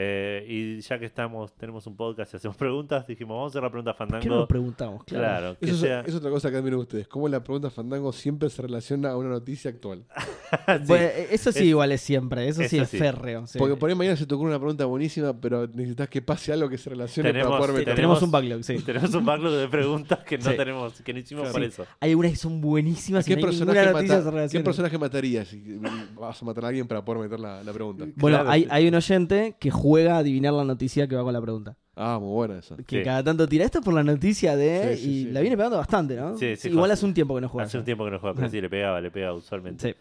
Eh, y ya que estamos, tenemos un podcast y hacemos preguntas, dijimos, vamos a hacer la pregunta a ¿Por qué no Fandango. nos preguntamos? Claro. claro, que Eso es, sea. es otra cosa que admiran ustedes. Cómo la pregunta Fandango siempre se relaciona a una noticia actual. Sí, Bueno, eh, eso sí, Es- igual es siempre. Eso, sí eso es sí. férreo. sí. Porque por ahí mañana se te ocurre una pregunta buenísima, pero necesitas que pase algo que se relacione Tenemos- para poder Sí, tenemos- meter. tenemos un backlog, sí. Tenemos un backlog de preguntas que no Sí. tenemos, que no hicimos Claro. por Sí. eso. Hay algunas que son buenísimas y ¿Qué no hay ninguna personaje, noticia mata- se ¿Qué relaciona. personaje matarías? Y- y Vas a matar a alguien para poder meter la, la pregunta. Bueno, Claro, hay, sí. hay un oyente que juega a adivinar la noticia que va con la pregunta. Ah, muy buena esa. Que Sí. cada tanto tira esto por la noticia de. Sí, sí, y sí. la viene pegando bastante, ¿no? Sí, sí, igual Jorge. hace un tiempo que no juega. Hace un tiempo que no juega, pero Ajá. sí, le pegaba, le pegaba usualmente. Sí.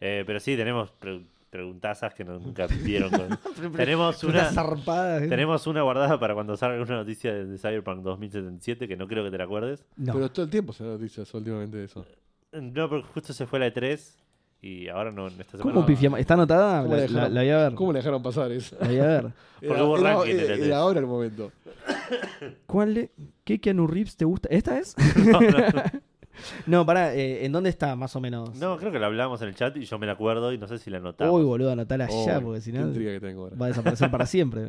Eh, pero sí, tenemos pre- preguntazas que [LAUGHS] no- nunca vieron. con- tenemos, Una una, [LAUGHS] zarpada. ¿eh? tenemos una guardada para cuando salga una noticia de, de Cyberpunk 2077, que no creo que te la acuerdes. No. Pero todo el tiempo se dan noticias últimamente de eso. No, porque justo se fue la E3 y ahora no, en esta semana. ¿Cómo no. pifiamos? ¿Está anotada? ¿Cómo la Ah, La, la- dejaron? la voy a ver. ¿Cómo le dejaron pasar eso? La voy a ver. Porque hubo era, ranking en era- el era E3. ahora el momento. ¿Cuál le- ¿Qué Keanu Reeves te gusta? ¿Esta es? No, no, no. [LAUGHS] No, pará, eh, ¿en dónde está más o menos? No, creo que la hablamos en el chat y yo me la acuerdo y no sé si la anotamos. Uy, boludo, anotala ya, Oh, porque si qué no intriga que tengo ahora. va a desaparecer para [LAUGHS] siempre.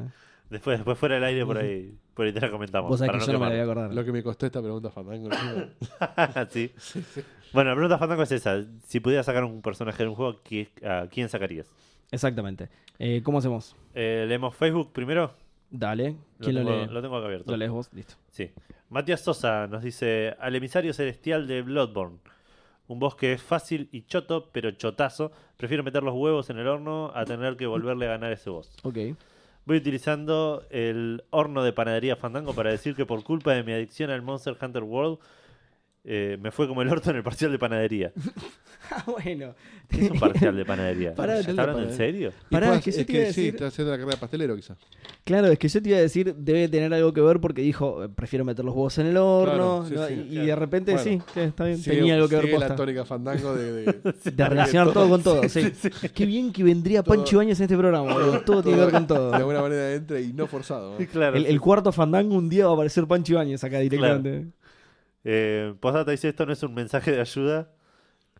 Después, después fuera del aire por ahí, por ahí te la comentamos. Vos sabés para que yo no me la voy a quemarla. acordar. Lo que me costó esta pregunta fandango. [LAUGHS] encima. [LAUGHS] Sí. Bueno, la pregunta fandango es esa. Si pudieras sacar un personaje de un juego, ¿a qui- ¿a quién sacarías? Exactamente. Eh, ¿Cómo hacemos? Eh, ¿Leemos Facebook primero? Dale. Lo ¿Quién lo, tengo, lee? lo Lo, tengo acá abierto. lees vos, listo. Sí. Matías Sosa nos dice: Al emisario celestial de Bloodborne. Un boss que es fácil y choto, pero chotazo. Prefiero meter los huevos en el horno a tener que volverle a ganar ese boss. Ok. Voy utilizando el horno de panadería Fandango para decir que por culpa de mi adicción al Monster Hunter World eh, me fue como el orto en el parcial de panadería. [LAUGHS] Ah, bueno. ¿Qué es un parcial de [LAUGHS] panadería? Pará, ¿Está pará, hablando en pará. serio? Y Pará, puedas- es que yo es te iba a que sí, decir- está haciendo la carrera de pastelero quizás. [LAUGHS] Claro, es que yo te iba a decir, debe tener algo que ver porque dijo, eh, prefiero meter los huevos en el horno. Claro, sí, ¿no? sí, y, y claro. de repente Bueno, sí, que está bien, tenía algo que ver sigue posta. la tónica fandango de, [LAUGHS] de- De relacionar todo con [LAUGHS] todo, sí. sí, Qué bien que vendría Todo- Pancho Áñez en este programa, boludo. Todo tiene que ver con De todo. alguna manera entra y no forzado. ¿no? Claro. El, el cuarto fandango un día va a aparecer Pancho Áñez acá directamente. Eh, Posdata dice: Esto no es un mensaje de ayuda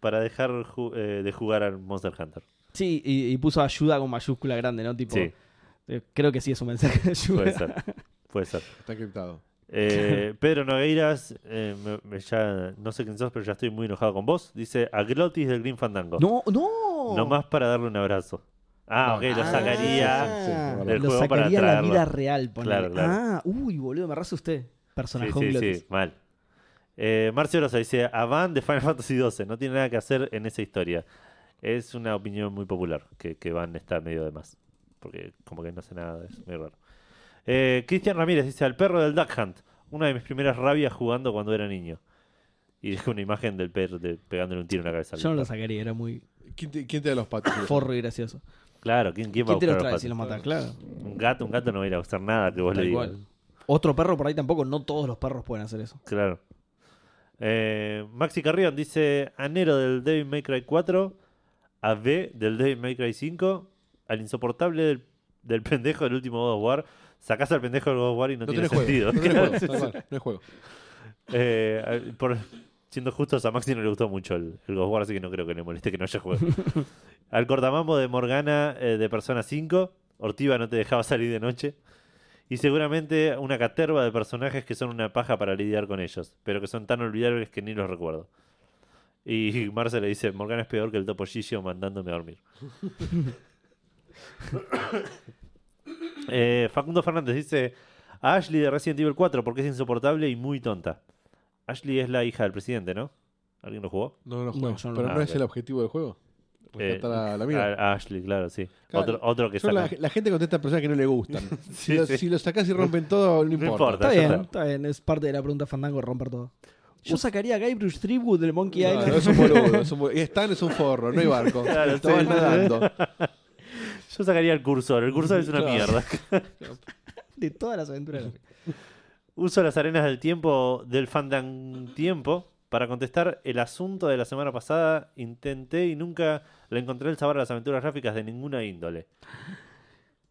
para dejar ju- eh, de jugar al Monster Hunter. Sí, y, y puso ayuda con mayúscula grande, ¿no? Tipo, Sí, eh, creo que sí es un mensaje de ayuda. puede ser. Puede ser. Está criptado. Eh, Pedro Nogueiras, eh, me- me ya, no sé quién sos, pero ya estoy muy enojado con vos. Dice: A Glotis del Green Fandango. No, no. No más para darle un abrazo. Ah, ok, No, lo ah, sacaría. sí, sí, sí, Ah, del lo juego sacaría a para la vida traerlo. real, ponele. Claro, claro. Ah, uy, boludo, me arrasa usted. Sí, Personajón sí, glotis. sí, mal. Eh, Marcio Rosa dice: Avan de Final Fantasy XII. No tiene nada que hacer en esa historia. Es una opinión muy popular que, que Van está medio de más. Porque como que no sé nada, es muy raro. Eh, Cristian Ramírez dice: Al perro del Duck Hunt. Una de mis primeras rabias jugando cuando era niño. Y dejó una imagen del perro de- pegándole un tiro en la cabeza. al Yo no lo perro. sacaría, era muy ¿Quién te, quién te da los patos? [LAUGHS] forro y gracioso. Claro, ¿quién, quién va a ¿Quién te buscar los los trae patos? si los mata? Claro. Un gato, un gato no va a ir a buscar nada que vos Tal le digas. cual. Otro perro por ahí tampoco, no todos los perros pueden hacer eso. Claro. Eh, Maxi Carrión dice: A Nero del Devil May Cry 4, a B del Devil May Cry 5, al insoportable del, del [LAUGHS] pendejo del último God of War. Sacás al pendejo del God of War y no, No tiene tenés juego. sentido. No [LAUGHS] tenés juego. tal cual, No es juego. Eh, a- por- siendo justos, a Maxi no le gustó mucho el, el God of War, así que no creo que le moleste que no haya jugado. Al cortamambo de Morgana eh, de Persona 5, Ortiva no te dejaba salir de noche. Y seguramente una caterva de personajes que son una paja para lidiar con ellos, pero que son tan olvidables que ni los recuerdo. Y Marce le dice, Morgana es peor que el Topo Gigio mandándome a dormir. Eh, Facundo Fernández dice, a Ashley de Resident Evil 4 porque es insoportable y muy tonta. Ashley es la hija del presidente, ¿no? ¿Alguien lo jugó? No, no, No, juego. yo no Pero lo- no Ah, es ok. el objetivo del juego. Rescatar Eh, a la mía. A- a Ashley, claro, sí. Claro. Otro, otro que Yo la, saca. la gente contesta a personas que no le gustan. si, [LAUGHS] lo, sí. si lo sacás y rompen todo, no importa. importa. Está ya bien, está. está bien, es parte de la pregunta fandango romper todo. Yo sacaría a Guybrush Tribute del Monkey No, Island. no, es un boludo. Es un boludo. Y Stan es un [LAUGHS] forro, no hay barco. Claro, Estaban sí. nadando. Yo sacaría el cursor. El cursor es una Claro. [LAUGHS] mierda. De todas las aventuras. Uso las arenas del tiempo del fandan tiempo para contestar el asunto de la semana pasada. Intenté y nunca le encontré el sabor a las aventuras gráficas de ninguna índole.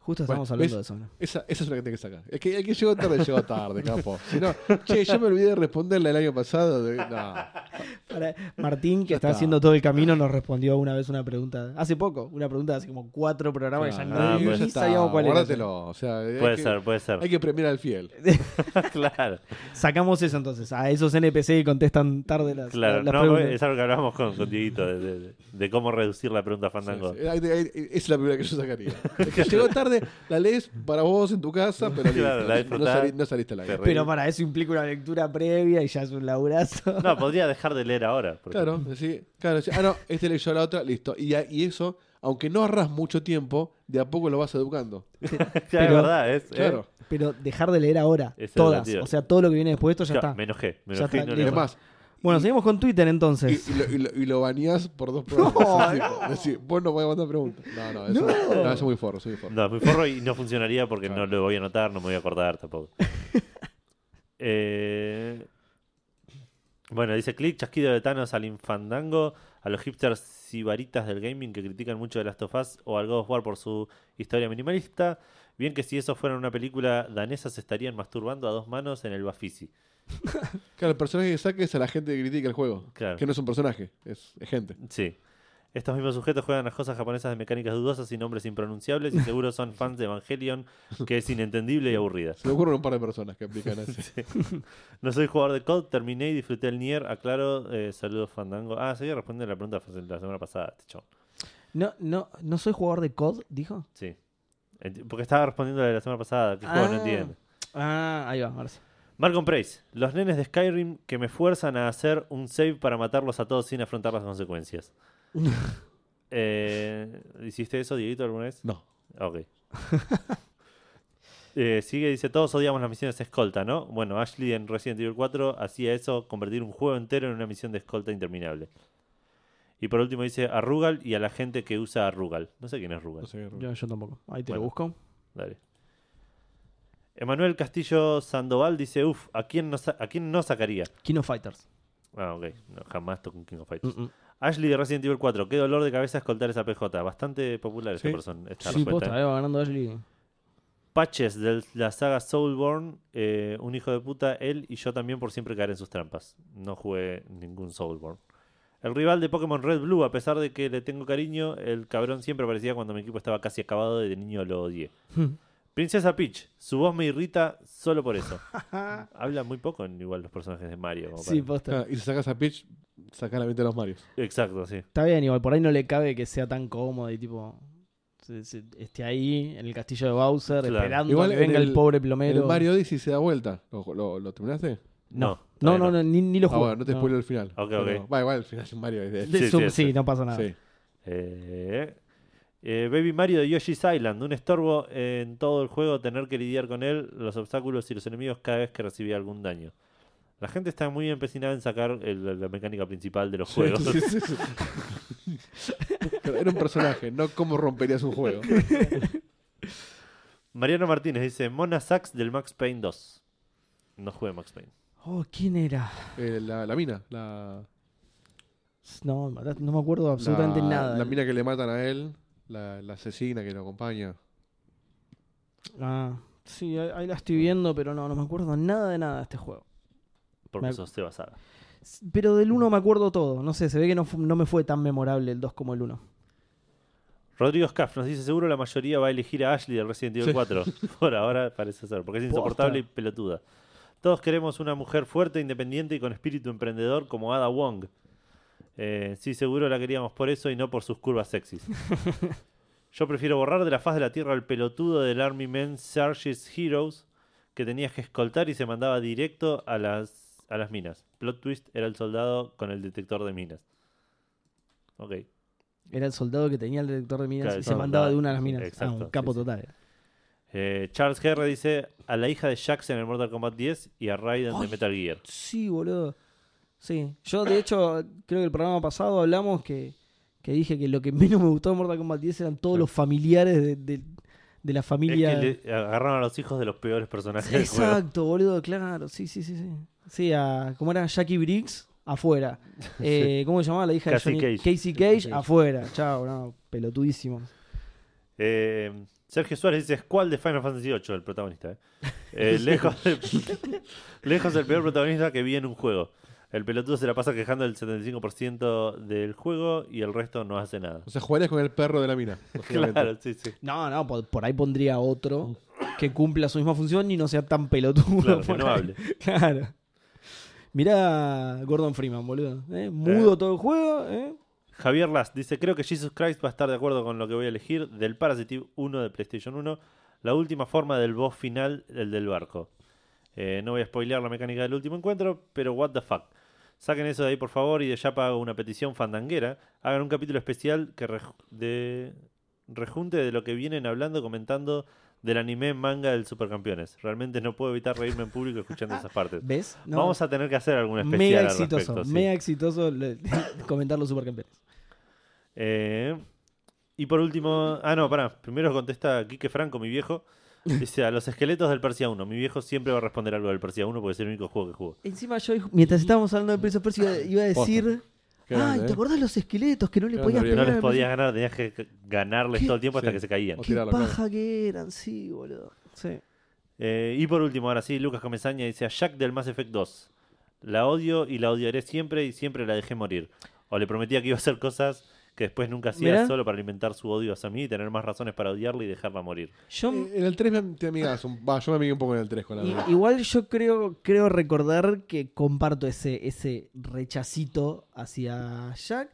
Justo Bueno, pues, estamos hablando ¿ves? de eso. ¿no? Esa, esa es la que tenés que sacar. El que, el que llegó tarde, llegó tarde, capo. Si no, che, yo me olvidé de responderle el año pasado. de- no. Para- Martín, que Ya está, está. haciendo todo el camino, nos respondió una vez una pregunta. Hace poco, una pregunta de hace como cuatro programas que ya no Ah, ni pues. sabíamos cuál era. Guárdatelo. O sea, hay Puede que- ser, puede ser. Hay que premiar al fiel. [LAUGHS] claro, Sacamos eso entonces, a esos NPC que contestan tarde las, claro. las No, pues, preguntas. es algo que hablábamos con, con Dieguito de, de- de cómo reducir la pregunta fandango. Sí, sí. Ahí- ahí- Es la primera que yo sacaría. El que llegó tarde, la lees para vos en tu casa, pero listo. Claro, la no, disfrutás. sali- no saliste al aire. Te Pero para eso implica una lectura previa y ya es un [LAUGHS] laburazo. No, podría dejar de leer ahora. por Claro, sí, claro. sí. Ah, no, este leyó la otra, listo. Y, a- y eso, aunque no ahorras mucho tiempo, de a poco lo vas educando. ejemplo. Pero- es verdad, es. eh, Claro. Pero dejar de leer ahora, Ese es todas. divertido. O sea, todo lo que viene después de esto ya claro, está. Me enojé, me Ya enojé. está, y no listo. leí más. Además, Bueno, seguimos con Twitter y, entonces. y lo, y, lo, y lo baneás por [LAUGHS] dos preguntas. No, así, decir, vos no podés mandar preguntas. No, no, eso, No. no, eso es muy forro, eso es muy forro. No, es muy forro y [LAUGHS] no funcionaría porque Claro. no lo voy a anotar, no me voy a acordar [LAUGHS] tampoco. Eh, bueno, dice Click, chasquido de Thanos al infandango, a los hipsters sibaritas del gaming que critican mucho de Last of Us o al God of War por su historia minimalista. Bien que si eso fuera una película danesa se estarían masturbando a dos manos en el Bafisi. Claro, el personaje que saques es a la gente que critica el juego. Claro. Que no es un personaje, es, es gente. Sí. Estos mismos sujetos juegan a cosas japonesas de mecánicas dudosas y nombres impronunciables y seguro son fans de Evangelion que es inentendible y aburrida. Se me ocurren un par de personas que aplican eso. [LAUGHS] No soy jugador de COD, terminé y disfruté el Nier. Aclaro, eh, saludos Fandango. Ah, se había respondido la pregunta de la semana pasada, este chabón. No, no, no soy jugador de COD, dijo. Sí. Enti- Porque estaba respondiendo la de la semana pasada, que juego no Ah. entiendo. Ah, ahí va, ahora sí. Malcolm Price, los nenes de Skyrim que me fuerzan a hacer un save para matarlos a todos sin afrontar las consecuencias. Eh, ¿Hiciste eso, Dieguito, alguna vez? No. Ah, Ok. [LAUGHS] Eh, sigue, dice, todos odiamos las misiones escolta, ¿no? Bueno, Ashley en Resident Evil 4 hacía eso, convertir un juego entero en una misión de escolta interminable. Y por último dice, a Rugal y a la gente que usa a Rugal. No sé quién es Rugal. No sé, Yo, yo tampoco. Ahí te lo Bueno. busco. Dale. Emanuel Castillo Sandoval dice, uff, ¿a quién no, sa- a quién no sacaría? Kino Fighters. Ah, ok. No, jamás toco un King of Fighters. Mm, mm. Ashley de Resident Evil 4, qué dolor de cabeza escoltar esa PJ. Bastante popular esta Sí. persona, esta Sí, respuesta. posta, eh, va ganando Ashley. Patches de la saga Soulborn, eh, un hijo de puta, él y yo también por siempre caer en sus trampas. No jugué ningún Soulborn. El rival de Pokémon Red Blue, a pesar de que le tengo cariño, el cabrón siempre aparecía cuando mi equipo estaba casi acabado y de niño lo odié. Hmm. Princesa Peach, su voz me irrita solo por eso. [LAUGHS] Habla muy poco en igual los personajes de Mario. como Sí, para- posta. Ah, y si sacas a Peach, sacas la mente de los Marios. Exacto, sí. Está bien, igual por ahí no le cabe que sea tan cómodo y tipo se- se- esté ahí en el castillo de Bowser Claro. esperando Igual que en venga el, el- pobre El plomero. Mario Odyssey se da vuelta. ¿Lo, lo, lo terminaste? No, no, todavía no, no, ni, ni lo Ah, jugué. bueno, no te spoileo el final. Ok, Pero ok. Va, igual el final es un Mario. es de- De Sí, Zoom, sí, sí, sí. no pasa nada. Sí. Eh, eh, Baby Mario de Yoshi's Island, un estorbo en todo el juego, tener que lidiar con él, los obstáculos y los enemigos cada vez que recibía algún daño. La gente está muy empecinada en sacar el- la mecánica principal de los juegos. Sí, sí, sí, sí. [LAUGHS] Pero era un personaje, no cómo romperías [LAUGHS] un juego. [LAUGHS] Mariano Martínez dice: Mona Sachs del Max Payne 2. No juegue Max Payne. Oh, ¿quién era? Eh, la, la mina, la. No, no me acuerdo absolutamente la- nada. La mina que le matan a él, la, la asesina que lo acompaña. Ah, sí, ahí, ahí la estoy viendo, pero no, no me acuerdo nada de nada de este juego. Porque Me- sos Seba Saga. S- Pero del 1 me acuerdo todo. No sé, se ve que no, fu- no me fue tan memorable el 2 como el 1. Rodrigo Scaff nos dice: Seguro la mayoría va a elegir a Ashley del Resident Evil Sí. 4. Por ahora parece ser, porque es Posta. insoportable y pelotuda. Todos queremos una mujer fuerte, independiente y con espíritu emprendedor como Ada Wong. Eh, sí, seguro la queríamos por eso y no por sus curvas sexys. Yo prefiero borrar de la faz de la tierra al pelotudo del Army Men Sarge's Heroes que tenías que escoltar y se mandaba directo a las, a las minas. Plot twist era el soldado con el detector de minas. Ok. Era el soldado que tenía el director de minas Claro, y se claro, mandaba claro. de una a las minas. Exacto, Ah, un capo sí, sí. total. Eh, Charles Herr dice a la hija de Jax en el Mortal Kombat 10 y a Raiden de Ay. Metal Gear. Sí, boludo. Sí. Yo, de hecho, creo que el programa pasado hablamos que, que dije que lo que menos me gustó de Mortal Kombat 10 eran todos Sí. los familiares de, de- de la familia. Es que le agarraron a los hijos de los peores [LAUGHS] personajes del juego. Exacto, boludo, claro. Sí, sí, sí, sí. Sí, a, ¿cómo era? Jackie Briggs, [LAUGHS] afuera. Eh, ¿Cómo se llamaba la hija Casey de Johnny? Cage. Casey Cage, Cage. afuera. Chao, no, pelotudísimo. Eh, Sergio Suárez dice, ¿cuál de Final Fantasy VIII? El protagonista, ¿eh? Eh, lejos, de- [LAUGHS] lejos del peor protagonista que vi en un juego. El pelotudo se la pasa quejando del 75% del juego y el resto no hace nada. O sea, jugarías con el perro de [LAUGHS] la mina. básicamente. Claro, sí, sí. No, no, por, por ahí pondría otro que cumpla su misma función y no sea tan pelotudo. Claro, que por no ahí. hable. [LAUGHS] Claro. Mirá a Gordon Freeman, boludo. ¿eh? Mudo todo el juego, ¿eh? Javier Las dice, creo que Jesus Christ va a estar de acuerdo con lo que voy a elegir del Parasitive 1 de PlayStation 1, la última forma del boss final, el del barco. Eh, no voy a spoilear la mecánica del último encuentro, pero what the fuck. Saquen eso de ahí por favor y de ya pago una petición fandanguera. Hagan un capítulo especial que reju- de rejunte de lo que vienen hablando, comentando del anime manga del Supercampeones. Realmente no puedo evitar reírme en público escuchando esas partes. ¿Ves? [LAUGHS] No, Vamos a tener que hacer alguna especial mega al exitoso, respecto, sí. mega exitoso le- [LAUGHS] comentar los supercampeones. Eh, y por último, ah, no, pará. Primero contesta Quique Franco, mi viejo. Dice a los esqueletos del Persia 1. Mi viejo siempre va a responder algo del Persia 1 porque es el único juego que jugó. Encima yo, mientras estábamos hablando de Prince of Persia, iba- iba a decir... Qué Ay, grande, ¿te ¿eh? acordás los esqueletos que no le Qué podías grande, No pegar? les al podías ganar, tenías que c- ganarles ¿Qué? todo el tiempo hasta Sí. que se caían. O Qué tirarlo, claro. paja que eran, sí, boludo. Sí. Eh, y por último, ahora sí, Lucas Comezaña dice a Jack del Mass Effect 2. La odio y la odiaré siempre y siempre la dejé morir. O le prometía que iba a hacer cosas que después nunca hacía Mirá. solo para alimentar su odio hacia mí y tener más razones para odiarla y dejarla morir. Yo, Eh, En el 3 me, te amigas. un- Va, yo me amigué un poco en el 3 con la i- mina. igual yo creo, creo recordar que comparto ese, ese rechacito hacia Jack,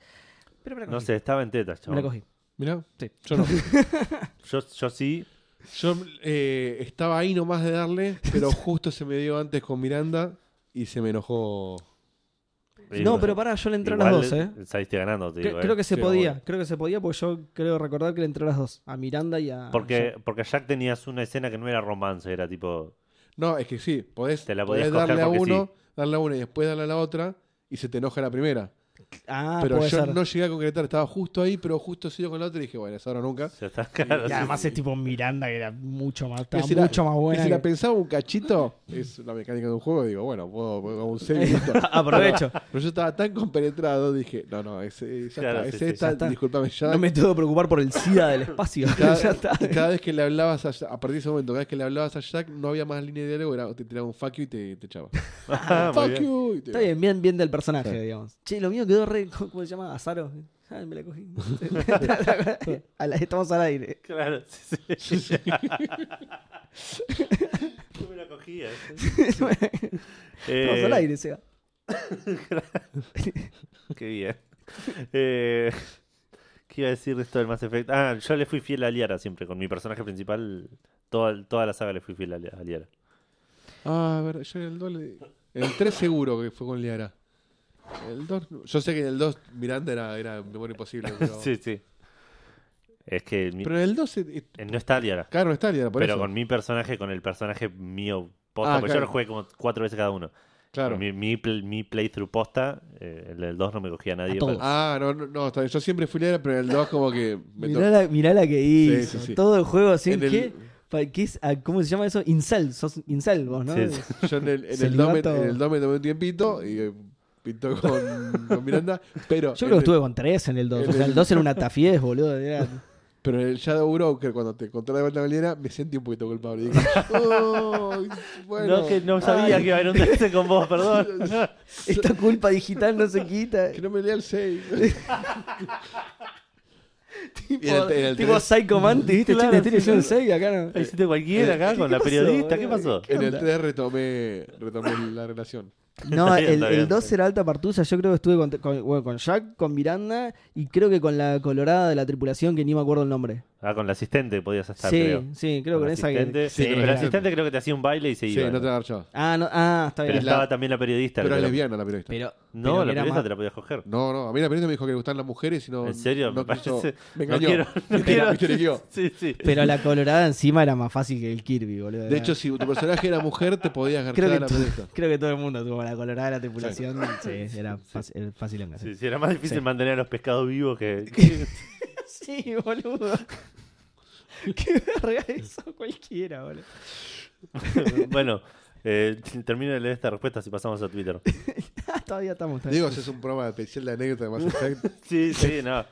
pero me la cogí. No sé, estaba en tetas, me la chaval. cogí. Mirá, Sí. [LAUGHS] yo no. Yo, yo sí, Yo eh, estaba ahí nomás de darle, pero justo se me dio antes con Miranda y se me enojó Eh, no, pero pará, yo le entré a igual las dos, ¿eh? Saliste ganando, te Cre- digo. eh. creo que se Sí, podía, bueno. creo que se podía porque yo creo recordar que le entré a las dos, a Miranda y a... Porque, porque a Jack tenías una escena que no era romance, era tipo. No, es que sí, podés, Te la podés podías darle a coger porque uno, darle a uno y después darle a la otra y se te enoja la primera. Ah, pero yo puede ser. [LAUGHS] no llegué a concretar, estaba justo ahí, pero justo sigo con la otra y dije, bueno, es ahora o nunca. Se está claro, Y sí, además sí. es tipo Miranda, que era mucho más, Que estaba si la- mucho más que buena. si la que- pensaba un cachito, es la mecánica de un juego, digo, bueno, puedo, puedo un save y listo. [LAUGHS] Aprovecho. Pero yo estaba tan compenetrado, dije, no, no, es, eh, ya Claro, está, sí, es sí, esta, ya está. discúlpame, ya. No me tengo que preocupar por el SIDA del espacio. [LAUGHS] cada, ya está. y cada vez que le hablabas a, Jack- a partir de ese momento, cada vez que le hablabas a Jack, no había más línea de diálogo, era, te tiraba un fuck you y te, te echaba. [LAUGHS] Ah, muy fuck bien. you. y te- Está bien, bien, bien del personaje, Sí. digamos. Che, lo mío quedó re. [LAUGHS] ¿Cómo cómo se llama? Azaro. Ay, me la cogí. A la- Estamos [LAUGHS] al aire. Claro, sí, sí. [LAUGHS] Yo me la cogía. sí. Estamos Eh, al aire, Seba. Qué bien. Eh, ¿Qué iba a decir de esto del Mass Effect? Ah, yo le fui fiel a Liara siempre. Con mi personaje principal, toda, toda la saga le fui fiel a, Li- a Liara. Ah, a ver, yo en el 2 le- En el 3 seguro que fue con Liara. El 2, no. yo sé que en el 2 Miranda era, era [LAUGHS] memoria imposible, pero, Sí, sí. Es que mi- pero en el 2 eh, eh, eh, no está Liara. claro, no está Liara, por Pero eso. con mi personaje, con el personaje mío posta, Ah, porque yo claro. lo jugué como cuatro veces cada uno. claro. Mi, mi, pl- mi playthrough posta, eh, el del 2 no me cogía a nadie. A todos. pero- Ah, no, no, no, está bien, yo siempre fui Liara, pero en el 2 como que me to- Mirá la, mirá la que hizo. sí, sí. Todo el juego así. En el- ¿qué? Pa- ¿qué es? Ah, ¿Cómo se llama eso? Incel. Sos incel vos, ¿no? Sí, sí. Yo en el, en el, Celibato. dome, en el dome tomé un tiempito y eh, pintó con, con Miranda. Pero Yo creo en que el- estuve con tres en el 2. en O sea, el el- 2 era una tafiés, boludo. Era... Pero en el Shadow Broker, cuando te encontré de vuelta con Liara, me sentí un poquito culpable. Dije, [LAUGHS] "Oh, bueno. No, que no sabía Ay. que iba a haber un DLC con vos, perdón. Esta culpa digital no se quita. [LAUGHS] Que no me lea [LAUGHS] el 6. tipo [LAUGHS] Y en el- en el tipo tres- Psycho Mantis, ¿viste? Che, Claro, te estoy leyendo sí, claro. el seis, acá no. Ahí Hiciste cualquiera acá ¿Qué con la pasó, periodista. ¿Qué boludo? pasó? ¿Qué en el onda? 3 retomé, retomé la relación. No, [LAUGHS] Está bien, el, está bien. el 2 era alta partusa. Yo creo que estuve con, con- bueno, con Jack, con Miranda y creo que con la colorada de la tripulación que ni me acuerdo el nombre. Ah, con la asistente podías estar, sí, creo. sí, creo que Con con la esa asistente. que. Sí, pero con la la asistente. asistente creo que te hacía un baile y se Sí, iba. no te agarchaba. Ah, no, ah, está Pero bien. la- estaba también la periodista. Pero creo era que era- lesbiana la periodista. Pero, No, pero la era periodista más- te la podías coger. No, no, a mí la periodista me dijo que le gustaban las mujeres y no. En serio, no me quiso- parece. Me no engañó. quiero. No [LAUGHS] Me quiero. [LAUGHS] engañó. Sí, sí. [LAUGHS] pero la colorada encima era más fácil que el Kirby, boludo. De Era- hecho, si tu personaje era mujer, te podías agarrar creo a que, la to- periodista. [LAUGHS] creo que todo el mundo tuvo la colorada de la tripulación. Sí, era fácil, era fácil en Sí, sí, era más difícil mantener a los pescados vivos que. Sí, [LAUGHS] boludo. Qué verga eso cualquiera, boludo. [LAUGHS] bueno, eh, termino de leer esta respuesta si pasamos a Twitter. Ah, todavía estamos. todavía Digo, si es un programa especial de anécdota de Mass Effect. [LAUGHS] Sí, sí, no.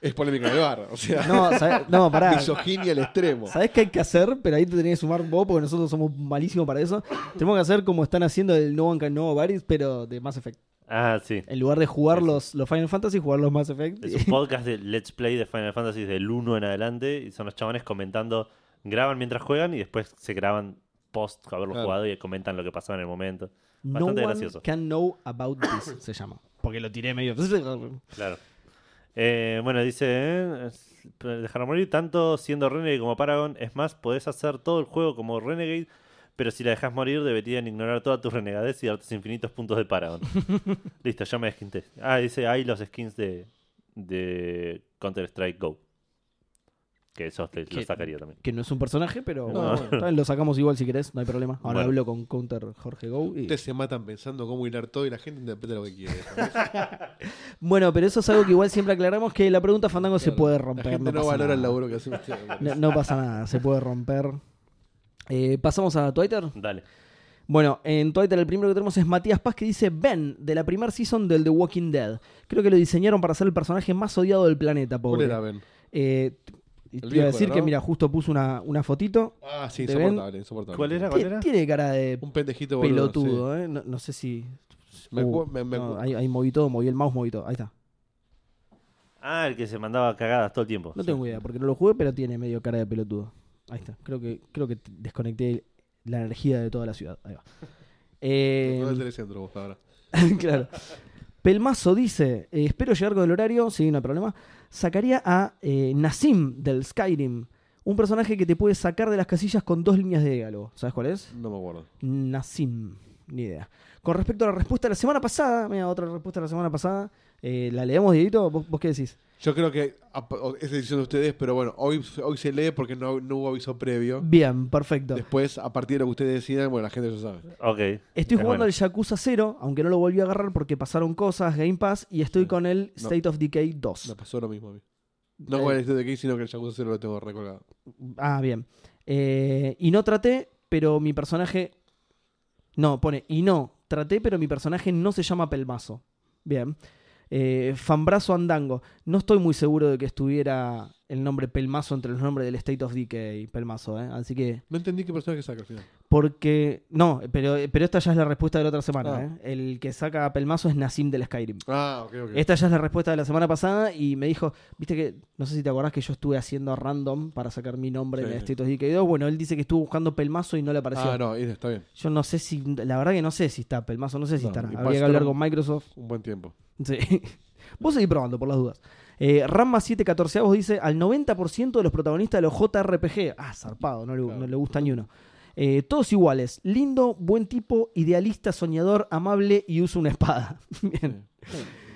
Es polémica del bar. O sea, No, sabe- no, [LAUGHS] pará. misoginia al extremo. ¿Sabés qué hay que hacer? Pero ahí te tenés que sumar vos porque nosotros somos malísimos para eso. Tenemos que hacer como están haciendo el No One Can Know Baris, pero de Mass Effect. Ah, sí. En lugar de jugar los, los Final Fantasy, jugar los Mass Effect. Es un podcast de Let's Play de Final Fantasy del 1 en adelante y son los chabones comentando, graban mientras juegan y después se graban post haberlo Claro. jugado y comentan lo que pasó en el momento. [LAUGHS] no Bastante One gracioso. Can Know About [COUGHS] This se llama. Porque lo tiré medio. Claro. Eh, bueno, dice, eh, es- dejar morir tanto siendo Renegade como Paragon. Es más, podés hacer todo el juego como Renegade, pero si la dejas morir deberían ignorar todas tus renegades y darte infinitos puntos de [LAUGHS] Paragon. Listo, ya me desquinté. Ah, dice, hay los skins de, de Counter-Strike Go. Que eso te lo Que- sacaría también. Que no es un personaje, pero No. bueno, está bien, lo sacamos igual si querés, no hay problema. Ahora Bueno. hablo con Counter Jorge Go. y- Ustedes se matan pensando cómo hilar todo y la gente interpreta lo que quiere. ¿sabes? Bueno, pero eso es algo que igual siempre aclaramos: que la pregunta fandango se Claro. puede romper. La gente no, pasa valora el nada. laburo que hacen ustedes. me No, parece. no pasa nada, se puede romper. Eh, Pasamos a Twitter. Dale. Bueno, en Twitter el primero que tenemos es Matías Paz que dice Ben, de la primera season del The Walking Dead. Creo que lo diseñaron para ser el personaje más odiado del planeta, ¿Cuál pobre. era Ben? Eh, t- te El iba a viejo, decir ¿no? que, mira, justo puso una, una fotito. Ah, sí, ¿De Ben? insoportable, insoportable. ¿Cuál era? Tiene, tiene cara de Un pendejito boludo, pelotudo, ¿eh? No, no sé si... sí. Me Uh, acu- me- me no, acu- ahí, ahí moví todo, moví el mouse, moví todo. Ahí está. Ah, el que se mandaba cagadas todo el tiempo. No tengo idea porque no lo jugué, pero tiene medio cara de pelotudo. Ahí está. Creo que, creo que t- desconecté la energía de toda la ciudad. [LAUGHS] Ahí va. me acuerdo del Eh, telecentro vos ahora. [LAUGHS] claro. Pelmazo dice, eh, espero llegar con el horario, si no hay problema, sacaría a eh, Nassim del Skyrim, un personaje que te puede sacar de las casillas con dos líneas de diálogo. ¿Sabes cuál es? No me acuerdo. Nassim, ni idea. Con respecto a la respuesta de la semana pasada, mira, otra respuesta de la semana pasada, eh, ¿la leemos, Dieguito? ¿Vos, vos qué decís? Yo creo que ap- o- es decisión de ustedes, pero bueno, hoy, hoy se lee porque no, no hubo aviso previo. Bien, perfecto. Después, a partir de lo que ustedes decidan, bueno, la gente ya sabe. Ok. Estoy es jugando bueno. al Yakuza 0, aunque no lo volví a agarrar porque pasaron cosas, Game Pass, y estoy con el No. State of Decay 2. Me pasó lo mismo a mí. No Eh, con el de aquí, sino que el Yakuza 0 lo tengo recolgado. Ah, bien. Eh, y no traté, pero mi personaje. No, pone, y no, traté, pero mi personaje no se llama Pelmazo. Bien. Eh, Fambrazo Andango. No estoy muy seguro de que estuviera el nombre Pelmazo entre los nombres del State of Decay, Pelmazo, ¿eh? Así que. No entendí qué personaje saca al final. Porque. No, pero, pero esta ya es la respuesta de la otra semana, Ah. ¿eh? El que saca a Pelmazo es Nassim del Skyrim. Ah, ok, ok. Esta ya es la respuesta de la semana pasada y me dijo, viste que, no sé si te acordás que yo estuve haciendo random para sacar mi nombre en Sí. el State of Decay 2. Bueno, él dice que estuvo buscando Pelmazo y no le apareció. ah, no, era- está bien. Yo no sé si, la verdad que no sé si está Pelmazo, no sé si No, estará. y Habría que Pastor- hablar con Microsoft. [LAUGHS] Un buen tiempo. Sí. Vos seguís probando por las dudas. Eh, Ramma 714 vos dice al 90% de los protagonistas de los JRPG. Ah, zarpado, no le, Claro. no le gusta ni uno. Eh, todos iguales, lindo, buen tipo, idealista, soñador, amable y usa una espada. Bien.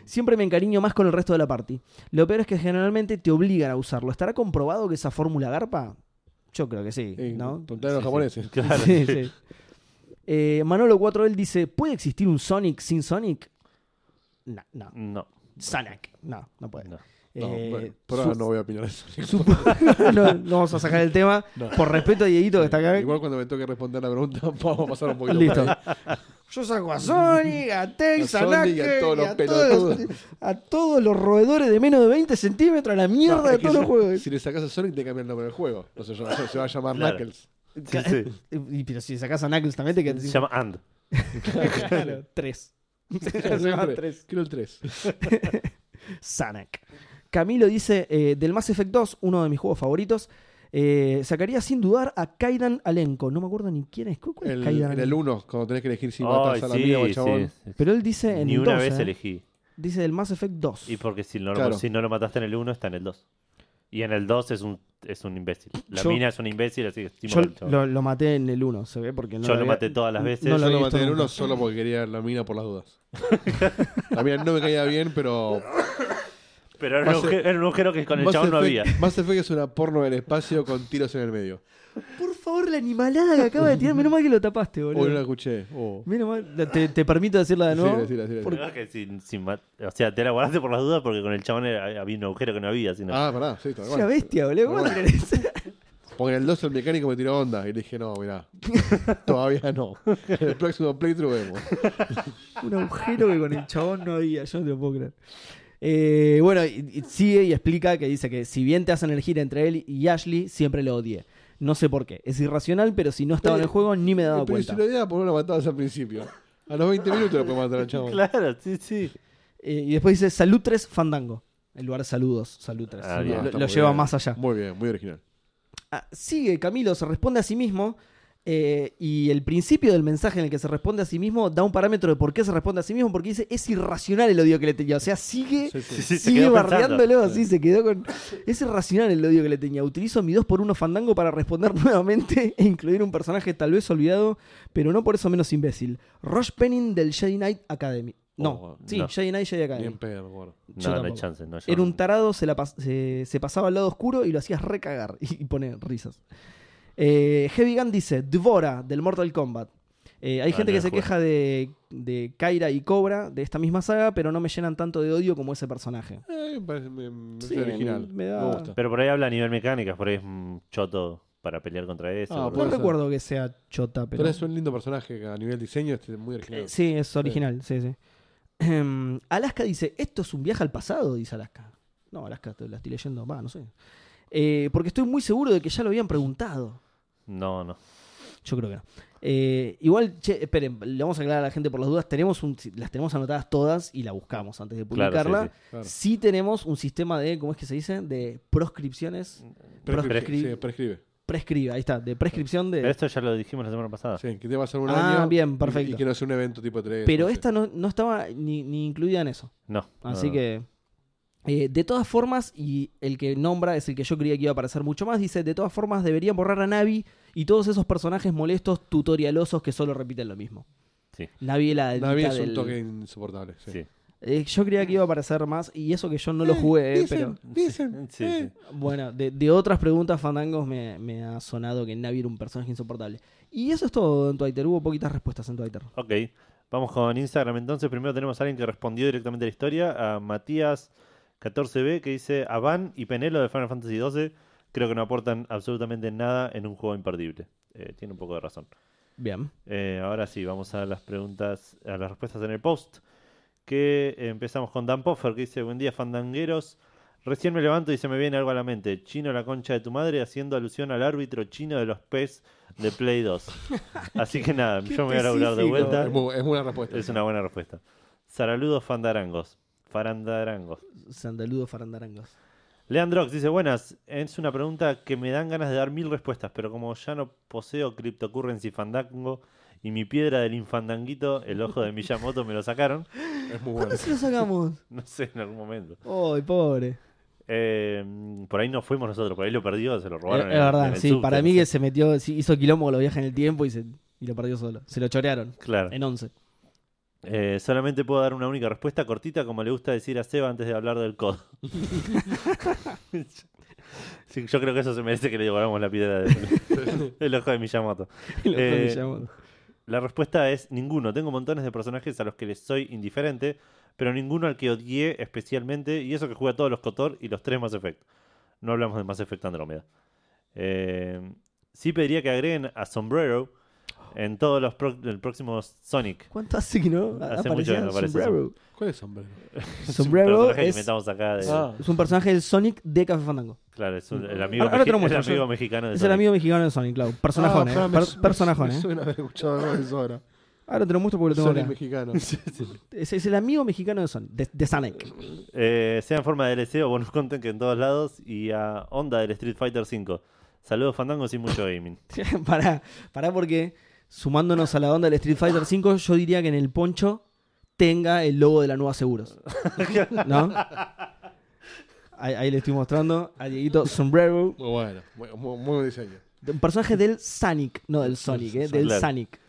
Siempre me encariño más con el resto de la party. Lo peor es que generalmente te obligan a usarlo. ¿Estará comprobado que esa fórmula garpa? Yo creo que sí, Eh, ¿no? tontear a los japoneses. Claro. [LAUGHS] Sí, sí. Eh, Manolo 4 él dice, ¿puede existir un Sonic sin Sonic? No, no. No. Sonic. No, no puede. no. No, Eh, bueno, por su- ahora [LAUGHS] no voy a opinar eso. su- [LAUGHS] no, no vamos a sacar el tema. No. Por respeto a Dieguito que está acá. Igual cuando me toque responder la pregunta, [LAUGHS] vamos a pasar un poquito. Listo. por ahí. Yo saco a Sonic, a Tails, A a Sonic Knuckles, y a y todos los a todos- pelotudos. a todos los roedores de menos de 20 centímetros, a la [LAUGHS] mierda No, es de que todos los si- juegos. eh. Si le sacas a Sonic, te cambia el nombre del juego. No sé, yo- se va a llamar [LAUGHS] Claro. Knuckles. Sí, sí. [LAUGHS] Y- pero si sacás a Knuckles también te quedas Se llama And. [LAUGHS] claro, tres. [LAUGHS] Se llama tres. Quiero el 3. Sanac. Camilo dice, eh, del Mass Effect 2, uno de mis juegos favoritos, eh, sacaría sin dudar a Kaidan Alenko. No me acuerdo ni quién es. ¿Cuál cuál es El, Kaidan en el Alenko? 1, cuando tenés que elegir si Ay, matas a la sí, mina o al sí. chabón. Pero él dice en Ni el una 2, vez eh, elegí. Dice del Mass Effect 2. Y porque si no, lo, Claro. si no lo mataste en el 1, está en el 2. Y en el 2 es un, es un imbécil. La Yo- mina es un imbécil, así que estimo Yo al chabón. lo, lo maté en el 1, se ve, porque no Yo lo había- maté todas las veces. No lo Yo lo había maté visto en el nunca. 1 solo porque quería la mina por las dudas. [LAUGHS] La mina no me caía bien, pero. Pero era un, Mass- agujero, era un agujero que con el Mass chabón no Effect- había. Mass Effect es una porno del espacio con tiros en el medio. Por favor, la animalada que acaba de tirar. Menos mal que lo tapaste, Uy, no la boludo. escuché. Oh. Menos mal. la- Te, te permito decirla de Sí, nuevo. decila, decila, Porque- La verdad que sin- sin mat- o sea, te la guardaste por las dudas porque con el chabón era- había un agujero que no había. Sino... [LAUGHS] Ah, pará, sí, tal Es cual. una bestia, boludo. ¿Cómo Bueno. tenés? Porque en el 2 el mecánico me tiró onda y le dije, no, [LAUGHS] mirá, todavía no. En el próximo [LAUGHS] playthrough vemos. Un agujero que con el chabón no había, yo no te lo puedo creer. Eh, bueno, y- y sigue y explica que dice que si bien te hacen elegir entre él y Ashley, siempre lo odié. No sé por qué. Es irracional, pero si no estaba en el juego ni me he dado Eh, Pero si cuenta. lo idea, por no lo matabas al principio. A los 20 minutos lo puedes matar al chabón. Claro, sí, sí. Eh, y después dice Salud 3 Fandango. En lugar de saludos, Salud 3. Ah, lo bien. lo está muy lleva bien. más allá. Muy bien, muy original. Ah, sigue Camilo, se responde a sí mismo. eh, y el principio del mensaje en el que se responde a sí mismo da un parámetro de por qué se responde a sí mismo, porque dice es irracional el odio que le tenía. O sea, sigue Sí, Sí, sí. sí, se Sigue quedó pensando. bardeándolo, así se quedó con. Es irracional el odio que le tenía. Utilizo mi 2x1 fandango para responder [LAUGHS] nuevamente e incluir un personaje tal vez olvidado, pero no por eso menos imbécil. Rosh Penning del Jedi Knight Academy. No, Oh, sí, no. Jedi Knight Jedi Ni Academy. en pedo, me acuerdo. Yo No, no hay tampoco. chance. No, yo Era no- un tarado, se, la pas- se, se pasaba al lado oscuro y lo hacías recagar. [LAUGHS] Y, pone risas. Eh, Heavy Gun dice, Dvora, del Mortal Kombat. Eh, hay Ah, gente no que se juego. queja de, de Kyra y Cobra, de esta misma saga, pero no me llenan tanto de odio como ese personaje. Eh, me parece, me, me Sí, parece original. me da- Me gusta. Pero por ahí habla a nivel mecánicas, por ahí es un choto para pelear contra eso. Ah, boludo. No puede ser. recuerdo que sea chota, pero... Pero es un lindo personaje que a nivel diseño este es muy original. Eh, Sí, es original, sí, sí. Em, Alaska dice, esto es un viaje al pasado, dice Alaska. No, Alaska, te la estoy leyendo, va, no sé. Eh, porque estoy muy seguro de que ya lo habían preguntado. No, no. Yo creo que no. Eh, igual, che, esperen, le vamos a aclarar a la gente por las dudas. Tenemos un, si- las tenemos anotadas todas y la buscamos antes de Claro, sí, publicarla. Claro. sí. tenemos un sistema de, ¿cómo es que se dice? De proscripciones. Prescribe. Prescribe. Sí, prescribe. Prescribe, ahí está, de prescripción Pero de... esto ya lo dijimos la semana pasada. Sí, que te va a ser un Ah, año. bien, y- perfecto. Y, que no sea un evento tipo 3. Pero esta no, no estaba ni, ni incluida en eso. No. Así no, no. que... eh, de todas formas, y el que nombra es el que yo creía que iba a aparecer mucho más, dice, de todas formas deberían borrar a Navi y todos esos personajes molestos, tutorialosos que solo repiten lo mismo. Sí. Navi es la Navi edita es un del- toque insoportable. Sí. Sí. Eh, yo creía que iba a aparecer más, y eso que yo no lo jugué, eh, pero. Dicen, Sí, eh. sí. Bueno, de, de otras preguntas, Fandangos, me, me ha sonado que Navi era un personaje insoportable. Y eso es todo en Twitter. Hubo poquitas respuestas en Twitter. Ok. Vamos con Instagram entonces. Primero tenemos a alguien que respondió directamente a la historia, a Matías 14B, que dice a Van y Penelo de Final Fantasy XII creo que no aportan absolutamente nada en un juego imperdible. Eh, tiene un poco de razón. Bien. Eh, ahora sí, vamos a las preguntas, a las respuestas en el post. Que empezamos con Dan Poffer, que dice, buen día, fandangueros. Recién me levanto y se me viene algo a la mente. Chino la concha de tu madre, haciendo alusión al árbitro chino de los PES de [LAUGHS] Play 2. Así que nada, Qué yo me voy a laburar de específico. vuelta. Es, muy- es buena respuesta. Es una buena respuesta. Saludos, fandarangos. Farandarangos. Sandaludo Farandarangos. Leandrox dice, buenas, es una pregunta que me dan ganas de dar mil respuestas, pero como ya no poseo cryptocurrency fandango y mi piedra del infandanguito, el ojo de Miyamoto me lo sacaron, [LAUGHS] Es ¿Cuándo muy buena. se lo sacamos? no sé, en algún momento. [LAUGHS] ¡Ay, pobre! Eh, por ahí no fuimos nosotros, por ahí lo perdió, se lo robaron. es en el- Eh, verdad, en el sí. subte, Para no mí sé. que se metió, sí, hizo quilombo con los viajes en el tiempo y, se, y lo perdió solo. Se lo chorearon Claro. en [LAUGHS] 11. Eh, solamente puedo dar una única respuesta cortita, como le gusta decir a Seba antes de hablar del codo. Sí, yo creo que eso se merece que le devoramos la piedra del el ojo de Miyamoto. Eh, La respuesta es ninguno. Tengo montones de personajes a los que les soy indiferente, pero ninguno al que odié especialmente, y eso que juega todos los Cotor y los tres Mass Effect. No hablamos de Mass Effect Andrómeda. Eh, sí pediría que agreguen a Sombrero en todos los pro- el próximo Sonic. ¿Cuánto hace que no? Hace Aparecía mucho que no aparece Sombrero. [LAUGHS] ¿Cuál es, hombre? Es un Sombrero personaje que es, inventamos acá. de- Ah. es un personaje del Sonic de Café Fandango. Claro, es un- el Ahora- amigo, ahora meji- te lo el muestro, amigo yo- mexicano de Es el Sonic. amigo mexicano de Sonic, claro. Personajón, Ah, eh. pará, me Per- su- personajón, me eh. suena haber escuchado algo de eso ahora. Ahora te lo muestro porque lo tengo Sonic acá. [LAUGHS] mexicano. Es, es el amigo mexicano de Sonic, de, de Sonic. Eh, sea en forma de DLC o bonus content que en todos lados. Y a Onda del Street Fighter V. Saludos, fandangos y mucho gaming. [LAUGHS] pará, pará porque sumándonos a la onda del Street Fighter V, yo diría que en el poncho tenga el logo de la nueva Seguros. ¿No? Ahí, ahí le estoy mostrando a Dieguito Sombrero. Muy bueno. Muy, muy- muy buen diseño. Un personaje del Sonic, no del Sonic, eh, del Claro. Sonic.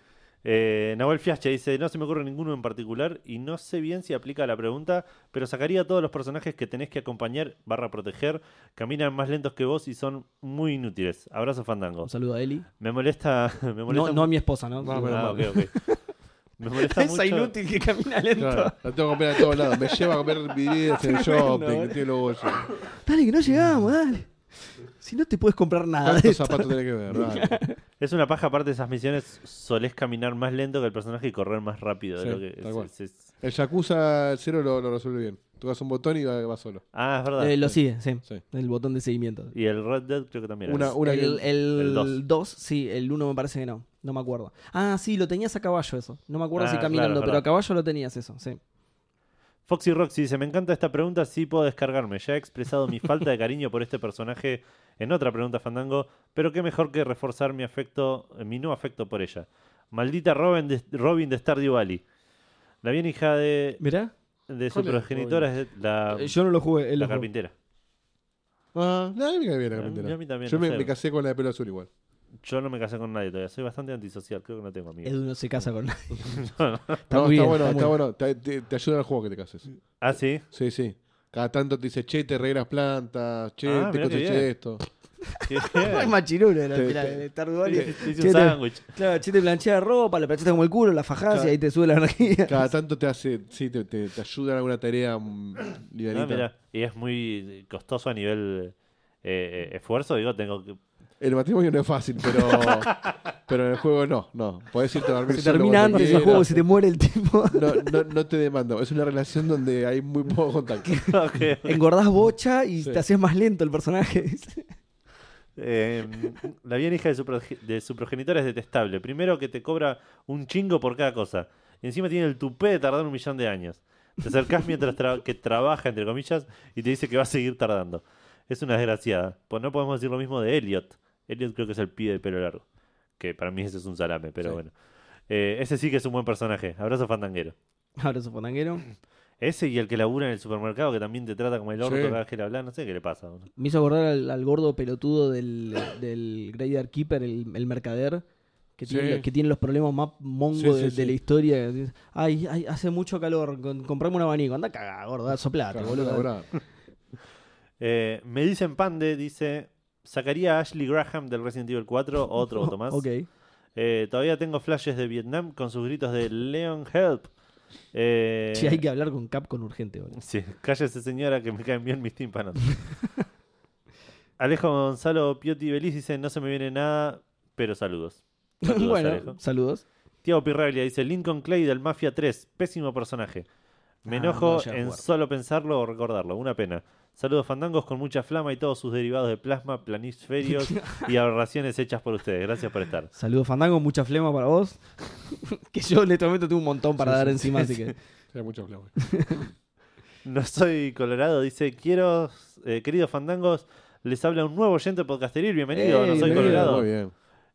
Eh, Nahuel Fiasche dice: No se me ocurre ninguno en particular y no sé bien si aplica a la pregunta, pero sacaría a todos los personajes que tenés que acompañar barra proteger, caminan más lentos que vos y son muy inútiles. Abrazo fandango. Un saludo a Eli. Me molesta. [LAUGHS] Me molesta No, no a mi esposa, ¿no? No, Ah, bueno, ok, ok. Me molesta [LAUGHS] mucho. Esa inútil que camina lento. Claro, la tengo que comprar a todos lados. Me lleva a comer [LAUGHS] videos en el Tremendo, shopping. eh. que Tiene luego yo. Dale, que no llegamos, dale. Si no te puedes comprar nada. Eh, de ¿Cuántos esto. zapatos tenés que ver? Dale. Es una paja, aparte de esas misiones, solés caminar más lento que el personaje y correr más rápido. de Sí, lo que- tal es- cual. es- es- El Yakuza 0 lo, lo resuelve bien. Tocas un botón y va, va solo. Ah, es verdad. Eh, lo sigue, sí. Sí. El botón de seguimiento. Y el Red Dead creo que también. era Una- eso. una que- el, el dos. 2, sí, el 1 me parece que no. No me acuerdo. Ah, sí, lo tenías a caballo eso. No me acuerdo Ah, si caminando, claro, es pero a verdad. caballo lo tenías eso, sí. Foxy Roxy dice, me encanta esta pregunta, sí puedo descargarme. Ya he expresado mi falta de cariño por este personaje en otra pregunta, Fandango, pero qué mejor que reforzar mi afecto, mi no afecto por ella. Maldita Robin de, Robin de Stardew Valley. La bien hija de, Mirá. de su ¿Cuál es progenitora es la, Eh, Yo no lo jugué. él lo la jugó. carpintera. Ah, no, a mí me cae bien la A mí- carpintera. a mí también, Yo no me, sé. me casé con la de pelo azul igual. Yo no me casé con nadie todavía, soy bastante antisocial, creo que no tengo amigos. Edu no se casa [LAUGHS] con nadie. No, muy bien, bueno, está está, muy bueno. Te, te- te ayuda en el juego que te cases. [LAUGHS] Ah, sí. Sí, sí. Cada tanto te dice, che, te arreglas plantas, che, Ah, te mirá qué coseché bien. esto. Qué Es bien. machirulo, era, Sí, mirá, sí. el Stardew Valley. Te hice Che, te- un sándwich. Ah, Claro, che, te planchea ropa, la planchaste como el culo, la fajás y Claro. ahí te sube la energía. Cada tanto te hace, sí, te, te, te ayuda en alguna tarea mm, livianita. Ah, mira, y es muy costoso a nivel eh, eh, esfuerzo, digo, tengo que... [LAUGHS] El matrimonio no es fácil, pero, pero en el juego no, no. Podés irte a dormir Se solo termina cuando antes el quieras. juego, se te muere el [LAUGHS] tipo. No, no, no te demanda. Es una relación donde hay muy poco [LAUGHS] contacto. Ok. Engordás bocha y Sí. te haces más lento el personaje. [LAUGHS] Eh, la bien hija de su, proge- de su progenitora es detestable. Primero que te cobra un chingo por cada cosa. Y encima tiene el tupé de tardar un millón de años. Te acercás mientras tra- que trabaja, entre comillas, y te dice que va a seguir tardando. Es una desgraciada. Pues no podemos decir lo mismo de Elliot. Elliot creo que es el pibe de pelo largo. Que para mí ese es un salame, pero Sí. bueno. Eh, ese sí que es un buen personaje. Abrazo fandanguero. Abrazo, fandanguero. Ese y el que labura en el supermercado, que también te trata como el orto Sí. cada vez que le hablas. No sé qué le pasa. boludo. Me hizo acordar al, al gordo pelotudo del, del Grader Keeper, el, el mercader, que, Sí. tiene, que tiene los problemas más Sí, mongos sí, de, sí. de la historia. Ay, ay, hace mucho calor, con- comprame un abanico. Anda cagá, gorda, soplate, Claro, boludo. laburar. Eh, me dicen Pande, dice, ¿sacaría a Ashley Graham del Resident Evil 4? [LAUGHS] Otro voto más. Ok. Eh, todavía tengo flashes de Vietnam con sus gritos de Leon Help. Eh, Sí, hay que hablar con Capcom urgente, boludo. Sí, cállese señora que me caen bien mis [LAUGHS] tímpanos. Alejo Gonzalo Piotti Beliz dice, no se me viene nada, pero saludos. [LAUGHS] [LAUGHS] Saludos, bueno, Alejo. saludos. Tiago Pirraglia dice, Lincoln Clay del Mafia 3, pésimo personaje. Me Ah, enojo no llegué a en jugar. solo pensarlo o recordarlo, una pena. Saludos fandangos con mucha flama y todos sus derivados de plasma, planisferios y aberraciones hechas por ustedes. Gracias por estar. Saludos, Fandango, mucha flema para vos. [LAUGHS] que yo en este momento tengo un montón para Sí, dar sí, encima, así que. Era mucho flow. No soy colorado, dice, quiero, eh, queridos fandangos, les habla un nuevo oyente podcasteril, bienvenido, Ey, no soy bienvenido. colorado. Muy bien.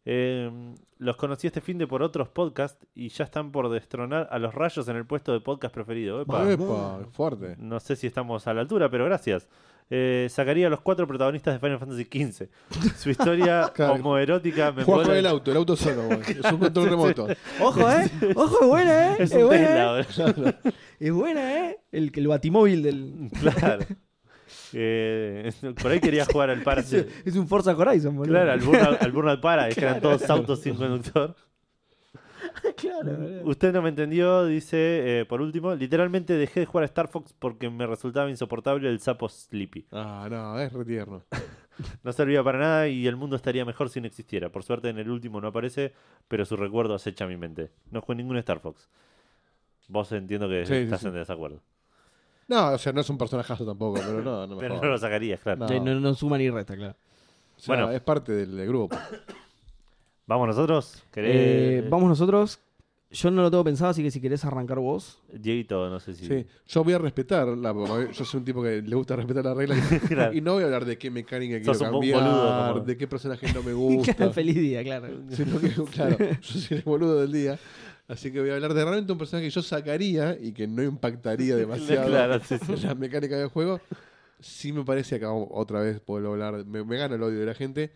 Eh, los conocí este fin de por otros podcasts y ya están por destronar a los rayos en el puesto de podcast preferido. Epa. Vale. Epa, fuerte. No sé si estamos a la altura, pero gracias. Eh, sacaría a los cuatro protagonistas de Final Fantasy XV. Su historia Claro. homoerótica me Juega con pone- el auto, el auto solo. güey. Es [LAUGHS] un control remoto. Ojo, eh. Ojo, es buena, eh. Es Es, un buena, eh. Tesla, Es buena, eh. El, el batimóvil del. [LAUGHS] Claro. Eh, por ahí quería jugar al Es, Parse. [LAUGHS] es un Forza Horizon, boludo. Claro, al Burnout, al Burnout Paradise, que eran todos autos sin conductor. Claro, boludo. Usted no me entendió, dice, eh, por último, literalmente dejé de jugar a Star Fox porque me resultaba insoportable el sapo Sleepy. Ah, no, es retierno. No servía para nada y el mundo estaría mejor si no existiera. Por suerte en el último no aparece, pero su recuerdo acecha mi mente. No jugué ningún Star Fox. Vos entiendo que Sí, sí, estás sí. en desacuerdo. No, o sea, no es un personajazo tampoco, pero no, no me Pero no jodas. lo sacarías, claro. No. Sí, No, no suma ni resta, claro. O sea, Bueno. es parte del, del grupo. ¿Vamos nosotros? Eh, ¿Querés? vamos nosotros. Yo no lo tengo pensado, así que si querés arrancar [LAUGHS] vos. Dieguito, no sé si... Sí. Yo voy a respetar, la, yo soy un tipo que le gusta respetar las reglas [LAUGHS] Claro. y no voy a hablar de qué mecánica Sos quiero un buen cambiar, boludo, como- de qué personaje [LAUGHS] no me gusta. Feliz día, claro. sino que, claro, yo soy el boludo del día. Así que voy a hablar de realmente un personaje que yo sacaría y que no impactaría [LAUGHS] [LAUGHS] demasiado Claro, sí, sí. en [LAUGHS] la mecánica del juego. Sí me parece, acá otra vez puedo hablar, me, me gana el odio de la gente.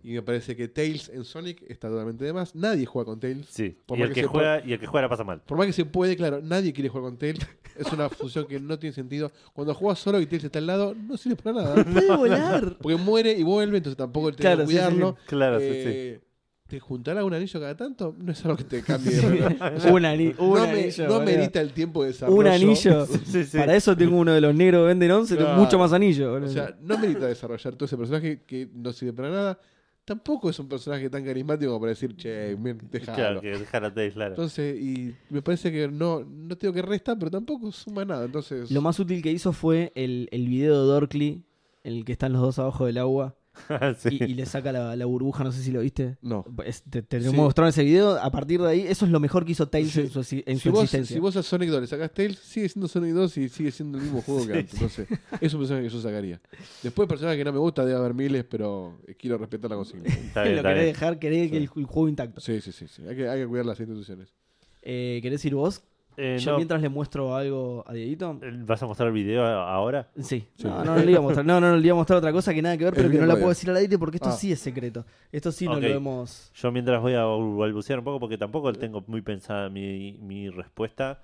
Y me parece que Tails en Sonic está totalmente de más. Nadie juega con Tails. Sí. Por Y más el que que se juega, y el que juega la pasa mal. Por más que se puede, claro, nadie quiere jugar con Tails. [LAUGHS] Es una función que no tiene sentido. Cuando juegas solo y Tails está al lado, no sirve para nada. Puede volar. Porque muere y vuelve, entonces tampoco te Claro, que sí, sí, sí. cuidarlo. Claro, sí, sí. Eh, ¿Te juntará un anillo cada tanto? No es algo [LAUGHS] que te cambie. de reloj. un ani- un no me- anillo. no boludo. merita el tiempo de desarrollo. Un [LAUGHS] anillo. Sí, sí. Para eso tengo uno de los negros que venden 11, tengo Claro. mucho más anillo. O boludo. sea, no merita desarrollar todo ese personaje que no sirve para nada. Tampoco es un personaje tan carismático como para decir, che, men, dejalo. Claro, que dejar a Tails, claro. Entonces, y me parece que no, no tengo que restar, pero tampoco suma nada. Entonces, Lo más útil que hizo fue el, el video de Dorkly, en el que están los dos abajo del agua [LAUGHS] Sí. y, y le saca la, la burbuja, no sé si lo viste. no. Es- te te Sí. mostraron ese video, a partir de ahí, eso es lo mejor que hizo Tails Sí. en su, exi- en si, su vos, existencia. si vos a Sonic 2 le sacás Tails, sigue siendo Sonic 2 y sigue siendo el mismo juego que [LAUGHS] Sí, antes. Entonces, es un personaje que yo sacaría. Después, personaje que no me gusta, debe haber miles, pero eh, quiero respetar la consigna. Está bien, lo está querés bien. dejar, querés que el, el juego intacto. Sí, sí, sí. sí. Hay, que, hay que cuidar las instituciones. Eh, ¿Querés ir vos? Eh, Yo no, Eh, mientras le muestro algo a Dieguito. ¿Vas a mostrar el video ahora? Sí. Sí. No, no, no le iba a mostrar. No, no, no le iba a mostrar otra cosa que nada que ver, El pero que no video la radio. puedo decir al aire porque esto Ah. sí es secreto. Esto sí Ok. no lo hemos. Yo mientras voy a balbucear un poco porque tampoco tengo muy pensada mi, mi respuesta.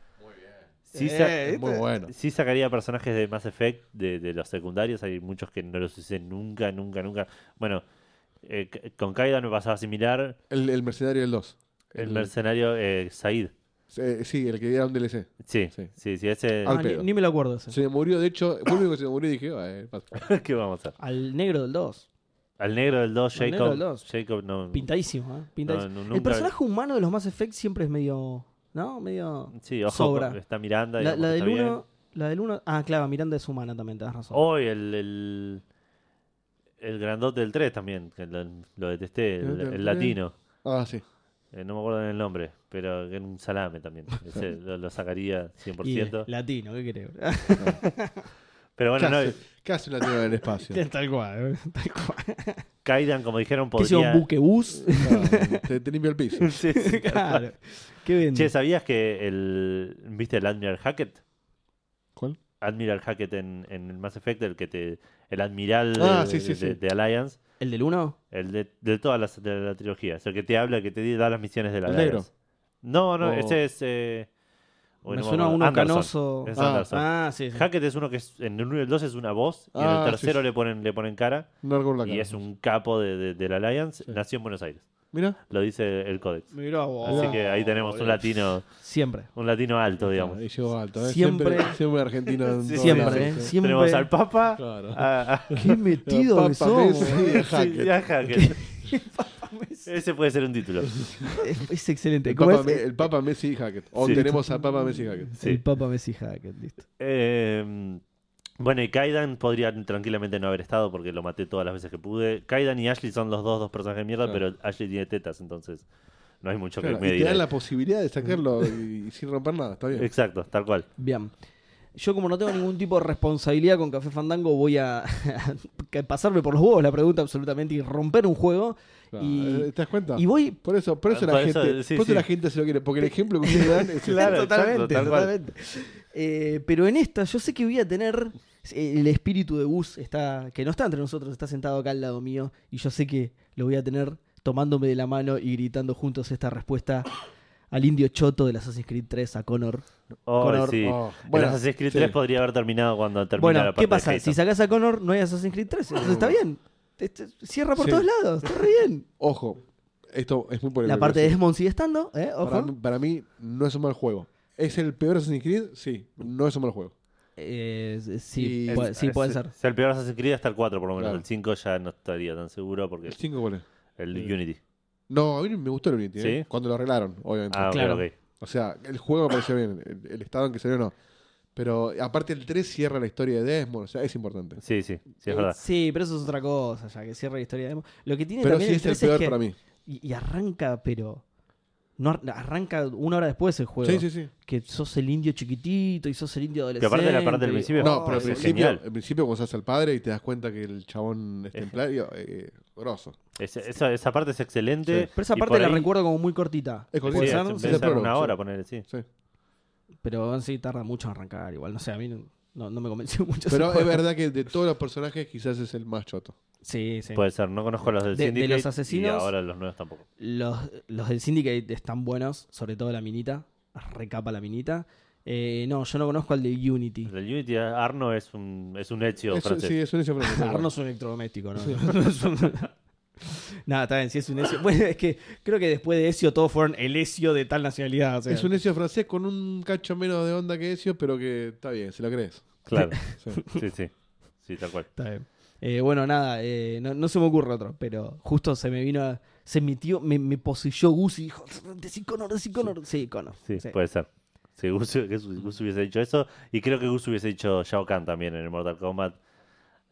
Sí, sa- Eh, Muy bueno. sí sacaría personajes de Mass Effect, de, de los secundarios. Hay muchos que no los hice nunca, nunca, nunca. Bueno, eh, c- con Kaidan me pasaba similar. El, el mercenario del 2. El mercenario eh, Said. Eh, sí, el que era un DLC. Sí, sí, Sí. sí, ese. Ah, Al ni, pedo. ni me lo acuerdo ese. Se me murió, de hecho, fue el único que se me murió y dije, "Ah, eh, pasa". [LAUGHS] ¿Qué vamos a hacer? Al negro del 2. Al negro del 2, Al Jacob. negro del dos. Jacob no. Pintadísimo, ¿eh? Pintadísimo. No, no, el nunca- personaje humano de los Mass Effect siempre es medio. ¿No? Medio. Sí, ojo, Sobra. está Miranda. La, digamos, la que del está bien. Oh, 1. La del 1. Ah, claro, Miranda es humana también, tenés razón. Hoy el, el, el grandote del 3 también, que lo, lo detesté, el, Grandote del el tres. latino. Ah, sí. Eh, no me acuerdo el nombre, pero era un salame también. Ese [LAUGHS] lo, lo sacaría 100%. Y, eh, latino, ¿qué creo? Pero bueno, no, casi, casi una tira del espacio. [LAUGHS] [LAUGHS] tal cual, eh, tal cual. Kaidan, como dijeron, Que hizo podría... un buquebús. Ah, te, te limpio el piso. [LAUGHS] Sí, [LAUGHS] sí, [LAUGHS] tal cual. claro. Qué vende. Che, ¿sabías que el... ¿Viste el Admiral Hackett? ¿Cuál? Admiral Hackett en, en el Mass Effect, el que te... El admiral de, Ah, sí, sí, de- sí. de Alliance. ¿El del 1? El de, de todas las de la trilogía. Es el que te habla, que te da las misiones de la ¿El Galaxy. negro? No, no, O- ese es. eh, Me uy, no me suena a acuerdo. uno Anderson. canoso. Es Ah, Anderson. Ah, sí. sí. Hackett es uno que es- en el 1 y el 2 es una voz y en Ah, el sí, tercero sí. le ponen le ponen cara Largo en la y cara. es un capo de, de- de la Alliance. Sí. Nació en Buenos Aires, Mira. lo dice el códex. Mirá vos. Así que ahí tenemos un latino Siempre. un latino alto, digamos. Ahí llegó alto, ¿eh? Siempre- Siempre, siempre argentino. en Sí, Ah, todos Siempre, lados, ¿eh? sí. Siempre. Tenemos al Papa, Claro. a, a- Qué metido que Papa somos. ¿eh? Messi. Y a sí, y a Hackett. Ese puede ser un título. Es, es excelente. El ¿Cómo Papa, es? Me- el Papa Messi y Hackett. O Sí. tenemos a Papa Messi y Hackett. Sí. El Papa Messi Hackett, listo. Eh, bueno, y Kaidan podría tranquilamente no haber estado porque lo maté todas las veces que pude. Kaidan y Ashley son los dos dos personajes de mierda, Claro. pero Ashley tiene tetas, entonces no hay mucho Claro, que medir. y te dan ahí. la posibilidad de sacarlo y, y sin romper nada, está bien. Exacto, tal cual. Bien. Yo como no tengo ningún tipo de responsabilidad con Café Fandango, voy a [LAUGHS] que pasarme por los huevos la pregunta absolutamente y romper un juego. Claro, eh, Y- eh, ¿Te das cuenta? Y voy... Por eso, por eso la Ah, Por eso, gente, sí, por eso sí. la gente se lo quiere, porque el ejemplo que [LAUGHS] ustedes dan [LAUGHS] es Claro, exacto, tal cual. Eh, pero en esta yo sé que voy a tener eh, el espíritu de Gus, está, que no está entre nosotros, está sentado acá al lado mío, y yo sé que lo voy a tener tomándome de la mano y gritando juntos esta respuesta al indio choto del Assassin's Creed 3 a Connor. Oh, Connor, sí. oh, El bueno, Assassin's Creed sí. 3 podría haber terminado cuando termina la Bueno, parte ¿qué de Uh. pasa? Jason. Si sacás a Connor, no hay Assassin's Creed 3. Entonces está bien. Este- Cierra por Sí. todos lados. Está re [LAUGHS] bien. Ojo, esto es muy polémico. La parte de sí. Desmond sigue estando, ¿eh? Ojo. para, mí, para mí no es un mal juego. ¿Es el peor Assassin's Creed? Sí, no es un mal juego. Eh, sí, Y- puede, sí, puede Es- ser. es el peor Assassin's Creed hasta el 4 por lo menos. Claro. El 5 ya no estaría tan seguro porque ¿El 5 cuál es? el Sí. Unity. No, a mí me gustó el Unity, ¿eh? ¿Sí? cuando lo arreglaron, obviamente. Ah, ok, Claro. ok. O sea, el juego me pareció bien, el, el estado en que salió no. Pero aparte el 3 cierra la historia de Desmond, o sea, es importante. Sí, sí, sí, es Eh, verdad. sí, pero eso es otra cosa, ya que cierra la historia de Demo. Lo que tiene Pero también sí es el 3 peor que- para mí. Y, y arranca, pero. No ar- arranca una hora después el juego. Sí, sí, sí. Que sos el indio chiquitito y sos el indio Que adolescente. aparte la parte del y- principio- Oh, No, pero al eso es principio, genial. al principio cuando se hace el padre y te das cuenta que el chabón es templario, eh, grosso. Ese- esa, esa parte es excelente. Sí. Pero esa y parte por la ahí- recuerdo como muy cortita. Es Sí, ¿Puede cortita, ser? es- sí, es sí, una sí. hora, poner, sí. Sí. Pero sí tarda mucho en arrancar, igual. No sé, a mí no, no- no me convenció [LAUGHS] mucho. ese Pero es juego. verdad que de todos los personajes quizás es el más choto. Sí, sí. Puede ser, no conozco los del De- de Syndicate los asesinos- Y ahora los nuevos tampoco. Los, los del Syndicate están buenos, sobre todo la minita. Recapa la minita. Eh, no, yo no conozco al de Unity. El del Unity, Arno es un, es un Ezio Es- francés. sí, es un [LAUGHS] inicio francés, tal cual. Arno es un electrodoméstico, ¿no? [LAUGHS] No es un- Nada, está bien, si es un Ezio. Bueno, es que creo que después de Ezio todos fueron el Ezio de tal nacionalidad. o sea. Es un necio francés con un cacho menos de onda que Ezio, pero que está bien, se lo crees. Claro, Sí. sí, sí. Sí, tal cual. Está bien. Eh, bueno, nada, eh, no, no se me ocurre otro, pero justo se me vino, a- se metió, me, me poseyó Gus y dijo, decí Connor, decí Connor. Sí, Connor. Sí, Sí. puede ser. Sí, Gus, que Gus- Gus hubiese dicho eso. Y creo que Gus hubiese dicho Shao Kahn también en el Mortal Kombat.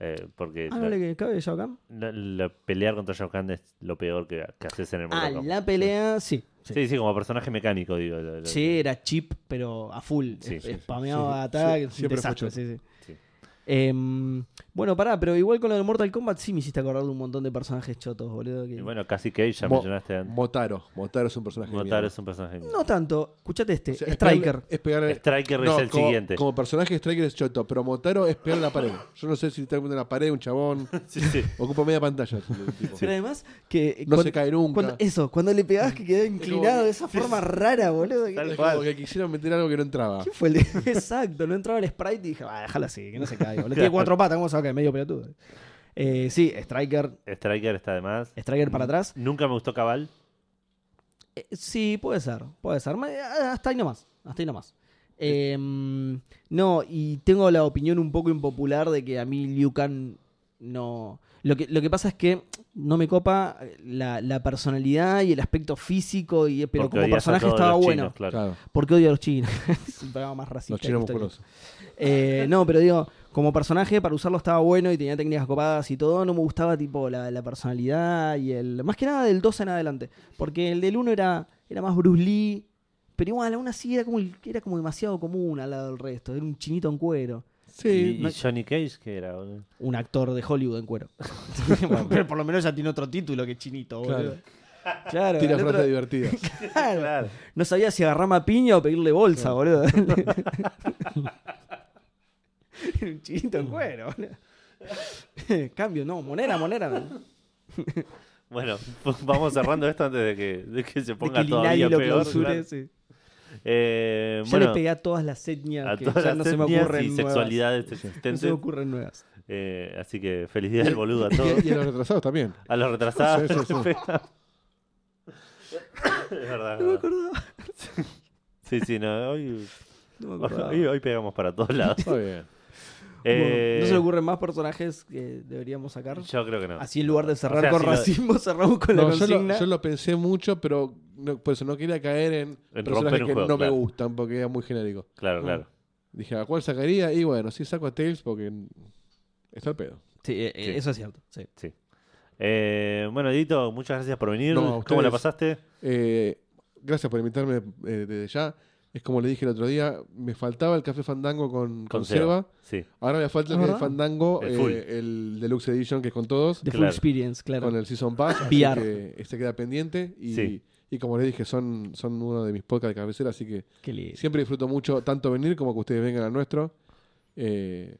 eh, porque Ah, la- ¿no le cabe Shao Kahn? la- la- pelear contra Shao Kahn es lo peor que, que haces en el Ah, Mortal Kombat. la pelea, sí. Sí, Sí. sí, como personaje mecánico, digo. lo- lo- Sí, era chip, pero a full. Sí, Es- sí, sí. Spameaba Sí, ataques, sí, siempre fue desastre, chota. sí, sí. Sí. Em, bueno, pará, pero igual con lo del Mortal Kombat sí me hiciste acordar de un montón de personajes chotos, boludo. que- Y bueno, casi que [LAUGHS] ya Mo- mencionaste antes. Motaro. Motaro es un personaje. de Motaro mierda. es un personaje. No tanto, escuchate este, O sea, es Striker. pegarle- Es pegarle- Striker No, es el como, siguiente. Como personaje, Striker es choto, pero Motaro es pegarle a la pared. Yo no sé si está en la pared, un chabón. Sí, sí. Ocupa media pantalla. el tipo. Pero además, que. No cuan- se cae nunca. cuando- eso, cuando le pegabas que quedó inclinado de esa forma rara, boludo. que- Tal Es cual. como que quisieron meter algo que no entraba. ¿Qué fue el de- [LAUGHS] Exacto, no entraba el sprite y dije, ah, déjalo así, que no se caiga. [LAUGHS] boludo. Tiene cuatro patas, ¿cómo se va a caer? Medio pelotudo. Eh, sí, Striker, Striker está de más. Striker para atrás. Nunca me gustó Cabal. Eh, sí, puede ser, puede ser. Ma- ah, Hasta ahí nomás, hasta ahí nomás. Eh, no, y tengo la opinión un poco impopular de que a mí Liu Kang no... Lo que, lo que pasa es que no me copa eh, la, la personalidad y el aspecto físico, y, pero porque como odias a personaje todos estaba los bueno. chinos, claro. Claro, Porque odio a los chinos. [LAUGHS] es un programa más racista. los chinos que estoy. musculosos. Eh, no, pero digo, como personaje para usarlo estaba bueno y tenía técnicas copadas y todo. No me gustaba tipo la, la personalidad y el. Más que nada del 2 en adelante. Porque el del 1 era, era más Bruce Lee. Pero igual, aún así era como, el- era como demasiado común al lado del resto. Era un chinito en cuero. Sí, y, y Johnny Cage, que era. boludo? Un actor de Hollywood en cuero. pero por lo menos ya tiene otro título que chinito, boludo. Claro, tira al frases otro- divertidas. [LAUGHS] claro. Claro. No sabía si agarrarme a piña o pedirle bolsa, boludo. Era [LAUGHS] un chinito en cuero, boludo. Cambio, no, monera, monera. [LAUGHS] Bueno, [LAUGHS] vamos cerrando esto antes de que, de que se De ponga que Lilay todavía lo peor. clausure. claro. sí. Eh, Ya le bueno, pegué a todas las etnias a que todas ya las no se me etnias ocurren y nuevas. sexualidades No se existentes. me ocurren nuevas. Eh, así que feliz día [LAUGHS] del boludo a todos. Y, y a los retrasados también. A los retrasados. Sí, sí, [LAUGHS] sí. es verdad. No me es verdad. acordaba. Sí, sí, no. Hoy, No me acordaba. hoy, hoy pegamos para todos lados. Está bien. Bueno, Eh, ¿No se le ocurren más personajes que deberíamos sacar? Yo creo que no. Así en lugar de cerrar O sea, con si lo- racismo, [LAUGHS] cerramos con la No, yo, consigna. lo, yo lo pensé mucho, pero no- por eso no quería caer en, En personajes romper un que juego, no claro. me gustan porque era muy genérico. Claro, claro. Dije, ¿a cuál sacaría? Y bueno, sí saco a Tails porque está el pedo. Sí, eh, eh, Sí. eso es cierto. sí. Eh, bueno, Edito, muchas gracias por venir. No, a ¿Cómo ustedes. la pasaste? Eh, gracias por invitarme eh, desde ya. Es como le dije el otro día, me faltaba el café fandango con, con Seba. Sí. Ahora me falta Ah, el café ¿verdad? fandango, El eh, full. el Deluxe Edition que es con todos, The Full Claro. Experience, claro. con el Season Pass. así VR. que este queda pendiente. Y, Sí. y como les dije, son, son uno de mis podcasts de cabecera, así que Qué lindo. siempre disfruto mucho tanto venir como que ustedes vengan al nuestro. Eh,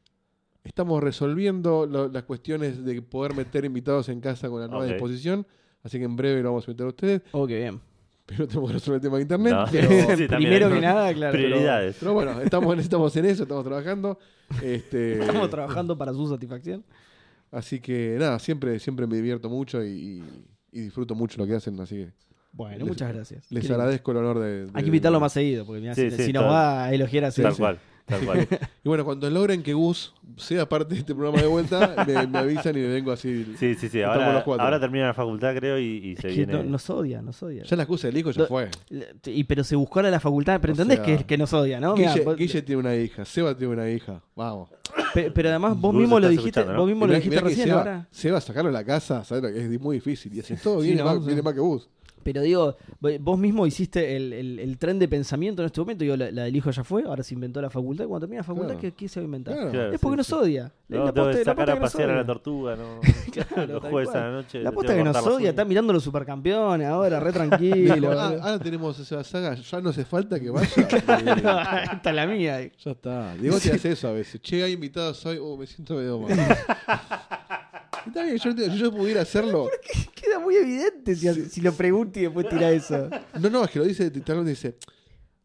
estamos resolviendo lo- las cuestiones de poder meter invitados en casa con la nueva Ok. disposición. Así que en breve lo vamos a meter a ustedes. [LAUGHS] Oh, qué bien. Pero tenemos que resolver el tema de internet. No. Pero, [LAUGHS] Sí, también Primero hay que nada, claro. pero Prioridades. pero bueno, estamos en, estamos en eso, estamos trabajando. Este, [LAUGHS] Estamos trabajando para su satisfacción. así que nada, siempre, siempre me divierto mucho y, y- y disfruto mucho lo que hacen. Así que Bueno, Les- muchas gracias. Qué les lindo. agradezco el honor de, de- Hay que invitarlo más seguido, porque mirá, Sí, si, sí, si nos tal- va a elogiar así. tal sí. cual, tal cual. Y bueno, cuando logren que Gus sea parte de este programa de vuelta, me, me avisan y me vengo así. Sí, sí, sí. Estamos Ahora, los cuatro. ahora termina la facultad, creo, y, y Es se que viene. no- nos odia, nos odia. Ya la excusa del hijo ya No, fue. Le- Y, pero se buscó ahora la facultad. Pero O entendés sea, que, que nos odia, ¿no? Mirá, Guille, vos- Guille tiene una hija, Seba tiene una hija. Vamos. pe- pero además vos Dulce, mismo lo estás dijiste, escuchando, ¿no? vos mismo lo Mirá- dijiste mirá que recién Seba, ahora. Seba sacarlo de la casa, ¿sabes? lo que es muy difícil. Y así todo Sí, viene, no, más, o sea. viene más que Gus. Pero digo, vo- vos mismo hiciste el, el- el tren de pensamiento en este momento. Digo, la, la del hijo ya fue, ahora se inventó la facultad. Cuando termina la facultad, Claro. ¿qué, qué se va a inventar? Claro. Claro, Es porque sí, nos sí. odia. No, la tengo que posta, la sacar posta a que nos pasear a la odia. tortuga, ¿no? Claro, los tal jueves a cual. la noche. La le posta tengo que nos cortar las odia, uñas. está mirando los supercampeones ahora, [LAUGHS] re tranquilo. Dijo, "Ah, boludo. ahora tenemos esa saga, ya no hace falta que vaya. Eh, [LAUGHS] Esta es la mía. dijo. ya está. Diego te hace eso a veces. Che, hay invitados hoy, oh, me siento medio [LAUGHS] mal. está bien, yo, te- yo pudiera hacerlo. Queda muy evidente si, si lo pregunto y después tira eso. No, no, es que lo dice, tal vez dice.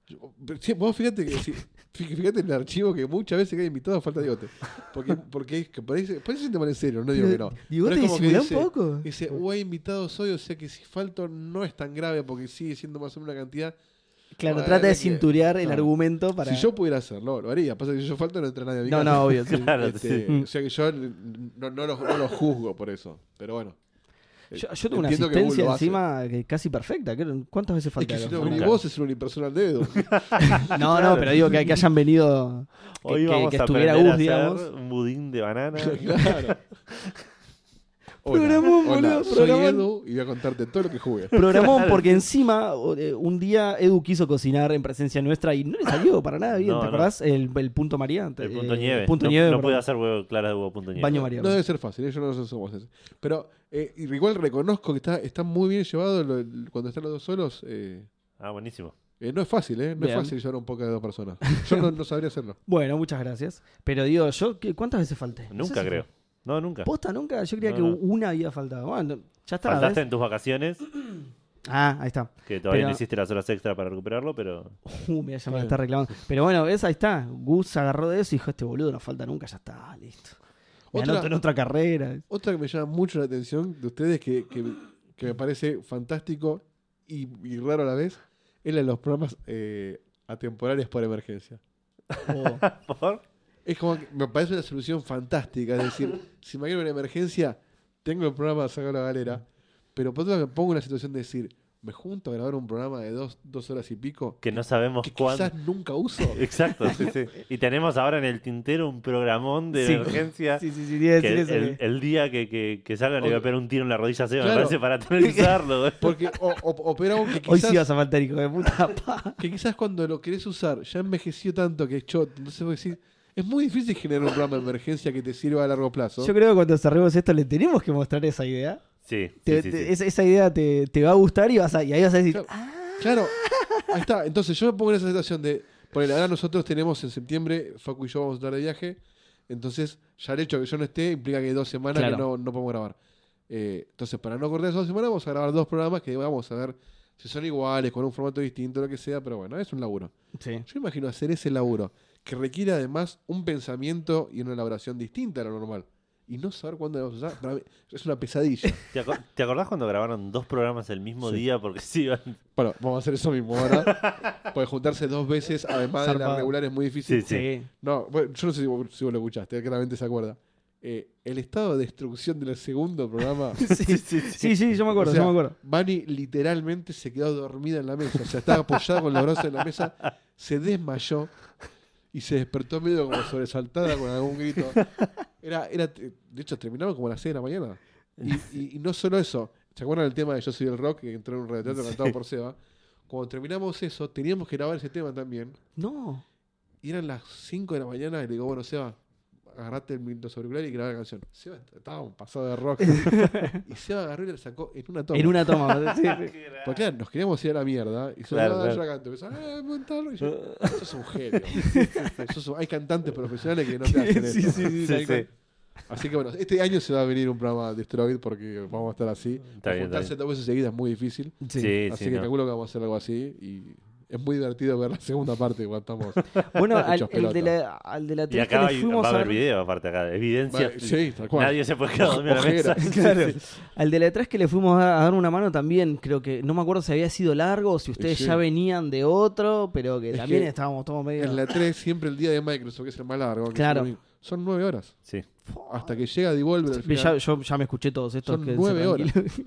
yo- pero sí, Vos fíjate que sí, fí- fíjate en el archivo que muchas veces que hay invitados falta Diote. Porque, porque es que por ahí, se- por ahí se te mal en serio, no digo que no. Digo, Pero te es como que disimulá un dice- poco. Dice, o hay invitados hoy, o sea que si falto no es tan grave porque sigue siendo más o menos una cantidad. Claro, Bueno, trata de es que- cinturear el claro. argumento para. Si yo pudiera hacerlo, lo haría. Pasa que si yo falto no entra nadie a mi No, casa. no, obvio. sí. Claro, [LAUGHS] Este, sí. O sea que yo no, no los, no los juzgo por eso. Pero bueno. Yo, yo tengo una Entiendo que Google asistencia lo hace. encima que casi perfecta. creo. ¿Cuántas veces Es falta? que si no nunca. venís vos es un unipersonal dedo. no, no, pero digo que, que hayan [LAUGHS] venido. Que, Hoy que- vamos que a estuviera aprender Gus, a digamos. hacer un budín de banana. [LAUGHS] claro. Programón, boludo, soy programón. Edu y voy a contarte todo lo que jugué. Programó porque encima o- eh, un día Edu quiso cocinar en presencia nuestra y no le salió para nada bien. No, ¿Te no. acordás? El, el punto María. El punto eh, nieve. Punto no, nieve. no perdón. puede hacer huevo clara de huevo punto nieve. Baño María. No debe ser fácil, ellos no somos así. Pero eh, igual reconozco que está, está muy bien llevado lo- el- cuando están los dos solos. eh, Ah, buenísimo. eh, no es fácil, ¿eh? No Bien. es fácil llevar un poco de dos personas. Yo no, no [LAUGHS] sabría hacerlo. Bueno, muchas gracias. Pero digo, yo, ¿qué- ¿cuántas veces falté? No sé Nunca si- creo. No, nunca. ¿Posta nunca? Yo creía No, que no. una había faltado. Bueno, ya está. Faltaste ¿ves? en tus vacaciones, Ah, ahí está. que todavía Pero- no hiciste las horas extra para recuperarlo, pero. Uh, mira, ya me la Bueno. está reclamando. Pero bueno, ves, ahí está. Gus se agarró de eso y dijo, este boludo no falta nunca, ya está, listo. Me Otra- anoto en otra [LAUGHS] carrera. Otra que me llama mucho la atención de ustedes, que, que- que me parece fantástico y, y raro a la vez, es la de los programas eh, atemporales por emergencia. Oh, ¿Por? Es como que me parece una solución fantástica. Es decir, [LAUGHS] si me quiero una emergencia, tengo el programa de sacar la galera. Pero por otro lado, me pongo en una situación de decir, me junto a grabar un programa de dos, dos horas y pico Que no sabemos que cuándo. quizás nunca uso. Exacto, sí, sí. Y tenemos ahora en el tintero un programón de Sí. emergencia. sí, sí, sí, tiene que que decir eso. el, que- el día que, que, que salga le voy a pegar un tiro en la rodilla a Seba, me Claro. parece, para tener que usarlo. [LAUGHS] güey. Porque, o, o, o peor aún, que [LAUGHS] Hoy sí quizás, vas a faltar, hijo de [LAUGHS] puta. pa. que quizás cuando lo querés usar ya envejeció tanto que es shot. Entonces vos decís, es muy difícil generar un programa de emergencia que te sirva a largo plazo. Yo creo que cuando cerremos esto le tenemos que mostrar esa idea. Sí, Te- sí, sí, te- sí. Esa, esa idea te, te va a gustar y, vas a, y ahí vas a decir, Claro. "Ah, Claro, ahí está. Entonces yo me pongo en esa situación de. Por la verdad, nosotros tenemos en septiembre, Facu y yo vamos a estar de viaje. Entonces, ya el hecho de que yo no esté implica que hay dos semanas Claro. que no, no podemos grabar. Eh, entonces, para no cortar esas dos semanas, vamos a grabar dos programas que vamos a ver si son iguales, con un formato distinto, lo que sea, pero bueno, es un laburo. Sí. Yo imagino hacer ese laburo, que requiere además un pensamiento y una elaboración distinta a lo normal. Y no saber cuándo lo vamos a usar, para mí es una pesadilla. ¿Te, aco- te acordás cuando grabaron dos programas el mismo Sí. día? Porque sí, [LAUGHS] iban- Bueno, vamos a hacer eso [LAUGHS] mismo ahora. Porque juntarse dos veces, además de la Zarpado. regular, es muy difícil. Sí. No, bueno, yo no sé si vos, si vos lo escuchaste, claramente se acuerda. Eh, el estado de destrucción del segundo programa. Sí. sí, [LAUGHS] sí, yo me acuerdo, O sea, yo me acuerdo. Vani literalmente se quedó dormida en la mesa. O sea, estaba apoyada con los brazos en la mesa, se desmayó y se despertó medio como sobresaltada con algún grito. Era, era, de hecho, terminamos como a las 6 de la mañana. Y, y- y no solo eso. ¿Se acuerdan del tema de Yo soy el rock que entró en un radioteatro cantado por Seba? Cuando terminamos eso, teníamos que grabar ese tema también. No. Y eran las 5 de la mañana y le digo, bueno, Seba, agarrate el, los auriculares y grabá la canción. Seba estaba un pasado de rock. y Seba agarró y la sacó en una toma. En una toma. sí, sí. [LAUGHS] Porque claro, nos queríamos ir a la mierda. Y Claro, claro, yo claro. la canto. Empezó, "Ah, montarlo", y yo, sos un [LAUGHS] genio. Sos un- hay cantantes profesionales que no te hacen Sí, eso. sí, sí, Sí, tal sí. cual. Así que bueno, este año se va a venir un programa Destroyed porque vamos a estar así. Está bien, está Juntarse bien. dos veces seguidas es muy difícil. Sí. Sí, así sí, que no. calculo que vamos a hacer algo así. Y es muy divertido ver la segunda parte cuando [LAUGHS] estamos. Bueno, al, Hechos el de pelota. la, al de la Y triste acá le hay- fuimos va a haber ver- video aparte acá, evidencia. sí, tal cual. Nadie se puede quedar dormido en la Ojera. [LAUGHS] mesa. [LAUGHS] Claro. Al de la 3 que le fuimos a a dar una mano también, creo que no me acuerdo si había sido largo o si ustedes Sí. ya venían de otro, pero que Es también que estábamos todos medio. En la 3, siempre el día de Microsoft, que es el más largo. que Claro. son- Son nueve horas. Sí. Hasta que llega Devolver al Ve, final. ya- yo ya me escuché todos estos. Son que se nueve horas. [LAUGHS] tranquilo.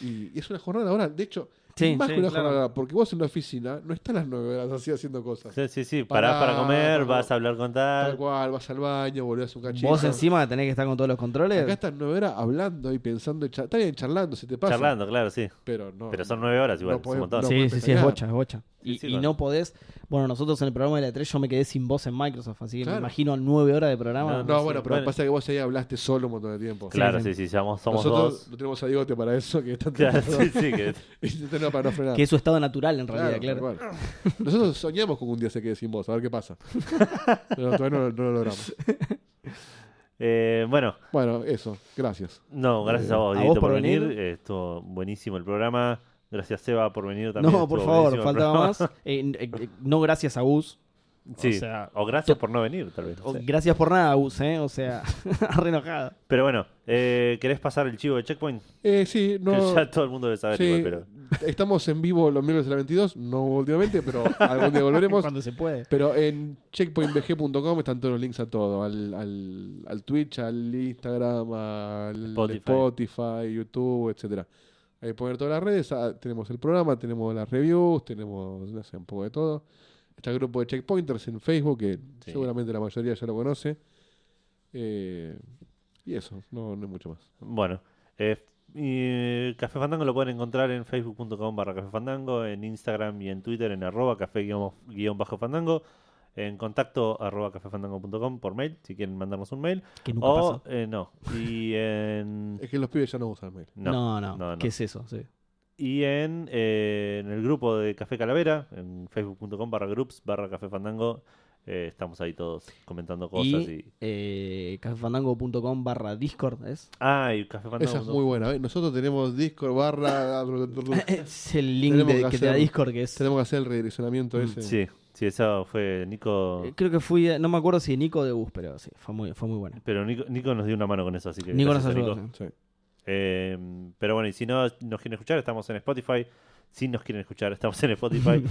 Y, y es una jornada laboral. De hecho, Sí, más sí, que una claro. jornada laboral, porque vos en la oficina no estás las nueve horas así haciendo cosas. Sí, sí, sí. Pará, Parás para comer, pará. vas a hablar con Tal tal. cual, vas al baño, volvés a un cachito. Vos encima tenés que estar con todos los controles. Acá estás nueve horas hablando y pensando. y cha- Está bien, charlando, se te pasa. Charlando, claro, sí. Pero no. Pero son nueve horas igual, No es podés- un montón. no sí, podés sí, sí, es pestañear. bocha, es bocha. Sí, y sí, y bueno. no podés. Bueno, nosotros en el programa de la 3 yo me quedé sin voz en Microsoft, así que me Claro. imagino nueve horas de programa. No, No, sí, bueno, pero bueno. pasa que vos ahí hablaste solo un montón de tiempo. Claro, sí. sí, sí, somos, somos Nosotros dos. [LAUGHS] no tenemos a Digote para eso, que está [LAUGHS] Claro, sí, sí, que- [LAUGHS] intentando para no frenar. Que es su estado natural en realidad, claro. Claro, tal cual. Nosotros soñamos con que un día se quede sin voz, a ver qué pasa. Pero todavía no, no lo logramos. Eh, bueno, Bueno, eso, gracias. no, gracias a vos, a Dieguito, vos por por venir. venir. Eh, Estuvo buenísimo el programa. Gracias, Seba, por venir también. no, por estuvo favor, buenísimo el faltaba programa. más. Eh, n- eh, eh, no gracias a Gus. [LAUGHS] Sí. O, sea, gracias por no venir, tal vez. O Sí. Gracias por nada, Gus, ¿eh? O sea, [LAUGHS] re enojado. Pero bueno, eh, ¿querés pasar el chivo de Checkpoint? Eh, sí, no. Que ya [LAUGHS] todo el mundo debe saber sí, igual, pero... Estamos en vivo los miércoles de la 22, no últimamente, pero algún día [LAUGHS] volveremos. Cuando se puede. Pero en checkpointbg.com están todos los links a todo: al, al, al Twitch, al Instagram, al Spotify. Spotify, YouTube, etcétera. Ahí pueden ver todas las redes. ah, tenemos el programa, tenemos las reviews, tenemos no sé, un poco de todo. Está el grupo de checkpointers en Facebook, que Sí. seguramente la mayoría ya lo conoce. Eh, y eso, no, no hay mucho más. Bueno, eh, y, eh, Café Fandango lo pueden encontrar en facebook.com barra Café Fandango, en Instagram y en Twitter en arroba café guión guión bajo fandango, en contacto arroba cafefandango.com por mail, si quieren mandarnos un mail. Que nunca O, pasa. eh, no, y [LAUGHS] en... Es que los pibes ya Eh, no usan mail. No, No no, no, no. ¿Qué es eso? Sí. Y en, eh, en el grupo de Café Calavera, en facebook.com barra groups barra Café Fandango, eh, estamos ahí todos comentando cosas y... Y eh, cafefandango.com barra Discord, ¿es? Ah, y Café Fandango. Esa es muy buena. ¿eh? Nosotros tenemos [LAUGHS] Discord barra. [LAUGHS] Es el link Tenemos de- que que te da hacer- Discord, que es... tenemos que hacer el redireccionamiento ese. Mm, Sí, sí, esa fue Nico... Eh, Creo que fui, no me acuerdo si Nico o de Gus, pero sí, fue muy, fue muy bueno. Pero Nico, Nico nos dio una mano con eso, así que. Nico nos gracias a ayudó. Nico. sí. Sí. Eh, pero bueno, y si no nos quieren escuchar, estamos en Spotify. Si nos quieren escuchar, estamos en [LAUGHS] Spotify,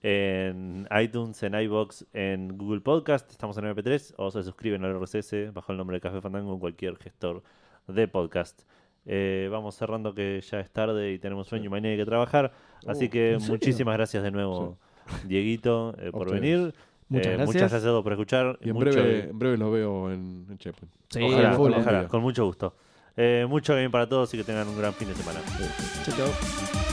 en iTunes, en iBox, en Google Podcast, estamos en MP3 o se suscriben al RSS bajo el nombre de Café Fandango en cualquier gestor de podcast. Eh, vamos cerrando que ya es tarde y tenemos sueño y mañana hay que trabajar. Así Uh, que ¿en serio? muchísimas gracias de nuevo, Dieguito, eh, A por ustedes. venir. Muchas Eh, gracias. Muchas gracias a todos por escuchar. Y en Mucho- breve, en breve los veo en, en Checkpoint. Sí, Ojalá, full, ojalá, eh. con mucho gusto. Eh, mucho bien para todos y que tengan un gran fin de semana. Chau, chau. Chau.